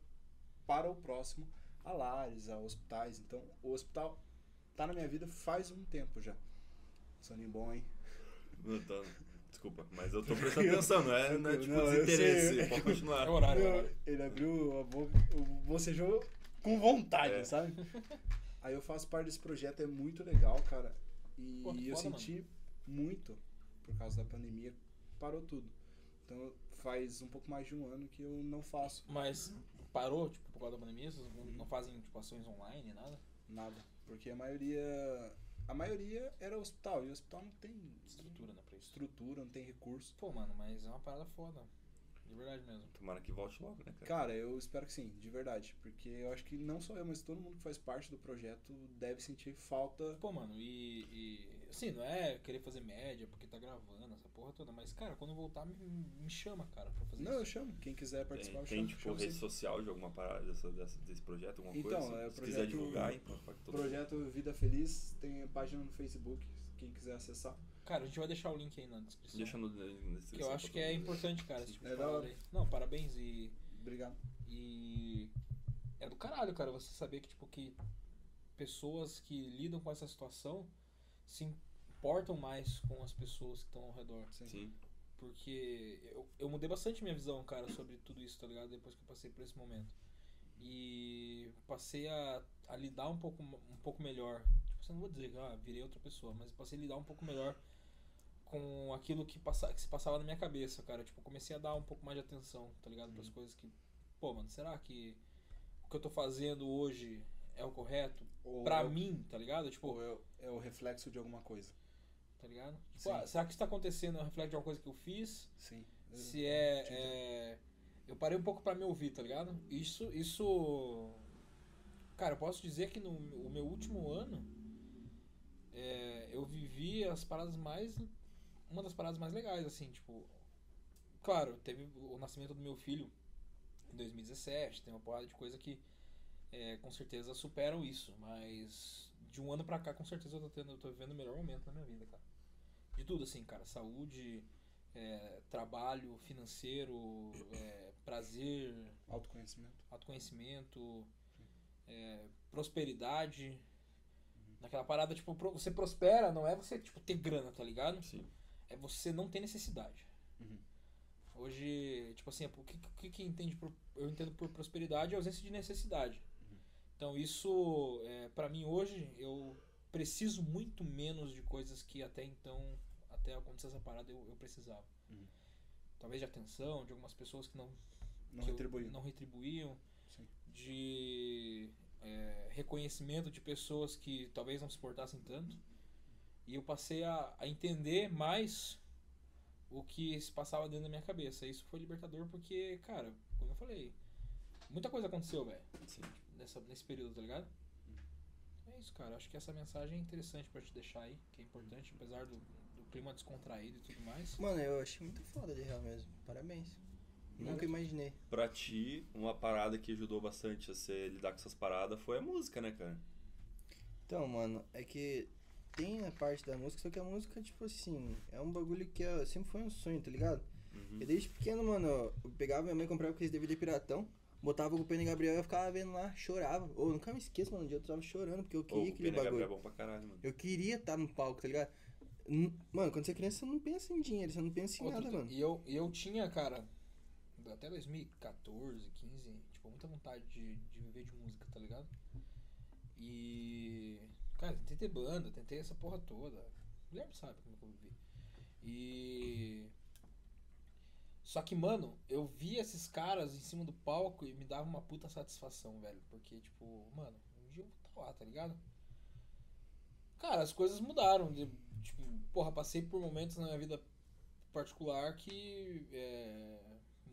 [SPEAKER 1] para o próximo a lares, a hospitais. Então, o hospital tá na minha vida faz um tempo já. Soninho bom, hein?
[SPEAKER 3] Não, tá- Desculpa, mas eu tô prestando atenção, não é, não é tipo
[SPEAKER 1] Não, eu
[SPEAKER 3] desinteresse.
[SPEAKER 1] sei.
[SPEAKER 3] Pode continuar.
[SPEAKER 2] É horário, é
[SPEAKER 1] Eu-
[SPEAKER 2] horário.
[SPEAKER 1] ele abriu a boca, o bocejou com vontade,
[SPEAKER 3] É.
[SPEAKER 1] sabe? Aí eu faço parte desse projeto, é muito legal, cara. E
[SPEAKER 2] Pô, que
[SPEAKER 1] eu
[SPEAKER 2] foda,
[SPEAKER 1] senti muito, por causa da pandemia, parou tudo. Então faz um pouco mais de um ano que eu não faço
[SPEAKER 2] Mas parou, tipo, por causa da pandemia? Vocês não- não fazem, tipo, ações online, nada?
[SPEAKER 1] nada. Porque a maioria. A maioria era hospital, e o hospital não tem
[SPEAKER 2] Estrutura, né, pra isso.
[SPEAKER 1] estrutura, não tem recurso.
[SPEAKER 2] Pô, mano, mas é uma parada foda. De verdade mesmo.
[SPEAKER 3] Tomara que volte logo, né, cara?
[SPEAKER 1] Cara, eu espero que sim, de verdade. Porque eu acho que não só eu, mas todo mundo que faz parte do projeto deve sentir falta
[SPEAKER 2] Pô, mano, e, e. Assim, não é querer fazer média porque tá gravando essa porra toda, mas, cara, quando voltar, me, me chama, cara, pra fazer
[SPEAKER 1] Não, eu
[SPEAKER 2] isso.
[SPEAKER 1] chamo. Quem quiser
[SPEAKER 3] Tem,
[SPEAKER 1] participar, eu
[SPEAKER 3] tem
[SPEAKER 1] chamo.
[SPEAKER 3] tipo
[SPEAKER 1] chamo
[SPEAKER 3] rede
[SPEAKER 1] sim.
[SPEAKER 3] social de alguma parada dessa, dessa- desse projeto, alguma
[SPEAKER 1] Então,
[SPEAKER 3] coisa?
[SPEAKER 1] é o
[SPEAKER 3] Se quiser
[SPEAKER 1] projeto-
[SPEAKER 3] divulgar, hein? pra- pra todo mundo.
[SPEAKER 1] Projeto Vida Feliz tem a página no Facebook, quem quiser acessar.
[SPEAKER 2] Cara, a gente vai deixar o link aí na descrição.
[SPEAKER 3] Deixa no, na descrição
[SPEAKER 2] Que eu acho
[SPEAKER 3] pra
[SPEAKER 2] que
[SPEAKER 3] todo
[SPEAKER 2] é
[SPEAKER 3] mundo.
[SPEAKER 2] importante, cara, esse tipo
[SPEAKER 1] É
[SPEAKER 2] de
[SPEAKER 1] da
[SPEAKER 2] parada
[SPEAKER 1] hora.
[SPEAKER 2] aí. Não, parabéns e.
[SPEAKER 1] Obrigado.
[SPEAKER 2] E é do caralho, cara, você saber que, tipo, que pessoas que lidam com essa situação se importam mais com as pessoas que estão ao redor.
[SPEAKER 3] Sim.
[SPEAKER 2] Porque eu, eu mudei bastante minha visão, cara, sobre tudo isso, tá ligado? Depois que eu passei por esse momento. E passei a, a lidar um pouco, um pouco melhor. Tipo, assim, não vou dizer que ah, virei outra pessoa, mas passei a lidar um pouco melhor com aquilo que, passa, que se passava na minha cabeça, cara. Tipo, comecei a dar um pouco mais de atenção, tá ligado?
[SPEAKER 1] Uhum.
[SPEAKER 2] Para as coisas que, pô, mano, será que o que eu tô fazendo hoje é o correto?
[SPEAKER 1] Ou
[SPEAKER 2] Pra
[SPEAKER 1] é o-
[SPEAKER 2] mim, tá ligado? Tipo,
[SPEAKER 1] ou é, o- é o reflexo de alguma coisa.
[SPEAKER 2] tá ligado? Tipo,
[SPEAKER 1] Sim.
[SPEAKER 2] ah, será que isso tá acontecendo? Reflete de alguma coisa que eu fiz?
[SPEAKER 1] Sim.
[SPEAKER 2] se é, é- eu parei um pouco pra me ouvir tá ligado isso isso cara eu posso dizer que no o meu último ano é, eu vivi as paradas mais uma das paradas mais legais assim tipo claro teve o nascimento do meu filho em 2017 tem uma porrada de coisa que é, com certeza superam isso mas de um ano pra cá com certeza eu tô tendo eu tô vivendo o melhor momento da minha vida cara de tudo assim cara saúde é, trabalho financeiro, é, prazer,
[SPEAKER 1] Autoconhecimento.
[SPEAKER 2] autoconhecimento, é, prosperidade. Naquela parada, tipo, pro- você prospera, não é você tipo, ter grana, tá ligado?
[SPEAKER 3] Sim.
[SPEAKER 2] É você não ter necessidade.
[SPEAKER 1] Uhum.
[SPEAKER 2] Hoje, tipo assim, o que, o que, que entende por- eu entendo por prosperidade é ausência de necessidade. Então isso, é, para mim hoje, eu preciso muito menos de coisas que até então, até acontecer essa parada, eu, eu precisava. Talvez de atenção, de algumas pessoas que não
[SPEAKER 1] Não
[SPEAKER 2] que eu-
[SPEAKER 1] retribuiu.
[SPEAKER 2] não retribuíam,
[SPEAKER 1] Sim.
[SPEAKER 2] de é, reconhecimento de pessoas que talvez não se portassem tanto. E eu passei a, a entender mais o que se passava dentro da minha cabeça. Isso foi libertador porque, cara, como eu falei, muita coisa aconteceu, velho,
[SPEAKER 3] Sim.
[SPEAKER 2] nessa- nesse período, tá ligado? É isso, cara. Acho que essa mensagem é interessante pra te deixar aí, que é importante, apesar do, do clima descontraído e tudo mais.
[SPEAKER 4] Mano, eu achei muito foda de real mesmo. Parabéns. Nunca imaginei.
[SPEAKER 3] Pra ti, uma parada que ajudou bastante a você lidar com essas paradas foi a música, né, cara?
[SPEAKER 4] Então, mano, é que tem a parte da música, só que a música, tipo assim, é um bagulho que é- sempre foi um sonho, tá ligado? Eu desde pequeno, mano, eu pegava minha mãe, comprava aqueles DVD piratão, botava o Penny Gabriel e eu ficava vendo lá, chorava. Ou nunca me esqueço, mano, um dia eu tava chorando, porque eu
[SPEAKER 3] Ô,
[SPEAKER 4] queria
[SPEAKER 3] o
[SPEAKER 4] aquele
[SPEAKER 3] Pena Gabriel
[SPEAKER 4] bagulho.
[SPEAKER 3] é bom pra caralho, mano.
[SPEAKER 4] Eu queria estar no palco, tá ligado? N- Mano, quando você é criança, você não pensa em dinheiro, você não pensa em
[SPEAKER 2] Outro
[SPEAKER 4] nada,
[SPEAKER 2] te-
[SPEAKER 4] mano.
[SPEAKER 2] E eu, e eu tinha, cara, até 2014, 15, tipo, muita vontade de, de viver de música, tá ligado? E. Cara, tentei ter banda, tentei essa porra toda. O Guilherme sabe como é que eu vivi. E. Só que, mano, eu via esses caras em cima do palco e me dava uma puta satisfação, velho. Porque, tipo, mano, um dia eu vou estar lá, tá ligado? Cara, as coisas mudaram. de- tipo, porra, passei por momentos na minha vida particular que é,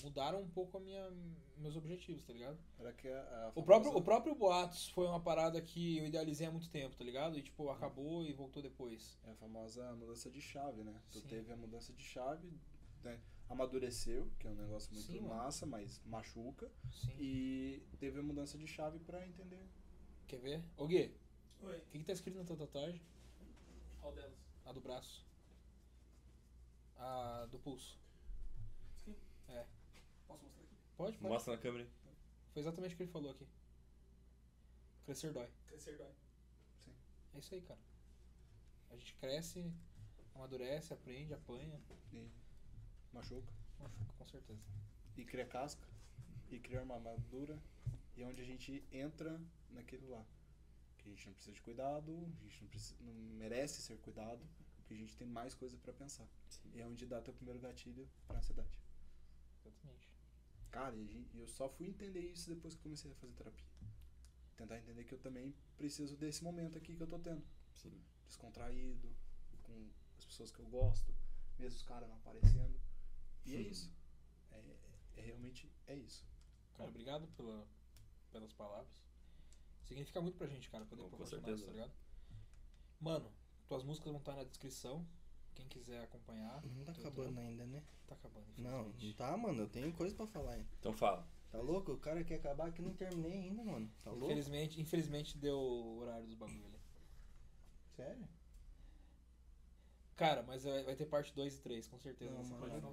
[SPEAKER 2] mudaram um pouco a minha, meus objetivos, tá ligado?
[SPEAKER 1] Era que a, a
[SPEAKER 2] O próprio, o
[SPEAKER 1] famosa-
[SPEAKER 2] próprio Boatos foi uma parada que eu idealizei há muito tempo, tá ligado? E tipo, acabou e voltou depois.
[SPEAKER 1] É a famosa mudança de chave, né? Tu
[SPEAKER 2] Sim.
[SPEAKER 1] teve a mudança de chave, né? amadureceu, que é um negócio muito
[SPEAKER 2] Sim, mano.
[SPEAKER 1] massa, mas machuca.
[SPEAKER 2] Sim.
[SPEAKER 1] E teve a mudança de chave pra entender.
[SPEAKER 2] Quer ver? Ô Gui,
[SPEAKER 7] Oi.
[SPEAKER 2] o que, que tá escrito na tua tatuagem?
[SPEAKER 7] Qual delas?
[SPEAKER 2] A do braço. A do pulso. É.
[SPEAKER 7] Posso mostrar aqui?
[SPEAKER 2] Pode, pode.
[SPEAKER 3] Mostra na câmera.
[SPEAKER 2] Foi exatamente o que ele falou aqui. Crescer dói.
[SPEAKER 7] Crescer dói.
[SPEAKER 2] É isso aí, cara. A gente cresce, amadurece, aprende, apanha,
[SPEAKER 1] E machuca.
[SPEAKER 2] machuca, com certeza.
[SPEAKER 1] E cria casca. E cria uma armadura. E é onde a gente entra naquele lá. Que a gente não precisa de cuidado, a gente não, precisa, não merece ser cuidado, porque a gente tem mais coisa pra pensar. E é onde dá teu primeiro gatilho pra ansiedade.
[SPEAKER 2] Exatamente.
[SPEAKER 1] Cara, e gen- eu só fui entender isso depois que comecei a fazer terapia. Tentar entender que eu também preciso desse momento aqui que eu tô tendo.
[SPEAKER 3] Sim.
[SPEAKER 1] Descontraído, com as pessoas que eu gosto, mesmo os caras não aparecendo. E é isso. É, é- é realmente é isso.
[SPEAKER 2] Cara, obrigado pela, pelas palavras. Significa muito pra gente, cara, poder
[SPEAKER 3] Com- com
[SPEAKER 2] proporcionar
[SPEAKER 3] certeza.
[SPEAKER 2] isso, tá ligado? Mano, tuas músicas vão estar na descrição. Quem quiser acompanhar.
[SPEAKER 4] Não tá
[SPEAKER 2] tu-
[SPEAKER 4] acabando
[SPEAKER 2] tu-
[SPEAKER 4] ainda, né?
[SPEAKER 2] Tá acabando,
[SPEAKER 4] Não, não
[SPEAKER 2] infelizmente.
[SPEAKER 4] tá, mano. Eu tenho coisa pra falar ainda.
[SPEAKER 3] Então fala.
[SPEAKER 4] Tá louco? O cara quer acabar que eu não terminei ainda, mano. Tá louco?
[SPEAKER 2] Infelizmente, infelizmente deu o horário dos bagulho ali.
[SPEAKER 4] Sério?
[SPEAKER 2] Cara, mas vai vai ter parte 2 e 3, com certeza.
[SPEAKER 4] Não,
[SPEAKER 2] dessa
[SPEAKER 4] mano.
[SPEAKER 2] parada.
[SPEAKER 6] Eu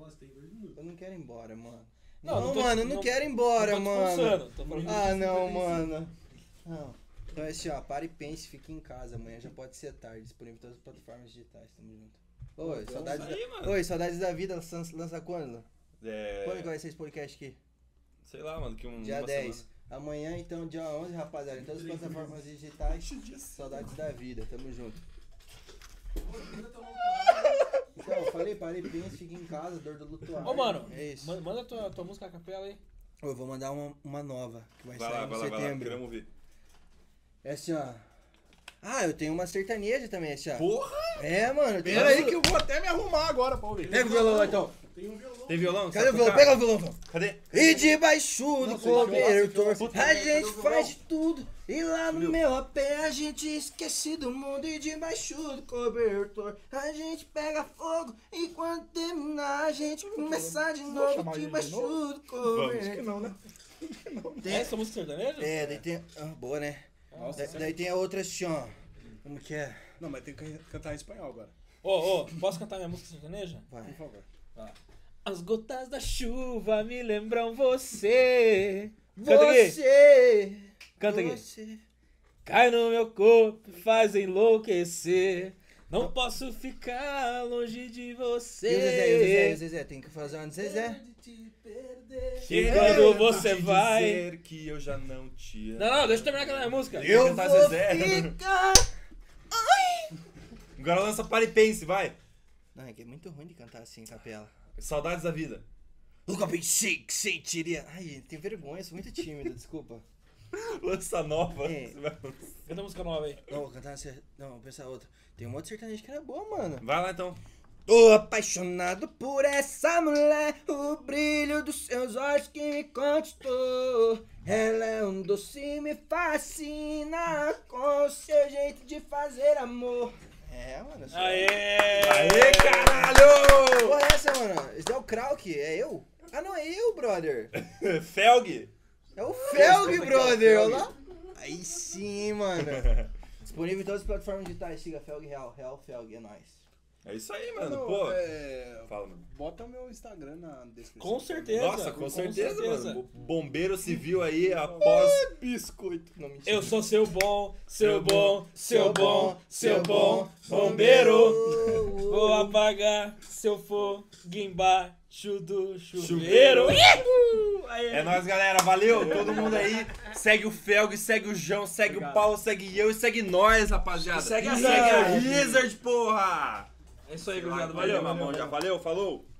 [SPEAKER 4] Eu não quero ir embora, mano.
[SPEAKER 2] Não,
[SPEAKER 4] Não,
[SPEAKER 2] não tô te-
[SPEAKER 4] mano, eu não,
[SPEAKER 2] não-
[SPEAKER 4] quero ir embora,
[SPEAKER 2] Não tô te
[SPEAKER 4] mano.
[SPEAKER 2] forçando, tô falando-
[SPEAKER 4] Ah, não, mano. Não. Então é assim, ó. Para e pense, fique em casa. Amanhã já pode ser tarde. Disponível em todas as plataformas digitais. Tamo junto. Oi, saudades da... Oi, saudades da vida. Lança, lança quando?
[SPEAKER 3] né? É,
[SPEAKER 4] Quando que vai ser esse podcast aqui?
[SPEAKER 3] Sei lá, mano, que um.
[SPEAKER 4] Dia
[SPEAKER 3] uma
[SPEAKER 4] 10.
[SPEAKER 3] semana.
[SPEAKER 4] Amanhã, então, dia 11, rapaziada. Em todas as plataformas digitais. Saudades da vida. Tamo junto. Então, eu falei, parei, pense, fique em casa. Dor do luto.
[SPEAKER 2] Ô, mano,
[SPEAKER 4] É isso.
[SPEAKER 2] man- manda tua, tua música a capela aí.
[SPEAKER 4] Eu vou mandar uma, uma nova, que vai,
[SPEAKER 3] Vai
[SPEAKER 4] sair
[SPEAKER 3] lá,
[SPEAKER 4] em
[SPEAKER 3] vai lá, vai lá.
[SPEAKER 4] setembro.
[SPEAKER 3] Queremos ver.
[SPEAKER 4] é assim, ó. Ah, eu tenho uma sertaneja também, assim, ó. Porra! É, mano. eu tenho
[SPEAKER 5] Pera
[SPEAKER 4] uma-
[SPEAKER 5] aí que eu vou até me arrumar agora pra ouvir.
[SPEAKER 4] Pega o violão lá, então.
[SPEAKER 7] um
[SPEAKER 3] Tem violão?
[SPEAKER 4] Cadê o
[SPEAKER 3] Sabe
[SPEAKER 4] violão?
[SPEAKER 3] tocar?
[SPEAKER 4] Pega o violão, então.
[SPEAKER 3] Cadê?
[SPEAKER 4] E debaixo do
[SPEAKER 5] tá Nossa, eu
[SPEAKER 4] coveiro
[SPEAKER 5] acho que eu
[SPEAKER 4] torto,
[SPEAKER 5] acho que eu
[SPEAKER 4] a
[SPEAKER 5] acho que eu
[SPEAKER 4] gente
[SPEAKER 5] acho que eu
[SPEAKER 4] faz de tudo. E lá no meu apé a gente esquece do mundo. E debaixo do coveiro torto, a gente pega fogo. E quando terminar, a gente começa de novo.
[SPEAKER 5] chamar ele de
[SPEAKER 4] Debaixo
[SPEAKER 5] novo?
[SPEAKER 4] do
[SPEAKER 5] Acho que
[SPEAKER 4] cobertor.
[SPEAKER 5] não, né?
[SPEAKER 4] Tem-
[SPEAKER 2] Essa música sertaneja?
[SPEAKER 4] É, daí tem. Ah, boa, né? Da-
[SPEAKER 5] é
[SPEAKER 4] daí tem a outra assim, ó. Como que é?
[SPEAKER 1] Não, mas tem que cantar em espanhol agora,
[SPEAKER 2] Ô, ô, posso cantar minha música sertaneja?
[SPEAKER 1] por
[SPEAKER 4] Vai.
[SPEAKER 1] favor.
[SPEAKER 2] As gotas da chuva me lembram você. Canta aqui.
[SPEAKER 4] Você!
[SPEAKER 2] Canta aqui.
[SPEAKER 4] Você.
[SPEAKER 2] Cai no meu corpo, faz enlouquecer. Não posso ficar longe de
[SPEAKER 4] E o Zezé, e o Zezé, e
[SPEAKER 2] você.
[SPEAKER 4] o Zezé, tem que fazer uma de Zezé.
[SPEAKER 2] E quando você
[SPEAKER 3] Te
[SPEAKER 2] vai.
[SPEAKER 3] Dizer que eu já não te amo.
[SPEAKER 2] Não, não, deixa eu terminar aquela minha música.
[SPEAKER 3] Eu
[SPEAKER 4] vou
[SPEAKER 3] cantar Zezé.
[SPEAKER 4] ficar.
[SPEAKER 3] Agora lança Pare e Pense, vai.
[SPEAKER 4] Não, é que é muito ruim de cantar assim, capela.
[SPEAKER 3] Saudades da vida.
[SPEAKER 4] Nunca pensei que sentiria. Ai, gente, tenho vergonha, sou muito tímido, desculpa.
[SPEAKER 3] Lança nova.
[SPEAKER 4] É.
[SPEAKER 3] Você vai-
[SPEAKER 2] Canta a música nova aí.
[SPEAKER 4] Não, vou cantar uma cer- Não, vou pensar outra. Tem um outro sertanejo que era boa, mano.
[SPEAKER 3] Vai lá então.
[SPEAKER 4] Tô apaixonado por essa mulher, o brilho dos seus olhos que me conquistou. Ela é um doce, me fascina com seu jeito de fazer amor. É, mano. essa-
[SPEAKER 2] Aê!
[SPEAKER 3] Aê, caralho!
[SPEAKER 4] Que porra é essa, mano? Esse é o Krauk, é eu? Ah, não, é eu, brother.
[SPEAKER 3] Felg!
[SPEAKER 4] É o Felg, brother. Olha lá. Aí sim, hein, mano. Disponível em todas as plataformas digitais. Siga Felg Real. Real Felg, é nóis.
[SPEAKER 3] É isso aí, mano. Pô,
[SPEAKER 1] é,
[SPEAKER 3] fala, mano.
[SPEAKER 1] bota o meu Instagram na descrição.
[SPEAKER 2] Com certeza.
[SPEAKER 3] Nossa, com, certeza, mano. O bombeiro civil aí após.
[SPEAKER 1] Biscoito.
[SPEAKER 4] Não mentira.
[SPEAKER 2] Eu sou seu bom, seu bom, seu bom, seu bom, bombeiro. Vou apagar seu fogo embaixo do chuveiro.
[SPEAKER 3] É nóis, galera. Valeu, todo mundo aí. Segue o Felg, segue o João, segue o Paulo, segue eu e segue nós, rapaziada.
[SPEAKER 2] segue a
[SPEAKER 3] segue a Wizard, porra!
[SPEAKER 2] É isso aí,
[SPEAKER 3] Obrigado, valeu, Mamão. Já valeu, falou!